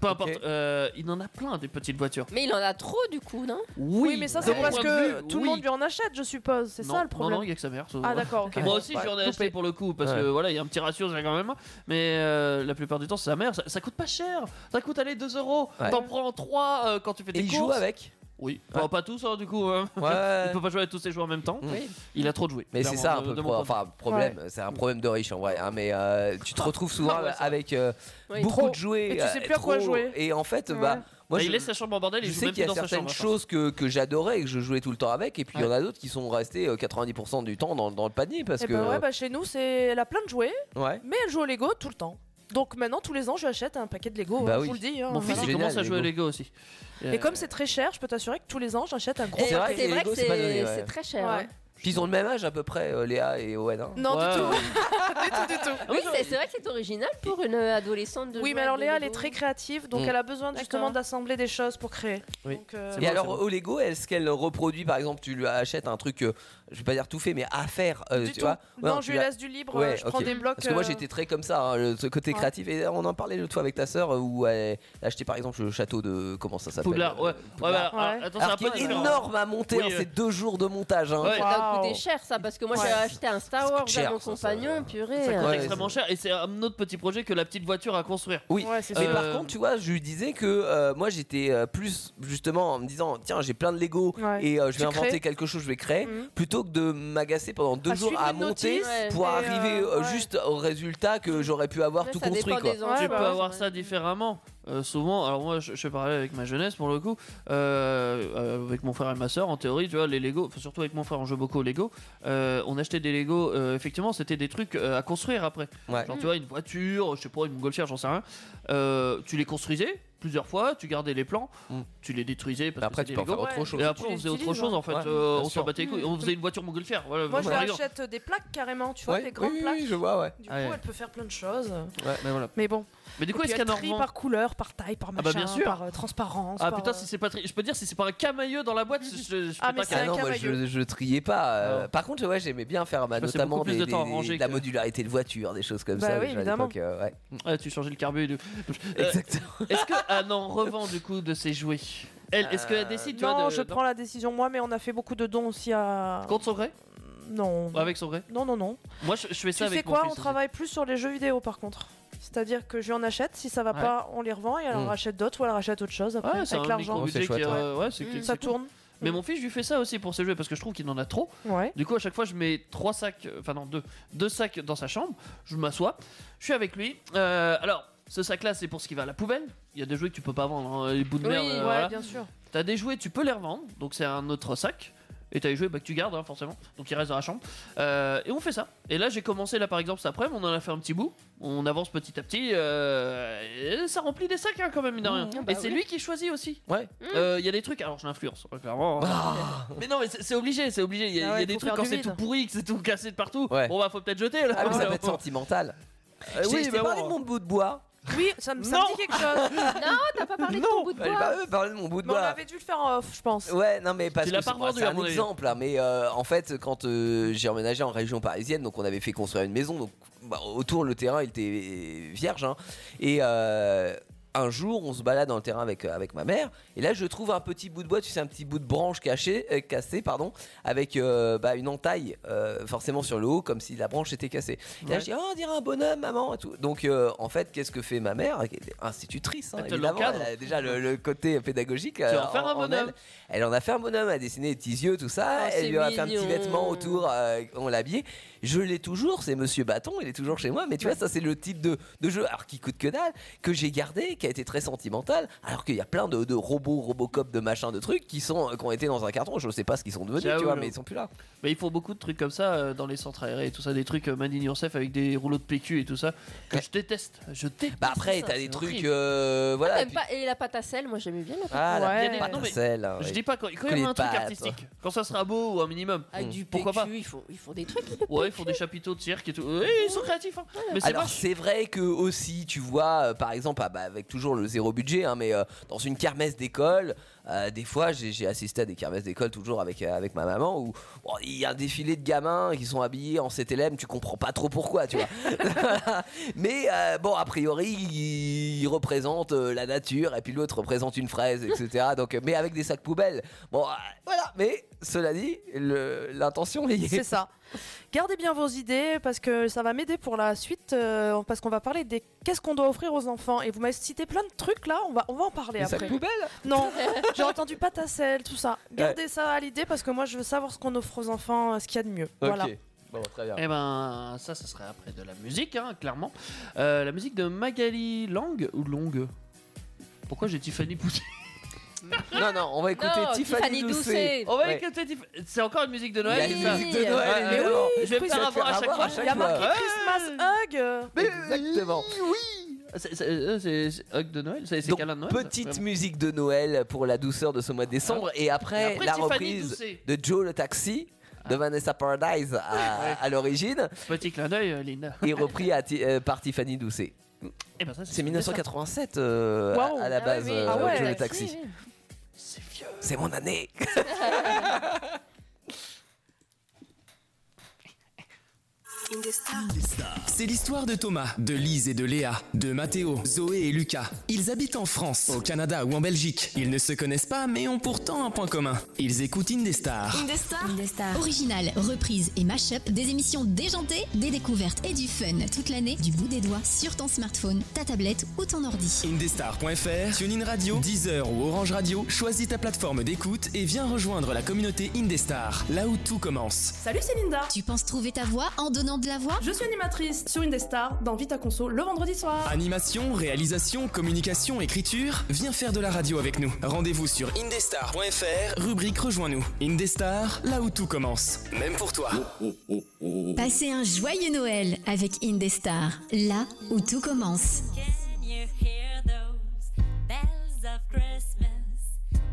Speaker 4: Peu importe. Euh, il en a plein des petites voitures.
Speaker 5: Mais il en a trop du coup, non
Speaker 4: Oui,
Speaker 2: mais ça c'est
Speaker 4: de
Speaker 2: parce
Speaker 4: mon
Speaker 2: que
Speaker 4: point de vue,
Speaker 2: tout le
Speaker 4: oui.
Speaker 2: monde lui en achète, je suppose. C'est
Speaker 4: non,
Speaker 2: ça le problème.
Speaker 4: Non, non, il y a que sa mère. ça-
Speaker 2: Ah, d'accord, ok.
Speaker 4: Moi aussi,
Speaker 2: Ouais,
Speaker 4: j'en ai
Speaker 2: loupé.
Speaker 4: acheté pour le coup parce que
Speaker 3: Ouais.
Speaker 4: voilà, il y a un petit ratio j'ai quand même. Mais euh, la plupart du temps, c'est sa mère. Ça, ça coûte pas cher. Ça coûte aller 2 euros.
Speaker 3: Ouais.
Speaker 4: T'en prends 3 quand tu fais
Speaker 3: Et
Speaker 4: tes
Speaker 3: il
Speaker 4: courses.
Speaker 3: joue avec.
Speaker 4: Oui. Bon, pas tous, hein, du coup. hein.
Speaker 3: Ouais. Mm.
Speaker 4: il peut pas jouer avec tous ses joueurs en même temps.
Speaker 3: Oui.
Speaker 4: Il a trop de jouets.
Speaker 3: Mais c'est
Speaker 4: clairement,
Speaker 3: ça un
Speaker 4: de-
Speaker 3: peu
Speaker 4: de
Speaker 3: le
Speaker 4: mon
Speaker 3: pro-
Speaker 4: point de vue.
Speaker 3: enfin, problème, c'est un problème de riche en vrai. hein, mais euh, tu te retrouves souvent
Speaker 4: Ah ouais, ça.
Speaker 3: avec euh,
Speaker 5: Oui.
Speaker 3: beaucoup
Speaker 2: Trop.
Speaker 3: de jouets.
Speaker 2: Et tu sais
Speaker 3: euh,
Speaker 2: plus à quoi
Speaker 3: trop.
Speaker 2: jouer.
Speaker 3: Et en fait,
Speaker 2: Ouais.
Speaker 3: bah, moi
Speaker 4: Bah,
Speaker 3: je,
Speaker 4: il laisse sa chambre en bordel, il
Speaker 3: je
Speaker 4: joue
Speaker 3: sais
Speaker 4: même
Speaker 3: qu'il y
Speaker 4: plus
Speaker 3: a
Speaker 4: dans sa
Speaker 3: certaines
Speaker 4: chambre.
Speaker 3: choses que, que j'adorais et que je jouais tout le temps avec. Et puis il y en a d'autres qui sont restées euh, 90% du temps dans, dans le panier parce
Speaker 2: Eh
Speaker 3: que.
Speaker 2: ben ouais, bah, chez nous, c'est... elle a plein de jouets,
Speaker 3: ouais.
Speaker 2: mais elle joue au Lego tout le temps. Donc maintenant, tous les ans, je lui achète un paquet de Lego.
Speaker 3: Bah
Speaker 2: hein,
Speaker 3: oui.
Speaker 2: Je vous le dis. hein,
Speaker 4: Mon
Speaker 2: voilà.
Speaker 4: fils, il
Speaker 3: Génial,
Speaker 4: commence à jouer à
Speaker 3: Lego.
Speaker 4: Lego Euh, aussi.
Speaker 2: Et comme c'est très cher, je peux t'assurer que tous les ans, j'achète un gros
Speaker 5: Et
Speaker 3: C'est vrai que les Lego,
Speaker 5: que
Speaker 3: c'est pas donné,
Speaker 5: c'est
Speaker 3: ouais.
Speaker 5: c'est très cher. hein.
Speaker 2: Ouais.
Speaker 3: Puis ils ont le même âge à peu près, euh, Léa et Owen. hein.
Speaker 2: Non,
Speaker 4: Ouais.
Speaker 2: du tout. du tout, du tout.
Speaker 5: Oui, c'est c'est vrai que c'est original pour une adolescente de
Speaker 2: Oui,
Speaker 5: jouer
Speaker 2: mais alors
Speaker 5: avec des
Speaker 2: Léa, elle est
Speaker 5: Lego.
Speaker 2: très créative, donc
Speaker 3: Mm.
Speaker 2: elle a besoin justement
Speaker 5: D'accord.
Speaker 2: d'assembler des choses pour créer.
Speaker 4: Oui.
Speaker 2: Donc, euh,
Speaker 4: C'est
Speaker 3: Et
Speaker 4: bon,
Speaker 3: alors
Speaker 4: c'est
Speaker 3: au Lego, est-ce qu'elle reproduit par exemple, tu lui achètes un truc, euh, je vais pas dire tout fait, mais à faire,
Speaker 2: du
Speaker 3: euh, tu
Speaker 2: tout.
Speaker 3: vois Ouais,
Speaker 2: non,
Speaker 3: tu
Speaker 2: je lui
Speaker 3: l'as-
Speaker 2: laisse du libre,
Speaker 3: Ouais,
Speaker 2: je prends
Speaker 3: ok.
Speaker 2: des blocs.
Speaker 3: Parce que moi
Speaker 2: euh,
Speaker 3: j'étais très comme ça, hein, le- ce côté
Speaker 2: ouais.
Speaker 3: créatif. Et on en parlait l'autre fois avec ta sœur euh, où elle achetait par exemple le château de comment ça s'appelle
Speaker 4: Poudlard, euh, ouais. Ouais, bah,
Speaker 3: Poudlard.
Speaker 4: alors,
Speaker 2: Ouais.
Speaker 4: Attends, c'est
Speaker 3: Alors
Speaker 4: un
Speaker 3: qui
Speaker 4: peu
Speaker 3: est
Speaker 4: différent.
Speaker 3: énorme à monter,
Speaker 4: Oui, euh,
Speaker 3: hein,
Speaker 4: ouais.
Speaker 3: c'est deux jours de montage. hein.
Speaker 4: Ouais.
Speaker 5: Ça doit
Speaker 2: Waouh.
Speaker 5: coûter cher ça parce que moi
Speaker 2: Ouais.
Speaker 5: j'ai acheté un Star
Speaker 3: Ça
Speaker 5: Wars
Speaker 3: coûte cher,
Speaker 5: à mon
Speaker 3: ça, ça,
Speaker 5: compagnon,
Speaker 3: ouais.
Speaker 5: purée.
Speaker 4: Ça coûte
Speaker 3: Ouais,
Speaker 4: extrêmement
Speaker 3: c'est-
Speaker 4: cher et c'est un autre petit projet que la petite voiture à construire.
Speaker 3: Oui,
Speaker 2: Ouais, c'est
Speaker 3: mais
Speaker 2: ça.
Speaker 3: par
Speaker 4: Euh,
Speaker 3: contre, tu vois, je lui disais que euh, moi j'étais euh, plus justement en me disant tiens, j'ai plein de Lego
Speaker 2: Ouais.
Speaker 3: et euh, je vais
Speaker 2: Tu
Speaker 3: inventer
Speaker 2: crées.
Speaker 3: quelque chose, je vais créer,
Speaker 2: Mhm.
Speaker 3: plutôt que de m'agacer pendant deux
Speaker 2: À
Speaker 3: jours
Speaker 2: suivre
Speaker 3: à
Speaker 2: une
Speaker 3: monter
Speaker 2: notice
Speaker 3: pour
Speaker 2: et,
Speaker 3: arriver
Speaker 2: euh,
Speaker 3: euh,
Speaker 2: ouais.
Speaker 3: juste au résultat que j'aurais pu avoir
Speaker 5: Après,
Speaker 3: tout
Speaker 5: ça
Speaker 3: construit.
Speaker 5: dépend
Speaker 3: Quoi.
Speaker 5: des
Speaker 2: Ouais,
Speaker 5: enjeux, Ah,
Speaker 4: tu
Speaker 2: bah
Speaker 4: peux
Speaker 2: ouais,
Speaker 4: avoir
Speaker 5: c'est
Speaker 4: ça
Speaker 5: vrai.
Speaker 4: différemment. Euh, souvent, alors moi je, je parlais avec ma jeunesse pour le coup, euh, euh, avec mon frère et ma soeur, en théorie, tu vois, les Lego, enfin, surtout avec mon frère, on joue beaucoup aux Lego. euh, on achetait des Lego, euh, effectivement, c'était des trucs euh, à construire après.
Speaker 3: Ouais.
Speaker 2: Mm.
Speaker 4: Genre, tu vois, une voiture, je sais pas, une montgolfière, j'en sais rien. Euh, tu les construisais plusieurs fois, tu gardais les plans,
Speaker 3: Mm.
Speaker 4: tu les détruisais parce
Speaker 3: Après,
Speaker 4: que
Speaker 3: tu
Speaker 4: c'est
Speaker 3: peux
Speaker 4: des
Speaker 3: en faire
Speaker 4: Lego.
Speaker 2: Lego,
Speaker 3: autre
Speaker 2: ouais.
Speaker 3: chose.
Speaker 4: Et
Speaker 2: tu
Speaker 4: après, on
Speaker 2: les
Speaker 4: faisait autre
Speaker 2: utilises, hein. Mm.
Speaker 4: chose en fait,
Speaker 3: ouais.
Speaker 4: euh,
Speaker 3: Bien
Speaker 4: on s'en
Speaker 3: sûr.
Speaker 4: battait les couilles. On faisait une voiture montgolfière. Voilà,
Speaker 2: Moi, je
Speaker 4: par
Speaker 2: lui
Speaker 4: exemple.
Speaker 2: achète des plaques carrément, tu vois,
Speaker 3: Ouais,
Speaker 2: des grandes
Speaker 3: oui, oui,
Speaker 2: plaques.
Speaker 3: oui, je vois, ouais.
Speaker 2: Du
Speaker 4: Ouais.
Speaker 2: coup, elle peut faire plein de choses.
Speaker 4: Mais voilà.
Speaker 2: Mais bon,
Speaker 4: Mais du coup,
Speaker 2: Et puis
Speaker 4: est-ce qu'un
Speaker 2: elle trie
Speaker 4: Normand-
Speaker 2: par couleur, par taille, par
Speaker 4: bah,
Speaker 2: machin,
Speaker 4: bien sûr.
Speaker 2: par euh, transparence.
Speaker 4: Ah
Speaker 2: par,
Speaker 4: putain,
Speaker 2: euh,
Speaker 4: si c'est pas tri- je peux dire si c'est pas un camailleux dans la boîte, je, je, je
Speaker 2: Ah,
Speaker 4: peux
Speaker 2: mais
Speaker 4: pas
Speaker 2: c'est
Speaker 3: Ah
Speaker 4: carrément.
Speaker 3: non, moi
Speaker 2: camailleux.
Speaker 3: je, je triais pas. euh,
Speaker 4: Ah ouais.
Speaker 3: Par contre, ouais, j'aimais bien faire bah,
Speaker 4: Je passais
Speaker 3: notamment
Speaker 4: beaucoup plus
Speaker 3: des,
Speaker 4: de temps à
Speaker 3: des-
Speaker 4: ranger
Speaker 3: de la
Speaker 4: que-
Speaker 3: modularité de voiture, des choses comme
Speaker 2: Bah
Speaker 3: ça.
Speaker 2: oui,
Speaker 3: déjà, à
Speaker 2: évidemment.
Speaker 3: l'époque, euh, ouais.
Speaker 4: Ah, tu changeais le carbu. et tout. Euh,
Speaker 3: Exactement.
Speaker 4: est-ce que ah non revend du coup de ses jouets Elle, est-ce qu'elle
Speaker 3: Euh,
Speaker 4: décide tu vois
Speaker 2: Non,
Speaker 4: de-
Speaker 2: je prends la décision moi, mais on a fait beaucoup de dons aussi à.
Speaker 4: contre son gré
Speaker 2: Non.
Speaker 4: Ou avec son gré
Speaker 2: Non, non, non.
Speaker 4: Moi, je, je fais ça
Speaker 2: Tu
Speaker 4: avec
Speaker 2: sais
Speaker 4: mon
Speaker 2: quoi
Speaker 4: fils
Speaker 2: On
Speaker 4: aussi.
Speaker 2: travaille plus sur les jeux vidéo par contre. C'est-à-dire que je lui en achète, si ça va
Speaker 4: Ouais.
Speaker 2: pas, on les revend et elle en
Speaker 3: Mm.
Speaker 2: rachète d'autres ou elle rachète autre chose après
Speaker 4: Ouais, c'est
Speaker 2: avec
Speaker 4: un
Speaker 2: l'argent.
Speaker 4: micro
Speaker 3: Ouais,
Speaker 4: budget
Speaker 3: c'est chouette,
Speaker 4: ouais, c'est
Speaker 5: Mm.
Speaker 4: c'est
Speaker 2: Ça
Speaker 4: cool.
Speaker 2: tourne.
Speaker 4: Mais mon fils, je lui fais ça aussi pour ses jouets parce que je trouve qu'il en a trop.
Speaker 2: Ouais.
Speaker 4: Du coup, à chaque fois, je mets trois sacs, euh, enfin non, deux, deux sacs dans sa chambre. Je m'assois, je suis avec lui. Euh, alors, ce sac-là, c'est pour ce qui va à la poubelle. Il y a des jouets que tu peux pas vendre, hein, les bouts de
Speaker 5: Oui,
Speaker 4: merde. euh,
Speaker 2: ouais,
Speaker 4: voilà.
Speaker 2: bien sûr.
Speaker 4: T'as des jouets, tu peux les revendre, donc c'est un autre sac. Et t'as les jouets bah, que tu gardes, hein, forcément, donc ils restent dans la chambre. Euh, et on fait ça. Et là, j'ai commencé, là par exemple, cet après-midi, on en a fait un petit bout. On avance petit à petit. euh, et ça remplit des sacs, hein, quand même, mine de rien.
Speaker 5: ah bah
Speaker 4: et c'est
Speaker 5: oui.
Speaker 4: lui qui choisit aussi.
Speaker 3: Ouais.
Speaker 2: Mmh.
Speaker 3: Ah.
Speaker 4: Euh, Il y a des trucs, alors je l'influence, ouais, clairement. Mais non, mais c'est c'est obligé, c'est obligé. Il y a,
Speaker 2: Ah ouais,
Speaker 4: il y a des
Speaker 2: faut
Speaker 4: trucs
Speaker 2: faire
Speaker 4: quand
Speaker 2: du
Speaker 4: c'est
Speaker 2: vide.
Speaker 4: tout pourri, que c'est tout cassé de partout.
Speaker 3: Ouais.
Speaker 4: Bon, bah, faut peut-être jeter là.
Speaker 3: Ah, mais ça peut
Speaker 4: Ouais.
Speaker 3: être sentimental.
Speaker 4: Euh,
Speaker 3: Je t'ai-
Speaker 4: oui,
Speaker 3: je t'ai
Speaker 4: bah,
Speaker 3: parlé
Speaker 4: bon.
Speaker 3: de mon bout de bois.
Speaker 2: Oui, ça me, ça me
Speaker 4: Non.
Speaker 2: dit quelque chose.
Speaker 5: Ah, t'as pas parlé de ton bout de
Speaker 3: Fallait
Speaker 5: bois
Speaker 3: pas euh, parler de mon bout de
Speaker 2: mais on
Speaker 3: bois.
Speaker 2: avait dû le faire en off, je pense.
Speaker 3: Ouais, non, mais parce
Speaker 4: Tu
Speaker 3: que
Speaker 4: l'as
Speaker 3: c'est
Speaker 4: pas revendu,
Speaker 3: c'est
Speaker 4: à
Speaker 3: un
Speaker 4: mon avis.
Speaker 3: exemple, hein, mais euh, en fait, quand euh, j'ai emménagé en région parisienne, donc on avait fait construire une maison, donc bah, autour le terrain il était vierge, hein, et euh, un jour on se balade dans le terrain avec, euh, avec ma mère, et là je trouve un petit bout de bois, tu sais, un petit bout de branche caché, euh, cassé, pardon, avec euh, bah, une entaille euh, forcément sur le haut, comme si la branche était cassée. Et là
Speaker 4: Ouais.
Speaker 3: je dis, oh, on dirait un bonhomme, maman, et tout. Donc euh, en fait, qu'est-ce que fait ma mère, qui était institutrice, hein,
Speaker 4: Elle te
Speaker 3: évidemment,
Speaker 4: l'encadre.
Speaker 3: elle a déjà le, le côté pédagogique.
Speaker 4: Tu vas
Speaker 3: euh,
Speaker 4: en faire un
Speaker 3: elle.
Speaker 4: bonhomme.
Speaker 3: Elle en a fait un bonhomme, elle a dessiné des petits yeux, tout ça.
Speaker 5: Oh, c'est
Speaker 3: elle lui a fait un petit
Speaker 5: mignon.
Speaker 3: vêtement autour, euh, on l'a habillé. Je l'ai toujours, c'est Monsieur Bâton, il est toujours chez moi. Mais tu vois, ça, c'est le type de, de jeu, alors qui coûte que dalle, que j'ai gardé, qui a été très sentimental. Alors qu'il y a plein de, de robots, Robocop, de machins, de trucs qui, sont, euh, qui ont été dans un carton. Je ne sais pas ce qu'ils sont devenus,
Speaker 4: Ciao,
Speaker 3: tu vois,
Speaker 4: Lou.
Speaker 3: mais ils sont plus là.
Speaker 4: Mais il faut beaucoup de trucs comme ça euh, dans les centres aérés et tout ça, des trucs euh, Made in Yourself avec des rouleaux de PQ et tout ça, que je déteste. Je déteste.
Speaker 3: Bah après,
Speaker 4: ça,
Speaker 3: t'as
Speaker 4: c'est
Speaker 3: des trucs.
Speaker 4: horrible.
Speaker 3: euh, voilà.
Speaker 5: Même
Speaker 3: puis-
Speaker 5: Ah, pas- Et la pâte à sel, moi j'aimais bien la pâte
Speaker 3: Ah, la
Speaker 2: Ouais.
Speaker 3: petite
Speaker 2: Il y a des-
Speaker 3: pâte à
Speaker 4: non, mais
Speaker 3: sel, hein,
Speaker 4: Je
Speaker 3: ouais.
Speaker 4: dis pas quand, quand il
Speaker 3: les
Speaker 4: y a un truc
Speaker 3: pattes.
Speaker 4: artistique, quand ça sera beau ou un minimum.
Speaker 5: avec Ah, du
Speaker 4: Pourquoi pas
Speaker 5: PQ, ils font, ils font des trucs.
Speaker 4: Ouais, ils font des chapiteaux de cirque et tout. Ouais, ils sont créatifs, hein. mais c'est
Speaker 3: Alors
Speaker 4: moche.
Speaker 3: c'est vrai que aussi tu vois euh, par exemple ah bah, avec toujours le zéro budget, hein, mais euh, dans une kermesse d'école, euh, des fois j'ai j'ai assisté à des kermesses d'école toujours avec, euh, avec ma maman où bon, il y a un défilé de gamins qui sont habillés en CTLM, tu comprends pas trop pourquoi, tu vois. Voilà. mais euh, bon, a priori, il représente euh, la nature et puis l'autre représente une fraise, etc. Donc, euh, mais avec des sacs poubelles. Bon, euh, voilà, mais cela dit, le- l'intention y est.
Speaker 2: C'est ça. Gardez bien vos idées parce que ça va m'aider pour la suite, euh, parce qu'on va parler des qu'est-ce qu'on doit offrir aux enfants. Et vous m'avez cité plein de trucs là, on va, on va en parler
Speaker 3: Les
Speaker 2: après.
Speaker 3: sacs poubelles
Speaker 2: Non, j'ai entendu patacelle, tout ça. Gardez ça à l'idée parce que moi je veux savoir ce qu'on offre aux enfants, euh, ce qu'il y a de mieux. Voilà.
Speaker 3: Bon, très bien.
Speaker 4: Eh ben, ça, ça serait après de la musique, hein, clairement. Euh, la musique de Magali Lang ou Longue Pourquoi j'ai Tiffany Poussé
Speaker 3: Non, non, on va écouter
Speaker 4: Non,
Speaker 3: Tiffany,
Speaker 4: Tiffany Doucet. On va écouter Tiffany. C'est encore une musique de Noël,
Speaker 3: Il
Speaker 4: c'est
Speaker 3: y a
Speaker 4: ça
Speaker 3: une musique de Noël,
Speaker 4: Ouais,
Speaker 3: évidemment.
Speaker 4: mais oui, Je vais
Speaker 3: Oui, je vais te
Speaker 4: me faire
Speaker 3: faire
Speaker 4: avoir à chaque
Speaker 3: avoir
Speaker 4: fois.
Speaker 3: à chaque
Speaker 2: Il y a marqué
Speaker 4: Ouais.
Speaker 2: Christmas Hug.
Speaker 3: Exactement.
Speaker 4: C'est- c'est- euh, C'est c'est Hug de Noël, c'est c'est
Speaker 3: Donc,
Speaker 4: câlin de Noël. Ah
Speaker 3: Petite musique de Noël pour la douceur de ce mois de décembre. Et après,
Speaker 4: Et après,
Speaker 3: la
Speaker 4: Tiffany
Speaker 3: reprise
Speaker 4: Doucet. Ah.
Speaker 3: de Joe le taxi de Vanessa Paradise à,
Speaker 4: Ouais.
Speaker 3: à l'origine.
Speaker 4: Petit clin d'œil, euh, Linda.
Speaker 3: Et repris à Ti- euh, par Tiffany Doucet.
Speaker 4: Eh ben, ça,
Speaker 3: C'est 1987 euh,
Speaker 4: Waouh.
Speaker 3: à, à la
Speaker 4: Ah
Speaker 3: base,
Speaker 4: oui, oui.
Speaker 3: euh,
Speaker 4: Ah ouais,
Speaker 3: Joe le
Speaker 4: oui,
Speaker 3: taxi.
Speaker 4: oui.
Speaker 3: C'est mon année.
Speaker 7: C'est l'histoire de Thomas, de Lise et de Léa, de Mathéo, Zoé et Lucas. Ils habitent en France, au Canada ou en Belgique. Ils ne se connaissent pas mais ont pourtant un point commun. Ils écoutent Indestar.
Speaker 1: Indestar. Original, reprise et mash-up, des émissions déjantées, des découvertes et du fun toute l'année du bout des doigts sur ton smartphone, ta tablette ou ton ordi.
Speaker 7: Indestar.fr, TuneIn Radio, Deezer ou Orange Radio, choisis ta plateforme d'écoute et viens rejoindre la communauté Indestar, là où tout commence.
Speaker 12: Salut, c'est Linda.
Speaker 1: Tu penses trouver ta voix en donnant de la voix
Speaker 12: Je suis animatrice sur Indestar dans Vita Conso le vendredi soir.
Speaker 7: Animation, réalisation, communication, écriture, viens faire de la radio avec nous. Rendez-vous sur indestar.fr, rubrique Rejoins-nous. Indestar, là où tout commence. Même pour toi.
Speaker 1: Passez un joyeux Noël avec Indestar, là où tout commence.
Speaker 13: Can you hear those bells of Christmas?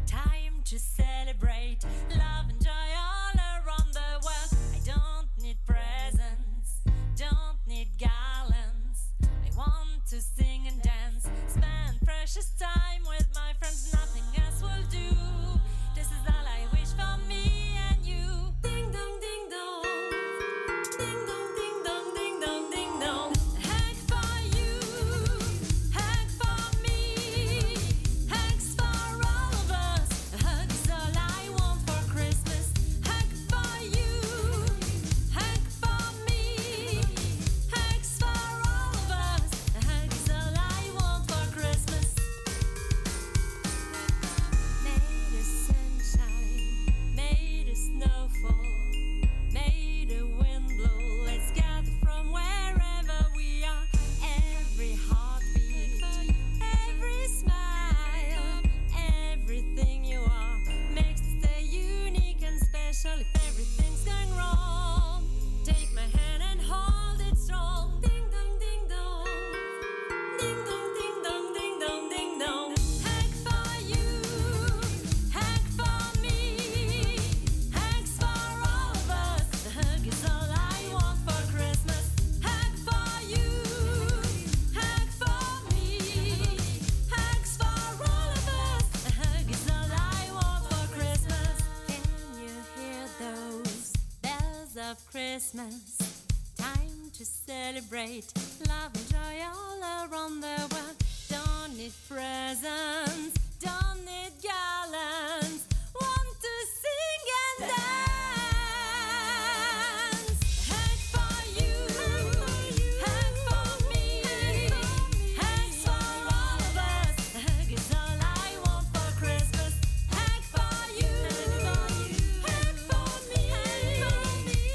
Speaker 13: Time to celebrate love and joy all around the world. I don't need presents, don't need garlands. I want to sing and dance, spend precious time with my friends. Nothing else will do. This is all I wish for me and you. Ding dong, ding dong. Ding dong, ding dong, ding dong, ding dong. Heck for you. Hugs for me, hugs for all of us. Hugs all I want for Christmas. Hug for you, hug for me, hugs for all of us. Hugs all I want for Christmas. Made of sunshine, made of snowfall. May the wind blow. Let's gather from wherever we are. Every heartbeat, every smile, everything you are makes us stay unique and special. If everything's gone wrong, take my hand and hold it strong. Ding dong, ding dong, ding dong, ding dong, ding dong, ding dong. Hug for you, hug for me. Hugs for all of us. The hug is all I want for Christmas. Hug for you, hug for me. Hugs for all of us. The hug is all I want for Christmas. Can you hear those bells of Christmas? Time to celebrate love and joy all around the world. Don't need presents, don't need garlands. Want to sing and dance. Hug for you, hug for me, hugs for all of us. A hug is all I want for Christmas. Hug for you, hug for me,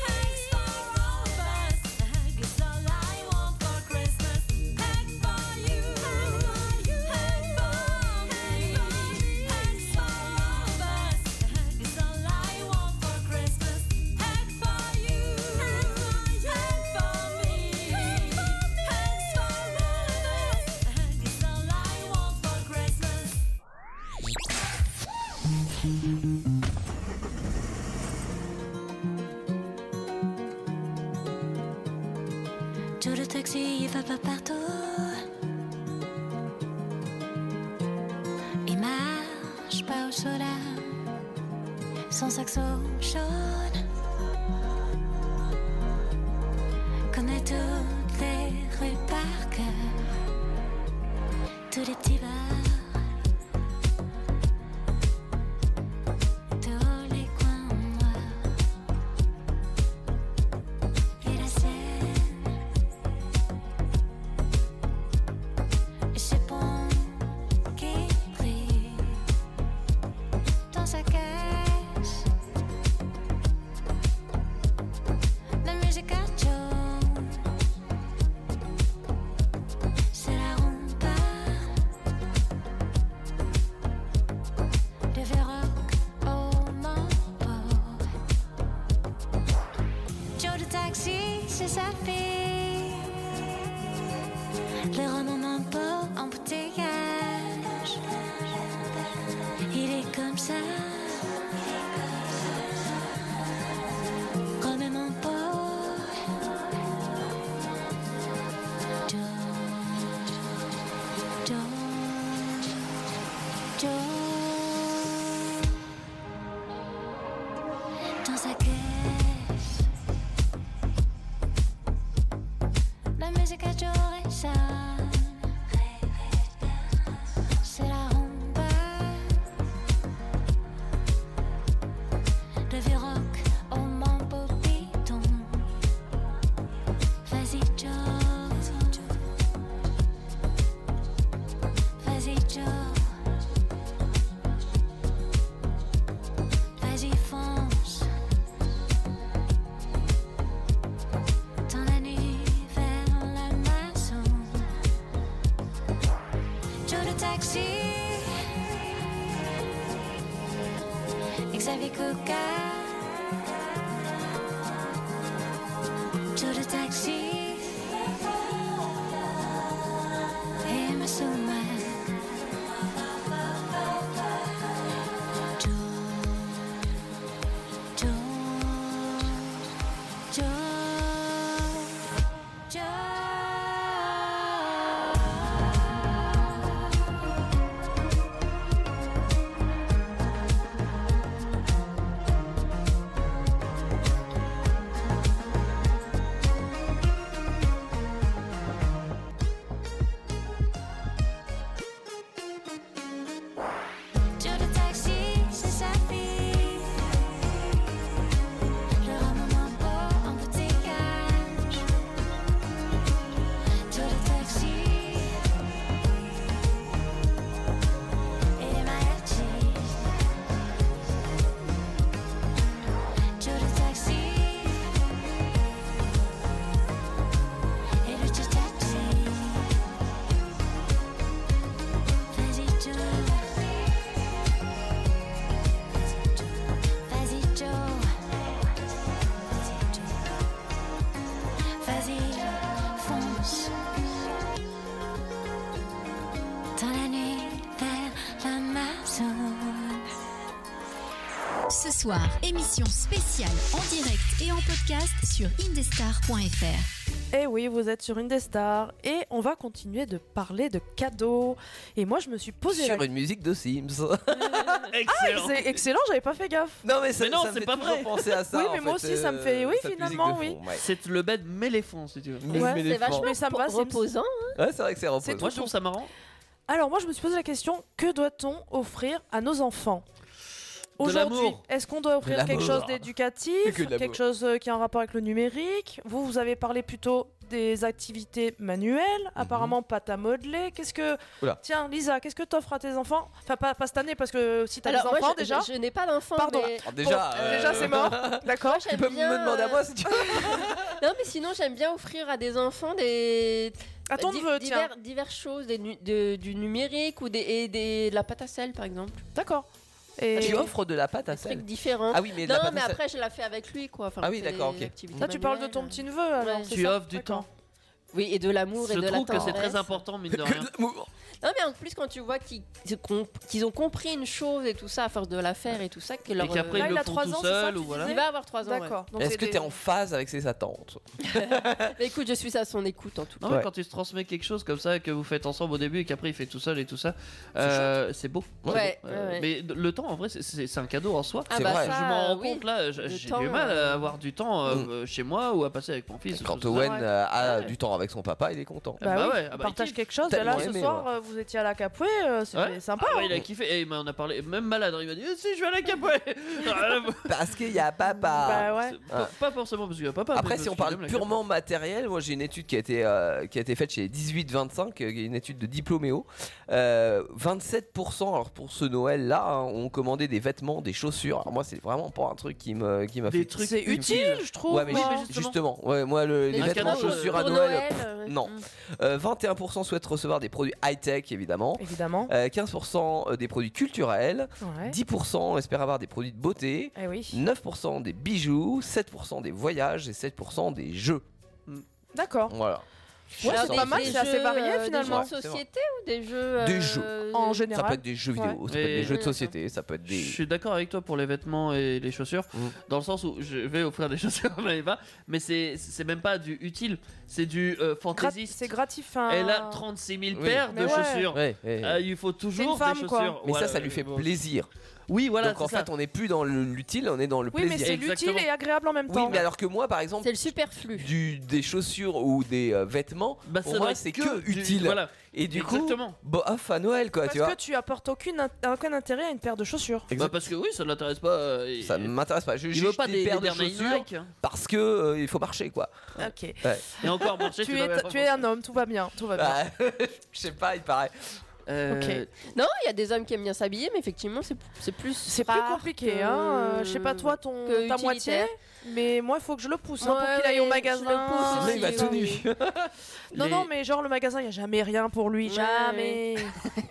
Speaker 13: hugs for all of us. A hug is all I want for Christmas. Hug for you, hug for me, hugs for all of us. A hug is all I want for Christmas. Hug for you, hug for me, hugs for all of us. A hug is all I want for Christmas.
Speaker 14: Joe le taxi il va pas partout. son saxo jaune. Connaît toutes les rues par cœur, tous les petits bars, tous les coins noirs. Et la scène, et ses ponts qui brillent dans sa caisse. La musique à Joe, c'est la rumba, le verroc au mambo. Joe le taxi, c'est sa fille. Le roman en embouteillage. Il est comme ça. Comme un pot. Joe. Joe. Joe. Dans sa caisse. La musique a toujours ça. C'est la rumba. Le vieux rock au mambo piton. Vas-y, Joe. Vas-y, Joe. Vas-y, fonce. Dans la nuit vers la maison Joe le taxi Xavier Coca Joe le taxi Et ma soumane Joe Joe Joe Joe le taxi, c'est sa fille. Le roman beau en bouteillage. Joe le taxi. Et les mariachis. Joe le taxi. Et le tchatchi. Vas-y, Joe. Vas-y Joe Vas-y fonce Dans la nuit vers la maison
Speaker 1: Ce soir, émission spéciale en direct et en podcast sur indestar.fr.
Speaker 2: Eh oui, vous êtes sur Indestar et on va continuer de parler de cadeaux. Et moi, je me suis posé
Speaker 3: Sur
Speaker 2: la
Speaker 3: une musique de Sims.
Speaker 2: excellent. c'est excellent, j'avais pas fait gaffe.
Speaker 3: Non mais, ça, ça me fait toujours penser à ça.
Speaker 2: Oui,
Speaker 3: en
Speaker 2: mais moi
Speaker 3: fait,
Speaker 2: aussi, ça me
Speaker 3: euh,
Speaker 2: fait. Oui,
Speaker 3: cette musique de
Speaker 2: finalement,
Speaker 3: fond,
Speaker 2: oui.
Speaker 3: ouais.
Speaker 4: C'est le bed Méléphon, si tu veux.
Speaker 3: Mais c'est Méléphon. vachement
Speaker 2: Mais ça me va, c'est- reposant, hein.
Speaker 3: Ouais, c'est vrai que c'est reposant.
Speaker 2: tout
Speaker 4: Moi, je trouve
Speaker 2: doux.
Speaker 4: ça marrant.
Speaker 2: Alors moi je me suis posé la question, que doit-on offrir à nos enfants
Speaker 4: De
Speaker 2: Aujourd'hui,
Speaker 4: l'amour.
Speaker 2: est-ce qu'on doit offrir
Speaker 4: De
Speaker 2: quelque
Speaker 4: l'amour.
Speaker 2: chose
Speaker 4: Que
Speaker 2: d'éducatif,
Speaker 4: de l'amour.
Speaker 2: quelque chose euh, qui a un rapport avec le numérique Vous, vous avez parlé plutôt des activités
Speaker 4: Mhm.
Speaker 2: manuelles, apparemment pâte à modeler. Qu'est-ce que...
Speaker 3: Oula.
Speaker 2: Tiens, Lisa, qu'est-ce que t'offres à tes enfants Enfin, pas, pas cette année, parce que si t'as des
Speaker 5: Alors, moi,
Speaker 2: enfants
Speaker 5: je-
Speaker 2: déjà...
Speaker 5: je- je n'ai pas d'enfants,
Speaker 2: Pardon.
Speaker 5: mais-
Speaker 3: Oh, déjà,
Speaker 2: Bon,
Speaker 3: euh,
Speaker 2: déjà c'est mort. D'accord.
Speaker 5: Tu peux bien, me demander à euh, moi si
Speaker 3: tu
Speaker 5: Non, mais sinon, j'aime bien offrir à des enfants des.
Speaker 2: À ton
Speaker 5: di-
Speaker 2: neveu, tiens.
Speaker 5: divers- Diverses choses, des nu- de- du numérique ou des, et des- de la pâte à sel, par exemple.
Speaker 2: D'accord.
Speaker 3: Ah, Tu offres de la pâte à sel.
Speaker 5: trucs différents.
Speaker 3: Ah oui, mais de
Speaker 5: non,
Speaker 3: la pâte
Speaker 5: mais
Speaker 3: à sel.
Speaker 5: après, je la fais avec lui, quoi. Enfin,
Speaker 3: Ah
Speaker 5: on
Speaker 3: oui,
Speaker 5: fait
Speaker 3: d'accord,
Speaker 5: des
Speaker 3: ok.
Speaker 5: activités
Speaker 2: Là, tu parles de
Speaker 5: manuelles.
Speaker 2: ton petit neveu. alors,
Speaker 5: Ouais.
Speaker 2: c'est
Speaker 4: Tu
Speaker 2: ça
Speaker 4: offres du
Speaker 2: D'accord.
Speaker 4: temps.
Speaker 5: Oui, et de l'amour et
Speaker 4: Je
Speaker 5: de la
Speaker 4: trouve que c'est
Speaker 5: tendresse.
Speaker 4: très important, mine de rien.
Speaker 5: Non, mais en plus, quand tu vois qu'ils qu'on- qu'ils ont compris une chose et tout ça, à force de la faire et tout ça, que leur. euh,
Speaker 3: qu'après, ils Là, le il a font trois tout ans, c'est ça seul, que tu ou voilà. disais
Speaker 5: Il va avoir 3 ans.
Speaker 2: D'accord.
Speaker 3: Est-ce que t'es en phase avec ses attentes
Speaker 5: Mais écoute, je suis à son écoute en tout cas.
Speaker 4: Non, mais quand il se transmet quelque chose comme ça que vous faites ensemble au début et qu'après il fait tout seul et tout ça, euh, c'est beau.
Speaker 5: Ouais,
Speaker 4: C'est
Speaker 5: ouais,
Speaker 4: beau. Euh,
Speaker 5: ouais.
Speaker 4: Mais d- le temps en vrai, c'est- c'est c'est un cadeau en soi.
Speaker 5: Ah C'est bah vrai. ça,
Speaker 4: Je m'en rends
Speaker 5: oui.
Speaker 4: compte là,
Speaker 5: Le
Speaker 4: j- j'ai
Speaker 5: temps,
Speaker 4: du mal à
Speaker 5: euh,
Speaker 4: avoir du temps euh, euh, chez moi ou à passer avec mon fils. ou
Speaker 3: Mm. Quand
Speaker 4: choses comme ça.
Speaker 3: Owen euh, a
Speaker 4: Ouais.
Speaker 3: du temps avec son papa, il est content.
Speaker 4: Bah Bah oui, ouais, ah
Speaker 2: On
Speaker 4: bah,
Speaker 2: partage
Speaker 4: kiffe.
Speaker 2: quelque chose.
Speaker 4: Tellement
Speaker 2: Là, ce
Speaker 4: aimé,
Speaker 2: soir,
Speaker 4: ouais.
Speaker 2: euh, vous étiez à la Capoué, euh, c'était
Speaker 4: Ouais.
Speaker 2: sympa.
Speaker 4: Ah ouais,
Speaker 2: hein.
Speaker 4: il
Speaker 3: Mm.
Speaker 4: a kiffé. Et il m'en a parlé. Même malade, il m'a dit Eh, Si, je vais à la Ah, Capoué
Speaker 3: Parce qu'il y a papa.
Speaker 2: Bah ouais.
Speaker 4: Pas, pas forcément parce qu'il y a papa.
Speaker 3: Après,
Speaker 4: mais
Speaker 3: si on
Speaker 4: parce
Speaker 3: parle
Speaker 4: qu'il aime la
Speaker 3: purement matériel, moi j'ai une étude qui a été, euh, qui a été faite chez les 18-25, euh, qui est une étude de diplôméo. Euh, 27%, alors pour ce Noël-là, hein, ont commandé des vêtements, des chaussures. Alors moi, c'est vraiment pas un truc qui me qui m'a
Speaker 4: Des
Speaker 3: fait.
Speaker 4: trucs C'est utile, utiles. je trouve,
Speaker 3: Ouais, mais
Speaker 4: moi.
Speaker 3: ju-
Speaker 4: Oui, mais justement.
Speaker 3: justement. ouais, moi, le- les
Speaker 4: Un
Speaker 3: vêtements,
Speaker 4: cadeau, euh,
Speaker 3: chaussures à
Speaker 4: pour
Speaker 3: Noël.
Speaker 4: Noël,
Speaker 3: pff,
Speaker 4: euh,
Speaker 3: non. Euh, 21% souhaitent recevoir des produits high-tech, évidemment.
Speaker 2: Évidemment.
Speaker 3: Euh, 15% euh, des produits culturels.
Speaker 4: Euh,
Speaker 2: Ouais.
Speaker 3: 10% espèrent avoir des produits de beauté.
Speaker 2: Eh oui.
Speaker 3: 9% des bijoux, 7% des voyages et 7% des jeux.
Speaker 2: D'accord.
Speaker 3: Voilà.
Speaker 5: Ouais,
Speaker 3: Je
Speaker 5: c'est
Speaker 3: sens
Speaker 5: pas
Speaker 3: que
Speaker 5: mal,
Speaker 3: c'est-
Speaker 5: c'est assez varié,
Speaker 3: euh, des
Speaker 5: finalement.
Speaker 3: jeux de
Speaker 5: société ou des
Speaker 2: Euh,
Speaker 5: jeux euh,
Speaker 3: Des jeux.
Speaker 5: En
Speaker 3: Ça peut être des jeux vidéo, ça peut être
Speaker 4: Et-
Speaker 3: des jeux de société, ça peut être
Speaker 4: Je
Speaker 3: des.
Speaker 4: suis d'accord avec toi pour les vêtements et les chaussures,
Speaker 3: Mm.
Speaker 4: dans le sens où je vais offrir des chaussures à Maëva, mais c'est c'est même pas du utile, c'est du euh,
Speaker 2: Grat-
Speaker 4: fantaisiste.
Speaker 2: C'est gratifiant.
Speaker 4: Elle a 36 000 paires
Speaker 2: Mais
Speaker 4: de
Speaker 2: ouais.
Speaker 4: chaussures.
Speaker 3: Ouais, ouais, ouais.
Speaker 4: Euh, il faut
Speaker 2: C'est une
Speaker 4: toujours
Speaker 2: femme,
Speaker 4: des
Speaker 2: quoi.
Speaker 4: chaussures.
Speaker 3: Mais
Speaker 4: Voilà,
Speaker 3: ça, ça lui fait
Speaker 4: bon.
Speaker 3: plaisir.
Speaker 4: Oui, voilà.
Speaker 3: Donc en
Speaker 4: c'est ça.
Speaker 3: fait, on n'est plus dans le- l'utile, on est dans le
Speaker 2: Oui, mais
Speaker 3: plaisir.
Speaker 2: c'est l'utile et agréable en même
Speaker 3: Oui,
Speaker 2: temps.
Speaker 3: mais alors que moi, par exemple,
Speaker 5: c'est le superflu.
Speaker 3: du, des chaussures ou des euh, vêtements,
Speaker 2: Bah,
Speaker 3: pour
Speaker 2: ça doit
Speaker 3: moi,
Speaker 2: être
Speaker 3: c'est
Speaker 2: que
Speaker 3: que,
Speaker 2: du-
Speaker 3: utile.
Speaker 2: voilà.
Speaker 3: Et du
Speaker 4: Exactement.
Speaker 3: coup, bof à Noël, quoi,
Speaker 2: Parce
Speaker 3: tu vois.
Speaker 2: que tu apportes aucune int- aucun intérêt à une paire de chaussures.
Speaker 4: Bah, parce que oui, ça l'intéresse pas. euh,
Speaker 3: Ça ne m'intéresse pas. Je
Speaker 4: Il
Speaker 3: juge
Speaker 4: veut pas
Speaker 3: des,
Speaker 4: des-
Speaker 3: paires
Speaker 4: des
Speaker 3: de
Speaker 4: paires Nike,
Speaker 3: chaussures
Speaker 4: hein.
Speaker 3: parce que euh, il faut marcher, quoi.
Speaker 2: Ok.
Speaker 3: Ouais.
Speaker 4: Et encore marcher,
Speaker 2: Tu es, tu es un homme, tout va bien, tout va bien.
Speaker 3: Bah, je sais pas, il paraît.
Speaker 4: Euh,
Speaker 5: Non, il y a des hommes qui aiment bien s'habiller, mais effectivement, c'est c'est plus.
Speaker 2: C'est plus compliqué, hein. euh, Je sais pas toi, ton
Speaker 5: que
Speaker 2: ta moitié,
Speaker 5: utilitaire.
Speaker 2: mais moi, il faut que je le pousse hein, pour
Speaker 5: Ouais,
Speaker 2: qu'il aille au
Speaker 5: ouais,
Speaker 2: magasin.
Speaker 5: je le pousse
Speaker 3: Mais il va tout nu.
Speaker 2: Non,
Speaker 3: Les-
Speaker 2: non, mais genre le magasin, il y a jamais rien pour lui, jamais.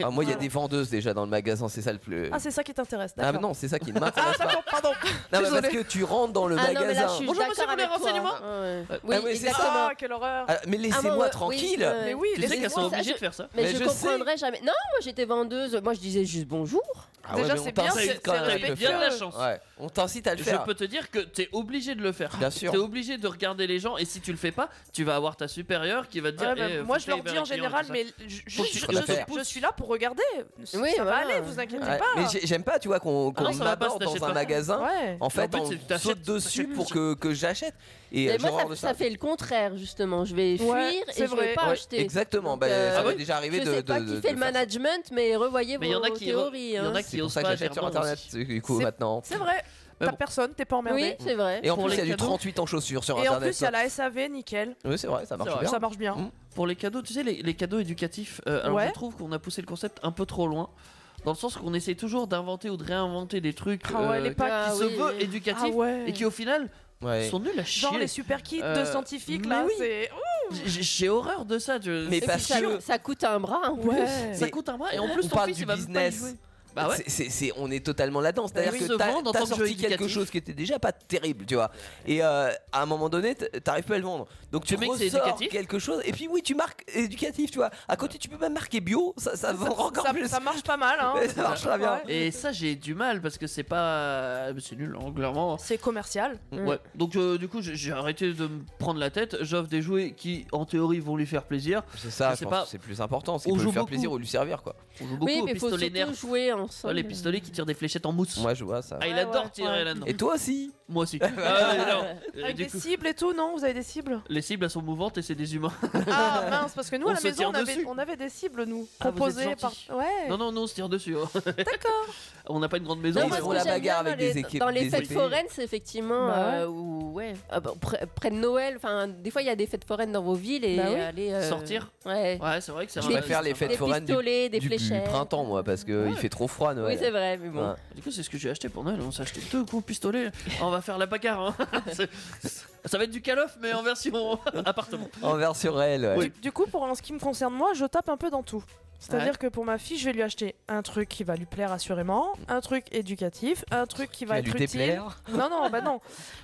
Speaker 3: Ah, moi, il y a des vendeuses déjà dans le magasin, c'est ça le plus.
Speaker 2: Ah, c'est ça qui t'intéresse,
Speaker 3: Ah
Speaker 2: d'accord. Ah,
Speaker 3: non, c'est ça qui ne m'intéresse pas.
Speaker 2: Pardon.
Speaker 3: Non, mais
Speaker 2: Désolée.
Speaker 3: parce que tu rentres dans le
Speaker 2: Ah non, mais là,
Speaker 3: magasin.
Speaker 2: je suis Bonjour, monsieur, d'accord vous voulez avec toi. hein. renseignements
Speaker 3: Ah
Speaker 5: Oui,
Speaker 3: ouais, c'est ça.
Speaker 5: exactement.
Speaker 2: Ah, quelle horreur.
Speaker 3: Ah, mais laissez-moi
Speaker 5: Ah bon, euh,
Speaker 3: tranquille.
Speaker 5: oui, euh,
Speaker 4: tu sais qu'elles sont
Speaker 5: Ça,
Speaker 4: obligées
Speaker 5: je-
Speaker 4: de faire ça.
Speaker 5: Mais, je, comprendrais jamais. Non, moi j'étais vendeuse, moi je disais juste bonjour.
Speaker 3: Ah ouais, mais on t'incite quand même à le
Speaker 4: bien
Speaker 3: faire.
Speaker 4: de la chance.
Speaker 3: Ouais, on t'incite à le faire.
Speaker 4: Je peux te dire que t'es obligé de le faire.
Speaker 3: Bien sûr.
Speaker 4: T'es obligé de regarder les gens et si tu le fais pas, tu vas avoir ta supérieure qui va te dire.
Speaker 2: Ouais, bah,
Speaker 4: eh, faut
Speaker 2: moi
Speaker 4: que
Speaker 2: je
Speaker 4: t'ailles
Speaker 2: leur
Speaker 4: vers
Speaker 2: dis en
Speaker 4: les clients et
Speaker 2: général,
Speaker 4: tout ça.
Speaker 2: mais je,
Speaker 4: Faut que
Speaker 2: je-
Speaker 4: tu-
Speaker 2: je-
Speaker 3: faut le
Speaker 2: je-
Speaker 3: faire.
Speaker 2: je suis là pour regarder. Ça
Speaker 5: Oui,
Speaker 2: va
Speaker 5: voilà.
Speaker 2: aller, vous inquiétez
Speaker 3: Ouais,
Speaker 2: pas.
Speaker 3: Mais j'ai- j'aime pas, tu vois, qu'on
Speaker 2: Ah non,
Speaker 3: qu'on
Speaker 2: ça va pas,
Speaker 3: m'aborde
Speaker 2: si
Speaker 3: dans un
Speaker 2: t'achètes pas.
Speaker 3: magain.
Speaker 2: Ouais.
Speaker 3: En fait,
Speaker 4: but,
Speaker 3: on
Speaker 4: c'est que t'achètes,
Speaker 3: saute dessus pour que, que j'achète. Et
Speaker 5: Mais
Speaker 3: euh, j'ai
Speaker 5: moi
Speaker 3: horreur
Speaker 5: ça,
Speaker 3: de ça.
Speaker 5: ça fait le contraire justement. Je vais
Speaker 2: Ouais,
Speaker 5: fuir et
Speaker 2: c'est
Speaker 5: je
Speaker 2: vrai.
Speaker 5: vais pas
Speaker 3: Ouais,
Speaker 5: acheter.
Speaker 3: exactement.
Speaker 5: Donc,
Speaker 3: Bah,
Speaker 5: euh,
Speaker 3: ça m'est déjà arrivé
Speaker 5: je
Speaker 3: de-
Speaker 5: sais pas
Speaker 3: de-
Speaker 5: qui
Speaker 3: de-
Speaker 5: fait
Speaker 3: de
Speaker 5: le
Speaker 3: faire ça.
Speaker 5: management, mais revoyez
Speaker 4: Mais il y en a
Speaker 5: vos
Speaker 4: qui re-
Speaker 5: théories.
Speaker 4: il y en
Speaker 5: hein.
Speaker 4: a qui
Speaker 3: C'est pour
Speaker 4: osent
Speaker 3: ça que
Speaker 4: pas
Speaker 3: j'achète
Speaker 4: dire
Speaker 3: sur
Speaker 4: non
Speaker 3: internet, du coup, maintenant.
Speaker 2: C'est vrai,
Speaker 4: Mais
Speaker 2: t'as
Speaker 4: bon.
Speaker 2: personne, t'es pas emmerdé.
Speaker 5: Oui, c'est vrai.
Speaker 3: Et en
Speaker 4: Pour
Speaker 3: plus, il y
Speaker 4: les
Speaker 3: a du
Speaker 4: cadeaux.
Speaker 3: 38 en chaussures sur
Speaker 2: Et en
Speaker 3: internet.
Speaker 2: plus, il y a la SAV, nickel.
Speaker 3: Oui, c'est vrai, ça marche
Speaker 4: C'est vrai.
Speaker 3: bien.
Speaker 2: Ça marche bien.
Speaker 4: Mmh. Pour les cadeaux, tu sais, les, les cadeaux éducatifs, euh, alors
Speaker 2: Ouais.
Speaker 4: je trouve qu'on a poussé le concept un peu trop loin. Dans le sens qu'on essaie toujours d'inventer ou de réinventer des trucs
Speaker 2: Ah ouais,
Speaker 4: euh,
Speaker 2: les
Speaker 4: qui
Speaker 2: packs.
Speaker 4: se
Speaker 2: Ah oui,
Speaker 4: veut
Speaker 2: oui.
Speaker 4: éducatifs
Speaker 2: Ah ouais.
Speaker 4: et qui au final
Speaker 3: Ouais.
Speaker 4: sont nuls à chier.
Speaker 2: Genre les super kits de
Speaker 4: Euh,
Speaker 2: scientifiques,
Speaker 4: mais
Speaker 2: là.
Speaker 4: oui.
Speaker 2: c'est- Ouh.
Speaker 4: J'ai- J'ai horreur de ça. je-
Speaker 3: Mais
Speaker 5: Et
Speaker 3: parce
Speaker 5: puis, ça,
Speaker 3: que-
Speaker 5: ça coûte un bras en plus.
Speaker 3: Ouais.
Speaker 4: Ça
Speaker 3: Mais-
Speaker 4: coûte un bras et en plus
Speaker 3: on
Speaker 4: ton
Speaker 3: parle
Speaker 4: fils,
Speaker 3: du
Speaker 4: il va même pas y
Speaker 3: business.
Speaker 4: jouer. Bah ouais. Bah
Speaker 3: C'est- c'est- c'est- on est totalement là-dedans. C'est-à-dire
Speaker 4: Oui,
Speaker 3: que
Speaker 4: se vendre en
Speaker 3: t'as t'as
Speaker 4: tant que jeu
Speaker 3: sorti quelque
Speaker 4: éducatif.
Speaker 3: chose qui était déjà pas terrible, tu vois. Et euh, à un moment donné, t- t'arrives pas à le vendre. Donc tu
Speaker 4: mets que c'est
Speaker 3: ressors
Speaker 4: éducatif.
Speaker 3: quelque chose. Et puis oui, tu marques éducatif, tu vois. À côté, tu peux même marquer bio. Ça, ça vend encore
Speaker 2: ça,
Speaker 3: plus.
Speaker 2: ça marche pas mal, hein.
Speaker 3: Ça marche très bien.
Speaker 4: Et ça, j'ai du mal parce que c'est pas. C'est nul, hein, clairement.
Speaker 2: C'est commercial. Mm.
Speaker 4: Ouais, donc euh, du coup j'ai j'ai arrêté de me prendre la tête, j'offre des jouets qui en théorie vont lui faire plaisir.
Speaker 3: C'est ça,
Speaker 4: Mais
Speaker 3: je pense que c'est plus important. C'est
Speaker 4: On
Speaker 3: qu'il peut
Speaker 4: joue
Speaker 3: lui faire
Speaker 4: beaucoup.
Speaker 3: plaisir ou lui servir, quoi.
Speaker 4: On joue beaucoup
Speaker 5: oui,
Speaker 4: aux
Speaker 5: mais faut
Speaker 4: pistolets
Speaker 5: surtout
Speaker 4: nerfs.
Speaker 5: jouer
Speaker 4: Ouais,
Speaker 5: ensemble.
Speaker 4: les pistolets qui tirent des fléchettes en mousse.
Speaker 3: Moi, je vois ça.
Speaker 4: Ah, il
Speaker 2: Ouais,
Speaker 4: adore
Speaker 2: ouais,
Speaker 4: tirer
Speaker 2: ouais.
Speaker 4: là-dedans.
Speaker 3: Et toi aussi
Speaker 4: Moi aussi. Ah, ouais, non. Euh,
Speaker 2: Avec
Speaker 4: du
Speaker 2: des
Speaker 4: coup,
Speaker 2: cibles et tout, non Vous avez des cibles
Speaker 4: les cibles elles sont mouvantes et c'est des humains.
Speaker 2: Ah mince, parce que nous
Speaker 4: On
Speaker 2: à la
Speaker 4: se tire
Speaker 2: maison on avait,
Speaker 4: dessus.
Speaker 2: on avait des cibles, nous.
Speaker 4: Ah, vous êtes
Speaker 2: proposées par.
Speaker 4: gentils.
Speaker 2: Ouais.
Speaker 4: Non, non, non, on se tire dessus. D'accord. on n'a pas une grande maison.
Speaker 5: Non,
Speaker 4: mais
Speaker 5: moi, ce que
Speaker 4: on la
Speaker 5: j'aime
Speaker 4: bagarre
Speaker 5: bien
Speaker 4: avec
Speaker 5: dans
Speaker 4: des
Speaker 5: les-
Speaker 4: équipes.
Speaker 5: Dans les
Speaker 4: des
Speaker 5: fêtes
Speaker 4: équipes.
Speaker 5: foraines, c'est effectivement.
Speaker 2: Bah ouais.
Speaker 5: euh, ou- ouais. Ah bah, près, près de Noël, enfin, des fois, il y a des fêtes foraines dans vos villes et
Speaker 2: Bah oui.
Speaker 5: aller. euh,
Speaker 4: Sortir
Speaker 5: Ouais.
Speaker 4: Ouais, c'est vrai que c'est
Speaker 3: Je
Speaker 4: un
Speaker 3: préfère les
Speaker 5: des
Speaker 3: fêtes foraines du,
Speaker 5: pistolets, des
Speaker 3: du- du
Speaker 5: fléchettes.
Speaker 3: printemps, moi, parce que il fait trop froid, Noël.
Speaker 5: Oui, c'est vrai, mais bon.
Speaker 3: Ouais.
Speaker 4: Du coup, c'est ce que j'ai acheté pour Noël. On s'est acheté deux gros pistolets. on va faire la bagarre. hein. C'est- Ça va être du call-off, mais en version appartement.
Speaker 3: En version réelle, ouais.
Speaker 4: Oui.
Speaker 2: Du coup, pour en ce qui me concerne, moi, je tape un peu dans tout. C'est-à-dire
Speaker 4: Ouais.
Speaker 2: que pour ma fille, je vais lui acheter un truc qui va lui plaire assurément, un truc éducatif, un truc qui va
Speaker 4: va
Speaker 2: être
Speaker 4: lui
Speaker 2: utile.
Speaker 4: déplaire.
Speaker 2: Non, non, bah non.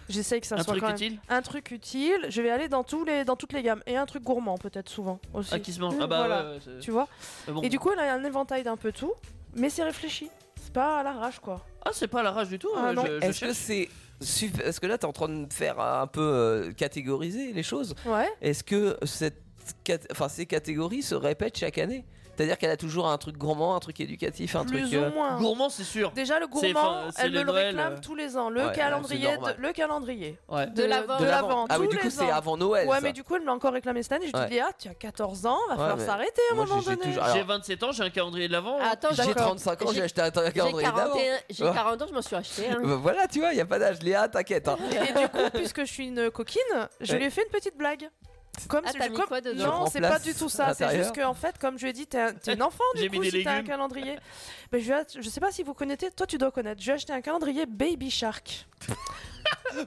Speaker 2: J'essaye que ça
Speaker 4: Un
Speaker 2: soit
Speaker 4: truc
Speaker 2: quand même-
Speaker 4: utile
Speaker 2: un truc utile. Je vais aller dans tous les, dans toutes les gammes et un truc gourmand peut-être souvent aussi.
Speaker 4: Ah, qui se mange.
Speaker 2: Mm,
Speaker 4: Ah bah,
Speaker 2: voilà.
Speaker 4: ouais, ouais, c'est-
Speaker 2: tu vois.
Speaker 4: Mais bon.
Speaker 2: Et du coup, elle a un éventail d'un peu tout, mais c'est réfléchi. C'est pas à l'arrache quoi.
Speaker 4: Ah, c'est pas à la rage du tout.
Speaker 2: Ah,
Speaker 4: euh,
Speaker 2: non.
Speaker 4: je- je
Speaker 3: Est-ce que
Speaker 4: cherche.
Speaker 3: c'est. suff- Parce que là, t'es en train de me faire un peu euh, catégoriser les choses.
Speaker 2: Ouais.
Speaker 3: Est-ce que cette cat- enfin, ces catégories se répètent chaque année C'est-à-dire qu'elle a toujours un truc gourmand, un truc éducatif, un
Speaker 2: Plus
Speaker 3: truc.
Speaker 2: ou
Speaker 3: euh,
Speaker 2: moins.
Speaker 4: Gourmand, c'est sûr.
Speaker 2: Déjà le
Speaker 3: C'est- enfin,
Speaker 2: gourmand,
Speaker 3: c'est
Speaker 2: elle me
Speaker 3: le
Speaker 2: le
Speaker 3: Noël,
Speaker 2: réclame
Speaker 3: euh.
Speaker 2: tous les ans. Le
Speaker 3: Ouais, ouais,
Speaker 2: calendrier,
Speaker 3: c'est
Speaker 2: de,
Speaker 3: normal.
Speaker 2: le calendrier.
Speaker 3: Ouais.
Speaker 2: De,
Speaker 3: De
Speaker 2: l'avant,
Speaker 3: l'Avent.
Speaker 2: de l'avant.
Speaker 3: Ah oui,
Speaker 2: tous
Speaker 3: du coup,
Speaker 2: les
Speaker 3: c'est
Speaker 2: ans.
Speaker 3: avant Noël,
Speaker 2: Ouais,
Speaker 3: ça.
Speaker 2: mais du coup, elle me l'a encore réclamé cette année. Je lui
Speaker 3: Ouais.
Speaker 2: dis, ah, tu as 14 ans, va
Speaker 3: Ouais,
Speaker 2: falloir
Speaker 3: mais
Speaker 2: s'arrêter à un
Speaker 3: moi,
Speaker 2: moment
Speaker 3: j'ai- j'ai
Speaker 2: donné.
Speaker 3: toujours- alors-
Speaker 4: J'ai 27 ans, j'ai un calendrier de l'avant.
Speaker 5: Attends,
Speaker 3: J'ai
Speaker 5: d'accord.
Speaker 3: 35 ans, j'ai acheté un
Speaker 5: J'ai
Speaker 3: calendrier
Speaker 5: 41
Speaker 3: d'avant.
Speaker 5: j'ai 40 ans, je m'en suis acheté. hein.
Speaker 3: Bah Voilà, tu vois, il a pas d'âge. Léa, t'inquiète. hein.
Speaker 2: Et du coup, puisque je suis une coquine, je
Speaker 3: Ouais.
Speaker 2: lui ai fait une petite blague. Comme
Speaker 5: Ah,
Speaker 2: si-
Speaker 5: t'as mis
Speaker 2: comme-
Speaker 5: quoi dedans
Speaker 2: Non,
Speaker 3: Tu
Speaker 2: c'est
Speaker 3: remplaces
Speaker 2: pas du tout ça.
Speaker 3: à
Speaker 2: C'est juste
Speaker 3: l'intérieur
Speaker 2: que, en fait, comme je lui ai dit, t'es un, t'es une enfant du
Speaker 4: J'ai mis
Speaker 2: coup,
Speaker 4: des
Speaker 2: si t'as un
Speaker 4: légumes.
Speaker 2: calendrier. Ben, je, lui ai ach- je sais pas si vous connaissez, toi tu dois connaître. J'ai acheté un calendrier Baby Shark.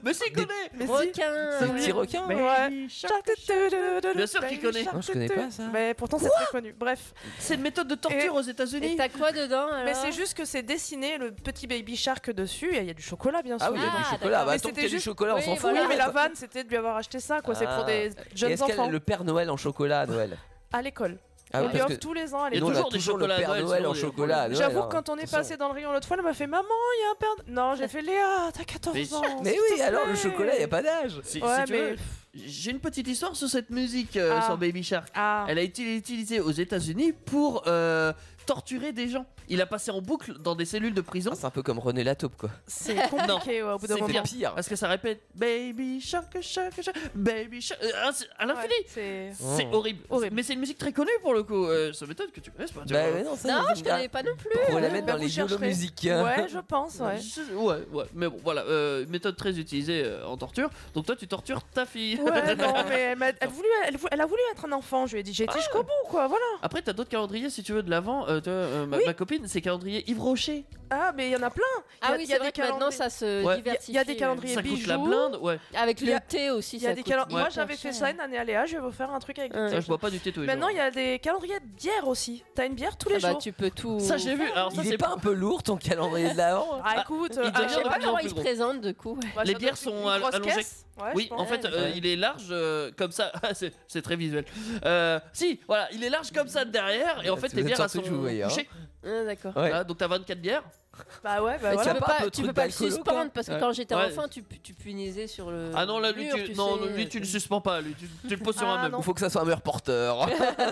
Speaker 4: Mais si, il connaît
Speaker 2: Mais si.
Speaker 5: Requin.
Speaker 2: C'est un petit
Speaker 3: requin.
Speaker 2: Ouais.
Speaker 4: Bien sûr qu'il connaît.
Speaker 3: Non, je connais pas ça.
Speaker 2: Mais pourtant, c'est très connu. Bref. C'est une méthode de torture aux États-Unis.
Speaker 5: Et t'as quoi dedans alors
Speaker 2: Mais c'est juste que c'est dessiné le petit baby shark dessus et il y a du chocolat bien sûr.
Speaker 3: Ah oui, il y a du chocolat. Bah,
Speaker 2: Mais
Speaker 3: tant qu'il
Speaker 2: c'était
Speaker 3: y a du
Speaker 2: juste-
Speaker 3: chocolat, on
Speaker 5: Oui,
Speaker 3: s'en fout.
Speaker 5: voilà.
Speaker 2: Oui, mais la vanne c'était de lui avoir acheté ça quoi, c'est pour
Speaker 3: Ah.
Speaker 2: des
Speaker 3: Et
Speaker 2: jeunes
Speaker 3: est-ce qu'elle
Speaker 2: enfants
Speaker 3: a le Père Noël en chocolat à Noël
Speaker 2: à l'école.
Speaker 3: Ah
Speaker 2: on
Speaker 3: oui,
Speaker 2: lui
Speaker 3: parce
Speaker 2: offre
Speaker 3: que
Speaker 2: tous les ans à
Speaker 3: Et
Speaker 2: l'école.
Speaker 3: nous, on a
Speaker 4: Toujours des
Speaker 3: toujours le
Speaker 4: chocolats à
Speaker 3: Père
Speaker 4: Noël,
Speaker 3: Noël
Speaker 4: sinon
Speaker 3: en
Speaker 4: les-
Speaker 3: chocolat. à Noël,
Speaker 2: J'avoue
Speaker 3: hein.
Speaker 2: que quand on est passé dans le rayon l'autre fois, elle m'a fait Maman, il y a un père. Non, j'ai fait Léa, t'as 14
Speaker 4: Mais-
Speaker 2: ans.
Speaker 3: Mais
Speaker 2: s'il te
Speaker 3: oui, alors le
Speaker 2: plaît.
Speaker 3: chocolat, il n'y a pas d'âge.
Speaker 4: Si- si
Speaker 2: Ouais,
Speaker 4: tu
Speaker 2: mais-
Speaker 4: veux, J'ai une petite histoire sur cette musique, euh,
Speaker 2: Ah.
Speaker 4: sur Baby Shark.
Speaker 2: Ah,
Speaker 4: Elle a été utilisée aux États-Unis pour euh, torturer des gens. Il a passé en boucle dans des cellules de prison.
Speaker 3: Ah, C'est un peu comme René Lataupe, quoi.
Speaker 2: c'est compliqué ouais, au bout d'un
Speaker 4: C'est
Speaker 2: moment.
Speaker 4: pire.
Speaker 3: Pire.
Speaker 4: Parce que ça répète Baby Shark, Shark, Shark, Baby Shark, euh, ainsi- à
Speaker 2: Ouais,
Speaker 4: l'infini.
Speaker 2: c'est-
Speaker 4: C'est
Speaker 3: Oh.
Speaker 4: horrible.
Speaker 2: Horrible.
Speaker 4: Mais c'est une musique très connue pour le coup. Euh, ça m'étonne que tu connaisses pas. tu
Speaker 3: Bah,
Speaker 4: vois.
Speaker 3: mais non, ça,
Speaker 5: Non,
Speaker 3: ça
Speaker 5: je
Speaker 3: me-
Speaker 5: connais pas non plus.
Speaker 3: Pour la mettre
Speaker 2: Bah,
Speaker 3: dans
Speaker 2: vous
Speaker 3: les jeux de
Speaker 2: chercherez.
Speaker 3: musique.
Speaker 2: Ouais, je pense, ouais.
Speaker 4: Je- ouais, ouais. Mais bon, voilà. euh, méthode très utilisée euh, en torture. Donc toi, tu tortures ta fille.
Speaker 2: Ouais, non, mais elle, m'a- elle, voulu, elle, vou- elle a voulu être un enfant. Je lui ai dit, j'ai été jusqu'au bout, quoi, voilà.
Speaker 4: Après, t'as d'autres calendriers si tu veux de l'avant. Euh, toi, euh, ma,
Speaker 2: Oui.
Speaker 4: ma copine, c'est calendrier Yves Rocher.
Speaker 2: Ah, mais il y en a plein. Il y
Speaker 5: Ah
Speaker 2: a-
Speaker 5: oui,
Speaker 2: il y a
Speaker 5: c'est
Speaker 2: des
Speaker 5: vrai que maintenant
Speaker 2: calendriers-
Speaker 5: ça se
Speaker 4: Ouais.
Speaker 5: diversifie. euh.
Speaker 2: Il y a des calendriers
Speaker 4: ça coûte la
Speaker 2: bijoux.
Speaker 4: blinde. Ouais.
Speaker 5: Avec
Speaker 2: Il y
Speaker 5: le
Speaker 2: a-
Speaker 5: thé aussi.
Speaker 2: Il y a
Speaker 5: ça
Speaker 2: des
Speaker 5: coûte
Speaker 2: calendriers. Moi,
Speaker 5: hyper
Speaker 2: j'avais fait
Speaker 5: cher.
Speaker 2: ça une année à Léa, je vais vous faire un truc avec
Speaker 5: Ouais.
Speaker 2: des
Speaker 4: Ça, Ah, je bois pas du thé tous les
Speaker 2: Maintenant, il
Speaker 4: jours.
Speaker 2: y a des calendriers de bière aussi. T'as une bière tous les
Speaker 5: Ah bah,
Speaker 2: jours.
Speaker 5: tu peux tout.
Speaker 4: Ça, j'ai vu. Alors, ça,
Speaker 3: Il est
Speaker 4: c'est
Speaker 3: pas un peu lourd ton calendrier de l'avant
Speaker 2: Ah, écoute, euh,
Speaker 4: il
Speaker 2: ah,
Speaker 5: Je sais
Speaker 4: devient de
Speaker 5: pas
Speaker 4: plus en
Speaker 5: comment
Speaker 4: plus
Speaker 5: ils se
Speaker 4: gros.
Speaker 5: présentent de coup.
Speaker 2: bah,
Speaker 4: les
Speaker 2: ça
Speaker 4: bières
Speaker 2: doit être une
Speaker 4: sont al-
Speaker 2: grosse
Speaker 4: allongées.
Speaker 2: caisse. Ouais,
Speaker 4: Oui,
Speaker 2: je pense.
Speaker 4: en fait,
Speaker 5: Ouais.
Speaker 4: euh, il est large euh, comme ça. c'est c'est très visuel. Euh, si, voilà, il est large comme ça de derrière. Et en fait,
Speaker 3: Vous
Speaker 4: les
Speaker 3: êtes
Speaker 4: bières, elles sont
Speaker 3: sortis de jouer, hein.
Speaker 4: couchées.
Speaker 5: Ah, D'accord.
Speaker 3: Ouais.
Speaker 4: Voilà, donc t'as 24 bières.
Speaker 2: Bah ouais, bah
Speaker 5: Mais
Speaker 2: voilà.
Speaker 5: tu peux
Speaker 3: pas un
Speaker 5: pas, tu
Speaker 3: peu truc
Speaker 5: peux pas le
Speaker 3: d'alcoolo, quoi.
Speaker 5: suspendre parce que
Speaker 4: Ouais.
Speaker 5: quand j'étais
Speaker 4: Ouais.
Speaker 5: enfant, tu, tu punisais sur le.
Speaker 2: Euh,
Speaker 4: Ah non, là, lui,
Speaker 5: mur,
Speaker 4: tu, non,
Speaker 5: sais.
Speaker 4: lui, tu le suspends pas. Lui, tu, tu le poses sur
Speaker 2: Ah,
Speaker 4: un meuble.
Speaker 2: non.
Speaker 3: Il faut que ça soit un meilleur porteur.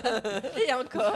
Speaker 5: Et encore.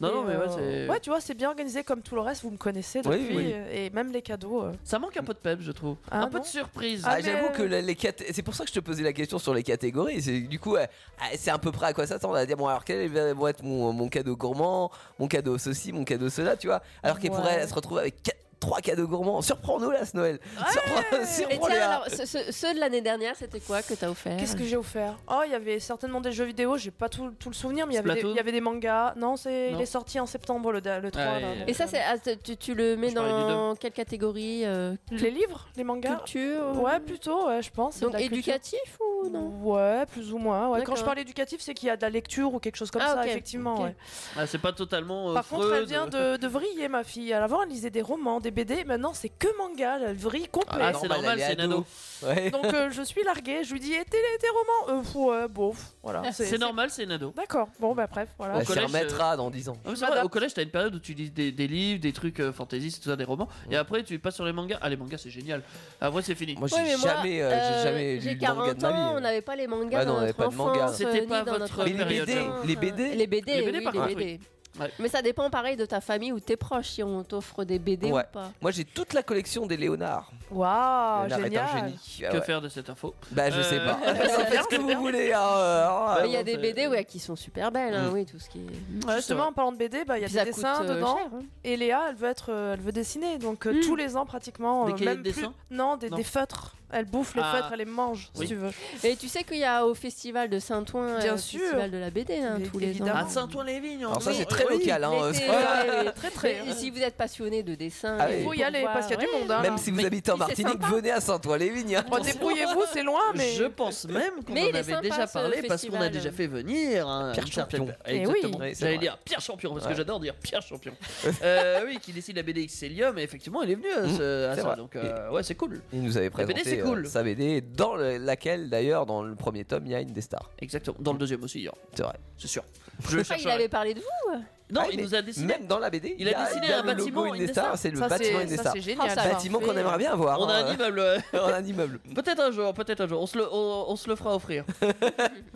Speaker 4: Non, non, mais
Speaker 2: Et,
Speaker 4: ouais,
Speaker 2: euh,
Speaker 4: c'est.
Speaker 2: ouais, tu vois, c'est bien organisé comme tout le reste, vous me connaissez
Speaker 3: Oui,
Speaker 2: depuis,
Speaker 3: oui.
Speaker 2: euh, et même les cadeaux. euh.
Speaker 4: Ça manque un peu de pep, je trouve.
Speaker 2: Ah,
Speaker 4: un peu
Speaker 2: non.
Speaker 4: de surprise.
Speaker 2: Ah,
Speaker 3: Ah, J'avoue
Speaker 2: mais-
Speaker 3: que les, les cat- c'est pour ça que je te posais la question sur les catégories. C'est du coup, euh, ah, c'est à peu près à quoi s'attendre à dire bon alors quel va vont être mon, mon cadeau gourmand, mon cadeau ceci, mon cadeau cela, tu vois. Alors qu'elle
Speaker 2: Ouais.
Speaker 3: pourrait se retrouver avec quatre- trois cadeaux gourmands. Surprends-nous là, ce Noël. Surprends-
Speaker 5: Et
Speaker 3: Surprends-les.
Speaker 5: tiens,
Speaker 3: là.
Speaker 5: alors, ce- ce- ceux de l'année dernière, c'était quoi que t'as offert
Speaker 2: Qu'est-ce que j'ai offert Oh, il y avait certainement des jeux vidéo, j'ai pas tout, tout le souvenir, mais il y avait des-
Speaker 4: Splatoon
Speaker 2: il y avait des mangas. Non, c'est il
Speaker 4: Non.
Speaker 2: est sorti en septembre le, da- le 3.
Speaker 4: Ouais,
Speaker 2: là,
Speaker 4: et-
Speaker 2: donc,
Speaker 5: Et ça,
Speaker 2: euh,
Speaker 5: c'est ah, tu- tu, tu le mets
Speaker 4: Je parlais du
Speaker 5: dans quelle catégorie euh,
Speaker 2: les livres, les mangas
Speaker 5: Culture euh
Speaker 2: Ouais, plutôt, ouais, je pense. c'est de
Speaker 5: Donc
Speaker 2: la culture.
Speaker 5: éducatif ou non
Speaker 2: Ouais, plus ou moins. Ah ouais. Quand je
Speaker 5: D'accord.
Speaker 2: parle éducatif, c'est qu'il y a de la lecture ou quelque chose comme
Speaker 5: Ah,
Speaker 2: ça,
Speaker 5: ok,
Speaker 2: effectivement.
Speaker 5: ok.
Speaker 2: ouais.
Speaker 4: Ah, c'est pas totalement. euh,
Speaker 2: Par contre, elle
Speaker 4: Freud.
Speaker 2: vient de, de vriller, ma fille. Alors, Avant, elle lisait des romans, des BD. Maintenant, c'est que manga. Elle vrille complet.
Speaker 4: Ah, c'est
Speaker 3: elle
Speaker 4: normal,
Speaker 3: est
Speaker 4: c'est
Speaker 3: ado.
Speaker 4: nano.
Speaker 3: Ouais.
Speaker 2: Donc, euh, je suis larguée. Je lui dis, et tes, tes romans Euh, pff, Ouais, bon, pff, voilà.
Speaker 4: C'est normal, c'est nado.
Speaker 2: D'accord. Bon, bah, bref, voilà.
Speaker 3: Elle
Speaker 4: Au
Speaker 3: s'y
Speaker 4: collège, euh,
Speaker 3: remettra dans 10 ans.
Speaker 4: Ah, mais c'est vrai, au collège, t'as une période où tu lis des, des livres, des trucs euh, fantaisistes, tout ça, des romans, et après tu passes sur les mangas. Ah, les mangas, c'est génial. Après, c'est fini.
Speaker 3: Mm. Moi, j'ai
Speaker 5: Ouais, mais moi,
Speaker 3: jamais, euh, j'ai
Speaker 5: euh,
Speaker 3: jamais
Speaker 5: j'ai
Speaker 3: lu de manga
Speaker 5: 40
Speaker 3: de ma
Speaker 5: ans,
Speaker 3: vie. hein.
Speaker 5: on n'avait pas les mangas
Speaker 3: Ouais, non,
Speaker 5: dans notre
Speaker 3: on n'avait pas de manga.
Speaker 5: enfance,
Speaker 4: C'était
Speaker 5: euh, ni
Speaker 4: pas
Speaker 5: dans
Speaker 4: votre
Speaker 5: notre
Speaker 3: Mais les
Speaker 4: période.
Speaker 3: BD, les BD.
Speaker 5: Les BD,
Speaker 4: Les BD,
Speaker 5: oui,
Speaker 4: par
Speaker 5: les
Speaker 4: contre,
Speaker 5: BD.
Speaker 4: Ouais.
Speaker 5: Mais ça dépend pareil de ta famille ou de tes proches si on t'offre des hein. BD
Speaker 3: Ouais.
Speaker 5: ou pas.
Speaker 3: Moi, j'ai toute la collection des Léonards.
Speaker 2: Waouh,
Speaker 3: Léonard est un
Speaker 2: génial.
Speaker 3: génie. Ah
Speaker 4: Ah, Que
Speaker 3: ouais.
Speaker 4: faire de cette info
Speaker 3: Bah, je sais
Speaker 4: Euh,
Speaker 3: pas.
Speaker 4: c'est
Speaker 3: Faites ce que vous voulez. hein, euh, hein,
Speaker 5: Mais il y a
Speaker 4: bon,
Speaker 5: des
Speaker 4: c'est-
Speaker 5: BD ouais, Bah, qui sont super belles, hein,
Speaker 3: Mm.
Speaker 5: oui, tout ce qui est.
Speaker 4: Ouais, c'est
Speaker 2: Justement, en parlant de BD, bah, il y a
Speaker 5: euh, Puis
Speaker 2: des
Speaker 5: ça
Speaker 2: dessins
Speaker 5: coûte, euh,
Speaker 2: dedans.
Speaker 5: cher, hein.
Speaker 2: Et Léa, elle veut être, euh, elle veut dessiner. Donc euh,
Speaker 5: Mm.
Speaker 2: tous les ans pratiquement,
Speaker 4: Des
Speaker 2: euh,
Speaker 4: cahiers
Speaker 2: même
Speaker 4: de
Speaker 2: plus-
Speaker 4: dessin
Speaker 2: Non, des,
Speaker 4: Non.
Speaker 2: des feutres. Elle bouffe les
Speaker 4: Ah.
Speaker 2: feutres, elle les mange, si
Speaker 4: Oui.
Speaker 2: tu veux.
Speaker 5: Et tu sais qu'il y a au festival de Saint-Ouen,
Speaker 2: Bien
Speaker 5: euh,
Speaker 2: sûr.
Speaker 5: festival de la BD hein,
Speaker 2: Mais
Speaker 5: tous les
Speaker 2: évidemment.
Speaker 5: ans.
Speaker 4: À Saint-Ouen-les-Vignes.
Speaker 3: Alors ça, c'est très très local. hein, euh,
Speaker 5: L'été,
Speaker 3: c'est-
Speaker 5: ouais, ouais.
Speaker 2: Très, très,
Speaker 5: Mais
Speaker 2: ouais.
Speaker 5: Si vous êtes passionné de dessin,
Speaker 3: Ah oui. Faut y
Speaker 5: pour
Speaker 2: aller,
Speaker 5: voir,
Speaker 2: parce qu'il y a du
Speaker 5: ouais.
Speaker 2: monde, hein,
Speaker 3: Même si vous habitez en Martinique, venez à Saint-Ouen-les-Vignes. hein.
Speaker 2: Oh, Débrouillez-vous, c'est loin, mais.
Speaker 4: Je pense même qu'on
Speaker 2: Mais
Speaker 4: en
Speaker 2: il est
Speaker 4: avait
Speaker 2: sympa,
Speaker 4: déjà
Speaker 2: ce
Speaker 4: parlé parce qu'on a
Speaker 2: festival.
Speaker 4: déjà fait venir un-
Speaker 3: Pierre
Speaker 4: une certaine-
Speaker 3: Champion.
Speaker 4: Eh,
Speaker 2: Eh oui.
Speaker 4: Exactement.
Speaker 3: Oui, c'est
Speaker 4: J'allais
Speaker 3: vrai.
Speaker 4: dire Pierre Champion parce
Speaker 3: Ouais.
Speaker 4: que j'adore dire Pierre Champion. Euh, oui, qui décide la BD Excellium et effectivement il est venu à,
Speaker 3: Mmh,
Speaker 4: ce- à
Speaker 3: c'est
Speaker 4: ça.
Speaker 3: vrai.
Speaker 4: Donc euh, ouais, c'est cool.
Speaker 3: Il nous avait
Speaker 4: La BD,
Speaker 3: présenté
Speaker 4: c'est cool.
Speaker 3: euh, sa BD, dans le- laquelle d'ailleurs, dans le premier tome, il y a une des stars.
Speaker 4: Exactement, dans le deuxième aussi, il y aura.
Speaker 3: C'est vrai.
Speaker 4: c'est sûr.
Speaker 5: Je crois qu'il avait parlé de vous.
Speaker 4: Non,
Speaker 3: Ah,
Speaker 4: il
Speaker 3: mais
Speaker 4: nous a dessiné.
Speaker 3: Même dans la BD,
Speaker 4: Il a dessiné
Speaker 3: il y a
Speaker 4: un
Speaker 3: le logo
Speaker 4: bâtiment
Speaker 3: Indestar,
Speaker 4: Indestar.
Speaker 3: C'est le
Speaker 4: Ça,
Speaker 3: bâtiment
Speaker 4: c'est- ça,
Speaker 3: Indestar.
Speaker 4: c'est génial,
Speaker 3: Un
Speaker 4: ça.
Speaker 3: bâtiment qu'on aimerait bien voir. hein.
Speaker 4: On a un immeuble.
Speaker 3: On a un immeuble.
Speaker 4: Peut-être un jour, peut-être un jour. On se le, on, on se le fera offrir.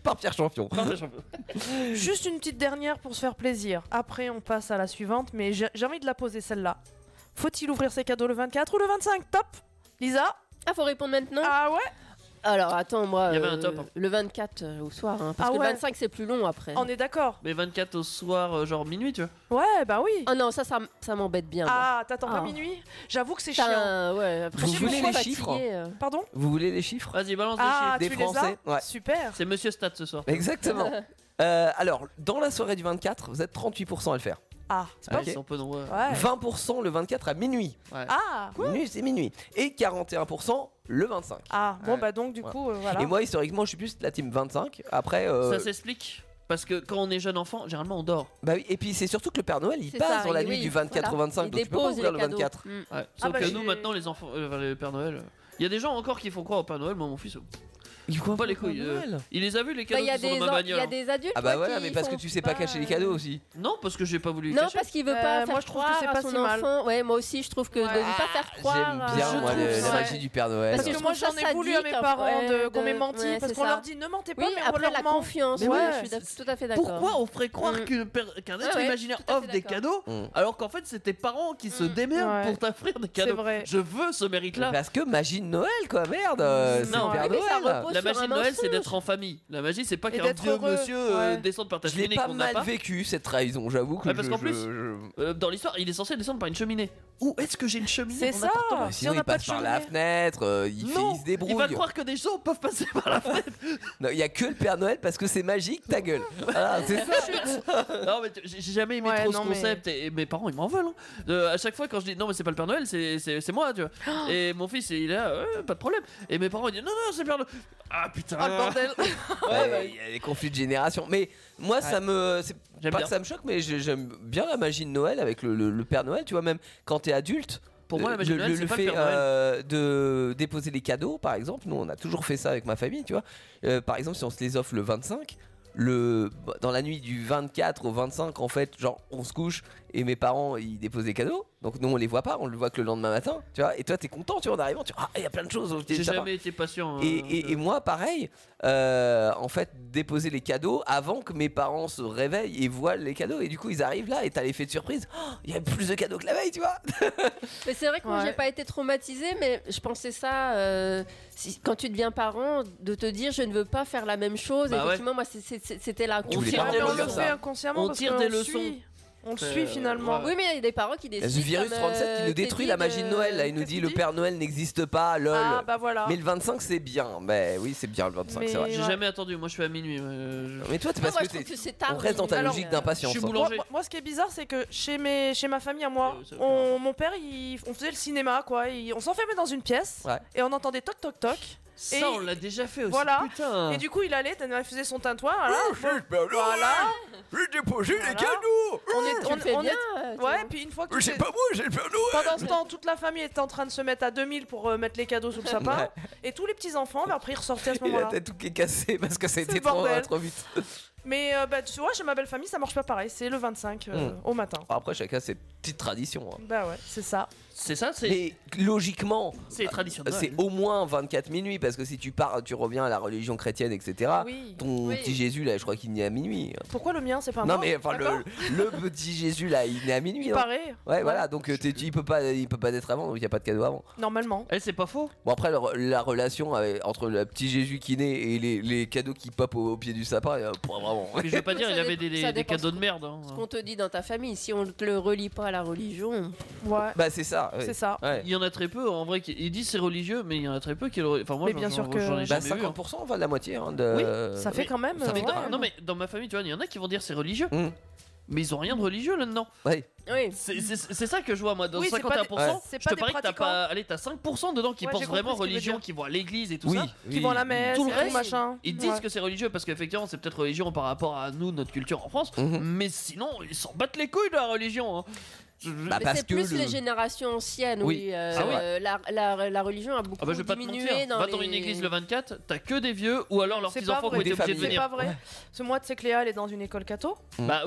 Speaker 3: Par Pierre Champion.
Speaker 4: Par Pierre Champion.
Speaker 2: Juste une petite dernière pour se faire plaisir. Après, on passe à la suivante, mais j'ai j'ai envie de la poser celle-là. Faut-il ouvrir ses cadeaux le 24 ou le 25 Top Lisa
Speaker 5: Ah, faut répondre maintenant
Speaker 2: Ah ouais
Speaker 5: Alors attends, moi,
Speaker 4: Il y avait
Speaker 5: euh,
Speaker 4: un top, hein.
Speaker 5: le 24 euh, au soir, hein, parce
Speaker 2: Ah
Speaker 5: que
Speaker 2: ouais.
Speaker 5: le 25 c'est plus long après.
Speaker 2: On est d'accord
Speaker 4: Mais 24 au soir, euh, genre minuit, tu vois.
Speaker 2: Ouais, bah oui
Speaker 5: Ah non, ça, ça, m- ça m'embête bien.
Speaker 2: Ah, t'attends pas
Speaker 5: Ah.
Speaker 2: minuit J'avoue que c'est
Speaker 5: Putain,
Speaker 2: chiant.
Speaker 5: ouais, après,
Speaker 3: Vous
Speaker 5: je suis
Speaker 3: voulez
Speaker 5: trop
Speaker 3: les
Speaker 5: fatiguée,
Speaker 3: chiffres
Speaker 5: euh.
Speaker 2: Pardon
Speaker 3: Vous voulez les chiffres
Speaker 4: Vas-y, balance
Speaker 2: Ah,
Speaker 4: les
Speaker 3: Des
Speaker 4: chiffres.
Speaker 2: tu les as
Speaker 3: Français. ouais.
Speaker 2: Super
Speaker 4: C'est Monsieur Stat ce soir.
Speaker 3: Exactement. Euh, alors, dans la soirée du 24, vous êtes 38% à le faire.
Speaker 2: Ah, c'est
Speaker 4: Ah,
Speaker 2: pas
Speaker 4: Ils sont peu nombreux.
Speaker 2: Ouais.
Speaker 3: 20% le 24 à minuit.
Speaker 4: Ouais.
Speaker 2: Ah
Speaker 3: Minuit, c'est minuit. Et 41% le 25.
Speaker 2: Ah, bon,
Speaker 4: Ouais.
Speaker 2: bah donc du
Speaker 3: Voilà.
Speaker 2: coup, euh, voilà.
Speaker 3: Et moi, historiquement, je suis plus la team 25. Après, euh,
Speaker 4: Ça s'explique parce que quand on est jeune enfant, généralement on dort.
Speaker 3: bah oui. Et puis, c'est surtout que le Père Noël, il
Speaker 5: C'est
Speaker 3: passe
Speaker 5: ça,
Speaker 3: dans la
Speaker 5: il-
Speaker 3: nuit
Speaker 5: oui,
Speaker 3: du 24 au
Speaker 5: voilà.
Speaker 3: 25.
Speaker 5: Il
Speaker 3: donc, tu peux pas
Speaker 5: dépose
Speaker 3: ouvrir
Speaker 5: les
Speaker 3: le Ah,
Speaker 5: cadeaux.
Speaker 3: 24.
Speaker 5: Mm.
Speaker 4: Ouais. Sauf
Speaker 2: bah,
Speaker 4: que
Speaker 2: j'ai-
Speaker 4: nous maintenant les enfants, euh, enfin, le Père Noël. euh, Il y a des gens encore qui font croire au Père Noël, moi mon fils, euh,
Speaker 3: Il croit
Speaker 4: pas les
Speaker 3: au Père
Speaker 4: couilles. euh,
Speaker 3: Noël.
Speaker 4: il les a vus les
Speaker 5: Bah,
Speaker 4: cadeaux
Speaker 5: Il y, a
Speaker 4: qui sont
Speaker 5: des
Speaker 4: dans
Speaker 5: en-
Speaker 4: ma
Speaker 5: il y a
Speaker 4: bagnole. hein.
Speaker 5: des adultes.
Speaker 3: Ah bah
Speaker 5: ouais,
Speaker 3: voilà,
Speaker 5: qui
Speaker 3: mais parce que
Speaker 5: font
Speaker 3: tu sais pas cacher les cadeaux aussi.
Speaker 4: Non, parce que j'ai pas voulu.
Speaker 5: Non,
Speaker 4: cacher.
Speaker 5: parce qu'il veut
Speaker 2: Euh,
Speaker 5: pas
Speaker 2: moi,
Speaker 5: faire
Speaker 2: je trouve que
Speaker 5: croire
Speaker 2: c'est
Speaker 5: à
Speaker 2: pas
Speaker 5: son
Speaker 2: si mal.
Speaker 5: enfant. Ouais, moi aussi, Ah, bah, je trouve que de ne pas faire
Speaker 3: ah, J'aime
Speaker 5: croire.
Speaker 3: bien
Speaker 5: euh,
Speaker 3: moi
Speaker 5: je
Speaker 3: le-
Speaker 5: trouve
Speaker 3: la
Speaker 5: ça.
Speaker 3: magie du Père Noël.
Speaker 2: Parce que
Speaker 5: Ouais.
Speaker 2: moi
Speaker 5: Je trouve
Speaker 2: j'en
Speaker 5: ça
Speaker 2: ai voulu à mes
Speaker 5: sadique,
Speaker 2: parents
Speaker 5: ouais,
Speaker 2: de- qu'on
Speaker 5: de-
Speaker 2: m'ait menti
Speaker 5: ouais,
Speaker 2: parce
Speaker 5: c'est
Speaker 2: qu'on
Speaker 5: ça.
Speaker 2: leur dit ne mentez pas,
Speaker 5: Oui,
Speaker 2: mais on
Speaker 5: après
Speaker 2: leur
Speaker 5: la
Speaker 2: ment.
Speaker 5: confiance,
Speaker 2: Mais
Speaker 5: ouais,
Speaker 2: ouais,
Speaker 5: je suis d'ac- tout à fait d'accord.
Speaker 4: Pourquoi on ferait croire
Speaker 5: Mm.
Speaker 4: que per- qu'un être
Speaker 5: Ouais, ouais,
Speaker 4: imaginaire
Speaker 5: tout à fait
Speaker 4: offre des cadeaux
Speaker 5: d'accord.
Speaker 3: Mm.
Speaker 4: alors qu'en fait c'est tes parents qui se
Speaker 5: Mm.
Speaker 4: démerdent
Speaker 2: Ouais.
Speaker 4: pour t'offrir des cadeaux
Speaker 2: vrai.
Speaker 4: Je veux ce mérite là.
Speaker 3: Parce que magie de Noël, quoi, merde. euh, C'est
Speaker 4: Non,
Speaker 3: le Père
Speaker 5: mais ça
Speaker 3: Noël.
Speaker 5: repose-
Speaker 4: La
Speaker 5: sur
Speaker 4: magie
Speaker 5: un
Speaker 4: de Noël, c'est
Speaker 5: mensonge.
Speaker 4: d'être en famille. La magie, c'est pas
Speaker 2: Et
Speaker 4: qu'un
Speaker 2: d'être
Speaker 4: vieux
Speaker 2: heureux,
Speaker 4: monsieur euh,
Speaker 2: ouais.
Speaker 4: descende par ta
Speaker 3: Je l'ai
Speaker 4: cheminée
Speaker 3: pas
Speaker 4: qu'on n'a
Speaker 3: mal
Speaker 4: pas.
Speaker 3: vécu cette trahison, j'avoue que
Speaker 4: Ouais, parce
Speaker 3: je-
Speaker 4: qu'en
Speaker 3: je-
Speaker 4: plus-
Speaker 3: je-
Speaker 4: Euh, dans l'histoire, il est censé descendre par une cheminée. Où est-ce que j'ai une cheminée
Speaker 2: C'est
Speaker 4: dans mon
Speaker 2: ça
Speaker 4: appartement
Speaker 3: Bah,
Speaker 2: Si
Speaker 3: sinon
Speaker 2: on
Speaker 3: il
Speaker 2: n'a pas
Speaker 3: passe
Speaker 2: de
Speaker 3: par
Speaker 2: cheminée.
Speaker 3: la fenêtre, euh, il, fait-
Speaker 4: Non,
Speaker 3: il se débrouille.
Speaker 4: Il va croire que des gens peuvent passer par la fenêtre.
Speaker 3: Non, il y a que le Père Noël parce que c'est magique, ta gueule.
Speaker 4: Ah,
Speaker 3: Voilà, Ah, c'est ça.
Speaker 4: non, mais tu- j'ai j'ai jamais aimé
Speaker 2: Ouais,
Speaker 4: trop ce
Speaker 2: non, mais-
Speaker 4: concept et, et mes parents ils m'en veulent. hein. Euh, à chaque fois, quand je dis non, mais c'est pas le Père Noël, c'est- c'est c'est moi, tu vois. et mon fils, il est là, Ouais, pas de problème. Et mes parents ils disent non, non, c'est Père Noël. Ah putain,
Speaker 3: Oh,
Speaker 2: Ah, le bordel
Speaker 3: Ouais, bah, il y a des conflits de génération. Mais moi, ça me. C'est pas
Speaker 4: J'aime bien.
Speaker 3: que ça me choque, mais j'ai- j'aime bien la magie de Noël avec le, le- le Père Noël, tu vois, même quand t'es adulte.
Speaker 4: Pour moi, la magie de
Speaker 3: le-
Speaker 4: Noël,
Speaker 3: le-
Speaker 4: c'est
Speaker 3: le
Speaker 4: pas le
Speaker 3: fait
Speaker 4: Père Noël.
Speaker 3: euh, de déposer les cadeaux, par exemple, nous on a toujours fait ça avec ma famille, tu vois. Euh, par exemple, si on se les offre le 25, le bah, dans la nuit du 24 au 25, en fait, genre on se couche et mes parents ils déposent les cadeaux, donc nous on les voit pas, on le voit que le lendemain matin, tu vois. Et toi t'es content, tu vois, en arrivant, tu vois, ah il y a plein de choses.
Speaker 4: J'ai
Speaker 3: ça va.
Speaker 4: jamais été patient.
Speaker 3: Et,
Speaker 4: hein.
Speaker 3: et- et moi, pareil, euh, en fait, déposer les cadeaux avant que mes parents se réveillent et voient les cadeaux. Et du coup, ils arrivent là et t'as l'effet de surprise. Oh, Il y a plus de cadeaux que la veille, tu vois.
Speaker 5: Mais c'est vrai que moi,
Speaker 2: Ouais.
Speaker 5: j'ai pas été traumatisée, mais je pensais ça euh, si- quand tu deviens parent, de te dire je ne veux pas faire la même chose.
Speaker 4: Bah ouais.
Speaker 5: Effectivement, moi, c'est- c'est- c'était la
Speaker 3: Tu voulais
Speaker 2: Ouais,
Speaker 3: pas
Speaker 2: mais on
Speaker 3: vraiment
Speaker 2: le
Speaker 3: faire
Speaker 2: fait
Speaker 3: ça.
Speaker 2: inconsciemment
Speaker 4: On
Speaker 2: parce
Speaker 4: tire
Speaker 2: qu'on
Speaker 4: des
Speaker 2: le
Speaker 4: leçons.
Speaker 2: suit. On le
Speaker 4: Euh,
Speaker 2: suit finalement.
Speaker 4: ouais.
Speaker 5: Oui, mais il y a des parents qui
Speaker 3: Il y a
Speaker 5: décident.
Speaker 3: ce virus
Speaker 5: comme,
Speaker 3: 37 qui
Speaker 5: euh,
Speaker 3: nous détruit la magie de Noël. Là, il nous
Speaker 2: qu'est-ce
Speaker 3: dit
Speaker 2: qu'il
Speaker 3: le
Speaker 2: dit
Speaker 3: Père Noël n'existe pas, lol.
Speaker 2: Ah bah voilà.
Speaker 3: Mais le 25, c'est bien. Mais oui, c'est bien le 25, c'est vrai.
Speaker 2: Mais-
Speaker 4: J'ai
Speaker 2: ouais.
Speaker 4: jamais attendu. Moi, je suis à minuit. euh, je-
Speaker 3: Mais toi, t'es
Speaker 5: Non,
Speaker 3: parce
Speaker 5: moi, je
Speaker 3: que
Speaker 5: trouve
Speaker 3: t'es-
Speaker 5: que c'est euh, tard.
Speaker 3: on reste dans ta
Speaker 2: Alors,
Speaker 3: logique d'impatience.
Speaker 4: je suis
Speaker 3: hein.
Speaker 4: boulanger.
Speaker 2: Moi, moi, ce qui est bizarre, c'est que chez, mes, chez ma famille à moi,
Speaker 4: Ouais, ça va.
Speaker 2: on- mon père, il- on faisait le cinéma, quoi. Il- on s'enfermait dans une pièce
Speaker 3: Ouais.
Speaker 2: et on entendait toc toc toc. Et-
Speaker 4: Ça, on l'a déjà fait aussi.
Speaker 2: Voilà.
Speaker 4: Putain.
Speaker 2: Et du coup, il allait, il faisait son tintoir. Voilà.
Speaker 3: Oh, c'est Père Noël. J'ai déposé les
Speaker 2: Voilà.
Speaker 3: cadeaux.
Speaker 2: On est,
Speaker 5: On
Speaker 2: on-
Speaker 5: le fait
Speaker 2: on
Speaker 5: bien.
Speaker 2: est-
Speaker 5: euh, tu
Speaker 2: Ouais,
Speaker 5: vois.
Speaker 2: puis une fois que
Speaker 3: Euh,
Speaker 2: tu
Speaker 3: C'est
Speaker 2: t'es-
Speaker 3: pas moi, j'ai le Père Noël.
Speaker 2: pendant ce temps, toute la famille était en train de se mettre à 2000 pour euh, mettre les cadeaux sous le sapin.
Speaker 3: Ouais.
Speaker 2: Et tous les petits enfants, bah, après, ils ressortaient à ce
Speaker 3: Et la
Speaker 2: moment-là.
Speaker 3: tête tout qui est cassée parce que ça a
Speaker 2: C'est
Speaker 3: été
Speaker 2: le
Speaker 3: trop,
Speaker 2: bordel.
Speaker 3: trop vite.
Speaker 2: Mais euh, bah, tu vois, chez ma belle famille, ça marche pas pareil. C'est le 25 euh,
Speaker 4: Hmm.
Speaker 3: Mm.
Speaker 2: au matin.
Speaker 3: Après, chacun ses petites traditions. hein.
Speaker 2: Bah ouais, c'est ça.
Speaker 4: C'est ça, c'est
Speaker 3: Mais logiquement, euh,
Speaker 4: c'est traditionnel.
Speaker 3: c'est au moins 24 minuit parce que si tu pars, tu reviens à la religion chrétienne, etc.
Speaker 2: Oui.
Speaker 3: Ton
Speaker 5: Oui.
Speaker 3: petit Jésus là, je crois qu'il naît à minuit. hein.
Speaker 2: Pourquoi le mien, c'est pas
Speaker 3: non
Speaker 2: moi
Speaker 3: mais enfin le,
Speaker 2: D'accord
Speaker 3: le petit Jésus là, il naît à minuit.
Speaker 2: Il
Speaker 3: non
Speaker 2: paraît.
Speaker 3: ouais, voilà, donc euh, t'es- il peut pas, il peut pas naître avant, donc il y a pas de cadeau avant.
Speaker 2: Normalement.
Speaker 4: Eh, c'est pas faux.
Speaker 3: Bon après le- la relation avec- entre le petit Jésus qui naît et les, les cadeaux qui popent au, au pied du sapin, euh, pas vraiment.
Speaker 4: Mais je vais pas
Speaker 5: Ça
Speaker 4: dire, il
Speaker 5: dé-
Speaker 4: avait des,
Speaker 5: ça
Speaker 4: des
Speaker 5: dépend
Speaker 4: cadeaux
Speaker 5: ce
Speaker 4: de
Speaker 5: qu'on-
Speaker 4: merde. hein.
Speaker 5: Ce qu'on te dit dans ta famille, si on ne te le relie pas à la religion.
Speaker 2: Ouais,
Speaker 3: Bah c'est ça. ouais.
Speaker 2: c'est ça.
Speaker 3: Ouais.
Speaker 4: Il y en a très peu, en vrai, qui... ils disent c'est religieux, mais il y en a très peu qui l'auraient. Enfin, moi,
Speaker 2: Mais
Speaker 4: j'en-
Speaker 2: bien
Speaker 4: j'en-
Speaker 2: sûr que-
Speaker 4: j'en ai
Speaker 3: Bah
Speaker 4: jamais vu. hein.
Speaker 3: 50% va de la moitié hein, de.
Speaker 2: Ça fait
Speaker 4: mais
Speaker 2: quand même.
Speaker 3: ça
Speaker 2: euh,
Speaker 3: fait
Speaker 2: ouais.
Speaker 3: grave.
Speaker 4: Non, mais dans ma famille, tu vois, il y en a qui vont dire c'est religieux.
Speaker 3: Mm.
Speaker 4: mais ils ont rien de religieux là-dedans.
Speaker 5: Oui.
Speaker 4: C'est c'est- c'est ça que je vois moi dans
Speaker 2: Oui, c'est pas des-
Speaker 4: 51%.
Speaker 2: ouais.
Speaker 4: Je
Speaker 2: c'est pas
Speaker 4: te
Speaker 2: des
Speaker 4: parie que t'as
Speaker 2: pratiquants.
Speaker 4: pas. Allez, t'as 5% dedans qui
Speaker 2: Ouais,
Speaker 4: pensent
Speaker 2: j'ai compris
Speaker 4: vraiment
Speaker 2: ce qu'il veut
Speaker 4: religion,
Speaker 2: dire.
Speaker 4: qui voient l'église et tout
Speaker 2: Oui,
Speaker 4: ça.
Speaker 2: Qui oui. vont à la messe,
Speaker 4: tout le
Speaker 2: et tout
Speaker 4: reste.
Speaker 2: machin.
Speaker 4: Ils disent
Speaker 2: Ouais.
Speaker 4: que c'est religieux parce qu'effectivement c'est peut-être religion par rapport à nous, notre culture en France.
Speaker 2: Mm-hmm.
Speaker 4: Mais sinon, ils s'en battent les couilles de la religion. hein. Je-
Speaker 2: Bah,
Speaker 4: je-
Speaker 3: Bah,
Speaker 5: Mais c'est plus les générations anciennes, oui.
Speaker 4: Oui,
Speaker 5: euh,
Speaker 3: Ah
Speaker 4: c'est vrai.
Speaker 5: la, la- la religion a beaucoup
Speaker 4: Ah bah je vais pas te
Speaker 5: diminué
Speaker 4: mentir,
Speaker 5: dans
Speaker 4: va
Speaker 5: les...
Speaker 4: dans une église le 24, t'as que des vieux ou alors leurs
Speaker 2: C'est pas
Speaker 4: petits-enfants qui ont
Speaker 2: vrai.
Speaker 4: été obligés de
Speaker 2: C'est
Speaker 4: venir.
Speaker 2: pas vrai. Ce mois, tu sais que Léa, elle est dans une école catho.
Speaker 3: Mm.
Speaker 4: Bah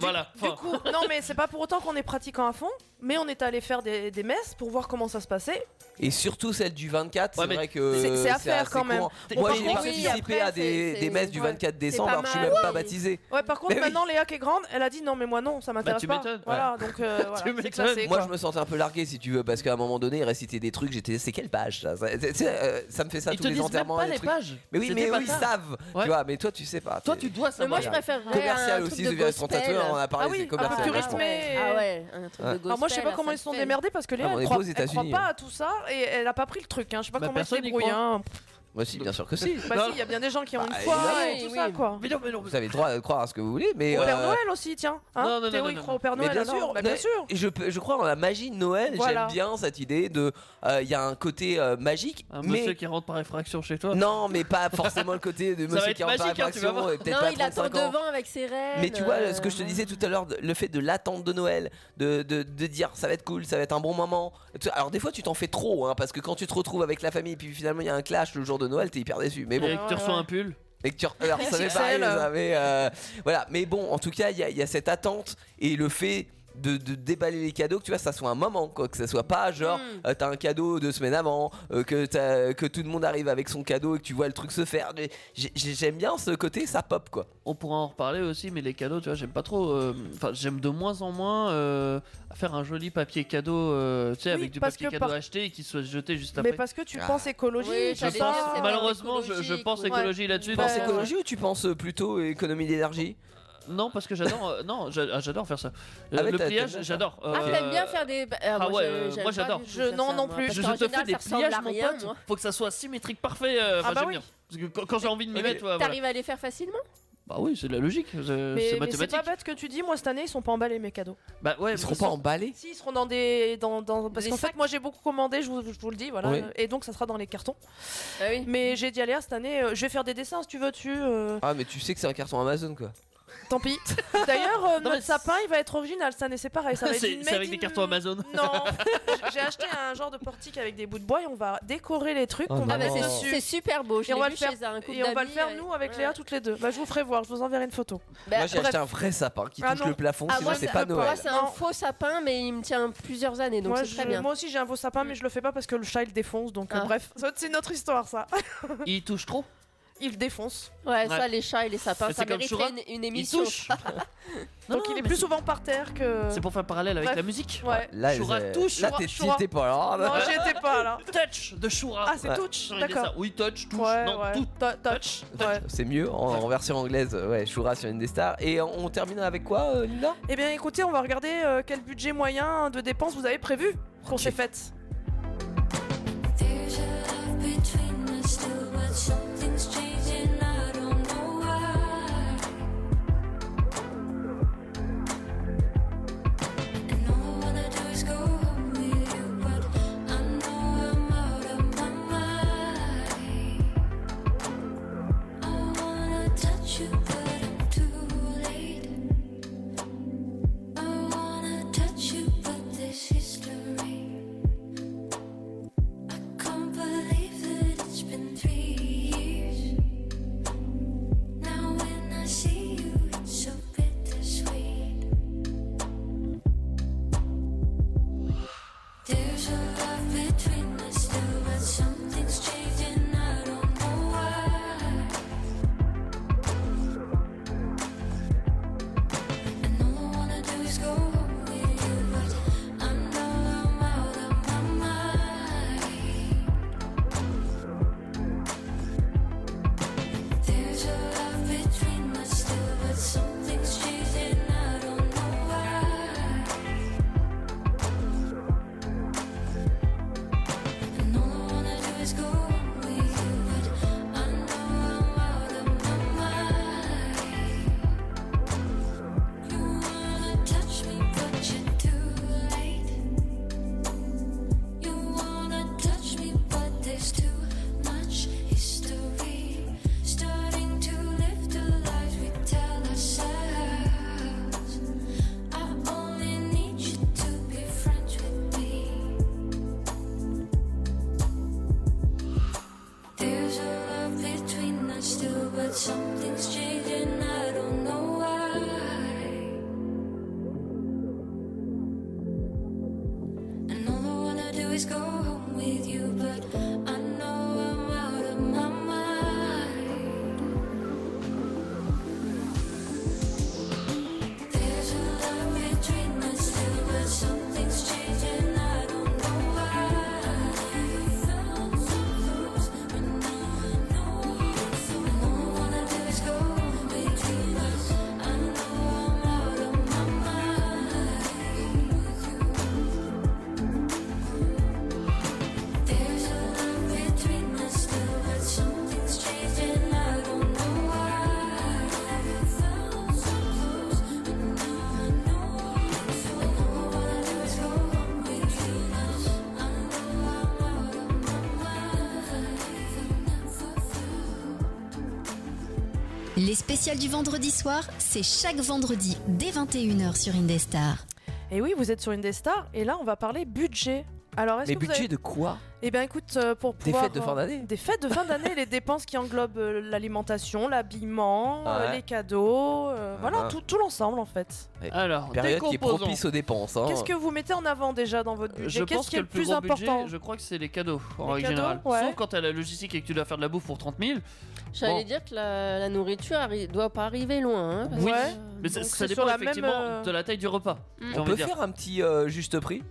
Speaker 4: voilà.
Speaker 2: Du
Speaker 4: enfin.
Speaker 2: coup, non, mais c'est pas pour autant qu'on est pratiquant à fond, mais on est allé faire des, des messes pour voir comment ça se passait.
Speaker 3: Et surtout celle du 24, c'est vrai que.
Speaker 2: C'est- c'est à faire
Speaker 3: assez
Speaker 2: quand même.
Speaker 3: courant.
Speaker 2: Bon,
Speaker 3: Moi
Speaker 2: par
Speaker 3: j'ai
Speaker 2: contre,
Speaker 3: participé
Speaker 2: oui, après,
Speaker 3: à
Speaker 2: c'est-
Speaker 3: des,
Speaker 2: c'est-
Speaker 3: des messes du
Speaker 2: ouais.
Speaker 3: 24
Speaker 2: C'est
Speaker 3: décembre
Speaker 2: pas
Speaker 3: alors que je suis
Speaker 2: mal.
Speaker 3: même pas
Speaker 2: Oui.
Speaker 3: baptisé.
Speaker 2: Ouais, bah, par contre,
Speaker 3: Mais oui.
Speaker 2: maintenant, Léa qui est grande, elle a dit non, mais moi non,
Speaker 4: Bah,
Speaker 2: ça m'intéresse
Speaker 3: tu
Speaker 2: pas.
Speaker 3: m'étonnes.
Speaker 2: Voilà,
Speaker 3: Ouais.
Speaker 2: donc euh, voilà, c'est classé,
Speaker 3: Moi
Speaker 2: quoi.
Speaker 3: je me sentais un peu largué si tu veux parce qu'à un moment donné il récitait des trucs j'étais c'est quelle page ça ça, c'est- c'est, euh, ça me fait ça
Speaker 4: Ils
Speaker 3: tous
Speaker 4: te
Speaker 3: les
Speaker 4: disent même
Speaker 3: enterrements
Speaker 4: pas
Speaker 3: et les
Speaker 4: les
Speaker 3: trucs.
Speaker 4: pages.
Speaker 3: Mais oui
Speaker 4: C'est
Speaker 3: mais
Speaker 4: des
Speaker 3: eux, ils
Speaker 4: bâtards.
Speaker 3: savent tu vois mais toi tu sais pas toi
Speaker 4: tu dois
Speaker 5: Mais moi, je préférerais
Speaker 3: commercial
Speaker 5: un
Speaker 3: Ah, aussi
Speaker 5: truc de
Speaker 3: devait être son
Speaker 5: gospel.
Speaker 3: tatoueur on en a parlé
Speaker 5: Ah oui,
Speaker 3: c'est commercial
Speaker 2: un puriste, mais-
Speaker 5: Ah ouais, un truc
Speaker 3: Ouais.
Speaker 5: de
Speaker 3: Alors
Speaker 5: gospel.
Speaker 2: Alors moi je sais pas comment
Speaker 5: ça
Speaker 2: ils se sont
Speaker 5: fait.
Speaker 2: démerdés parce que Léa
Speaker 3: Ah, on est
Speaker 2: elle,
Speaker 3: pas
Speaker 2: croit,
Speaker 3: aux
Speaker 2: elle
Speaker 3: États-Unis,
Speaker 2: croit pas à tout ça et elle a pas pris le truc. Hein. Je sais pas
Speaker 3: Bah,
Speaker 2: comment ils se
Speaker 3: personne n'y
Speaker 2: débrouillent.
Speaker 3: croit.
Speaker 2: hein.
Speaker 3: moi si bien sûr que si
Speaker 2: Bah si, il y a bien des gens qui ont une foi
Speaker 5: Ah,
Speaker 2: et Ah, tout ça quoi.
Speaker 3: vous avez le droit de croire à ce que vous voulez mais
Speaker 2: Au Père
Speaker 3: euh,
Speaker 2: Noël aussi, tiens. Hein
Speaker 4: Non, non, non,
Speaker 2: Théo,
Speaker 4: non,
Speaker 2: il
Speaker 4: non,
Speaker 2: croit au Père
Speaker 3: Mais
Speaker 2: Noël.
Speaker 3: bien
Speaker 2: alors.
Speaker 3: sûr,
Speaker 2: Bah, bien
Speaker 3: mais
Speaker 2: sûr.
Speaker 3: et Je, peux- je crois en la magie de Noël.
Speaker 2: Voilà.
Speaker 3: J'aime bien cette idée de. euh, Il y a un côté euh, magique.
Speaker 4: Un
Speaker 3: mais...
Speaker 4: monsieur qui rentre par effraction chez toi.
Speaker 3: Non, mais pas forcément le côté de
Speaker 4: Ça va
Speaker 3: monsieur
Speaker 4: être
Speaker 3: qui rentre par
Speaker 4: magique, hein, tu vas
Speaker 3: effraction
Speaker 4: voir.
Speaker 3: et peut-être
Speaker 5: Non,
Speaker 3: pas
Speaker 5: il attend
Speaker 3: 35 ans.
Speaker 5: devant avec ses rênes.
Speaker 3: Mais tu vois, ce que je te
Speaker 5: euh,
Speaker 3: disais tout à l'heure, de- le fait de l'attente de Noël, de, de, de dire ça va être cool, ça va être un bon moment. Tu- Alors des fois, tu t'en fais trop, hein, parce que quand tu te retrouves avec la famille, puis finalement il y a un clash le jour de Noël, t'es hyper déçu. Mais bon.
Speaker 4: Et que tu reçois un pull.
Speaker 3: Et que tu re- alors, ça fait
Speaker 4: XXL.
Speaker 3: pareil, ça fait, euh, voilà. Mais bon, en tout cas, il y, a- il y a cette attente et le fait. De, de déballer les cadeaux, que tu vois, ça soit un moment, quoi, que ça soit pas genre euh, t'as un cadeau deux semaines avant, euh, que, t'as- que tout le monde arrive avec son cadeau et que tu vois le truc se faire. Mais j'ai- j'ai- J'aime bien ce côté, ça pop quoi.
Speaker 4: On pourra en reparler aussi, mais les cadeaux, tu vois, j'aime pas trop. euh, Enfin, j'aime de moins en moins euh, faire un joli papier cadeau, euh, tu sais,
Speaker 2: Oui,
Speaker 4: avec du
Speaker 2: parce
Speaker 4: papier
Speaker 2: que
Speaker 4: cadeau
Speaker 2: par-
Speaker 4: acheté et qui soit jeté juste après.
Speaker 2: Mais parce que tu
Speaker 3: Ah.
Speaker 2: penses écologie,
Speaker 4: Oui,
Speaker 2: tout
Speaker 4: je
Speaker 2: ça.
Speaker 4: pense- malheureusement, je, je pense
Speaker 2: ouais.
Speaker 4: écologie là-dessus.
Speaker 3: Tu penses écologie ou tu penses euh, plutôt économie d'énergie
Speaker 4: Non, parce que j'adore. euh, non, j'a- ah, j'adore faire ça. Euh,
Speaker 3: Ah ouais,
Speaker 4: le
Speaker 3: t'as- t'aimes
Speaker 4: pliage,
Speaker 3: bien ça.
Speaker 4: j'adore.
Speaker 5: Ah,
Speaker 4: Euh,
Speaker 5: t'aimes bien faire des.
Speaker 4: Ah, ouais,
Speaker 5: je-
Speaker 4: euh,
Speaker 5: j'aime
Speaker 4: moi
Speaker 5: pas
Speaker 4: j'adore.
Speaker 5: du tout faire ça, moi, parce
Speaker 4: Je
Speaker 5: qu'en
Speaker 4: te fais
Speaker 5: général,
Speaker 4: des
Speaker 5: ça ressemble
Speaker 4: pliages,
Speaker 5: à
Speaker 4: mon
Speaker 5: rien,
Speaker 4: pote.
Speaker 5: moi.
Speaker 4: Faut que ça soit symétrique, parfait. euh,
Speaker 5: Ah
Speaker 4: Enfin,
Speaker 5: bah
Speaker 4: j'aime
Speaker 5: oui.
Speaker 4: bien. Parce que quand, quand j'ai envie de m'y mettre, ouais, voilà.
Speaker 5: T'arrives à les faire facilement
Speaker 4: Bah oui, c'est de la logique.
Speaker 2: Mais
Speaker 4: euh, C'est
Speaker 2: mais c'est
Speaker 4: mathématique.
Speaker 2: pas bête que tu dis, moi cette année ils sont pas emballés mes cadeaux.
Speaker 4: Bah ouais,
Speaker 3: Ils seront
Speaker 4: mais
Speaker 3: pas emballés
Speaker 2: Si, ils seront dans des. Dans, dans- parce
Speaker 5: Des
Speaker 2: qu'en fait, moi j'ai beaucoup commandé, je vous, je vous le dis, voilà.
Speaker 3: Oui.
Speaker 2: Et donc ça sera dans les cartons.
Speaker 4: Ah
Speaker 2: Mais j'ai dit à Léa cette année, euh, je vais faire des dessins si tu veux, tu. euh,
Speaker 3: Ah, mais tu sais que c'est un carton Amazon quoi.
Speaker 2: Tant pis. D'ailleurs, euh, notre sapin il va être original cette année, c'est pareil. Ça va être
Speaker 4: C'est
Speaker 2: une
Speaker 4: c'est
Speaker 2: made
Speaker 4: avec
Speaker 2: in-
Speaker 4: des cartons Amazon.
Speaker 2: Non, j'ai acheté un genre de portique avec des bouts de bois et on va décorer les trucs.
Speaker 4: Oh
Speaker 2: on
Speaker 4: non.
Speaker 2: va
Speaker 4: Ah bah,
Speaker 2: mettre
Speaker 5: c'est-
Speaker 2: dessus.
Speaker 5: c'est super beau, je
Speaker 2: et on
Speaker 5: l'ai
Speaker 2: va
Speaker 5: vu
Speaker 2: le faire,
Speaker 5: chez un couple
Speaker 2: et on va le
Speaker 5: d'amis, euh,
Speaker 2: faire
Speaker 5: ouais.
Speaker 2: nous avec Léa toutes les deux. Bah, je vous ferai voir, je vous enverrai une photo.
Speaker 4: Bah,
Speaker 3: Moi j'ai acheté un vrai sapin qui
Speaker 2: Ah
Speaker 3: touche
Speaker 2: non.
Speaker 3: le plafond,
Speaker 2: Ah,
Speaker 3: sinon
Speaker 2: moi,
Speaker 3: c'est
Speaker 2: c'est
Speaker 3: pas
Speaker 2: un peu-
Speaker 3: Noël.
Speaker 5: Moi, c'est un faux sapin, mais il me tient plusieurs années, donc
Speaker 2: moi,
Speaker 5: c'est très
Speaker 2: je-
Speaker 5: bien.
Speaker 2: moi aussi j'ai un beau sapin, mais je le fais pas parce que le chat il défonce. Donc euh,
Speaker 5: Ah.
Speaker 2: bref, Ça, c'est notre histoire ça.
Speaker 4: Il touche trop.
Speaker 2: il défonce.
Speaker 5: Ouais, ça, les chats et les sapins,
Speaker 4: Mais
Speaker 5: ça
Speaker 4: c'est comme
Speaker 5: mériterait
Speaker 4: Shura,
Speaker 5: une, une
Speaker 4: il
Speaker 5: émission.
Speaker 4: touche.
Speaker 2: Donc il est plus souvent par terre que.
Speaker 4: C'est pour faire parallèle avec
Speaker 2: Euh, Bref.
Speaker 4: la musique.
Speaker 2: Ouais.
Speaker 3: Ah, Là,
Speaker 4: Shura
Speaker 3: elle-
Speaker 4: touche.
Speaker 3: là,
Speaker 4: Shura-
Speaker 3: t'es-
Speaker 4: Shura.
Speaker 3: t'es pas là.
Speaker 2: Non, j'y étais pas là.
Speaker 4: Touch de Shura.
Speaker 2: Ah, c'est
Speaker 3: Ouais.
Speaker 2: touch,
Speaker 4: J'ai aimé
Speaker 2: d'accord.
Speaker 4: ça. Oui, touch, touche.
Speaker 2: Ouais,
Speaker 4: non,
Speaker 2: ouais.
Speaker 4: tout.
Speaker 2: To- Touch. Ouais.
Speaker 3: C'est mieux en, en version anglaise, ouais, Shura sur une des stars. Et on, on termine avec quoi, euh, Linda
Speaker 2: Eh bien écoutez, on va regarder euh, quel budget moyen de dépenses vous avez prévu pour ces fêtes.
Speaker 14: There's a love between us still, but something's changing. I don't know why. And all I wanna do is go home with you, but I know I'm out of my mind. I wanna touch you, but I'm too late. I wanna touch you, but this history.
Speaker 1: Les spéciales du vendredi soir, c'est chaque vendredi dès 21h sur Indestar.
Speaker 2: Et oui, vous êtes sur une des stars et là on va parler budget. Alors, est-ce
Speaker 3: Mais
Speaker 2: que vous
Speaker 3: budget
Speaker 2: avez-
Speaker 3: de quoi
Speaker 2: Eh bien, écoute, euh, pour
Speaker 3: Des
Speaker 2: pouvoir.
Speaker 3: fêtes de fin
Speaker 2: euh,
Speaker 3: d'année
Speaker 2: Des fêtes de fin d'année, les dépenses qui englobent euh, l'alimentation, l'habillement, euh,
Speaker 3: Ouais.
Speaker 2: les cadeaux, euh,
Speaker 3: Ah
Speaker 2: voilà,
Speaker 3: ah.
Speaker 2: tout, tout l'ensemble en fait.
Speaker 3: Eh,
Speaker 4: Alors,
Speaker 3: période qui est
Speaker 4: décomposons.
Speaker 3: propice aux dépenses. hein.
Speaker 2: Qu'est-ce que vous mettez en avant déjà dans votre budget
Speaker 4: Euh, Je
Speaker 2: Qu'est-ce
Speaker 4: pense
Speaker 2: qui est
Speaker 4: que
Speaker 2: le plus
Speaker 4: gros budget,
Speaker 2: important
Speaker 4: je crois que c'est les cadeaux en
Speaker 2: Les
Speaker 4: règle
Speaker 2: cadeaux,
Speaker 4: générale.
Speaker 2: ouais.
Speaker 4: Sauf quand t'as la logistique et que tu dois faire de la bouffe pour 30 000.
Speaker 5: J'allais
Speaker 4: Bon.
Speaker 5: dire que la, la nourriture arri- doit pas arriver loin. hein, parce
Speaker 4: Oui,
Speaker 5: que-
Speaker 4: mais ça,
Speaker 5: Donc
Speaker 4: ça
Speaker 5: c'est
Speaker 4: dépend
Speaker 5: sur la même,
Speaker 4: effectivement
Speaker 5: euh,
Speaker 4: de la taille du repas.
Speaker 5: Mm.
Speaker 4: j'ai
Speaker 3: On
Speaker 4: envie
Speaker 3: peut
Speaker 4: de dire.
Speaker 3: faire un petit euh, juste prix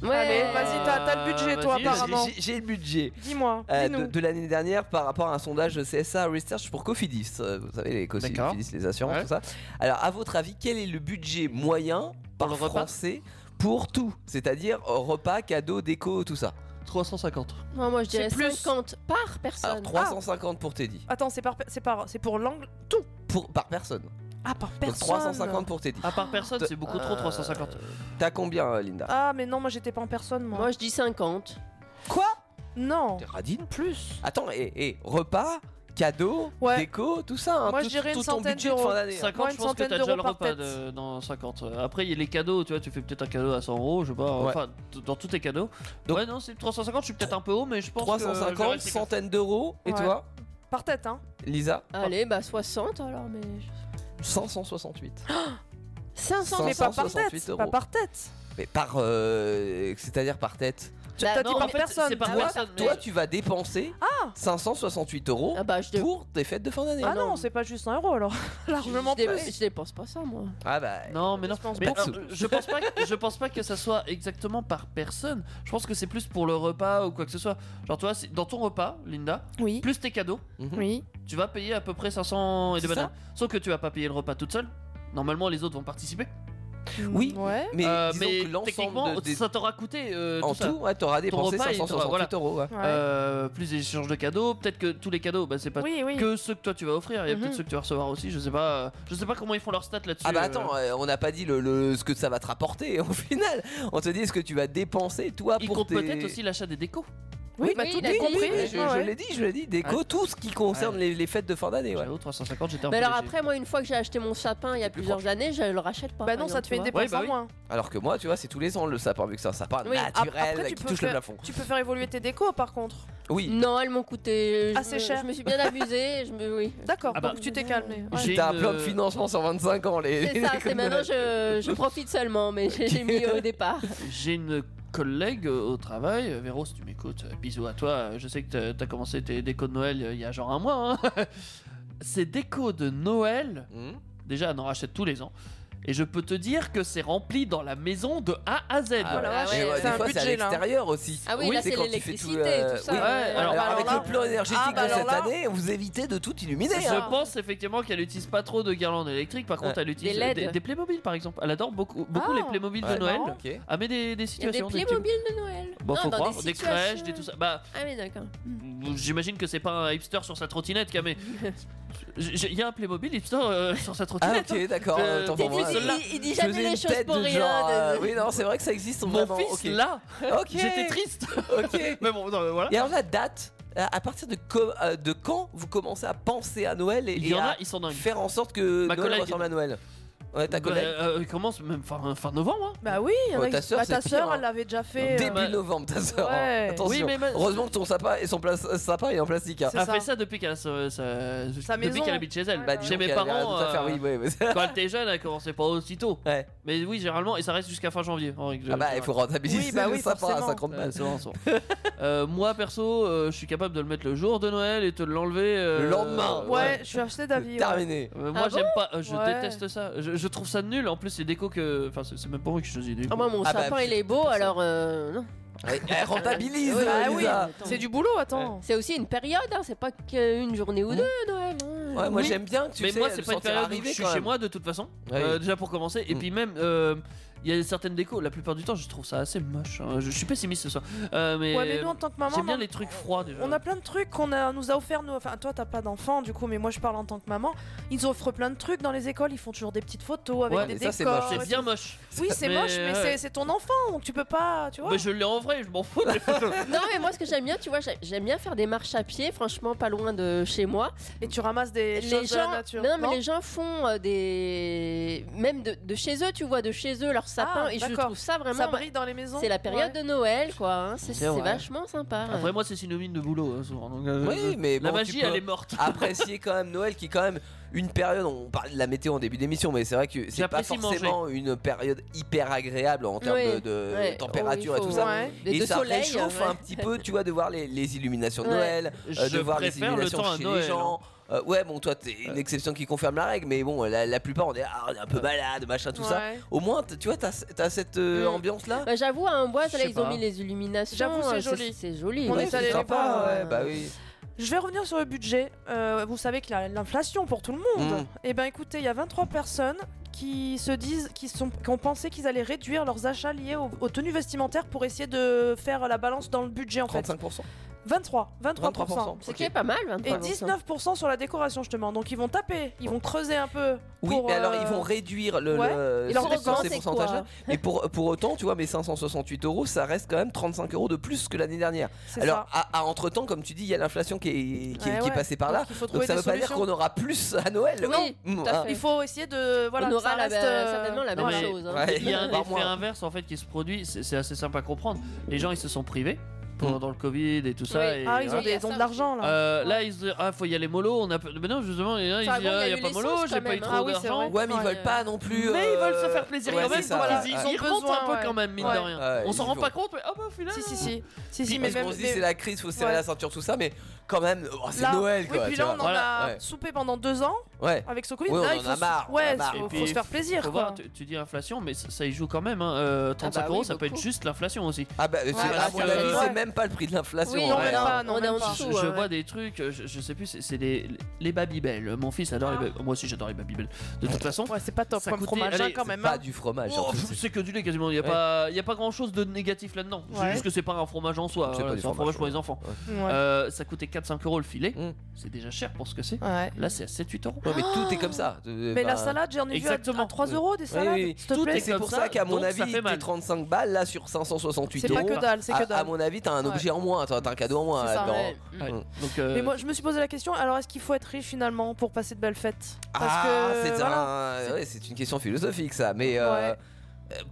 Speaker 2: Allez, Eh, vas-y, t'as t'as le budget toi
Speaker 3: Vas-y,
Speaker 2: apparemment.
Speaker 3: j'ai- J'ai le budget.
Speaker 2: Dis-moi,
Speaker 3: Euh,
Speaker 2: dis-nous.
Speaker 3: de de l'année dernière par rapport à un sondage CSA Research pour Cofidis. Euh, Vous savez, les Cofidis,
Speaker 4: D'accord.
Speaker 3: Cofidis, les assurances,
Speaker 4: Ouais.
Speaker 3: tout ça. Alors, à votre avis, quel est le budget moyen par français pour tout C'est-à-dire euh, repas, cadeaux, déco, tout ça
Speaker 4: 350.
Speaker 5: Non, moi je dirais
Speaker 3: C'est plus.
Speaker 5: 50 par personne.
Speaker 3: Alors, 350 pour Teddy.
Speaker 2: Ah, Attends, c'est par, c'est par, c'est pour l'angle tout.
Speaker 3: Pour, par personne.
Speaker 2: Ah par
Speaker 3: Donc,
Speaker 2: personne.
Speaker 3: 350 pour Teddy.
Speaker 4: Ah, par personne,
Speaker 3: Te-
Speaker 4: c'est beaucoup trop,
Speaker 3: Euh,
Speaker 4: 350.
Speaker 3: T'as combien, euh, Linda
Speaker 2: Ah mais non, moi j'étais pas en personne moi.
Speaker 5: Moi je dis 50.
Speaker 2: Quoi Non.
Speaker 3: Radine
Speaker 2: Plus.
Speaker 3: Attends, et, et repas, cadeaux,
Speaker 2: Ouais.
Speaker 3: déco, tout ça. hein,
Speaker 2: Moi, je
Speaker 3: tout-
Speaker 2: dirais une
Speaker 3: tout ton
Speaker 2: centaine
Speaker 3: budget de fin
Speaker 2: d'euros.
Speaker 3: d'année, hein.
Speaker 4: 50,
Speaker 2: Moi,
Speaker 4: je
Speaker 2: une
Speaker 4: pense que
Speaker 2: centaine
Speaker 4: t'as déjà le
Speaker 2: d'euros par
Speaker 4: repas
Speaker 2: tête.
Speaker 4: de- dans 50. Euh, Après, il y a les cadeaux, tu vois, tu fais peut-être un cadeau à 100 euros, je sais pas,
Speaker 3: Ouais.
Speaker 4: enfin, t- dans tous tes cadeaux. ouais, non, c'est 350, je suis peut-être un peu haut, mais je pense que.
Speaker 3: 350, centaine d'euros. Et
Speaker 2: Ouais.
Speaker 3: toi,
Speaker 2: Par tête hein.
Speaker 3: Lisa
Speaker 5: Allez, bah 60 alors, mais.
Speaker 3: 568.
Speaker 5: 500
Speaker 2: mais pas par
Speaker 3: 568
Speaker 2: tête.
Speaker 3: euros.
Speaker 2: Pas par tête.
Speaker 3: Mais par. euh, C'est-à-dire par tête.
Speaker 2: Tu- Bah, t'as dit
Speaker 4: non,
Speaker 2: par
Speaker 4: en fait,
Speaker 2: personne.
Speaker 4: c'est par
Speaker 2: Ah Ah,
Speaker 3: Toi,
Speaker 2: ouais.
Speaker 4: personne, mais-
Speaker 3: toi, tu vas dépenser 568 euros pour tes fêtes de fin d'année.
Speaker 2: bah, Ah non, c'est pas juste un euro alors. Largement
Speaker 5: Je
Speaker 2: plus.
Speaker 5: dépense, je dépense pas ça, moi.
Speaker 3: Ah bah.
Speaker 4: Non, mais non,
Speaker 2: Dépense
Speaker 4: mais
Speaker 3: beaucoup.
Speaker 4: alors, je pense pas que, je pense pas que ça soit exactement par personne. Je pense que c'est plus pour le repas ou quoi que ce soit. Genre, tu vois, c'est- dans ton repas, Linda,
Speaker 2: Oui. Mhm.
Speaker 4: plus tes cadeaux,
Speaker 2: Oui.
Speaker 4: tu vas payer à peu près 500 et des
Speaker 3: C'est
Speaker 4: bananes. Sauf que tu vas pas payer le repas toute seule. Normalement, les autres vont participer.
Speaker 3: Oui,
Speaker 2: Hmm, Ouais.
Speaker 3: mais
Speaker 4: Euh,
Speaker 3: disons
Speaker 4: mais
Speaker 3: que l'ensemble
Speaker 4: techniquement,
Speaker 3: de- des-
Speaker 4: ça t'aura coûté euh,
Speaker 3: En
Speaker 4: tout, ça.
Speaker 3: tout, ouais, t'auras
Speaker 4: Ton
Speaker 3: dépensé
Speaker 4: repas, il t'aura-
Speaker 3: 568
Speaker 4: voilà.
Speaker 3: euros. ouais.
Speaker 4: Euh, plus des échanges de cadeaux, peut-être que tous les cadeaux, bah, c'est pas
Speaker 2: Oui, oui.
Speaker 4: que ceux que toi tu vas offrir, il y a
Speaker 2: Mhm.
Speaker 4: peut-être ceux que tu vas recevoir aussi. Je sais pas, euh, je sais pas comment ils font leur stats là-dessus.
Speaker 3: Ah bah
Speaker 4: euh.
Speaker 3: attends, euh, on n'a pas dit le, le- ce que ça va te rapporter au final. On te dit ce que tu vas dépenser toi
Speaker 4: Ils
Speaker 3: pour
Speaker 4: comptent
Speaker 3: tes...
Speaker 4: peut-être aussi l'achat des décos.
Speaker 2: Oui,
Speaker 5: Oui,
Speaker 2: bah
Speaker 5: oui,
Speaker 2: tout
Speaker 5: il a
Speaker 2: est
Speaker 5: dit,
Speaker 2: compris.
Speaker 3: Ouais, je,
Speaker 2: Ouais,
Speaker 3: je
Speaker 2: ouais.
Speaker 3: l'ai dit, je l'ai dit, déco,
Speaker 4: Ouais.
Speaker 3: tout ce qui concerne les, les fêtes de fin d'année. ouais.
Speaker 4: J'avoue, 350, j'étais un
Speaker 5: Mais
Speaker 4: peu
Speaker 5: alors
Speaker 4: léger.
Speaker 5: après, moi, une fois que j'ai acheté mon sapin il y a plusieurs années, je le rachète pas.
Speaker 2: Bah
Speaker 5: par
Speaker 2: non, ça
Speaker 5: exemple,
Speaker 2: te fait une
Speaker 5: tu
Speaker 2: dépense
Speaker 4: Ouais, bah
Speaker 2: en
Speaker 4: oui.
Speaker 2: moins.
Speaker 3: Alors que moi, tu vois, c'est tous les ans le sapin, vu que c'est un sapin
Speaker 5: Oui, ap-
Speaker 3: naturel
Speaker 2: Après, tu
Speaker 3: qui
Speaker 2: peux
Speaker 3: touche le
Speaker 2: faire-
Speaker 3: plafond.
Speaker 2: Tu peux faire évoluer tes décos par contre.
Speaker 3: Oui.
Speaker 5: vois. Non, elles m'ont coûté. je
Speaker 2: Assez
Speaker 5: me-
Speaker 2: cher.
Speaker 5: Je me suis bien amusée. Je me... oui.
Speaker 2: D'accord,
Speaker 4: Ah bah.
Speaker 2: donc tu t'es calmé. Ouais.
Speaker 4: J'ai
Speaker 3: T'as
Speaker 4: une- euh,
Speaker 3: un plan de financement sur 25 ans. Les...
Speaker 5: C'est ça, c'est maintenant je, je profite seulement, mais j'ai j'ai mis au départ.
Speaker 4: J'ai une collègue euh, au travail, euh, Véro, si tu m'écoutes, euh, bisous à toi. euh, Je sais que t'as- t'as commencé tes décos de Noël euh, il y a genre un mois. hein. Ces décos de Noël,
Speaker 3: Hmm.
Speaker 4: déjà, on en rachète tous les ans. Et je peux te dire que c'est rempli dans la maison de A à Z.
Speaker 3: Ah,
Speaker 5: là,
Speaker 3: mais
Speaker 5: ouais,
Speaker 3: ouais,
Speaker 5: Oh c'est
Speaker 3: des
Speaker 2: un
Speaker 3: fois, c'est à
Speaker 2: budget, là.
Speaker 3: l'extérieur aussi.
Speaker 5: Ah oui,
Speaker 4: Oui,
Speaker 5: là
Speaker 3: c'est
Speaker 5: c'est
Speaker 3: quand tu fais tout,
Speaker 5: l'électricité,
Speaker 3: euh,
Speaker 5: tout ça.
Speaker 3: oui.
Speaker 5: ouais,
Speaker 4: Ouais,
Speaker 5: ouais.
Speaker 4: Ah, alors-
Speaker 3: Alors,
Speaker 2: bah,
Speaker 3: avec
Speaker 2: là-
Speaker 3: le plan énergétique
Speaker 2: Ah, bah,
Speaker 3: de cette
Speaker 2: alors là-
Speaker 3: année, vous évitez de tout illuminer.
Speaker 2: C'est
Speaker 3: hein. Euh,
Speaker 2: ça.
Speaker 4: Je pense effectivement qu'elle utilise pas trop de guirlandes électriques. Par contre,
Speaker 3: Ouais.
Speaker 4: elle utilise
Speaker 5: Des LED.
Speaker 4: des, des Playmobil par exemple. Elle adore beaucoup, beaucoup
Speaker 2: Ah.
Speaker 4: les Playmobil
Speaker 3: Ouais,
Speaker 4: de Noël.
Speaker 2: marrant.
Speaker 3: Ok.
Speaker 4: Ah, mais
Speaker 5: Il y a
Speaker 4: des, des
Speaker 5: des
Speaker 4: situations. des petits-
Speaker 5: Playmobil de Noël.
Speaker 4: Bon,
Speaker 5: Non,
Speaker 4: faut
Speaker 5: dans
Speaker 4: croire, des,
Speaker 5: situations. Hmm.
Speaker 4: crèches, des tout ça. Bah,
Speaker 5: Ah oui, d'accord.
Speaker 4: j'imagine que c'est pas un hipster sur sa trottinette, Camé. Il y a un Playmobil hipster euh, sur sa
Speaker 3: Ah,
Speaker 4: trottinette.
Speaker 3: ok, d'accord.
Speaker 4: Euh,
Speaker 3: autant
Speaker 4: t'es
Speaker 3: pour moi.
Speaker 4: plus-
Speaker 3: Je
Speaker 5: il, il dit
Speaker 3: faisais
Speaker 5: jamais les
Speaker 3: une
Speaker 5: choses
Speaker 3: tête
Speaker 5: pour
Speaker 3: de
Speaker 5: rien.
Speaker 3: genre, euh,
Speaker 5: de-
Speaker 3: Oui, non, c'est vrai que ça existe.
Speaker 4: Mon
Speaker 3: vraiment,
Speaker 4: fils
Speaker 3: ok.
Speaker 4: là,
Speaker 3: Ok.
Speaker 4: j'étais triste.
Speaker 3: Ok.
Speaker 4: Mais bon, non, mais voilà.
Speaker 3: Et alors la date, à à partir de, co- euh, de quand vous commencez à penser à Noël et,
Speaker 4: Il
Speaker 3: et
Speaker 4: y en
Speaker 3: à
Speaker 4: a, ils sont dingues.
Speaker 3: faire en sorte que
Speaker 4: Ma
Speaker 3: euh, Noël
Speaker 4: collègue-
Speaker 3: ressemble à Noël Ouais, ta collègue.
Speaker 4: Euh, euh, elle commence même fin, fin novembre. hein.
Speaker 2: Bah oui, il y en a
Speaker 3: Ouais, ta
Speaker 2: qui-
Speaker 3: sœur,
Speaker 2: bah, ta
Speaker 3: c'est pire,
Speaker 2: sœur,
Speaker 3: hein.
Speaker 2: elle l'avait déjà fait. euh,
Speaker 3: Début
Speaker 4: bah-
Speaker 3: novembre, ta sœur. hein.
Speaker 2: Ouais.
Speaker 3: Attention.
Speaker 4: Oui, mais ma-
Speaker 3: Heureusement que ton sapin et son pla- sapin est en plastique. hein.
Speaker 2: C'est
Speaker 4: Elle
Speaker 2: ça.
Speaker 4: fait Ah, ça depuis qu'elle a sa, sa- depuis
Speaker 2: maison.
Speaker 4: qu'elle habite chez elle.
Speaker 3: Bah, dis
Speaker 4: chez
Speaker 3: donc,
Speaker 4: mes
Speaker 3: elle a l'air de
Speaker 4: parents.
Speaker 3: tout à fait-
Speaker 4: euh,
Speaker 3: oui, oui, mais-
Speaker 4: Quand elle était jeune, elle commençait pas aussitôt.
Speaker 3: Ouais.
Speaker 4: Mais oui, généralement, et ça reste jusqu'à fin janvier. en règle
Speaker 3: Ah bah, il
Speaker 4: générale.
Speaker 3: faut rentabiliser
Speaker 2: Oui, bah
Speaker 3: le
Speaker 2: oui,
Speaker 3: sapin
Speaker 2: forcément.
Speaker 3: à 50
Speaker 4: Ouais,
Speaker 3: balles.
Speaker 4: c'est vraiment ça. Euh, moi perso, euh, je suis capable de le mettre le jour de Noël et de l'enlever euh,
Speaker 3: Le lendemain.
Speaker 2: Ouais, je suis acheté d'avis. ouais.
Speaker 3: Terminé.
Speaker 4: Euh, moi
Speaker 5: Ah
Speaker 4: j'aime pas, euh, je
Speaker 2: Ouais.
Speaker 4: déteste ça. Je, je trouve ça nul. En plus les décos que, enfin c'est c'est même pas moi qui choisis. les décos.
Speaker 5: Ah, moi, mon
Speaker 3: Ah bah,
Speaker 5: sapin, il
Speaker 3: c'est- Eh,
Speaker 5: est beau, alors euh, non. Ah,
Speaker 3: Ouais, Elle rentabilise.
Speaker 5: Ouais,
Speaker 2: Bah
Speaker 3: euh,
Speaker 2: oui,
Speaker 3: Lisa.
Speaker 5: attends.
Speaker 2: c'est du boulot, attends.
Speaker 5: C'est aussi une période, hein, c'est pas qu'une journée ou deux, Noël. hein.
Speaker 3: Ouais, moi
Speaker 4: Oui.
Speaker 3: j'aime bien que tu
Speaker 4: mais
Speaker 2: euh,
Speaker 3: sais,
Speaker 4: moi
Speaker 3: le
Speaker 4: c'est pas une
Speaker 3: sentir
Speaker 4: période où
Speaker 3: arriver
Speaker 4: je suis
Speaker 3: quand
Speaker 4: chez
Speaker 3: même.
Speaker 4: moi de toute façon.
Speaker 3: Ouais.
Speaker 4: Euh, déjà pour commencer et
Speaker 3: Mm.
Speaker 4: puis même euh, il y a certaines décos. La plupart du temps, je trouve ça assez moche. hein. Je, je suis pessimiste ce soir. Euh, mais,
Speaker 2: Ouais, mais nous, en tant que maman,
Speaker 4: j'aime bien
Speaker 2: on-
Speaker 4: les trucs froids déjà.
Speaker 2: On a plein de trucs qu'on a, nous a offert, nous, enfin toi t'as pas d'enfant du coup, mais moi je parle en tant que maman. Ils offrent plein de trucs dans les écoles, ils font toujours des petites photos avec
Speaker 4: Ouais,
Speaker 2: des
Speaker 4: mais
Speaker 2: décors.
Speaker 4: ça, c'est moche. C'est
Speaker 2: et
Speaker 4: bien
Speaker 2: tout.
Speaker 4: moche.
Speaker 2: Oui c'est
Speaker 4: Mais,
Speaker 2: moche, mais
Speaker 4: ouais.
Speaker 2: c'est- c'est ton enfant, donc tu peux pas, tu vois.
Speaker 4: Mais Bah, je l'ai en vrai, je m'en fous des photos.
Speaker 5: Non, mais moi, ce que j'aime bien, tu vois, j'ai- j'aime bien faire des marches à pied, franchement, pas loin de chez moi.
Speaker 2: Et tu ramasses des choses de la nature,
Speaker 5: Non, mais
Speaker 2: non
Speaker 5: les gens font euh, des. Même de, de chez eux, tu vois, de chez eux, leur sapin.
Speaker 2: Ah,
Speaker 5: et je
Speaker 2: d'accord.
Speaker 5: trouve ça vraiment.
Speaker 2: Ça brille dans les maisons.
Speaker 5: C'est la période
Speaker 2: Ouais.
Speaker 5: de Noël, quoi. hein. C'est
Speaker 4: C'est
Speaker 5: c'est
Speaker 4: vrai.
Speaker 5: vachement sympa. hein.
Speaker 4: Après, moi, c'est synonyme de boulot. hein, souvent, donc, euh,
Speaker 3: Oui, mais
Speaker 4: la
Speaker 3: bon, tu
Speaker 4: magie,
Speaker 3: peux
Speaker 4: elle est morte.
Speaker 3: apprécier quand même Noël qui est quand même une période. On parle de la météo en début d'émission, mais c'est vrai que c'est pas
Speaker 4: J'apprécie manger.
Speaker 3: forcément une période hyper agréable en termes
Speaker 4: Oui,
Speaker 3: de, de
Speaker 4: ouais.
Speaker 3: température
Speaker 4: Oh,
Speaker 3: et
Speaker 4: il
Speaker 3: tout
Speaker 4: faut-
Speaker 3: ça.
Speaker 4: ouais. Et
Speaker 3: Et
Speaker 4: de
Speaker 3: ça
Speaker 4: soleil, hein,
Speaker 3: réchauffe
Speaker 4: ouais.
Speaker 3: un petit peu, tu vois, de voir les, les illuminations de
Speaker 4: Ouais.
Speaker 3: Noël, euh, de
Speaker 4: Je
Speaker 3: voir les
Speaker 4: préfère le
Speaker 3: illuminations
Speaker 4: temps à
Speaker 3: chez
Speaker 4: Noël, hein.
Speaker 3: les gens. Euh, ouais, bon, toi, t'es une exception qui confirme la règle, mais bon, la, la plupart, on est, ah, on est un peu malade, machin, tout ça.
Speaker 5: Ouais.
Speaker 3: Au moins, t- tu vois, t'as as cette euh,
Speaker 5: Mm.
Speaker 3: ambiance là.
Speaker 5: Bah, J'avoue, à Amboise,
Speaker 3: Je
Speaker 5: là,
Speaker 3: sais
Speaker 5: ils ont
Speaker 3: pas.
Speaker 5: mis les illuminations.
Speaker 2: J'avoue, c'est
Speaker 5: euh,
Speaker 2: joli.
Speaker 5: C'est joli.
Speaker 2: On est allé les voir,
Speaker 3: ouais,
Speaker 2: euh,
Speaker 4: Mm.
Speaker 3: bah oui.
Speaker 2: Je vais revenir sur le budget. Euh, vous savez qu'il y a l'inflation pour tout le monde.
Speaker 3: Mm.
Speaker 2: Et ben écoutez, il y a 23 personnes qui se disent, qui, sont, qui ont pensé qu'ils allaient réduire leurs achats liés au- aux tenues vestimentaires pour essayer de faire la balance dans le budget en
Speaker 3: 35%.
Speaker 2: fait. 23, 23%.
Speaker 3: 23%,
Speaker 5: Ce qui est pas mal, 23%.
Speaker 2: Et 19% sur la décoration justement. Donc ils vont taper, ils vont creuser un peu.
Speaker 3: Oui,
Speaker 2: pour,
Speaker 3: mais alors ils
Speaker 2: euh,
Speaker 3: vont réduire le,
Speaker 2: ouais.
Speaker 3: le-
Speaker 2: Et leur
Speaker 3: sur- sur
Speaker 2: dépense,
Speaker 3: ces
Speaker 2: c'est quoi
Speaker 3: pourcentages-là. Mais pour, pour autant, tu vois, mes 568 euros, ça reste quand même 35 euros de plus que l'année dernière.
Speaker 2: C'est
Speaker 3: Alors,
Speaker 2: ça.
Speaker 3: à, à- entre-temps, comme tu dis, il y a l'inflation qui est, qui, est-
Speaker 2: Ouais,
Speaker 3: qui est
Speaker 2: ouais.
Speaker 3: passée par
Speaker 2: Donc,
Speaker 3: là.
Speaker 2: il faut
Speaker 3: Donc,
Speaker 2: trouver
Speaker 3: ça
Speaker 2: des
Speaker 3: veut pas dire
Speaker 2: solutions.
Speaker 3: qu'on aura plus à Noël.
Speaker 2: Oui,
Speaker 3: non. Mmh. Ah.
Speaker 2: tout à fait. Il faut essayer de. Voilà,
Speaker 5: On aura
Speaker 2: ça
Speaker 5: la-
Speaker 2: reste, euh,
Speaker 5: certainement la même
Speaker 4: Mais
Speaker 5: chose, hein.
Speaker 4: Il y a un
Speaker 5: Par
Speaker 4: effet inverse en fait qui se produit, c'est c'est assez simple à comprendre. Les gens ils se sont privés pendant
Speaker 3: Mm.
Speaker 4: le Covid et tout ça.
Speaker 2: Oui.
Speaker 4: et
Speaker 2: Ah, ils ont,
Speaker 4: voilà.
Speaker 2: des, ils ont de l'argent là.
Speaker 4: Euh, là, ils se disent Ah, faut y aller mollo. On a... peu- Mais non, justement, il y en a, ils
Speaker 2: Enfin,
Speaker 4: disent
Speaker 2: bon, il y
Speaker 4: Ah,
Speaker 2: a
Speaker 4: y a
Speaker 2: eu
Speaker 4: pas mollo,
Speaker 2: l'essence
Speaker 4: j'ai
Speaker 2: quand
Speaker 4: pas
Speaker 2: même,
Speaker 4: eu trop
Speaker 2: hein. Ah oui, c'est
Speaker 4: d'argent.
Speaker 2: vrai. Ouais, mais ils veulent
Speaker 3: pas non plus,
Speaker 4: Mais ils
Speaker 3: euh,
Speaker 4: veulent se faire plaisir
Speaker 3: ouais,
Speaker 4: quand même.
Speaker 3: c'est ça.
Speaker 4: donc
Speaker 3: Voilà,
Speaker 4: ils,
Speaker 3: ouais.
Speaker 4: ils
Speaker 3: Ils ont
Speaker 4: rentrent un
Speaker 2: besoin,
Speaker 4: peu
Speaker 2: ouais.
Speaker 4: quand même, mine de
Speaker 2: Ouais.
Speaker 4: rien.
Speaker 3: Ouais,
Speaker 4: on s'en
Speaker 3: ils
Speaker 4: rend
Speaker 3: vont.
Speaker 4: pas compte, mais ah bah au final.
Speaker 2: Si, si, si. Si,
Speaker 3: Puis
Speaker 2: si,
Speaker 3: parce
Speaker 2: mais
Speaker 3: qu'on
Speaker 2: même-
Speaker 3: se dit
Speaker 2: mais-
Speaker 3: c'est la crise, faut serrer
Speaker 2: Ouais.
Speaker 3: la ceinture, tout ça, mais quand même, oh, c'est
Speaker 2: Là-
Speaker 3: Noël
Speaker 2: Oui,
Speaker 3: quoi.
Speaker 2: puis
Speaker 3: tu
Speaker 2: là, on
Speaker 3: vois.
Speaker 2: en a
Speaker 3: Ouais.
Speaker 2: soupé pendant deux ans
Speaker 3: Ouais.
Speaker 2: avec ce Covid.
Speaker 3: Oui, on
Speaker 2: là,
Speaker 3: en
Speaker 2: il faut
Speaker 3: a
Speaker 2: se-
Speaker 3: marre, on
Speaker 2: Ouais,
Speaker 3: en a marre.
Speaker 2: faut,
Speaker 4: Et
Speaker 2: faut
Speaker 4: puis,
Speaker 2: se faire plaisir.
Speaker 4: faut
Speaker 2: quoi.
Speaker 4: voir, tu, tu dis inflation, mais ça, ça y joue quand même. hein, euh, 35
Speaker 2: bah oui,
Speaker 4: euros, ça peut être
Speaker 2: beaucoup.
Speaker 4: juste l'inflation aussi.
Speaker 3: Ah bah, c'est- à mon avis, c'est même pas le prix de l'inflation.
Speaker 4: Oui,
Speaker 3: en
Speaker 4: non,
Speaker 3: vrai.
Speaker 4: mais
Speaker 3: hein.
Speaker 4: pas,
Speaker 5: non, On est même en pas. dessous,
Speaker 4: Je, je
Speaker 5: ouais,
Speaker 4: vois
Speaker 5: ouais.
Speaker 4: des trucs, je, je sais plus, c'est- c'est les, les Babybel. Mon fils adore les Babybel. Moi aussi, j'adore les Babybel. De toute façon,
Speaker 2: Ah. c'est pas top
Speaker 4: ça
Speaker 2: comme
Speaker 4: coûtait-
Speaker 2: fromage, hein,
Speaker 4: allez,
Speaker 2: quand
Speaker 4: c'est
Speaker 2: même.
Speaker 3: pas
Speaker 2: hein.
Speaker 3: du fromage.
Speaker 4: Oh,
Speaker 3: en plus.
Speaker 4: pff, c'est que du lait quasiment. Il n'y a,
Speaker 3: Ouais.
Speaker 4: pas- y a pas grand chose de négatif là-dedans.
Speaker 2: Ouais.
Speaker 4: C'est juste que c'est pas un fromage en soi.
Speaker 3: C'est
Speaker 4: voilà,
Speaker 3: pas du
Speaker 4: C'est un
Speaker 3: fromage, Mm.
Speaker 4: fromage pour les enfants.
Speaker 2: Ouais. Ouais.
Speaker 4: Euh, ça coûtait 4-5 euros le filet. C'est déjà cher pour ce que c'est. Là, c'est à 7-8 euros.
Speaker 3: Ouais, mais tout est comme ça. Euh,
Speaker 2: Mais la
Speaker 3: bah,
Speaker 2: salade, j'en ai vu à-
Speaker 4: Exactement.
Speaker 2: à 3 euros des
Speaker 3: Oui,
Speaker 2: salades.
Speaker 3: oui.
Speaker 2: s'il te
Speaker 4: Tout
Speaker 2: plaît.
Speaker 4: est
Speaker 3: C'est
Speaker 4: comme
Speaker 3: pour
Speaker 4: ça,
Speaker 3: ça, qu'à mon
Speaker 4: donc ça
Speaker 3: avis,
Speaker 4: fait
Speaker 3: tes
Speaker 4: mal.
Speaker 3: 35 balles là sur 568
Speaker 2: C'est
Speaker 3: euros.
Speaker 2: pas que dalle, c'est que
Speaker 3: à-
Speaker 2: dalle.
Speaker 3: À mon avis, t'as un
Speaker 2: Ouais.
Speaker 3: objet en moins, t'as t'as un cadeau en moins
Speaker 2: C'est ça,
Speaker 3: là-dedans.
Speaker 2: ouais.
Speaker 3: Mm.
Speaker 4: Donc, euh,
Speaker 2: Mais moi, je me suis posé la question alors, est-ce qu'il faut être riche finalement pour passer de belles fêtes Parce
Speaker 3: ah,
Speaker 2: que.
Speaker 3: c'est
Speaker 2: voilà.
Speaker 3: un- ouais, c'est une question philosophique ça, mais euh, euh,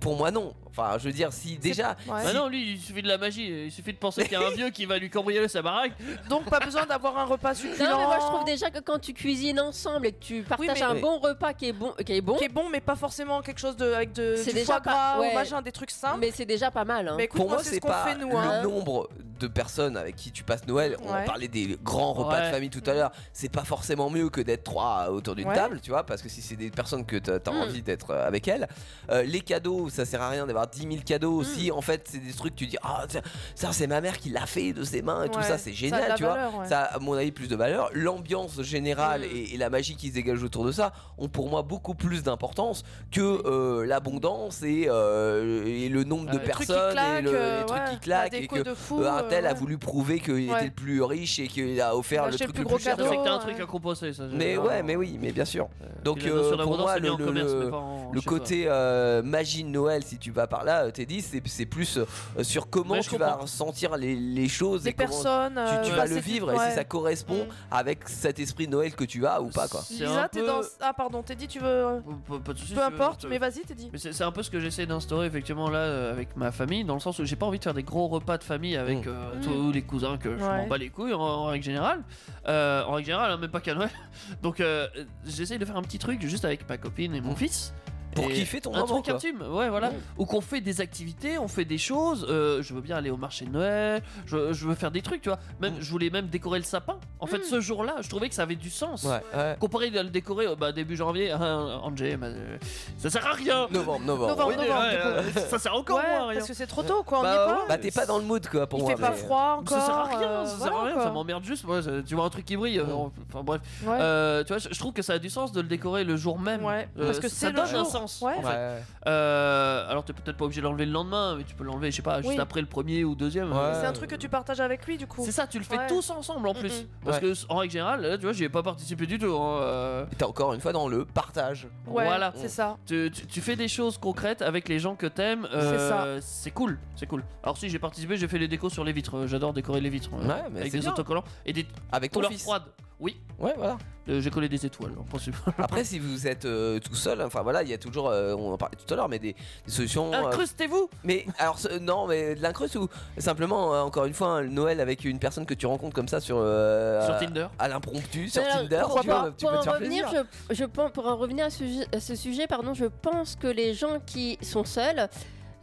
Speaker 3: pour moi non. Enfin, je veux dire, si déjà,
Speaker 4: Bah non, lui, il suffit de la magie. Il suffit de penser qu'il y a un vieux qui va lui cambrioler sa baraque.
Speaker 2: Donc, pas besoin d'avoir un repas succulent.
Speaker 5: Non, mais moi je trouve déjà que quand tu cuisines ensemble et que tu partages
Speaker 2: mais-
Speaker 5: un
Speaker 2: Oui.
Speaker 5: bon repas qui est bon, qui est bon,
Speaker 2: Qui est bon, mais pas forcément quelque chose de, avec de,
Speaker 5: C'est
Speaker 2: du
Speaker 5: déjà
Speaker 2: foie gras
Speaker 5: pas- ouais.
Speaker 2: ou machin, des trucs simples.
Speaker 5: mais c'est déjà pas mal. Hein.
Speaker 2: Mais écoute,
Speaker 3: pour
Speaker 2: moi,
Speaker 3: moi
Speaker 2: c'est ce
Speaker 3: c'est
Speaker 2: qu'on
Speaker 3: pas
Speaker 2: fait nous. hein.
Speaker 3: le nombre de personnes avec qui tu passes Noël. On
Speaker 2: Ouais.
Speaker 3: parlait des grands repas
Speaker 4: Ouais.
Speaker 3: de famille tout à l'heure. C'est pas forcément mieux que d'être trois autour d'une
Speaker 2: Ouais.
Speaker 3: table, tu vois, parce que si c'est des personnes que t'as as
Speaker 2: Mm.
Speaker 3: envie d'être euh, avec elles, Euh, les cadeaux, ça sert à rien d'avoir 10 000 cadeaux.
Speaker 2: Hmm.
Speaker 3: Si en fait c'est des trucs, tu dis ah tiens, ça c'est ma mère qui l'a fait de ses mains et tout
Speaker 2: Ouais.
Speaker 3: ça, c'est
Speaker 2: Ça a
Speaker 3: génial,
Speaker 2: de la
Speaker 3: tu
Speaker 2: valeur,
Speaker 3: vois.
Speaker 2: ouais. Hmm.
Speaker 3: Ça a, à mon avis plus de valeur. L'ambiance générale et, et la magie qui se dégage autour de ça ont pour moi beaucoup plus d'importance que euh, l'abondance et, euh, et le nombre de
Speaker 2: Le truc qui
Speaker 3: personnes
Speaker 2: claque,
Speaker 3: et le, les
Speaker 2: euh,
Speaker 3: trucs
Speaker 2: ouais,
Speaker 3: qui claquent
Speaker 2: la
Speaker 3: et
Speaker 2: déco
Speaker 3: que
Speaker 2: de fou,
Speaker 3: euh, un tel
Speaker 2: euh,
Speaker 3: a
Speaker 2: ouais.
Speaker 3: voulu prouver qu'il
Speaker 2: Ouais.
Speaker 3: était le plus riche et qu'il a
Speaker 2: Il a
Speaker 3: offert le
Speaker 2: acheté
Speaker 3: truc
Speaker 2: le
Speaker 3: le
Speaker 2: plus
Speaker 3: plus
Speaker 2: gros
Speaker 3: cher.
Speaker 2: cadeau, euh.
Speaker 4: Fait que t'as un
Speaker 2: ouais.
Speaker 4: truc euh, à compenser. Ça,
Speaker 3: Mais ouais, mais oui, mais bien sûr. Donc
Speaker 4: puis la notion
Speaker 3: euh, pour
Speaker 4: d'abondance,
Speaker 3: moi,
Speaker 4: c'est
Speaker 3: le,
Speaker 4: bien en
Speaker 3: le-
Speaker 4: commerce,
Speaker 3: le-
Speaker 4: mais pas en-
Speaker 3: le
Speaker 4: je sais pas.
Speaker 3: côté euh, magie de Noël, si tu vas par là, euh, t'es dit, c'est c'est plus euh, sur comment
Speaker 2: Ouais, je
Speaker 3: tu vas
Speaker 2: comprends.
Speaker 3: ressentir les, les choses,
Speaker 2: Les
Speaker 3: et comment
Speaker 2: personnes,
Speaker 3: tu,
Speaker 2: euh,
Speaker 3: tu
Speaker 2: ouais.
Speaker 3: vas le
Speaker 2: c'est-
Speaker 3: vivre et
Speaker 2: ouais. Mm.
Speaker 3: si ça correspond avec cet esprit de Noël que tu as ou pas quoi.
Speaker 2: Lisa, t'es dans. Ah, pardon, t'es dit, tu veux.
Speaker 4: Pas- pas de soucis,
Speaker 2: Peu
Speaker 4: tu veux-
Speaker 2: importe,
Speaker 4: tu veux-
Speaker 2: mais vas-y, t'es dit.
Speaker 4: Mais c'est c'est un peu ce que j'essaie d'instaurer effectivement là euh, avec ma famille, dans le sens où j'ai pas envie de faire des gros repas de famille
Speaker 3: Mmh.
Speaker 4: avec euh,
Speaker 2: Mm.
Speaker 4: tous les cousins que je
Speaker 2: Ouais.
Speaker 4: m'en bats les couilles en, en règle générale. Euh, en règle générale, hein, même pas qu'à Noël. Donc euh, j'essaie de faire un petit truc juste avec ma copine et mon fils.
Speaker 3: Mmh. Pour
Speaker 4: Et
Speaker 3: kiffer ton
Speaker 4: un
Speaker 3: moment,
Speaker 4: truc
Speaker 3: quoi.
Speaker 4: intime, ouais voilà. Ou qu'on fait des activités, on fait des choses. euh, je veux bien aller au marché de Noël. Je, je veux faire des trucs, tu vois.
Speaker 3: Mmh.
Speaker 4: Même je voulais même décorer le sapin. En
Speaker 2: Mmh.
Speaker 4: fait, ce jour-là, je trouvais que ça avait du sens.
Speaker 3: Ouais, ouais.
Speaker 4: Comparé à le décorer euh, bah, début janvier, hein, en J, bah, euh, ça sert à rien.
Speaker 3: Novembre, novembre.
Speaker 2: Novembre,
Speaker 4: Oui, mais,
Speaker 2: novembre,
Speaker 4: ouais,
Speaker 2: du coup.
Speaker 4: euh, Ça sert encore
Speaker 2: Ouais,
Speaker 4: moins à rien.
Speaker 2: Parce que c'est trop tôt, quoi, on n'y
Speaker 3: Bah,
Speaker 2: est pas.
Speaker 3: ouais, bah, t'es pas dans le mood quoi pour
Speaker 2: Il
Speaker 3: moi.
Speaker 2: fait pas
Speaker 3: mais-
Speaker 2: froid encore.
Speaker 4: Ça sert à rien,
Speaker 2: euh,
Speaker 4: ça sert
Speaker 2: voilà,
Speaker 4: à rien.
Speaker 2: quoi. Mm.
Speaker 4: ça m'emmerde juste. Moi, ça- tu vois un truc qui brille. euh, on- Enfin bref.
Speaker 2: Ouais.
Speaker 4: Euh, tu vois, je, je trouve que ça a du sens de le décorer le jour même. Euh,
Speaker 2: parce que
Speaker 4: ça
Speaker 2: c'est le
Speaker 4: donne un
Speaker 2: jour.
Speaker 4: sens.
Speaker 2: Ouais.
Speaker 4: en fait.
Speaker 2: Ouais.
Speaker 4: Euh, alors, t'es peut-être pas obligé de l'enlever le lendemain, mais tu peux l'enlever, je sais pas, juste
Speaker 2: Oui.
Speaker 4: après le premier ou deuxième. euh,
Speaker 2: Mais C'est un truc que tu partages avec lui du coup.
Speaker 4: C'est ça, tu le fais
Speaker 2: Ouais.
Speaker 4: tous ensemble en plus. Parce
Speaker 3: Ouais.
Speaker 4: que en règle générale, là, tu vois, j'y ai pas participé du tout. hein, euh.
Speaker 3: T'es encore une fois dans le partage.
Speaker 2: Ouais, c'est ça.
Speaker 4: Tu, tu- tu fais des choses concrètes avec les gens que t'aimes. euh, C'est cool, c'est cool. Alors si j'ai participé, j'ai fait les décos sur les vitres. euh, J'adore décorer les vitres euh,
Speaker 3: Ouais, mais
Speaker 4: avec
Speaker 3: c'est
Speaker 4: des
Speaker 3: bien.
Speaker 4: autocollants et des
Speaker 3: Avec ton
Speaker 4: couleurs
Speaker 3: fils.
Speaker 4: froides. Oui. Euh,
Speaker 3: Ouais, voilà.
Speaker 4: j'ai collé des étoiles, en principe.
Speaker 3: Après, si vous êtes euh, tout seul, enfin voilà, il y a toujours, euh, on en parlait tout à l'heure, mais des, des solutions. euh,
Speaker 4: Incrustez-vous
Speaker 3: Mais alors, ce- non, mais de l'incruste ou simplement, euh, encore une fois, un Noël avec une personne que tu rencontres comme ça sur. euh,
Speaker 4: Sur Tinder.
Speaker 3: À l'impromptu, sur
Speaker 5: Mais alors,
Speaker 3: Tinder,
Speaker 5: pour,
Speaker 3: tu, vois,
Speaker 5: pour-
Speaker 3: tu
Speaker 5: pour
Speaker 3: peux te
Speaker 5: en
Speaker 3: faire
Speaker 5: revenir,
Speaker 3: plaisir.
Speaker 5: je, je pense, pour en revenir à ce, sujet- à ce sujet, pardon, je pense que les gens qui sont seuls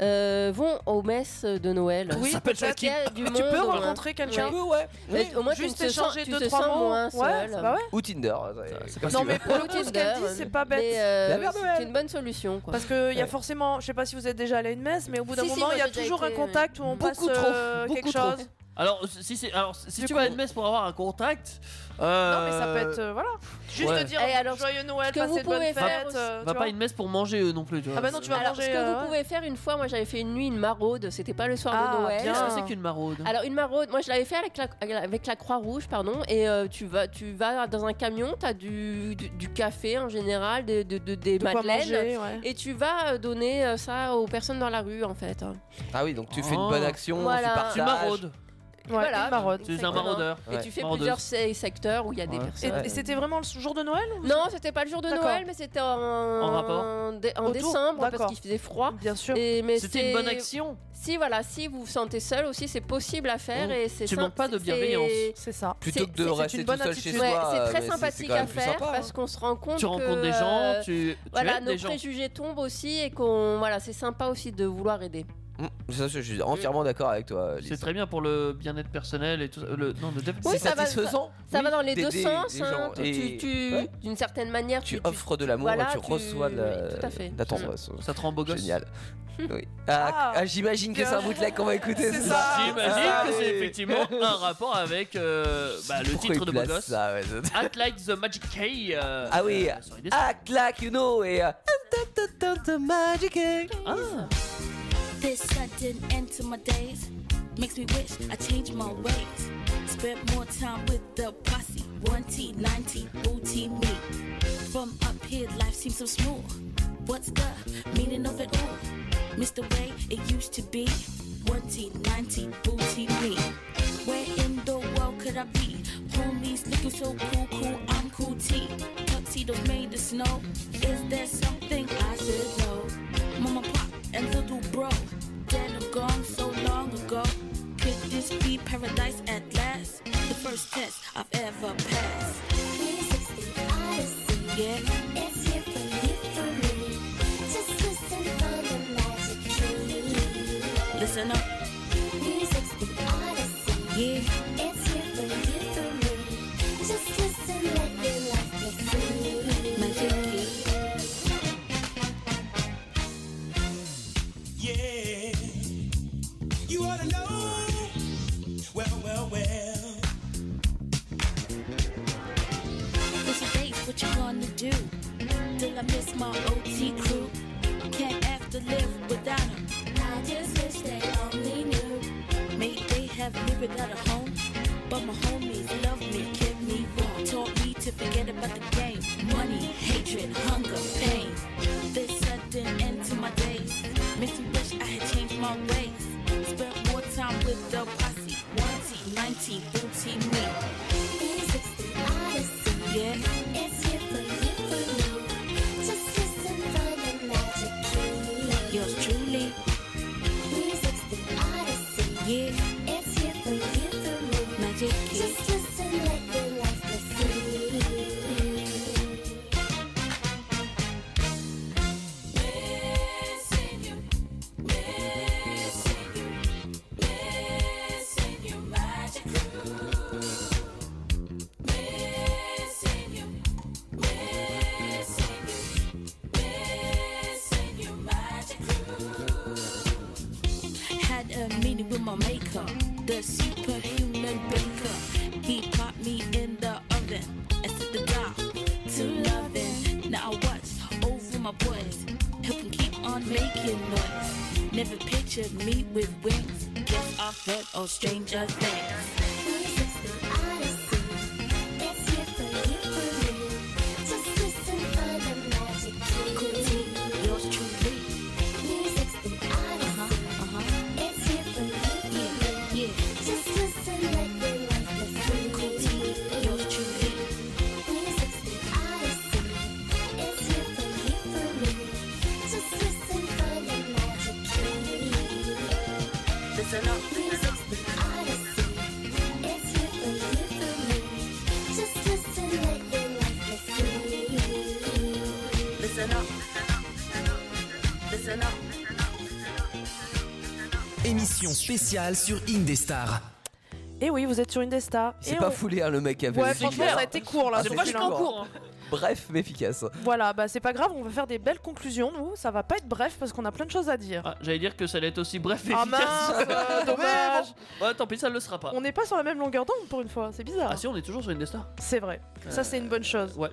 Speaker 5: euh, vont aux messes de Noël.
Speaker 2: Oui, Ça s'appelle peut-être. Ah,
Speaker 5: Il y a du
Speaker 2: Tu
Speaker 5: monde,
Speaker 2: peux
Speaker 5: au moins.
Speaker 2: rencontrer quelqu'un. Tu peux, ouais.
Speaker 5: Mais
Speaker 2: Oui.
Speaker 5: Au moins,
Speaker 2: Juste
Speaker 5: tu ne te sens,
Speaker 2: échanger
Speaker 5: tu
Speaker 2: deux,
Speaker 5: te
Speaker 2: trois
Speaker 5: sens
Speaker 2: mots.
Speaker 5: moins
Speaker 2: Ouais,
Speaker 5: seul.
Speaker 2: bah ouais.
Speaker 3: Ou Tinder. c'est- comme
Speaker 2: Non,
Speaker 3: tu veux.
Speaker 2: mais pour le coup, ce qu'elle dit, c'est pas bête.
Speaker 5: Mais, euh,
Speaker 2: La Mère Noël.
Speaker 5: c'est une bonne solution. Quoi.
Speaker 2: Parce qu'il il y a
Speaker 5: Ouais.
Speaker 2: forcément, je sais pas si vous êtes déjà allé à une messe, mais au bout d'un
Speaker 5: Si, si,
Speaker 2: moment,
Speaker 5: moi,
Speaker 2: il y a
Speaker 5: j'ai déjà
Speaker 2: toujours un
Speaker 5: été,
Speaker 2: contact où on
Speaker 5: Beaucoup
Speaker 2: passe
Speaker 5: trop,
Speaker 2: euh,
Speaker 5: beaucoup
Speaker 2: quelque
Speaker 5: trop.
Speaker 2: chose.
Speaker 4: Alors euh, si c'est alors si
Speaker 2: Du
Speaker 4: tu
Speaker 2: coup-
Speaker 4: vas à une messe pour avoir un contact. euh,
Speaker 2: Non, mais ça peut être. euh, voilà. Juste
Speaker 4: ouais.
Speaker 2: de dire joyeux Noël,
Speaker 5: que vous
Speaker 2: passez de bonnes
Speaker 5: pouvez faire
Speaker 2: fêtes.
Speaker 5: aussi-
Speaker 2: euh,
Speaker 4: Va
Speaker 2: tu
Speaker 4: pas à
Speaker 2: vois.
Speaker 4: une messe pour manger eux non plus. Tu vois.
Speaker 2: Ah bah non, tu vas
Speaker 5: Alors,
Speaker 2: manger,
Speaker 5: ce que
Speaker 2: euh,
Speaker 5: vous pouvez faire une fois, moi j'avais fait une nuit, une maraude, c'était pas le soir
Speaker 4: Ah,
Speaker 5: de Noël.
Speaker 4: bien. Qu'est-ce que c'est qu'une maraude
Speaker 5: Alors, une maraude, moi je l'avais fait avec la, avec la Croix-Rouge, pardon, et euh, tu, vas, tu vas dans un camion, t'as du, du, du café en général, des- de- de- des
Speaker 2: De quoi
Speaker 5: madeleines,
Speaker 2: manger, ouais.
Speaker 5: et tu vas euh, donner euh, ça aux personnes dans la rue en fait. hein.
Speaker 3: Ah oui, donc tu
Speaker 4: Oh.
Speaker 3: fais une bonne action,
Speaker 5: Voilà.
Speaker 3: tu partages.
Speaker 5: Tu maraudes. voilà,
Speaker 2: une maraude.
Speaker 4: Tu es un
Speaker 5: exactement.
Speaker 4: maraudeur.
Speaker 5: Et
Speaker 4: Ouais.
Speaker 5: tu fais
Speaker 4: Maraudeuse.
Speaker 5: plusieurs se- secteurs où il y a des
Speaker 4: Ouais.
Speaker 5: personnes.
Speaker 2: Et, et c'était vraiment le jour de Noël ou-
Speaker 5: Non, c'était pas le jour de
Speaker 2: D'accord.
Speaker 5: Noël, mais c'était en,
Speaker 2: En rapport
Speaker 5: dé- en
Speaker 2: Autour,
Speaker 5: décembre
Speaker 2: d'accord.
Speaker 5: parce qu'il faisait froid.
Speaker 2: Bien sûr.
Speaker 5: Et, mais
Speaker 4: C'était
Speaker 5: c'est-
Speaker 4: une bonne action.
Speaker 5: Si voilà, si vous vous sentez seul aussi, c'est possible à faire
Speaker 4: Mmh.
Speaker 5: et c'est
Speaker 4: Tu
Speaker 5: sym-
Speaker 4: manques pas de
Speaker 5: c'est-
Speaker 4: bienveillance.
Speaker 2: C'est ça.
Speaker 3: Plutôt que de rester tout seul chez
Speaker 5: Ouais,
Speaker 3: soi, euh,
Speaker 5: c'est
Speaker 3: mais
Speaker 5: très
Speaker 3: c'est- c'est
Speaker 5: sympathique
Speaker 3: quand même
Speaker 5: à
Speaker 3: plus
Speaker 5: faire
Speaker 3: sympa, hein.
Speaker 5: parce qu'on se rend compte
Speaker 4: Tu rencontres
Speaker 5: que,
Speaker 4: des gens,
Speaker 5: euh,
Speaker 4: tu- tu
Speaker 5: voilà,
Speaker 4: aides
Speaker 5: nos
Speaker 4: des gens.
Speaker 5: préjugés tombent aussi et qu'on voilà, c'est sympa aussi de vouloir aider.
Speaker 3: Mm, Ça, je suis entièrement d'accord avec toi. Lise.
Speaker 4: C'est très bien pour le bien-être personnel et tout ça. Le, non, le développement.
Speaker 5: Oui, ça va- ça- Ça, va dans les deux
Speaker 3: d'aider
Speaker 5: sens.
Speaker 3: les
Speaker 5: hein,
Speaker 3: gens.
Speaker 5: tu- tu-
Speaker 3: Et-
Speaker 5: tu-
Speaker 3: ouais.
Speaker 5: D'une certaine manière, tu,
Speaker 3: Tu offres de l'amour
Speaker 5: voilà,
Speaker 3: et tu,
Speaker 5: tu-
Speaker 3: reçois de la,
Speaker 5: oui, tout à fait.
Speaker 3: de la tendresse.
Speaker 4: Ça te rend beau gosse.
Speaker 3: Génial. Oui. Ah, ah, j'imagine que c'est un bootleg qu'on va écouter. Ah
Speaker 4: C'est ça. J'imagine que c'est effectivement un rapport avec euh, bah, le
Speaker 3: Pourquoi
Speaker 4: titre
Speaker 3: il
Speaker 4: de beau
Speaker 3: place
Speaker 4: gosse.
Speaker 3: ça, ouais, c'est-
Speaker 4: Act Like the Magic Key. euh,
Speaker 3: Ah oui,
Speaker 4: euh, sur les dessins.
Speaker 3: act like you know et. euh,
Speaker 15: Oh. This sudden end to my days makes me wish I changed my ways. Spent more time with the posse, 1T, 90, booty me. From up here, life seems so smooth. What's the meaning of it all? Mr. Way, it used to be 1T, 90, booty me. Where in the world could I be? Homies looking so cool, cool, I'm cool T. Tuxedos made of snow. Is there something I should know? Mama, pop, and little bro. Dead or gone so long ago. Could this be paradise at last? The first test I've ever passed. Yeah.
Speaker 6: It's here for you, for me. Just listen for the magic key.
Speaker 15: Listen up.
Speaker 6: Music's the odyssey.
Speaker 15: Yeah.
Speaker 6: It's here for you, for me. Just listen, let your life be free. Magic
Speaker 10: Yeah, you ought to know. Well, well, well.
Speaker 15: It's a date, what you gonna do? Till I miss my OT crew. Can't have to live without them. I just wish they only knew. May they have me without a home. But my homies love me, kept me warm. Taught me to forget about the game. Money, hatred, hunger, pain. This sudden end to my days. Makes me wish I had changed my ways. Spent more time with the posse. 1T, 90, booty me.
Speaker 6: Music's the odyssey.
Speaker 15: Yeah.
Speaker 6: It's here for you, for me. Just listen for the magic key.
Speaker 15: Yours truly.
Speaker 6: Music's the odyssey.
Speaker 15: Yeah.
Speaker 6: It's here for you, for me.
Speaker 15: Magic key.
Speaker 6: Just listen, let your life be free.
Speaker 15: Missing you, picture me with wings. Guess off that old stranger things. Yours truly. Listen up, please. Listen up. Listen up.
Speaker 7: Émission spéciale sur Indestar.
Speaker 2: Et oui, vous êtes sur une des stars.
Speaker 3: C'est
Speaker 2: Et
Speaker 3: Ah, pas
Speaker 2: on-
Speaker 3: foulé hein, le mec avait
Speaker 2: Ouais, franchement, ça a été court
Speaker 4: Ah,
Speaker 2: là. ce film.
Speaker 3: Bref mais efficace.
Speaker 2: Voilà, bah c'est pas grave, on va faire des belles conclusions, nous. Ça va pas être bref parce qu'on a plein de choses à dire.
Speaker 4: J'allais dire que ça allait être aussi bref et
Speaker 2: Ah mince,
Speaker 4: efficace.
Speaker 2: euh, dommage.
Speaker 4: Ouais, tant pis, ça ne le sera pas.
Speaker 2: On n'est pas sur la même longueur d'onde pour une fois, c'est bizarre.
Speaker 4: bah. Ah si, on est toujours sur une des stars. Euh,
Speaker 2: C'est vrai, ça c'est une bonne chose.
Speaker 4: Ouais.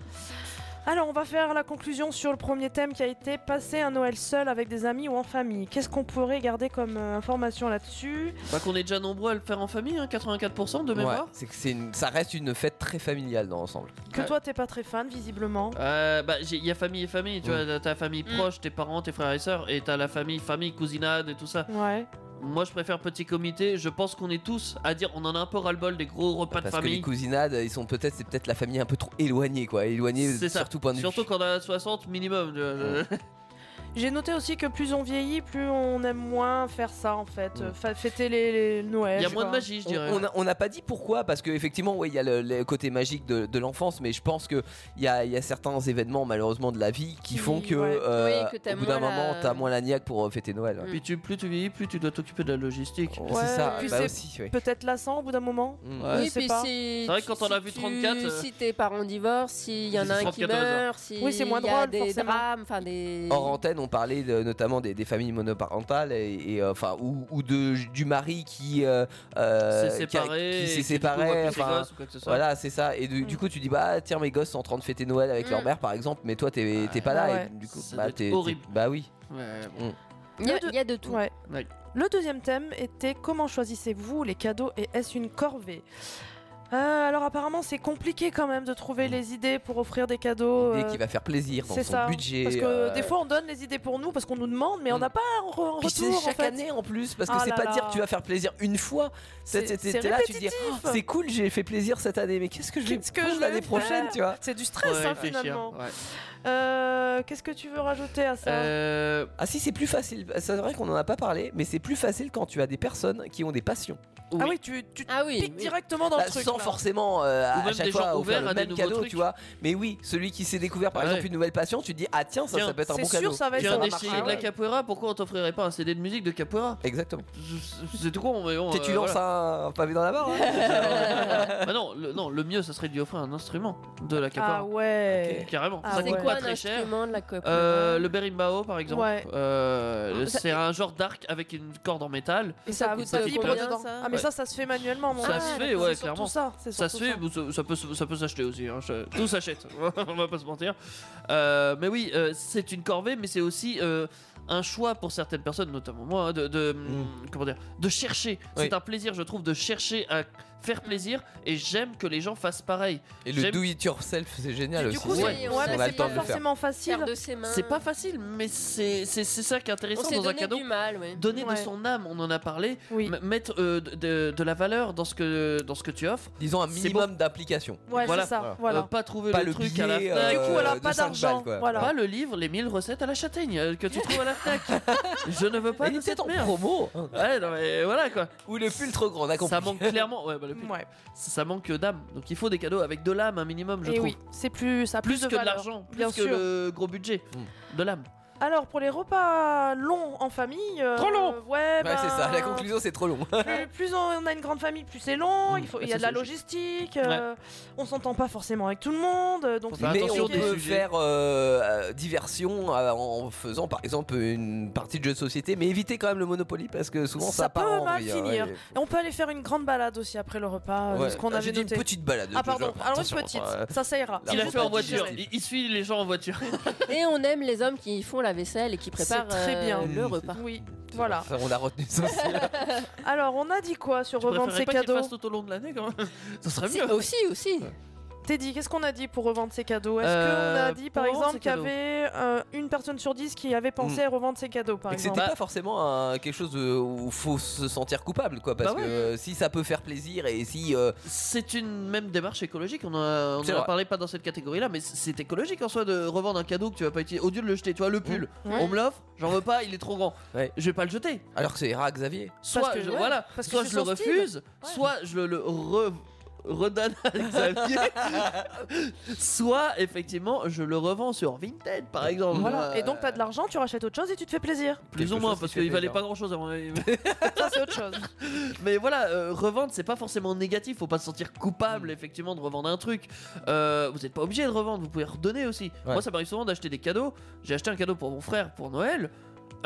Speaker 2: Alors, on va faire la conclusion sur le premier thème qui a été passer un Noël seul avec des amis ou en famille. Qu'est-ce qu'on pourrait garder comme euh, information là-dessus
Speaker 4: Bah qu'on est déjà nombreux à le faire en famille, hein, 84% de
Speaker 3: Ouais,
Speaker 4: mémoire.
Speaker 3: c'est que c'est une- ça reste une fête très familiale dans l'ensemble.
Speaker 2: Que toi t'es pas très fan, visiblement.
Speaker 4: Euh, bah, j'ai- il y a famille et famille, tu
Speaker 3: Mm.
Speaker 4: vois, t'as ta famille proche, tes parents, tes frères et sœurs, et t'as la famille, famille, cousinade et tout ça.
Speaker 2: Ouais.
Speaker 4: Moi, je préfère petit comité. Je pense qu'on est tous à dire, on en a un peu ras-le-bol des gros repas de
Speaker 3: Parce que les
Speaker 4: famille.
Speaker 3: cousinades, ils sont peut-être, c'est peut-être la famille un peu trop éloignée, quoi. Éloignée
Speaker 4: C'est ça. Euh,
Speaker 3: sur tout point de vue.
Speaker 4: Surtout quand on a 60 minimum. tu vois,
Speaker 3: Mm.
Speaker 4: je-
Speaker 2: J'ai noté aussi que plus on vieillit, plus on aime moins faire ça en fait. Euh, fa- Fêter les, les Noël. quoi.
Speaker 3: Mm. On- On n'a on n'a pas dit pourquoi, parce qu'effectivement, oui, il y a le, le côté magique de, de l'enfance, mais je pense qu'il y a, il y a certains événements, malheureusement, de la vie qui font que, euh,
Speaker 4: Oui, que t'as
Speaker 3: au bout d'un
Speaker 4: moins la-
Speaker 3: moment, t'as moins la niaque pour euh, fêter Noël. ouais.
Speaker 4: Puis tu, plus tu vieillis, plus tu dois t'occuper de la logistique.
Speaker 3: Ouais, C'est ça,
Speaker 2: Puis
Speaker 3: bah
Speaker 2: c'est
Speaker 3: aussi, oui. Mm.
Speaker 2: peut-être lassant au bout d'un moment.
Speaker 4: Ouais.
Speaker 5: Oui,
Speaker 4: Je sais
Speaker 5: puis
Speaker 4: pas.
Speaker 5: si
Speaker 4: C'est vrai que quand
Speaker 5: tu-
Speaker 4: on a
Speaker 5: si
Speaker 4: vu
Speaker 5: tu-
Speaker 4: 34, euh,
Speaker 5: Si tes parents divorcent, s'il y en a un qui
Speaker 4: 34 heures.
Speaker 5: meurt, s'il
Speaker 2: Oui, c'est moins
Speaker 5: y a
Speaker 2: drôle,
Speaker 5: des
Speaker 2: forcément.
Speaker 5: drames, enfin des.
Speaker 4: Mm.
Speaker 3: Hors antenne, on parlait de- notamment des, des familles monoparentales et, et, euh, enfin ou, ou de, du mari qui euh, euh,
Speaker 4: S'est
Speaker 3: qui a-
Speaker 4: séparé
Speaker 3: qui
Speaker 4: et
Speaker 3: s'est
Speaker 4: qui, du coup, voit
Speaker 3: séparé.
Speaker 4: plus ses
Speaker 3: enfin,
Speaker 4: gosses ou quoi que ce soit.
Speaker 3: voilà, c'est ça. Et
Speaker 4: Mm.
Speaker 3: du, du coup, tu dis bah tiens, mes gosses sont en train de fêter Noël avec leur mère, par exemple, mais toi t'es t'es pas là.
Speaker 4: Ah
Speaker 2: Ouais.
Speaker 3: Et du coup,
Speaker 4: Ça
Speaker 3: bah,
Speaker 4: doit être
Speaker 3: t'es- t'es-
Speaker 4: horrible.
Speaker 3: Bah oui.
Speaker 4: Ouais,
Speaker 3: Mm.
Speaker 5: Il y, a- il y a de tout.
Speaker 2: Ouais.
Speaker 4: Ouais.
Speaker 2: Le deuxième thème était comment choisissez-vous les cadeaux et est-ce une corvée Euh, Alors apparemment c'est compliqué quand même de trouver les idées pour offrir des cadeaux.
Speaker 3: Mm. L'idée
Speaker 2: euh,
Speaker 3: qui va faire plaisir dans
Speaker 2: c'est
Speaker 3: son
Speaker 2: ça.
Speaker 3: budget,
Speaker 2: Parce que
Speaker 3: euh, Mm.
Speaker 2: des fois on donne les idées pour nous parce qu'on nous demande mais on n'a pas un re- un
Speaker 3: Puis c'est
Speaker 2: retour.
Speaker 3: chaque
Speaker 2: en fait.
Speaker 3: année en plus parce que
Speaker 2: Ah
Speaker 3: c'est
Speaker 2: là
Speaker 3: pas de dire
Speaker 2: là.
Speaker 3: tu vas faire plaisir une fois.
Speaker 2: C'est-
Speaker 3: T'es- t'es-
Speaker 2: c'est
Speaker 3: t'es là, tu te dis
Speaker 2: répétitif.
Speaker 3: Oh, c'est cool, j'ai fait plaisir cette année, mais qu'est-ce que je vais
Speaker 2: Qu'est-ce que
Speaker 3: prendre
Speaker 2: je
Speaker 3: l'année
Speaker 2: vais
Speaker 3: prochaine,
Speaker 2: faire
Speaker 3: tu vois
Speaker 2: C'est du stress
Speaker 3: Ouais,
Speaker 2: hein,
Speaker 3: réfléchir,
Speaker 2: finalement.
Speaker 3: ouais.
Speaker 2: Euh, Qu'est-ce que tu veux rajouter à ça
Speaker 4: Euh,
Speaker 3: Ah si c'est plus facile, c'est vrai qu'on en a pas parlé, mais c'est plus facile quand tu as des personnes qui ont des passions.
Speaker 2: Ah oui, tu, tu te piques directement dans
Speaker 3: Bah,
Speaker 2: le truc.
Speaker 3: sans
Speaker 2: là.
Speaker 3: forcément euh,
Speaker 4: Ou
Speaker 3: à- à
Speaker 4: même
Speaker 3: chaque
Speaker 4: des
Speaker 3: fois
Speaker 4: gens
Speaker 3: offrir
Speaker 4: ouverts
Speaker 3: le
Speaker 4: à des
Speaker 3: même
Speaker 4: nouveaux
Speaker 3: cadeau,
Speaker 4: trucs. Ah
Speaker 3: tu vois. Mais oui, celui qui s'est découvert par
Speaker 4: Ouais.
Speaker 3: exemple une nouvelle passion, tu te dis ah tiens ça, ça peut être un Ah bon cadeau.
Speaker 4: Tiens, des chiens de la capoeira, pourquoi on t'offrirait pas un CD de musique de capoeira
Speaker 3: Exactement.
Speaker 4: C'est tout con, mais bon.
Speaker 3: Tiens, tu lances un- un pavé euh, dans la barre. hein
Speaker 4: un. bah non, le, non, le mieux, ça serait de lui offrir un instrument de la capoeira.
Speaker 2: Ah ouais.
Speaker 4: Ok, Carrément.
Speaker 2: Ah
Speaker 4: ça
Speaker 2: ouais.
Speaker 4: coûte
Speaker 2: Quoi,
Speaker 4: pas
Speaker 2: un
Speaker 4: très cher.
Speaker 5: instrument de la capoeira
Speaker 4: Euh, le berimbau, par exemple.
Speaker 2: Ouais.
Speaker 4: Euh,
Speaker 2: Ça-
Speaker 4: c'est un genre d'arc avec une corde en métal.
Speaker 2: Et ça,
Speaker 4: coûte
Speaker 2: ça
Speaker 4: pas
Speaker 2: vibre
Speaker 4: cher.
Speaker 2: dedans. Ah mais
Speaker 4: Ouais.
Speaker 2: ça, ça se fait manuellement. mon
Speaker 4: Ça
Speaker 2: gars.
Speaker 4: se fait, ouais,
Speaker 2: C'est
Speaker 4: clairement.
Speaker 2: surtout ça. c'est
Speaker 4: Ça se
Speaker 2: surtout
Speaker 4: fait, ou ça, ça peut, se- ça peut s'acheter aussi. hein, ça- Tout s'achète, on va pas se mentir. Euh, mais oui, euh, c'est une corvée, mais c'est aussi euh, un choix pour certaines personnes, notamment moi, hein, de, de,
Speaker 3: Mm.
Speaker 4: comment dire, de chercher. C'est un plaisir, je trouve, de chercher à faire plaisir, et j'aime que les gens fassent pareil.
Speaker 3: Et le
Speaker 4: J'aime-
Speaker 3: do it yourself, c'est génial aussi.
Speaker 4: du coup, c'est- ouais,
Speaker 3: On
Speaker 4: mais
Speaker 3: a
Speaker 4: c'est
Speaker 3: le
Speaker 4: pas
Speaker 3: temps de le faire.
Speaker 2: forcément facile.
Speaker 5: Faire de ses mains.
Speaker 4: C'est pas facile, mais c'est c'est- c'est ça qui est
Speaker 5: On
Speaker 4: intéressant
Speaker 5: s'est
Speaker 4: dans un
Speaker 5: donné
Speaker 4: cadeau.
Speaker 5: du mal, ouais.
Speaker 4: Donner
Speaker 5: Ouais.
Speaker 4: de son âme, on en a parlé. M- Mettre euh, de, de- de la valeur dans ce que dans ce que tu offres.
Speaker 3: Disons un
Speaker 4: C'est
Speaker 3: minimum d'application.
Speaker 4: Ouais, Voilà. c'est ça, voilà. Euh, pas trouver le truc à la
Speaker 3: billet, euh,
Speaker 4: Fnac. Du coup, voilà,
Speaker 3: de
Speaker 4: pas
Speaker 3: 5
Speaker 4: d'argent,
Speaker 3: balles, quoi.
Speaker 4: voilà. Pas le livre Les 1000 recettes à la châtaigne euh, que tu trouves à la Fnac. Je ne veux pas
Speaker 3: Il
Speaker 4: de
Speaker 3: était
Speaker 4: cette
Speaker 3: en
Speaker 4: merde.
Speaker 3: promo. hein.
Speaker 4: Ouais, non, mais voilà quoi.
Speaker 3: Ou le pull trop grand, on a compris.
Speaker 4: Ça manque clairement. Ouais, bah, le pull. Ça ça manque d'âme. Donc il faut des cadeaux avec de l'âme un minimum, je
Speaker 2: Et
Speaker 4: trouve.
Speaker 2: Eh oui, c'est plus ça a
Speaker 4: Plus
Speaker 2: de
Speaker 4: que de
Speaker 2: valeur,
Speaker 4: l'argent, plus
Speaker 2: bien
Speaker 4: que
Speaker 2: sûr.
Speaker 4: le gros budget.
Speaker 3: Hmm.
Speaker 4: Mmh. De l'âme.
Speaker 2: Alors pour les repas longs en famille. euh,
Speaker 4: Trop long
Speaker 2: Ouais.
Speaker 3: Ouais,
Speaker 2: ben,
Speaker 3: c'est ça, la conclusion c'est trop long.
Speaker 2: Plus, plus on a une grande famille, plus c'est long.
Speaker 4: Mm.
Speaker 2: Il faut,
Speaker 3: bah
Speaker 2: il y a
Speaker 4: Ah,
Speaker 3: ça,
Speaker 2: de la
Speaker 3: c'est
Speaker 2: logistique. euh, On s'entend pas forcément avec tout le monde. euh, Donc c'est
Speaker 3: Mais on
Speaker 2: compliqué.
Speaker 3: peut faire euh, euh, diversion euh, en faisant par exemple une partie de jeu de société, mais éviter quand même le Monopoly parce que souvent ça,
Speaker 2: ça
Speaker 3: part
Speaker 2: peut
Speaker 3: en
Speaker 2: mal
Speaker 3: vrille, hein,
Speaker 2: finir.
Speaker 3: ouais.
Speaker 2: Et on peut aller faire une grande balade aussi après le repas, euh,
Speaker 3: Ouais.
Speaker 2: ce qu'on
Speaker 3: Ah,
Speaker 2: avait
Speaker 3: j'ai dit
Speaker 2: noté.
Speaker 3: une petite balade,
Speaker 2: Ah
Speaker 3: je-
Speaker 2: pardon,
Speaker 3: je-
Speaker 2: alors une
Speaker 3: attention,
Speaker 2: petite,
Speaker 3: euh,
Speaker 2: ça ça ira.
Speaker 4: Il a fait en
Speaker 3: route à
Speaker 4: voiture.
Speaker 3: digérer.
Speaker 4: Il, il suit les gens en voiture.
Speaker 5: Et on aime les hommes qui font la la vaisselle et qui prépare
Speaker 2: très
Speaker 5: euh,
Speaker 2: bien.
Speaker 5: le repas.
Speaker 2: Oui, voilà.
Speaker 3: Enfin, on a retenu ça aussi.
Speaker 2: Alors, on a dit quoi sur revendre ses
Speaker 4: préférerais pas qu'il
Speaker 2: cadeaux
Speaker 4: fasse tout au long de l'année quand même Ça serait
Speaker 2: Si,
Speaker 4: mieux.
Speaker 2: aussi,
Speaker 5: aussi.
Speaker 2: Teddy, qu'est-ce qu'on a dit pour revendre ses cadeaux Est-ce
Speaker 4: Euh,
Speaker 2: qu'on a dit par
Speaker 4: pour
Speaker 2: exemple
Speaker 4: revendre ses
Speaker 2: qu'il y
Speaker 4: cadeaux.
Speaker 2: avait euh, une personne sur dix qui avait pensé
Speaker 3: Mm.
Speaker 2: à revendre ses cadeaux par
Speaker 3: Et que c'était
Speaker 2: exemple
Speaker 3: pas forcément un- quelque chose de- où faut se sentir coupable, quoi, parce
Speaker 4: Bah ouais.
Speaker 3: que euh, si ça peut faire plaisir et si. euh,
Speaker 4: C'est une même démarche écologique, on en a, on
Speaker 3: C'est
Speaker 4: en a
Speaker 3: vrai.
Speaker 4: parlé pas dans cette catégorie là, mais c- c'est écologique en soi de revendre un cadeau que tu vas pas utiliser. Au lieu de le jeter, tu vois, le pull,
Speaker 3: Mmh. Ouais.
Speaker 4: on me l'offre, j'en veux pas, il est trop grand. Je vais pas le jeter.
Speaker 3: Alors que c'est rare, Xavier.
Speaker 4: Soit
Speaker 3: Parce que-
Speaker 4: je,
Speaker 3: ouais,
Speaker 4: voilà,
Speaker 3: parce que
Speaker 4: soit
Speaker 3: c'est
Speaker 4: je le
Speaker 3: son style.
Speaker 4: refuse, soit je le, le re- redonne à Xavier, soit effectivement je le revends sur Vinted par exemple.
Speaker 2: Voilà.
Speaker 4: Euh,
Speaker 2: Et donc, t'as de l'argent, tu rachètes autre chose et tu te fais plaisir.
Speaker 4: plus ou moins parce qu'il valait pas grand chose avant.
Speaker 2: Ça, c'est autre chose.
Speaker 4: Mais voilà, euh, revendre, c'est pas forcément négatif. Faut pas se sentir coupable, effectivement, de revendre un truc. Euh, vous n'êtes pas obligé de revendre, vous pouvez redonner aussi. Moi, ça m'arrive souvent d'acheter des cadeaux. J'ai acheté un cadeau pour mon frère pour Noël.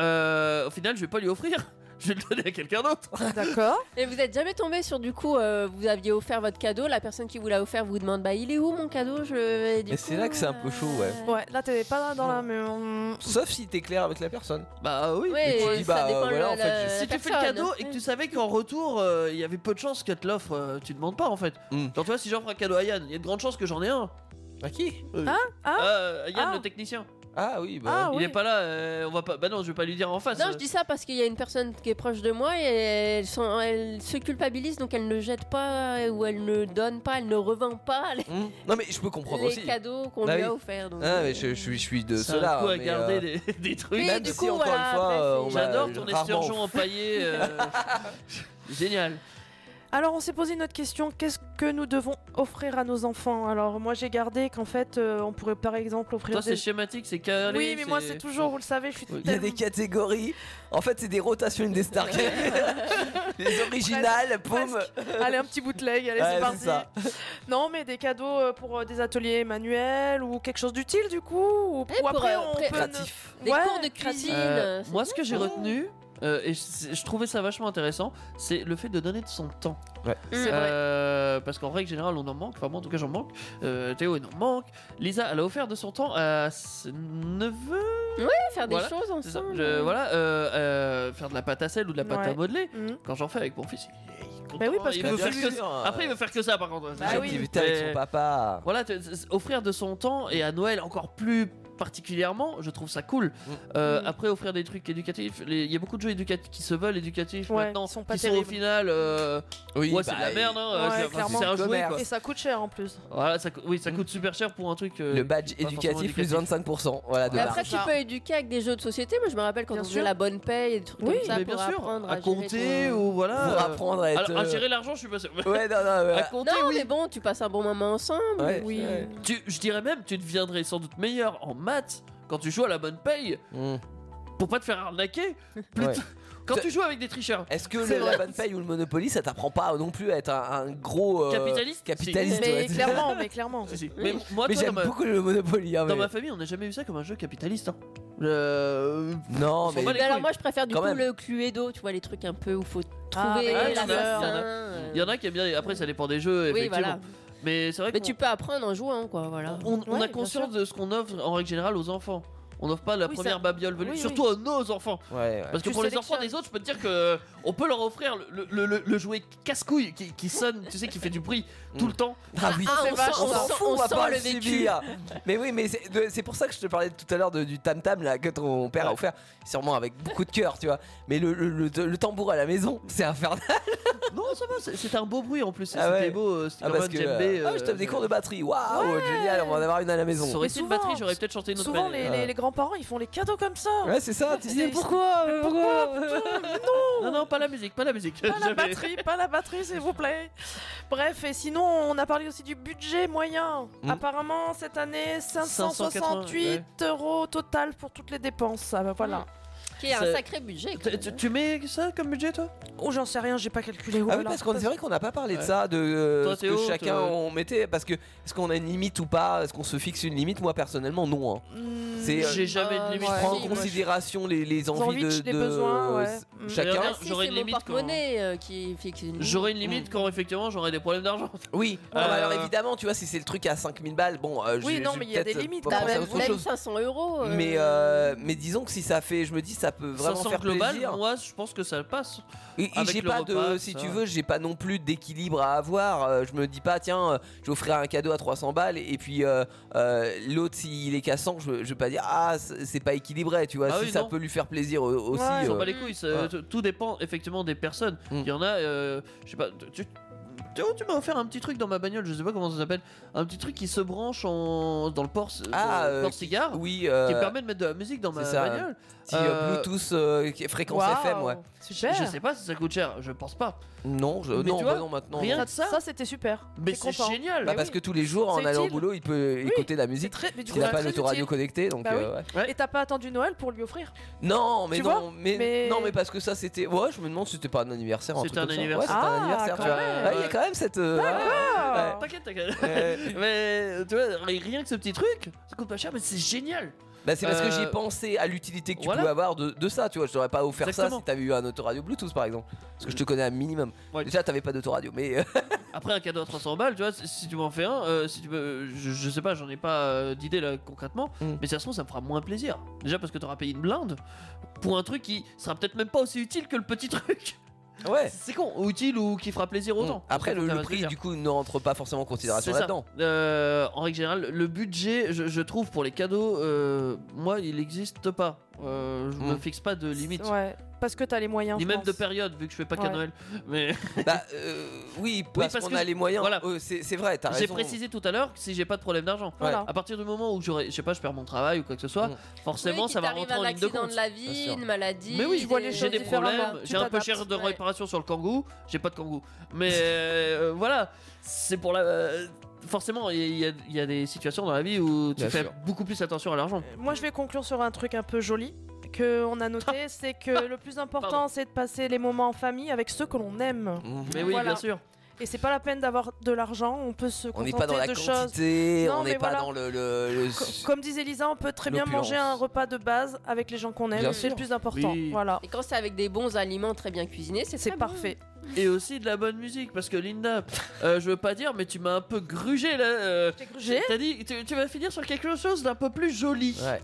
Speaker 4: Euh, au final, je vais pas lui offrir. Je vais le donner à quelqu'un d'autre.
Speaker 2: D'accord.
Speaker 5: Et vous êtes jamais tombé sur du coup, euh, vous aviez offert votre cadeau, la personne qui vous l'a offert vous demande bah il est où mon cadeau Je vais du
Speaker 3: Et
Speaker 5: coup, euh,
Speaker 3: c'est là que c'est un peu chaud, ouais.
Speaker 2: Ouais, là, t'es pas dans la. Mais on-
Speaker 3: Sauf si t'es clair avec la personne.
Speaker 4: Bah oui,
Speaker 2: Ouais,
Speaker 3: mais tu
Speaker 2: et
Speaker 3: dis
Speaker 2: ça
Speaker 3: bah
Speaker 2: dépend
Speaker 3: euh, voilà,
Speaker 2: le-
Speaker 3: en fait,
Speaker 2: le-
Speaker 3: je-
Speaker 4: Si tu fais le
Speaker 2: personne.
Speaker 4: cadeau et que tu savais qu'en retour, euh, il y avait peu de chances que te l'offre, euh, tu demandes pas en fait. Genre, tu vois, si j'offre un cadeau à Yann, il y a de grandes chances que j'en ai un.
Speaker 3: Hmm. À qui
Speaker 2: Hein Hein
Speaker 4: Euh, Yann,
Speaker 5: Ah.
Speaker 4: le technicien.
Speaker 3: Ah oui,
Speaker 5: Ah
Speaker 4: il
Speaker 5: oui.
Speaker 4: est pas là, euh, on va pas. Bah non, je vais pas lui dire en face.
Speaker 5: Non, je dis ça parce qu'il y a une personne qui est proche de moi et elle, s'en- elle se culpabilise, donc elle ne jette pas euh, ou elle ne donne pas, elle ne revend pas les,
Speaker 4: Mmh.
Speaker 3: Hmm. Non mais je peux comprendre
Speaker 5: les
Speaker 3: aussi.
Speaker 5: cadeaux qu'on
Speaker 4: Bah
Speaker 3: Ah
Speaker 5: lui
Speaker 3: oui.
Speaker 5: a offerts.
Speaker 4: Hein
Speaker 5: donc,
Speaker 3: Ah, mais je, je suis, je suis de
Speaker 4: C'est un
Speaker 3: ceux-là.
Speaker 4: coup à
Speaker 3: mais,
Speaker 4: garder
Speaker 3: euh,
Speaker 4: des, des trucs.
Speaker 5: Oui,
Speaker 3: même
Speaker 5: du
Speaker 3: si,
Speaker 5: coup,
Speaker 3: encore
Speaker 5: voilà,
Speaker 3: une fois,
Speaker 5: après,
Speaker 3: euh, on m'a
Speaker 4: J'adore ton
Speaker 3: rarement-
Speaker 4: esturgeon empaillé. euh, Génial.
Speaker 2: Alors, on s'est posé notre question qu'est-ce que nous devons offrir à nos enfants Alors, moi, j'ai gardé qu'en fait, euh, on pourrait par exemple offrir.
Speaker 4: Toi,
Speaker 2: des-
Speaker 4: c'est schématique, c'est calé.
Speaker 2: Oui, mais moi, c'est toujours, vous le savez, je suis.
Speaker 3: Il y a des catégories. En fait, c'est des rotations des Star Les originales, poum.
Speaker 2: Allez, un petit bootleg, allez,
Speaker 3: Ouais,
Speaker 2: c'est
Speaker 3: c'est
Speaker 2: parti.
Speaker 3: ça.
Speaker 2: Non, mais des cadeaux euh, pour euh, des ateliers manuels ou quelque chose d'utile du coup ou,
Speaker 5: Et
Speaker 2: ou
Speaker 5: pour,
Speaker 2: après
Speaker 5: euh,
Speaker 2: on
Speaker 5: pré-
Speaker 2: peut
Speaker 5: Créatif.
Speaker 2: ne-
Speaker 5: Des cours de
Speaker 2: créatif.
Speaker 5: cuisine,
Speaker 4: Euh,
Speaker 5: c'est
Speaker 4: moi, ce que j'ai
Speaker 5: bien.
Speaker 4: retenu, euh, et je, je trouvais ça vachement intéressant, c'est le fait de donner de son temps.
Speaker 5: Mm, C'est
Speaker 4: Euh, parce qu'en règle générale, on en manque. Enfin, moi, en tout cas, j'en manque. Euh, Théo, il en manque. Lisa, elle a offert de son temps à ses neveux.
Speaker 5: Ouais, faire des
Speaker 4: Voilà,
Speaker 5: choses
Speaker 4: c'est ça.
Speaker 5: ensemble.
Speaker 4: Je- voilà, euh, euh, faire de la pâte à sel ou de la pâte à
Speaker 5: Ouais.
Speaker 4: modeler.
Speaker 3: Mmh.
Speaker 2: Mhm.
Speaker 4: Quand j'en fais avec mon fils, il est content.
Speaker 2: Bah oui, parce
Speaker 4: il
Speaker 2: que
Speaker 4: veut
Speaker 2: bien
Speaker 4: faire que
Speaker 2: sûr,
Speaker 4: ça.
Speaker 2: euh,
Speaker 4: Après, il veut faire que ça, par contre.
Speaker 2: Bah oui.
Speaker 3: Activité avec son
Speaker 4: Mais-
Speaker 3: papa.
Speaker 4: voilà, t- t- offrir de son temps et à Noël encore plus particulièrement, je trouve ça cool.
Speaker 3: Mm.
Speaker 4: Euh, Après, offrir des trucs éducatifs, les- il y a beaucoup de jeux éducatifs qui se veulent éducatifs
Speaker 2: Ouais,
Speaker 4: maintenant,
Speaker 2: ils sont pas
Speaker 4: qui sont au
Speaker 2: terribles.
Speaker 4: final, euh,
Speaker 3: Oui,
Speaker 4: ouais, c'est
Speaker 3: bah,
Speaker 4: de la merde, hein, euh,
Speaker 2: Ouais,
Speaker 4: c'est- enfin,
Speaker 2: clairement.
Speaker 4: c'est un jouet. Quoi.
Speaker 2: Et ça coûte cher en plus.
Speaker 4: Voilà, ça, co- oui, ça coûte super cher pour un truc. euh,
Speaker 3: Mm. Le badge
Speaker 4: pas forcément
Speaker 3: éducatif plus 25%.
Speaker 4: Ah,
Speaker 3: Voilà, de
Speaker 5: Et Bah, après,
Speaker 3: marge.
Speaker 5: tu peux éduquer avec des jeux de société. Moi, je me rappelle quand on faisait
Speaker 4: sûr.
Speaker 5: la bonne paye et des trucs
Speaker 4: Oui,
Speaker 5: comme ça
Speaker 4: mais
Speaker 5: pour
Speaker 4: bien sûr,
Speaker 5: apprendre
Speaker 4: à
Speaker 5: gérer
Speaker 4: compter
Speaker 5: ton-
Speaker 4: ou voilà.
Speaker 3: Pour apprendre à être,
Speaker 4: Alors, à
Speaker 3: euh,
Speaker 4: gérer l'argent, je suis pas sûr.
Speaker 3: Ouais, non, non, ouais.
Speaker 4: À compter,
Speaker 5: non,
Speaker 4: oui.
Speaker 5: mais bon, tu passes un bon moment ensemble.
Speaker 4: Ouais,
Speaker 5: oui.
Speaker 4: ouais. Tu- je dirais même, tu deviendrais sans doute meilleur en maths quand tu joues à la bonne paye pour pas te faire arnaquer. plutôt-
Speaker 3: Hmm. Ouais.
Speaker 4: Quand tu joues avec des tricheurs.
Speaker 3: Est-ce que le, la bonne paye ou le Monopoly, ça t'apprend pas non plus à être un, un gros euh,
Speaker 4: Capitaliste
Speaker 3: Capitaliste,
Speaker 4: Si.
Speaker 3: ouais.
Speaker 4: Mais clairement,
Speaker 2: mais clairement.
Speaker 4: Si, si. Mais m- moi,
Speaker 3: Mais
Speaker 4: toi, euh,
Speaker 3: j'aime
Speaker 4: dans ma-
Speaker 3: beaucoup le Monopoly. hein,
Speaker 4: Dans
Speaker 3: mais-
Speaker 4: ma famille, on n'a jamais vu ça comme un jeu capitaliste. hein. Euh,
Speaker 3: Non,
Speaker 4: on s'en
Speaker 3: mais.
Speaker 4: bat les
Speaker 5: Mais bah alors
Speaker 4: couilles.
Speaker 5: moi je préfère du
Speaker 4: Quand
Speaker 5: coup
Speaker 4: même.
Speaker 5: le Cluedo, tu vois les trucs un peu où faut trouver
Speaker 4: Ah, mais ouais,
Speaker 5: la hein.
Speaker 4: il y en a- il y en a-
Speaker 5: personne.
Speaker 4: Il y en a qui aiment bien. Après, ça dépend des jeux,
Speaker 5: Oui,
Speaker 4: effectivement.
Speaker 5: voilà.
Speaker 4: Mais c'est vrai
Speaker 5: Mais
Speaker 4: qu'on-
Speaker 5: tu peux apprendre en jouant quoi, voilà.
Speaker 4: on, on a conscience de ce qu'on offre en règle générale aux enfants. On n'offre pas la
Speaker 5: Oui,
Speaker 4: première
Speaker 5: ça-
Speaker 4: babiole venue,
Speaker 5: oui, oui.
Speaker 4: surtout à nos enfants.
Speaker 3: Bah,
Speaker 4: Parce que
Speaker 5: Tu
Speaker 4: pour les enfants des autres, je peux te dire que euh, on peut leur offrir le, le- le- le jouet casse-couille qui, qui sonne, tu sais, qui fait du bruit tout le temps.
Speaker 3: Ah oui,
Speaker 5: Ah, on sent- on sent- on sent le vécu.
Speaker 3: subir. Mais oui, mais c'est de- c'est pour ça que je te parlais tout à l'heure de- du tam tam là que ton père a offert, sûrement avec beaucoup de cœur, tu vois. Mais le, le- le- le tambour à la maison, c'est infernal.
Speaker 4: Non, ça va, c'est- c'était un beau bruit en plus. C'était
Speaker 3: Ah ouais.
Speaker 4: beau, euh, c'était
Speaker 3: Ah,
Speaker 4: comme
Speaker 3: parce
Speaker 4: un
Speaker 3: que,
Speaker 4: djembé,
Speaker 3: euh, ah, je tape des
Speaker 4: euh,
Speaker 3: cours de batterie. Waouh, génial, on va en avoir une à la maison.
Speaker 4: Ça aurait été une batterie, j'aurais peut-être chanté euh, une autre
Speaker 2: Souvent
Speaker 4: mélodie.
Speaker 2: les, les- les grands-parents ils font les cadeaux comme ça.
Speaker 3: euh, Ouais, c'est ça, tu dis,
Speaker 2: Mais
Speaker 3: pourquoi
Speaker 2: mais Pourquoi putain, mais Non
Speaker 4: Non, non, pas la musique, pas la musique.
Speaker 2: Pas la
Speaker 4: J'avais-
Speaker 2: batterie, pas la batterie, s'il vous plaît. Bref, et sinon, on a parlé aussi du budget moyen.
Speaker 4: Mm.
Speaker 2: Apparemment, cette année, 568
Speaker 4: 588, Mm.
Speaker 2: euros total pour toutes les dépenses. Ah bah voilà.
Speaker 5: qui est un
Speaker 4: Ça-
Speaker 5: sacré budget. quand
Speaker 4: Tu-
Speaker 5: même.
Speaker 4: Tu, tu mets ça comme budget toi
Speaker 2: hein. Oh j'en sais rien, j'ai pas calculé.
Speaker 3: Ah oui, parce qu'on c'est vrai qu'on n'a pas parlé de
Speaker 4: Ouais.
Speaker 3: ça, de euh,
Speaker 4: Toi,
Speaker 3: ce que
Speaker 4: Théo,
Speaker 3: chacun
Speaker 4: toi-
Speaker 3: on mettait, parce que est-ce qu'on a une limite ou pas, est-ce qu'on se fixe une limite Moi personnellement, non. hein. C'est,
Speaker 4: Hmm, J'ai jamais
Speaker 5: Ah,
Speaker 4: de limite.
Speaker 3: Je prends en
Speaker 4: Ouais.
Speaker 3: considération les, les envies,
Speaker 4: envies,
Speaker 3: de,
Speaker 4: les
Speaker 3: de-
Speaker 4: besoins, ouais.
Speaker 5: Mm.
Speaker 3: s- chacun.
Speaker 4: D'ailleurs,
Speaker 5: Si,
Speaker 4: J'aurais
Speaker 5: c'est
Speaker 4: une
Speaker 5: mon
Speaker 4: limite quand-
Speaker 5: porte-monnaie euh, qui fixe une limite.
Speaker 4: J'aurais une limite quand effectivement j'aurais des problèmes d'argent.
Speaker 3: Mm. Oui,
Speaker 4: Euh,
Speaker 3: Ah bah alors évidemment, tu vois, si c'est le truc à 5000 balles, bon, euh,
Speaker 5: Oui,
Speaker 3: j'ai-
Speaker 5: non,
Speaker 3: j'ai
Speaker 5: mais il y a
Speaker 3: peut-être
Speaker 5: des limites.
Speaker 3: pas
Speaker 5: T'as
Speaker 3: pensé à
Speaker 5: même,
Speaker 3: autre
Speaker 5: même
Speaker 3: chose.
Speaker 5: 500 euros. euh,
Speaker 3: Mais, euh, mais disons que si ça fait, je me dis, ça peut vraiment
Speaker 4: 500
Speaker 3: faire
Speaker 4: global,
Speaker 3: plaisir.
Speaker 4: moi je pense que ça passe.
Speaker 3: Et, et
Speaker 4: Avec
Speaker 3: j'ai
Speaker 4: le
Speaker 3: pas
Speaker 4: repas,
Speaker 3: de,
Speaker 4: tout
Speaker 3: si
Speaker 4: ça.
Speaker 3: tu veux, j'ai pas non plus d'équilibre à avoir. Euh, je me dis pas, tiens, euh, j'offrirai un cadeau à 300 balles et puis euh, euh, l'autre s'il est cassant, je, je vais pas dire ah c'est c'est pas équilibré, tu vois.
Speaker 4: Ah
Speaker 3: si
Speaker 4: oui,
Speaker 3: ça
Speaker 4: non.
Speaker 3: peut lui faire plaisir euh, aussi.
Speaker 4: Ils s'en
Speaker 3: euh, Mm.
Speaker 4: bat les couilles, ça- t- tout dépend effectivement des personnes. Il y en a, euh, je sais pas, tu, Théo, tu m'as offert un petit truc dans ma bagnole, je sais pas comment ça s'appelle, un petit truc qui se branche en, dans le port,
Speaker 3: Ah, euh, qui-
Speaker 4: cigare,
Speaker 3: oui, euh,
Speaker 4: qui permet de mettre de la musique dans ma
Speaker 3: c'est ça.
Speaker 4: bagnole.
Speaker 3: Petit, euh, Bluetooth euh, qui est fréquence
Speaker 4: Waouh,
Speaker 3: FM, ouais.
Speaker 2: super.
Speaker 4: Je sais pas si ça coûte cher, je pense pas.
Speaker 3: Non, je,
Speaker 4: Mais
Speaker 3: non,
Speaker 4: tu vois,
Speaker 3: bah non, maintenant.
Speaker 4: rien que
Speaker 2: ça, c'était super.
Speaker 4: Mais
Speaker 2: T'es
Speaker 4: c'est
Speaker 2: content.
Speaker 4: génial.
Speaker 3: Bah, parce que tous les jours, en
Speaker 2: C'est
Speaker 3: allant au
Speaker 2: utile.
Speaker 3: boulot, il peut écouter de la musique.
Speaker 2: très- mais du
Speaker 3: il
Speaker 2: coup,
Speaker 3: n'a
Speaker 2: c'est
Speaker 3: pas
Speaker 2: très
Speaker 3: l'autoradio
Speaker 2: utile.
Speaker 3: connecté, donc.
Speaker 2: Bah oui.
Speaker 3: euh, ouais.
Speaker 2: Et t'as pas attendu Noël pour lui offrir
Speaker 3: Non, mais
Speaker 2: Tu
Speaker 3: non,
Speaker 2: vois
Speaker 3: mais,
Speaker 2: Mais-
Speaker 3: non, mais parce que ça c'était. Ouais, je me demande si c'était pas un anniversaire.
Speaker 4: C'était
Speaker 3: truc
Speaker 4: un
Speaker 3: comme ça.
Speaker 4: anniversaire.
Speaker 3: Ouais, c'était un
Speaker 4: Ah,
Speaker 3: anniversaire. tu
Speaker 4: quand
Speaker 3: vois.
Speaker 4: même.
Speaker 3: Ouais, il y a quand même cette. euh, ouais.
Speaker 4: T'inquiète, t'inquiète. mais tu vois, rien que ce petit truc, ça coûte pas cher, mais c'est génial.
Speaker 3: Bah, c'est parce que j'y
Speaker 4: Euh,
Speaker 3: pensé à l'utilité que tu
Speaker 4: voilà.
Speaker 3: pouvais avoir de, de ça, tu vois. Je t'aurais pas offert
Speaker 4: Exactement.
Speaker 3: ça si t'avais eu un autoradio Bluetooth par exemple. Parce que je te connais un minimum. Déjà, t'avais pas d'autoradio, mais. euh,
Speaker 4: Après un cadeau à 300 balles, tu vois, si si tu m'en fais un, euh, si tu veux, euh, je, je sais pas, j'en ai pas euh, d'idée là concrètement,
Speaker 3: Mm.
Speaker 4: mais ça se trouve ça me fera moins plaisir. Déjà parce que t'auras payé une blinde pour un truc qui sera peut-être même pas aussi utile que le petit truc.
Speaker 3: Ouais. Mm.
Speaker 4: C'est con, utile ou qui fera plaisir autant.
Speaker 3: Après,
Speaker 4: Ça,
Speaker 3: le,
Speaker 4: ça
Speaker 3: le
Speaker 4: va se
Speaker 3: prix
Speaker 4: dire.
Speaker 3: du coup ne rentre pas forcément en considération
Speaker 4: C'est ça.
Speaker 3: là-dedans.
Speaker 4: Euh, en règle générale, le budget, je, je trouve pour les cadeaux, euh, moi, il n'existe pas. Euh, je
Speaker 3: Hmm.
Speaker 4: me
Speaker 2: Mm.
Speaker 4: fixe pas de limite.
Speaker 2: Ouais, parce que t'as les moyens.
Speaker 4: Ni
Speaker 2: je
Speaker 4: même
Speaker 2: pense.
Speaker 4: de période, vu que je fais pas qu'à
Speaker 2: Ouais.
Speaker 4: Noël. Mais
Speaker 3: bah euh, oui, parce,
Speaker 4: parce
Speaker 3: qu'on
Speaker 4: que
Speaker 3: a
Speaker 4: je-
Speaker 3: les moyens.
Speaker 4: voilà.
Speaker 3: Euh, c'est c'est vrai, t'as
Speaker 4: J'ai
Speaker 3: raison.
Speaker 4: précisé tout à l'heure que si j'ai pas de problème d'argent.
Speaker 5: Voilà.
Speaker 4: À partir du moment où j'aurai, je sais pas, je perds mon travail ou quoi que ce
Speaker 3: Hmm.
Speaker 4: soit, forcément
Speaker 5: oui,
Speaker 4: ça va
Speaker 5: qu'il t'arrive
Speaker 4: rentrer en
Speaker 5: un
Speaker 4: ligne de
Speaker 5: accident
Speaker 4: compte.
Speaker 5: de la vie, une maladie.
Speaker 4: Mais oui,
Speaker 5: des-
Speaker 4: j'ai des problèmes, j'ai un peu cher de
Speaker 5: Ouais.
Speaker 4: réparation sur le kangou, j'ai pas de kangou. Mais euh, voilà, c'est pour la. euh, forcément, il y, a- il y a des situations dans la vie où tu
Speaker 2: Bien
Speaker 4: fais
Speaker 2: sûr.
Speaker 4: beaucoup plus attention à l'argent.
Speaker 2: Moi, je vais conclure sur un truc un peu joli que on a
Speaker 4: Ah.
Speaker 2: noté, c'est que le plus important, c'est de passer les moments en famille avec ceux que l'on aime.
Speaker 3: Mmh.
Speaker 4: Mais oui, bien sûr.
Speaker 2: Et c'est pas la peine d'avoir de l'argent, on peut se
Speaker 3: On n'est
Speaker 2: contenter
Speaker 3: pas dans la
Speaker 2: de
Speaker 3: quantité,
Speaker 2: choses. Non,
Speaker 3: on
Speaker 2: mais
Speaker 3: n'est pas
Speaker 2: voilà.
Speaker 3: dans le. le- le-
Speaker 2: Comme disait Lisa, on peut très bien
Speaker 3: L'opulence.
Speaker 2: manger un repas de base avec les gens qu'on
Speaker 3: Bien
Speaker 2: aime, c'est le
Speaker 3: sûr.
Speaker 2: plus important.
Speaker 4: Oui.
Speaker 2: Voilà.
Speaker 5: Et quand c'est avec des bons aliments très bien cuisinés, c'est
Speaker 2: parfait.
Speaker 4: Et aussi de la bonne musique, parce que Linda, euh, je veux pas dire, mais tu m'as un peu grugé là. euh,
Speaker 2: grugé
Speaker 4: T'as dit, tu, tu vas finir sur quelque chose d'un peu plus joli.
Speaker 3: Ouais.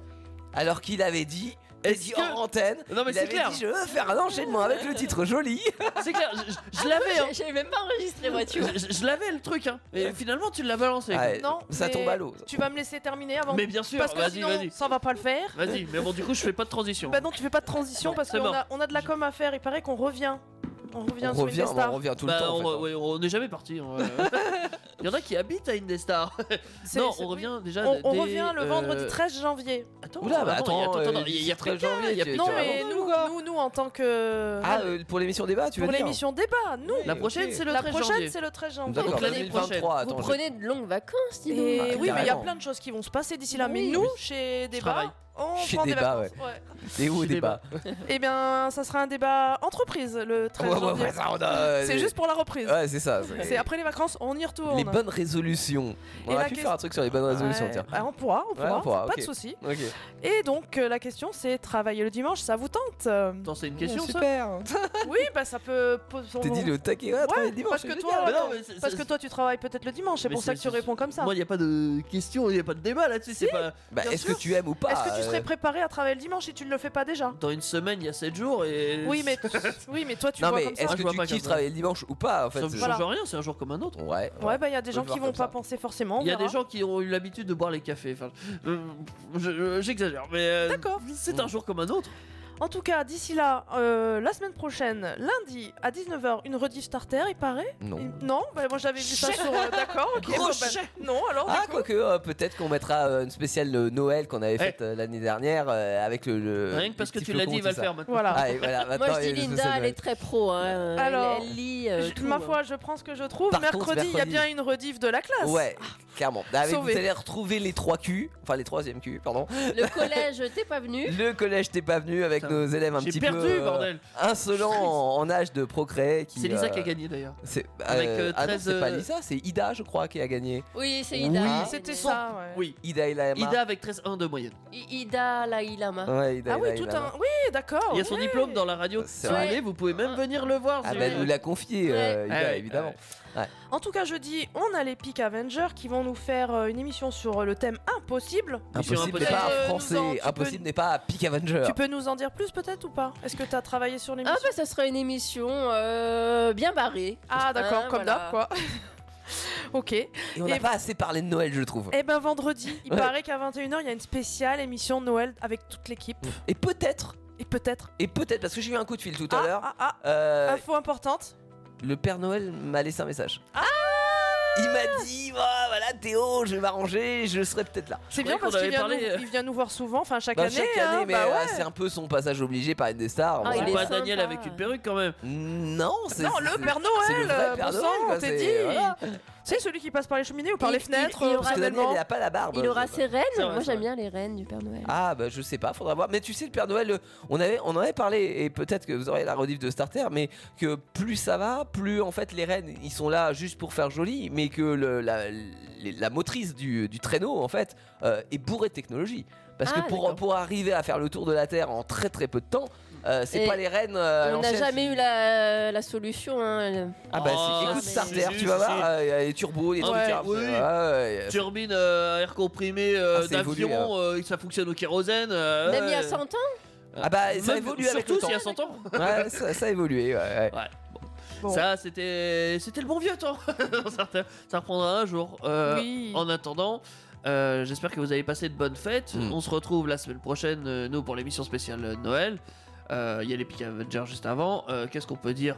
Speaker 3: Alors qu'il avait dit. Il dit
Speaker 4: que-
Speaker 3: en antenne.
Speaker 4: Non, mais
Speaker 3: il
Speaker 4: c'est
Speaker 3: avait
Speaker 4: clair.
Speaker 3: dit je veux faire un enchaînement avec le titre joli.
Speaker 4: C'est clair, je,
Speaker 2: Ah
Speaker 4: je- je l'avais. Hein.
Speaker 5: J'ai même pas enregistré, moi, tu vois.
Speaker 4: Je, je- je l'avais le truc, hein. Et finalement, tu l'as balancé. quoi.
Speaker 3: Ah Ouais,
Speaker 2: mais Tu vas me laisser terminer avant.
Speaker 4: Mais bien sûr,
Speaker 2: parce que
Speaker 4: vas-y,
Speaker 2: sinon,
Speaker 4: vas-y.
Speaker 2: ça va pas le faire.
Speaker 4: Vas-y, mais bon, du coup, je fais pas de transition.
Speaker 2: Bah non, tu fais pas de transition parce
Speaker 4: C'est
Speaker 2: qu'on
Speaker 4: bon.
Speaker 2: a, on a de la com à faire. Il paraît qu'on revient. On revient
Speaker 4: On
Speaker 2: sur
Speaker 4: revient,
Speaker 2: Indestar.
Speaker 4: on revient
Speaker 3: tout
Speaker 4: Bah,
Speaker 3: le temps. en
Speaker 4: on,
Speaker 3: fait. hein.
Speaker 4: re- ouais, on n'est jamais parti. on, euh. Il y en a qui habitent à Indestar. non,
Speaker 2: c'est-
Speaker 4: on revient déjà.
Speaker 2: On, on
Speaker 4: dès,
Speaker 2: revient le vendredi
Speaker 4: euh,
Speaker 2: 13 janvier.
Speaker 4: Attends,
Speaker 3: Oula, bah,
Speaker 4: attends,
Speaker 3: attends,
Speaker 4: attends,
Speaker 3: euh,
Speaker 4: attends, il y a
Speaker 3: 13
Speaker 4: quelqu'un,
Speaker 3: janvier,
Speaker 4: il y a
Speaker 3: tu- tu
Speaker 2: Non,
Speaker 3: vas
Speaker 2: mais
Speaker 3: voir.
Speaker 2: nous, nous, nous, en tant que.
Speaker 3: Ah, euh, pour l'émission débat, tu veux
Speaker 2: pour
Speaker 3: dire
Speaker 2: l'émission débat, nous.
Speaker 3: La prochaine, c'est le
Speaker 2: La
Speaker 3: 13
Speaker 2: prochaine,
Speaker 3: janvier.
Speaker 2: c'est le 13 janvier.
Speaker 3: D'accord, Donc l'année 2023, prochaine. attends,
Speaker 5: Vous
Speaker 3: je-
Speaker 5: prenez de longues vacances, dis donc.
Speaker 2: Et
Speaker 3: Ah,
Speaker 2: oui, mais il y a
Speaker 3: carrément.
Speaker 2: plein de choses qui vont se passer d'ici là. Mais nous, chez
Speaker 3: travaille.
Speaker 2: Débat, Oh, on
Speaker 3: Chez
Speaker 2: prend
Speaker 3: Débat,
Speaker 2: des vacances.
Speaker 3: ouais. Et où au débat
Speaker 2: Eh bien, ça sera un débat entreprise le 13
Speaker 3: Ouais, ouais,
Speaker 2: janvier.
Speaker 3: ouais, ça, on a- euh,
Speaker 2: C'est juste pour la reprise.
Speaker 3: Ouais, c'est ça.
Speaker 2: C'est après les vacances, on y retourne.
Speaker 3: Les bonnes résolutions. On
Speaker 2: Et
Speaker 3: aurait
Speaker 2: la
Speaker 3: pu
Speaker 2: question-
Speaker 3: faire un truc sur les bonnes résolutions,
Speaker 2: Ouais,
Speaker 3: tiens.
Speaker 2: bah, on pourra, on
Speaker 3: Ouais,
Speaker 2: pourra,
Speaker 3: on pourra,
Speaker 2: pas
Speaker 3: ok.
Speaker 2: de souci.
Speaker 3: Ok.
Speaker 2: Et donc euh, la question c'est travailler le dimanche, ça vous tente euh
Speaker 4: c'est une question, ça
Speaker 2: oui, bah ça peut. T'es
Speaker 3: dit le taquet, ouais, travailler le dimanche,
Speaker 2: parce
Speaker 3: c'est
Speaker 2: que
Speaker 3: génial.
Speaker 2: toi,
Speaker 4: Mais non,
Speaker 2: euh,
Speaker 4: mais c'est-
Speaker 2: parce
Speaker 4: c'est-
Speaker 2: que toi tu travailles peut-être le dimanche, c'est
Speaker 4: Mais
Speaker 2: pour ça que tu réponds comme ça.
Speaker 4: Moi, il n'y a pas de question, il n'y a pas de débat là-dessus. c'est pas.
Speaker 3: Bah, est-ce que tu aimes ou pas
Speaker 2: Est-ce que tu serais
Speaker 3: euh,
Speaker 2: préparé à travailler le dimanche si tu ne le fais pas déjà
Speaker 4: Dans une semaine, il y a 7 jours et.
Speaker 2: Oui, mais oui, mais toi tu
Speaker 3: Non,
Speaker 2: vois
Speaker 3: mais
Speaker 2: comme ça.
Speaker 3: est-ce que tu kiffes travailler le dimanche ou pas en fait
Speaker 4: Ça ne
Speaker 3: Voilà.
Speaker 4: change rien, c'est un jour comme un autre.
Speaker 3: Ouais.
Speaker 2: Ouais, bah il y a des
Speaker 4: Faut
Speaker 2: gens
Speaker 4: le voir
Speaker 2: qui vont
Speaker 4: comme
Speaker 2: pas
Speaker 4: ça.
Speaker 2: penser forcément. on
Speaker 4: Il y a
Speaker 2: verra.
Speaker 4: des gens qui ont eu l'habitude de boire les cafés. Enfin, euh, je- je- j'exagère, mais euh, c'est un jour comme un autre.
Speaker 2: En tout cas, d'ici là, euh, la semaine prochaine, lundi à 19h, une rediff starter, il paraît
Speaker 3: Non.
Speaker 2: Il- Non bah, Moi j'avais vu ça sur. euh, D'accord, ok.
Speaker 3: Gros
Speaker 2: bon, bah,
Speaker 3: chèque.
Speaker 2: non, alors.
Speaker 3: Ah,
Speaker 2: d'accord.
Speaker 3: quoique, euh, peut-être qu'on mettra euh, une spéciale euh, Noël qu'on avait faite euh, l'année dernière euh, avec le. le-
Speaker 4: Eh. Rien que parce
Speaker 3: les
Speaker 4: que
Speaker 3: petits
Speaker 4: tu l'as
Speaker 3: flocons,
Speaker 4: dit, il va
Speaker 3: tout
Speaker 4: le
Speaker 3: ça.
Speaker 4: faire maintenant.
Speaker 2: Voilà.
Speaker 3: Ah, et voilà, maintenant,
Speaker 5: Moi, je
Speaker 3: il y a
Speaker 5: dis
Speaker 3: une
Speaker 5: Linda,
Speaker 3: spéciale
Speaker 5: elle est très pro. Hein.
Speaker 2: Alors,
Speaker 5: elle, elle lit. euh,
Speaker 2: je-
Speaker 5: tout,
Speaker 2: ma
Speaker 5: hein.
Speaker 2: foi, je prends ce que je trouve.
Speaker 3: Par contre,
Speaker 2: mercredi, il y a
Speaker 3: mercredi-
Speaker 2: bien une rediff de la classe.
Speaker 3: Ouais. clairement. Ah, mais vous
Speaker 5: Sauvé.
Speaker 3: allez retrouver les trois Q, enfin les troisième Q, pardon.
Speaker 5: Le collège, t'es pas venu
Speaker 3: Le collège t'es pas venu avec nos élèves un
Speaker 4: J'ai
Speaker 3: petit
Speaker 4: perdu,
Speaker 3: peu euh,
Speaker 4: bordel.
Speaker 3: insolents en, en âge de procréer. qui,
Speaker 4: C'est Lisa
Speaker 3: euh,
Speaker 4: qui a gagné d'ailleurs.
Speaker 3: C'est
Speaker 4: Avec,
Speaker 3: euh,
Speaker 4: euh,
Speaker 3: ah non,
Speaker 4: 13,
Speaker 3: c'est pas
Speaker 4: euh,
Speaker 3: Lisa, c'est Ida, je crois, qui a gagné.
Speaker 5: Oui, c'est
Speaker 3: Oui,
Speaker 5: Ida. qui a
Speaker 4: c'était
Speaker 5: gagné.
Speaker 4: ça, Oui.
Speaker 3: Ida et
Speaker 4: Ida avec 13-1 de moyenne.
Speaker 5: I- Ida Lailama.
Speaker 3: Ouais, Ida
Speaker 5: ah oui,
Speaker 3: Lailama.
Speaker 5: tout
Speaker 3: un-
Speaker 2: Oui, d'accord.
Speaker 4: Ah Il y a son diplôme dans la radio. Si vous
Speaker 3: vrai.
Speaker 4: voulez, vous pouvez même venir le voir.
Speaker 3: Ah
Speaker 4: si
Speaker 3: bah,
Speaker 4: vous
Speaker 3: elle nous
Speaker 4: voulez.
Speaker 3: l'a confié, euh,
Speaker 4: Ouais.
Speaker 3: Ida,
Speaker 4: Ah ouais,
Speaker 3: évidemment. Ouais.
Speaker 2: En tout cas, jeudi, on a les Peak Avengers qui vont nous faire euh, une émission sur euh, le thème impossible.
Speaker 3: Impossible n'est
Speaker 2: Tu
Speaker 3: pas
Speaker 4: euh,
Speaker 2: peux nous en-
Speaker 3: français,
Speaker 2: tu peux-
Speaker 3: impossible n'est pas Peak Avenger.
Speaker 2: Tu peux nous en dire plus peut-être ou pas Est-ce que t'as travaillé sur
Speaker 5: Ah
Speaker 2: l'émission
Speaker 5: bah ça sera une émission euh, bien barrée.
Speaker 2: Ah d'accord,
Speaker 5: Hein,
Speaker 2: comme
Speaker 5: voilà.
Speaker 2: d'hab quoi. ok. Et
Speaker 3: Et on n'a pas assez parlé de Noël, je trouve.
Speaker 2: Eh ben vendredi, il
Speaker 3: Ouais.
Speaker 2: paraît qu'à 21h, il y a une spéciale émission de Noël avec toute l'équipe.
Speaker 3: Et peut-être.
Speaker 2: Et peut-être.
Speaker 3: Et peut-être, parce que j'ai eu un coup de fil tout à
Speaker 2: Ah,
Speaker 3: l'heure.
Speaker 2: ah, ah.
Speaker 3: Euh,
Speaker 2: Info importante. Ah
Speaker 3: Le Père Noël m'a laissé un message. Il m'a dit, Ah, voilà Théo, je vais m'arranger, je serai peut-être là.
Speaker 2: C'est bien parce qu'il vient,
Speaker 5: euh.
Speaker 2: nous- il vient nous voir souvent, enfin chaque
Speaker 3: Bah,
Speaker 2: année.
Speaker 3: chaque
Speaker 2: hein,
Speaker 3: année, mais
Speaker 2: bah
Speaker 3: euh,
Speaker 2: ouais.
Speaker 3: c'est un peu son passage obligé par une des stars.
Speaker 2: Ah,
Speaker 3: Bon.
Speaker 2: il est
Speaker 4: Pas Daniel
Speaker 2: sympa.
Speaker 4: avec une perruque quand même.
Speaker 3: Mm,
Speaker 4: Ah,
Speaker 3: Non, c'est.
Speaker 2: Non,
Speaker 3: c'est-
Speaker 2: le Père
Speaker 3: c'est le
Speaker 2: Noël,
Speaker 3: vrai
Speaker 2: euh,
Speaker 3: Père
Speaker 2: bon
Speaker 3: Noël,
Speaker 2: sang,
Speaker 3: quoi,
Speaker 2: on t'a
Speaker 3: c'est-
Speaker 2: dit.
Speaker 3: voilà.
Speaker 2: C'est celui qui passe par les cheminées ou par
Speaker 5: Il-
Speaker 2: les
Speaker 5: il-
Speaker 2: fenêtres.
Speaker 5: il
Speaker 2: euh,
Speaker 5: aura
Speaker 2: parce que
Speaker 5: Daniel,
Speaker 2: tellement-
Speaker 3: il a pas la barbe. euh,
Speaker 5: Il aura ses reines.
Speaker 3: C'est vrai,
Speaker 5: Moi
Speaker 3: c'est
Speaker 5: j'aime bien les reines du Père Noël.
Speaker 3: Ah bah je sais pas, faudra voir. Mais tu sais le Père Noël, euh, on avait, on en avait parlé et peut-être que vous aurez la rediff de Starter, mais que plus ça va, plus en fait les rennes ils sont là juste pour faire joli, mais que le- la, les- la motrice du, du traîneau en fait euh, est bourrée de technologie. Parce
Speaker 5: Ah,
Speaker 3: que pour,
Speaker 5: d'accord.
Speaker 3: pour arriver à faire le tour de la Terre en très très peu de temps, euh, c'est
Speaker 5: Et
Speaker 3: pas les rennes. euh, à
Speaker 5: on n'a
Speaker 3: l'ancienne.
Speaker 5: jamais eu la, la solution. Hein.
Speaker 3: Ah bah
Speaker 4: Oh,
Speaker 3: si, écoute
Speaker 4: mais-
Speaker 3: Starter,
Speaker 4: si,
Speaker 3: tu
Speaker 4: si,
Speaker 3: vas
Speaker 4: si.
Speaker 3: voir, euh, y a les turbos, les
Speaker 4: Ah
Speaker 3: trucs.
Speaker 4: ouais,
Speaker 3: hein,
Speaker 4: oui,
Speaker 3: ouais,
Speaker 4: oui.
Speaker 3: ouais, ouais.
Speaker 4: Turbine euh, à air comprimé euh,
Speaker 3: Ah, c'est
Speaker 4: d'avion,
Speaker 3: évolué, hein.
Speaker 4: euh, ça fonctionne au kérosène. euh,
Speaker 5: Même il y a
Speaker 4: euh,
Speaker 5: 100 ans
Speaker 3: Ah bah ça
Speaker 4: Même-
Speaker 3: évolue avec
Speaker 4: surtout
Speaker 3: le temps.
Speaker 4: s'il y a 100 ans.
Speaker 3: Ouais, ça, ça a évolué, ouais. ouais.
Speaker 2: Bon.
Speaker 4: Ça, c'était c'était le bon vieux temps. Certains- ça reprendra un jour. Euh,
Speaker 2: Oui.
Speaker 4: En attendant, euh, j'espère que vous avez passé de bonnes fêtes.
Speaker 3: Hmm.
Speaker 4: On se retrouve la semaine prochaine, euh, nous, pour l'émission spéciale euh, Noël. Euh, Il y a les Peak Avengers juste avant. Euh, Qu'est-ce qu'on peut dire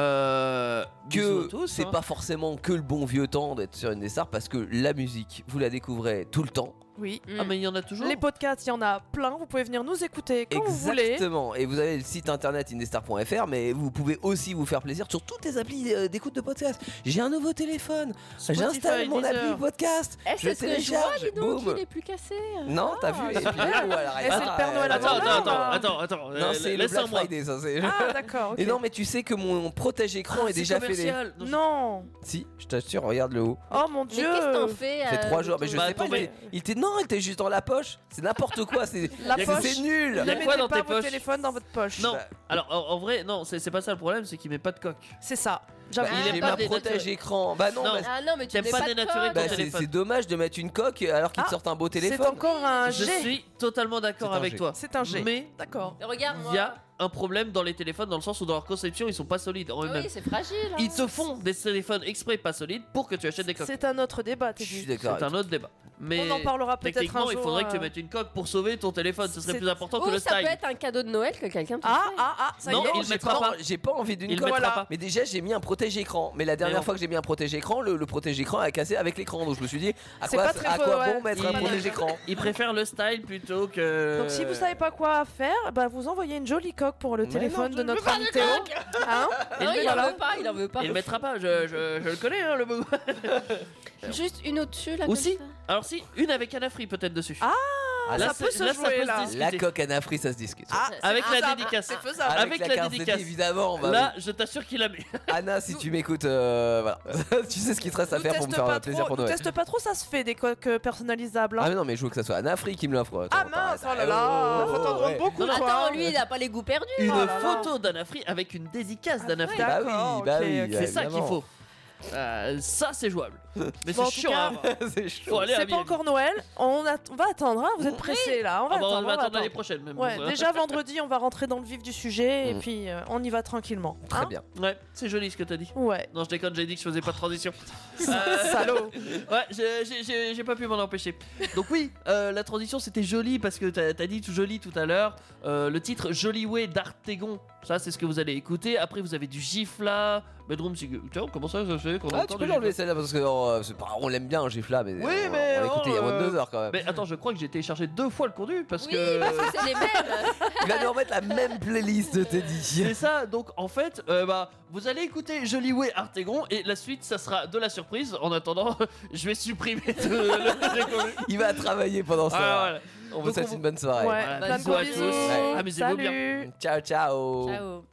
Speaker 4: Euh, bisous
Speaker 3: que
Speaker 4: à tous,
Speaker 3: c'est
Speaker 4: hein.
Speaker 3: pas forcément que le bon vieux temps d'être sur une des stars parce que la musique, vous la découvrez tout le temps.
Speaker 2: Oui.
Speaker 4: Ah, mais il y en a toujours.
Speaker 2: Les podcasts, il y en a plein. Vous pouvez venir nous écouter quand vous voulez.
Speaker 3: Exactement. Et vous avez le site internet indestar.fr, mais vous pouvez aussi vous faire plaisir sur toutes les applis euh, d'écoute de podcast. J'ai un nouveau téléphone. J'ai
Speaker 5: Spotify,
Speaker 3: installé mon
Speaker 5: Deezer.
Speaker 3: appli podcast.
Speaker 5: Eh, c'est
Speaker 3: je
Speaker 5: ce que je vois,
Speaker 3: télécharge.
Speaker 5: dis donc,
Speaker 3: boum.
Speaker 5: il est plus cassé.
Speaker 3: Non, t'as vu
Speaker 2: Ah, super.
Speaker 3: Et puis, oh, alors,
Speaker 2: Eh, c'est le Père Noël
Speaker 4: Attends,
Speaker 2: Voilà.
Speaker 4: attends, attends, attends, attends. Euh,
Speaker 3: Non, c'est le Black
Speaker 4: moi.
Speaker 3: Friday, ça c'est.
Speaker 2: Ah d'accord.
Speaker 3: Et
Speaker 2: ok. Ah,
Speaker 3: non, mais tu sais que mon protège
Speaker 5: Ah,
Speaker 3: écran est déjà fait. les-
Speaker 4: commercial.
Speaker 2: Non.
Speaker 3: Si, je t'assure, regarde le haut.
Speaker 2: Oh mon
Speaker 5: Mais
Speaker 2: dieu.
Speaker 5: qu'est-ce que t'en fais
Speaker 3: C'est
Speaker 5: euh,
Speaker 3: trois jours, mais je
Speaker 4: Bah,
Speaker 3: sais pas.
Speaker 4: attends,
Speaker 3: il était- Il était non, il était juste dans la poche. C'est n'importe quoi. C'est
Speaker 2: La
Speaker 3: c'est-
Speaker 2: poche.
Speaker 3: c'est nul.
Speaker 2: Ne
Speaker 4: Y a
Speaker 2: mettez
Speaker 4: quoi dans
Speaker 2: pas
Speaker 4: tes
Speaker 2: votre
Speaker 4: poches
Speaker 2: téléphone dans votre poche.
Speaker 3: Bah,
Speaker 4: Non, alors en, en vrai, non, c'est c'est pas ça le problème, c'est qu'il met pas de coque.
Speaker 2: C'est ça.
Speaker 3: Bah,
Speaker 2: J'avoue.
Speaker 4: il
Speaker 3: il
Speaker 4: est
Speaker 3: est
Speaker 4: pas
Speaker 3: ma
Speaker 4: des
Speaker 3: protège
Speaker 4: naturels.
Speaker 3: écran. Bah non.
Speaker 4: Non.
Speaker 3: bah,
Speaker 5: Ah non, mais tu
Speaker 4: T'aimes
Speaker 5: mets
Speaker 4: pas
Speaker 5: pas de
Speaker 4: dénaturer
Speaker 5: coque.
Speaker 4: ton
Speaker 3: bah, c'est
Speaker 4: téléphone.
Speaker 3: c'est dommage de mettre une coque alors qu'il
Speaker 2: Ah,
Speaker 3: te sort un beau
Speaker 2: C'est
Speaker 3: téléphone.
Speaker 2: encore un
Speaker 4: Je
Speaker 2: G.
Speaker 4: suis totalement d'accord
Speaker 3: C'est un
Speaker 4: avec
Speaker 3: G.
Speaker 4: toi.
Speaker 2: C'est un G.
Speaker 4: Mais
Speaker 2: D'accord.
Speaker 5: Regarde moi.
Speaker 4: il y a un problème dans les téléphones dans le sens où dans leur conception ils sont pas solides en
Speaker 5: Ah
Speaker 4: eux-mêmes.
Speaker 5: Oui, c'est fragile. hein.
Speaker 4: Ils te font des téléphones exprès pas solides pour que tu achètes des coques.
Speaker 2: C'est un autre débat. t'es
Speaker 3: Je suis
Speaker 2: dit.
Speaker 3: d'accord.
Speaker 4: C'est un autre débat. Mais
Speaker 2: On en parlera peut-être un
Speaker 4: techniquement, il
Speaker 2: jour,
Speaker 4: faudrait que tu
Speaker 2: euh,
Speaker 4: mettes une coque pour sauver ton téléphone. Ce serait
Speaker 2: c'est-
Speaker 4: plus important que
Speaker 5: Ou
Speaker 4: le
Speaker 5: Oh, ça peut
Speaker 4: style.
Speaker 5: être un cadeau de Noël que quelqu'un te
Speaker 2: Ah
Speaker 5: fait.
Speaker 2: ah ah. Ça
Speaker 4: Non,
Speaker 2: y est.
Speaker 4: il
Speaker 3: J'ai
Speaker 4: mettra
Speaker 3: pas-
Speaker 4: pas.
Speaker 3: J'ai pas envie d'une
Speaker 4: Il
Speaker 3: coque.
Speaker 4: mettra pas.
Speaker 3: Mais déjà, j'ai mis un protège écran. Mais la dernière
Speaker 4: non.
Speaker 3: fois que j'ai mis un protège écran, le, le protège écran a cassé avec l'écran. Donc je me suis dit, à
Speaker 2: C'est
Speaker 3: quoi,
Speaker 2: pas très
Speaker 3: à
Speaker 2: faux,
Speaker 3: quoi
Speaker 2: ouais.
Speaker 3: bon mettre
Speaker 4: Il-
Speaker 3: un protège écran
Speaker 4: Ils préfèrent le style plutôt que.
Speaker 2: Donc si vous savez pas quoi faire, bah vous envoyez une jolie coque pour le
Speaker 3: Mais
Speaker 2: téléphone
Speaker 3: non,
Speaker 2: de
Speaker 3: je
Speaker 2: notre ami Théo. Hein
Speaker 5: Non, il en
Speaker 2: Voilà.
Speaker 5: veut pas, il en veut pas.
Speaker 4: Il le mettra pas, je, je- je le connais, hein, le mot.
Speaker 5: Juste une autre dessus là.
Speaker 4: Ou
Speaker 5: comme
Speaker 4: si
Speaker 5: ça.
Speaker 4: Alors, si, une avec Anafri peut-être dessus.
Speaker 2: Ah,
Speaker 3: Ah,
Speaker 4: là,
Speaker 2: ça peut
Speaker 4: c'est-
Speaker 2: se
Speaker 4: là,
Speaker 2: jouer,
Speaker 4: ça peut
Speaker 2: là.
Speaker 4: se
Speaker 3: La
Speaker 4: discuter.
Speaker 3: coque anafri, ça se discute.
Speaker 2: Ah,
Speaker 4: Avec
Speaker 2: c'est
Speaker 4: la
Speaker 2: faisable,
Speaker 4: dédicasse.
Speaker 2: C'est faisable.
Speaker 4: avec la
Speaker 3: carte
Speaker 4: dédicace.
Speaker 3: CD, évidemment. bah oui.
Speaker 4: Là, je t'assure qu'il la met.
Speaker 3: Anna, si tu m'écoutes, euh, voilà. tu sais ce qu'il te reste à
Speaker 2: Nous
Speaker 3: faire pour me
Speaker 2: teste
Speaker 3: faire
Speaker 2: pas
Speaker 3: plaisir
Speaker 2: trop-
Speaker 3: pour
Speaker 2: nous
Speaker 3: Noël.
Speaker 2: teste pas trop, ça se fait des coques personnalisables. hein.
Speaker 3: Ah mais non mais je veux que ça soit Anafri qui me l'offre.
Speaker 2: Ah
Speaker 3: Attends,
Speaker 2: mince, oh
Speaker 3: arrête.
Speaker 2: là
Speaker 3: Ah,
Speaker 2: là,
Speaker 3: oh,
Speaker 2: faut t'en
Speaker 3: ouais.
Speaker 2: rendre beaucoup toi.
Speaker 5: Attends, lui, il a pas les goûts perdus.
Speaker 4: Une
Speaker 2: Oh là là.
Speaker 4: photo d'Anafri avec une dédicace d'Anafri.
Speaker 3: Bah oui,
Speaker 2: D'accord,
Speaker 3: bah
Speaker 2: ok,
Speaker 3: oui.
Speaker 2: ok.
Speaker 3: bah
Speaker 4: C'est ça qu'il
Speaker 3: évidemment.
Speaker 4: faut. Euh, ça, c'est jouable. Mais
Speaker 2: Bon, en
Speaker 4: c'est
Speaker 2: tout
Speaker 4: chiant.
Speaker 2: cas,
Speaker 4: à avoir.
Speaker 3: c'est
Speaker 4: Faut
Speaker 3: chaud.
Speaker 4: aller à
Speaker 2: C'est pas
Speaker 4: Miami.
Speaker 2: encore Noël, on, att- on va attendre, hein, vous êtes pressés là, on va
Speaker 4: Ah
Speaker 2: attendre.
Speaker 4: bah, on va attendre
Speaker 2: attendre.
Speaker 4: l'année prochaine même.
Speaker 2: Ouais,
Speaker 4: Donc, euh,
Speaker 2: déjà vendredi, on va rentrer dans le vif du sujet et
Speaker 3: Mm.
Speaker 2: puis euh, on y va tranquillement.
Speaker 3: Très
Speaker 2: hein.
Speaker 3: bien.
Speaker 4: Ouais, c'est joli ce que t'as dit.
Speaker 2: Ouais.
Speaker 4: Non, je déconne, j'ai dit que je faisais pas de transition. Euh,
Speaker 2: Salaud.
Speaker 4: Ouais, j'ai- j'ai- j'ai j'ai pas pu m'en empêcher. Donc, oui, euh, la transition c'était joli parce que t'as t'as dit tout joli tout à l'heure. Euh, le titre Joli Way d'Artegon, ça c'est ce que vous allez écouter. Après, vous avez du Gifla, Bedroom Sig- Tiens, comment ça, ça se fait qu'on
Speaker 3: Ah,
Speaker 4: entend
Speaker 3: tu peux
Speaker 4: du
Speaker 3: l'enlever
Speaker 4: Gifla
Speaker 3: celle-là parce que on, bon, euh, c'est pas- on l'aime bien, Gifla, mais
Speaker 4: Oui,
Speaker 3: on,
Speaker 4: mais.
Speaker 3: on l'a écouté il y a
Speaker 4: bon, euh,
Speaker 3: 22 heures quand même.
Speaker 4: Mais attends, je crois que j'ai téléchargé deux fois le contenu parce
Speaker 3: Oui,
Speaker 4: que.
Speaker 3: parce que
Speaker 5: c'est les mêmes.
Speaker 3: Il va nous remettre la même playlist de Teddy.
Speaker 4: C'est ça, donc en fait, euh, bah, vous allez écouter Joli Way Artegon et la suite, ça sera de la surprise. En attendant, je vais supprimer tout le les contenus.
Speaker 3: Il va travailler pendant ça.
Speaker 4: Ah, voilà.
Speaker 3: On vous
Speaker 4: Donc,
Speaker 3: souhaite
Speaker 4: on-
Speaker 3: une bonne soirée.
Speaker 4: Ouais, Ah, plein de
Speaker 3: Bisous à
Speaker 4: gros
Speaker 3: tous.
Speaker 4: bisous.
Speaker 3: Ouais.
Speaker 4: Amusez-vous bien.
Speaker 3: Salut. Ciao, ciao.
Speaker 5: Ciao.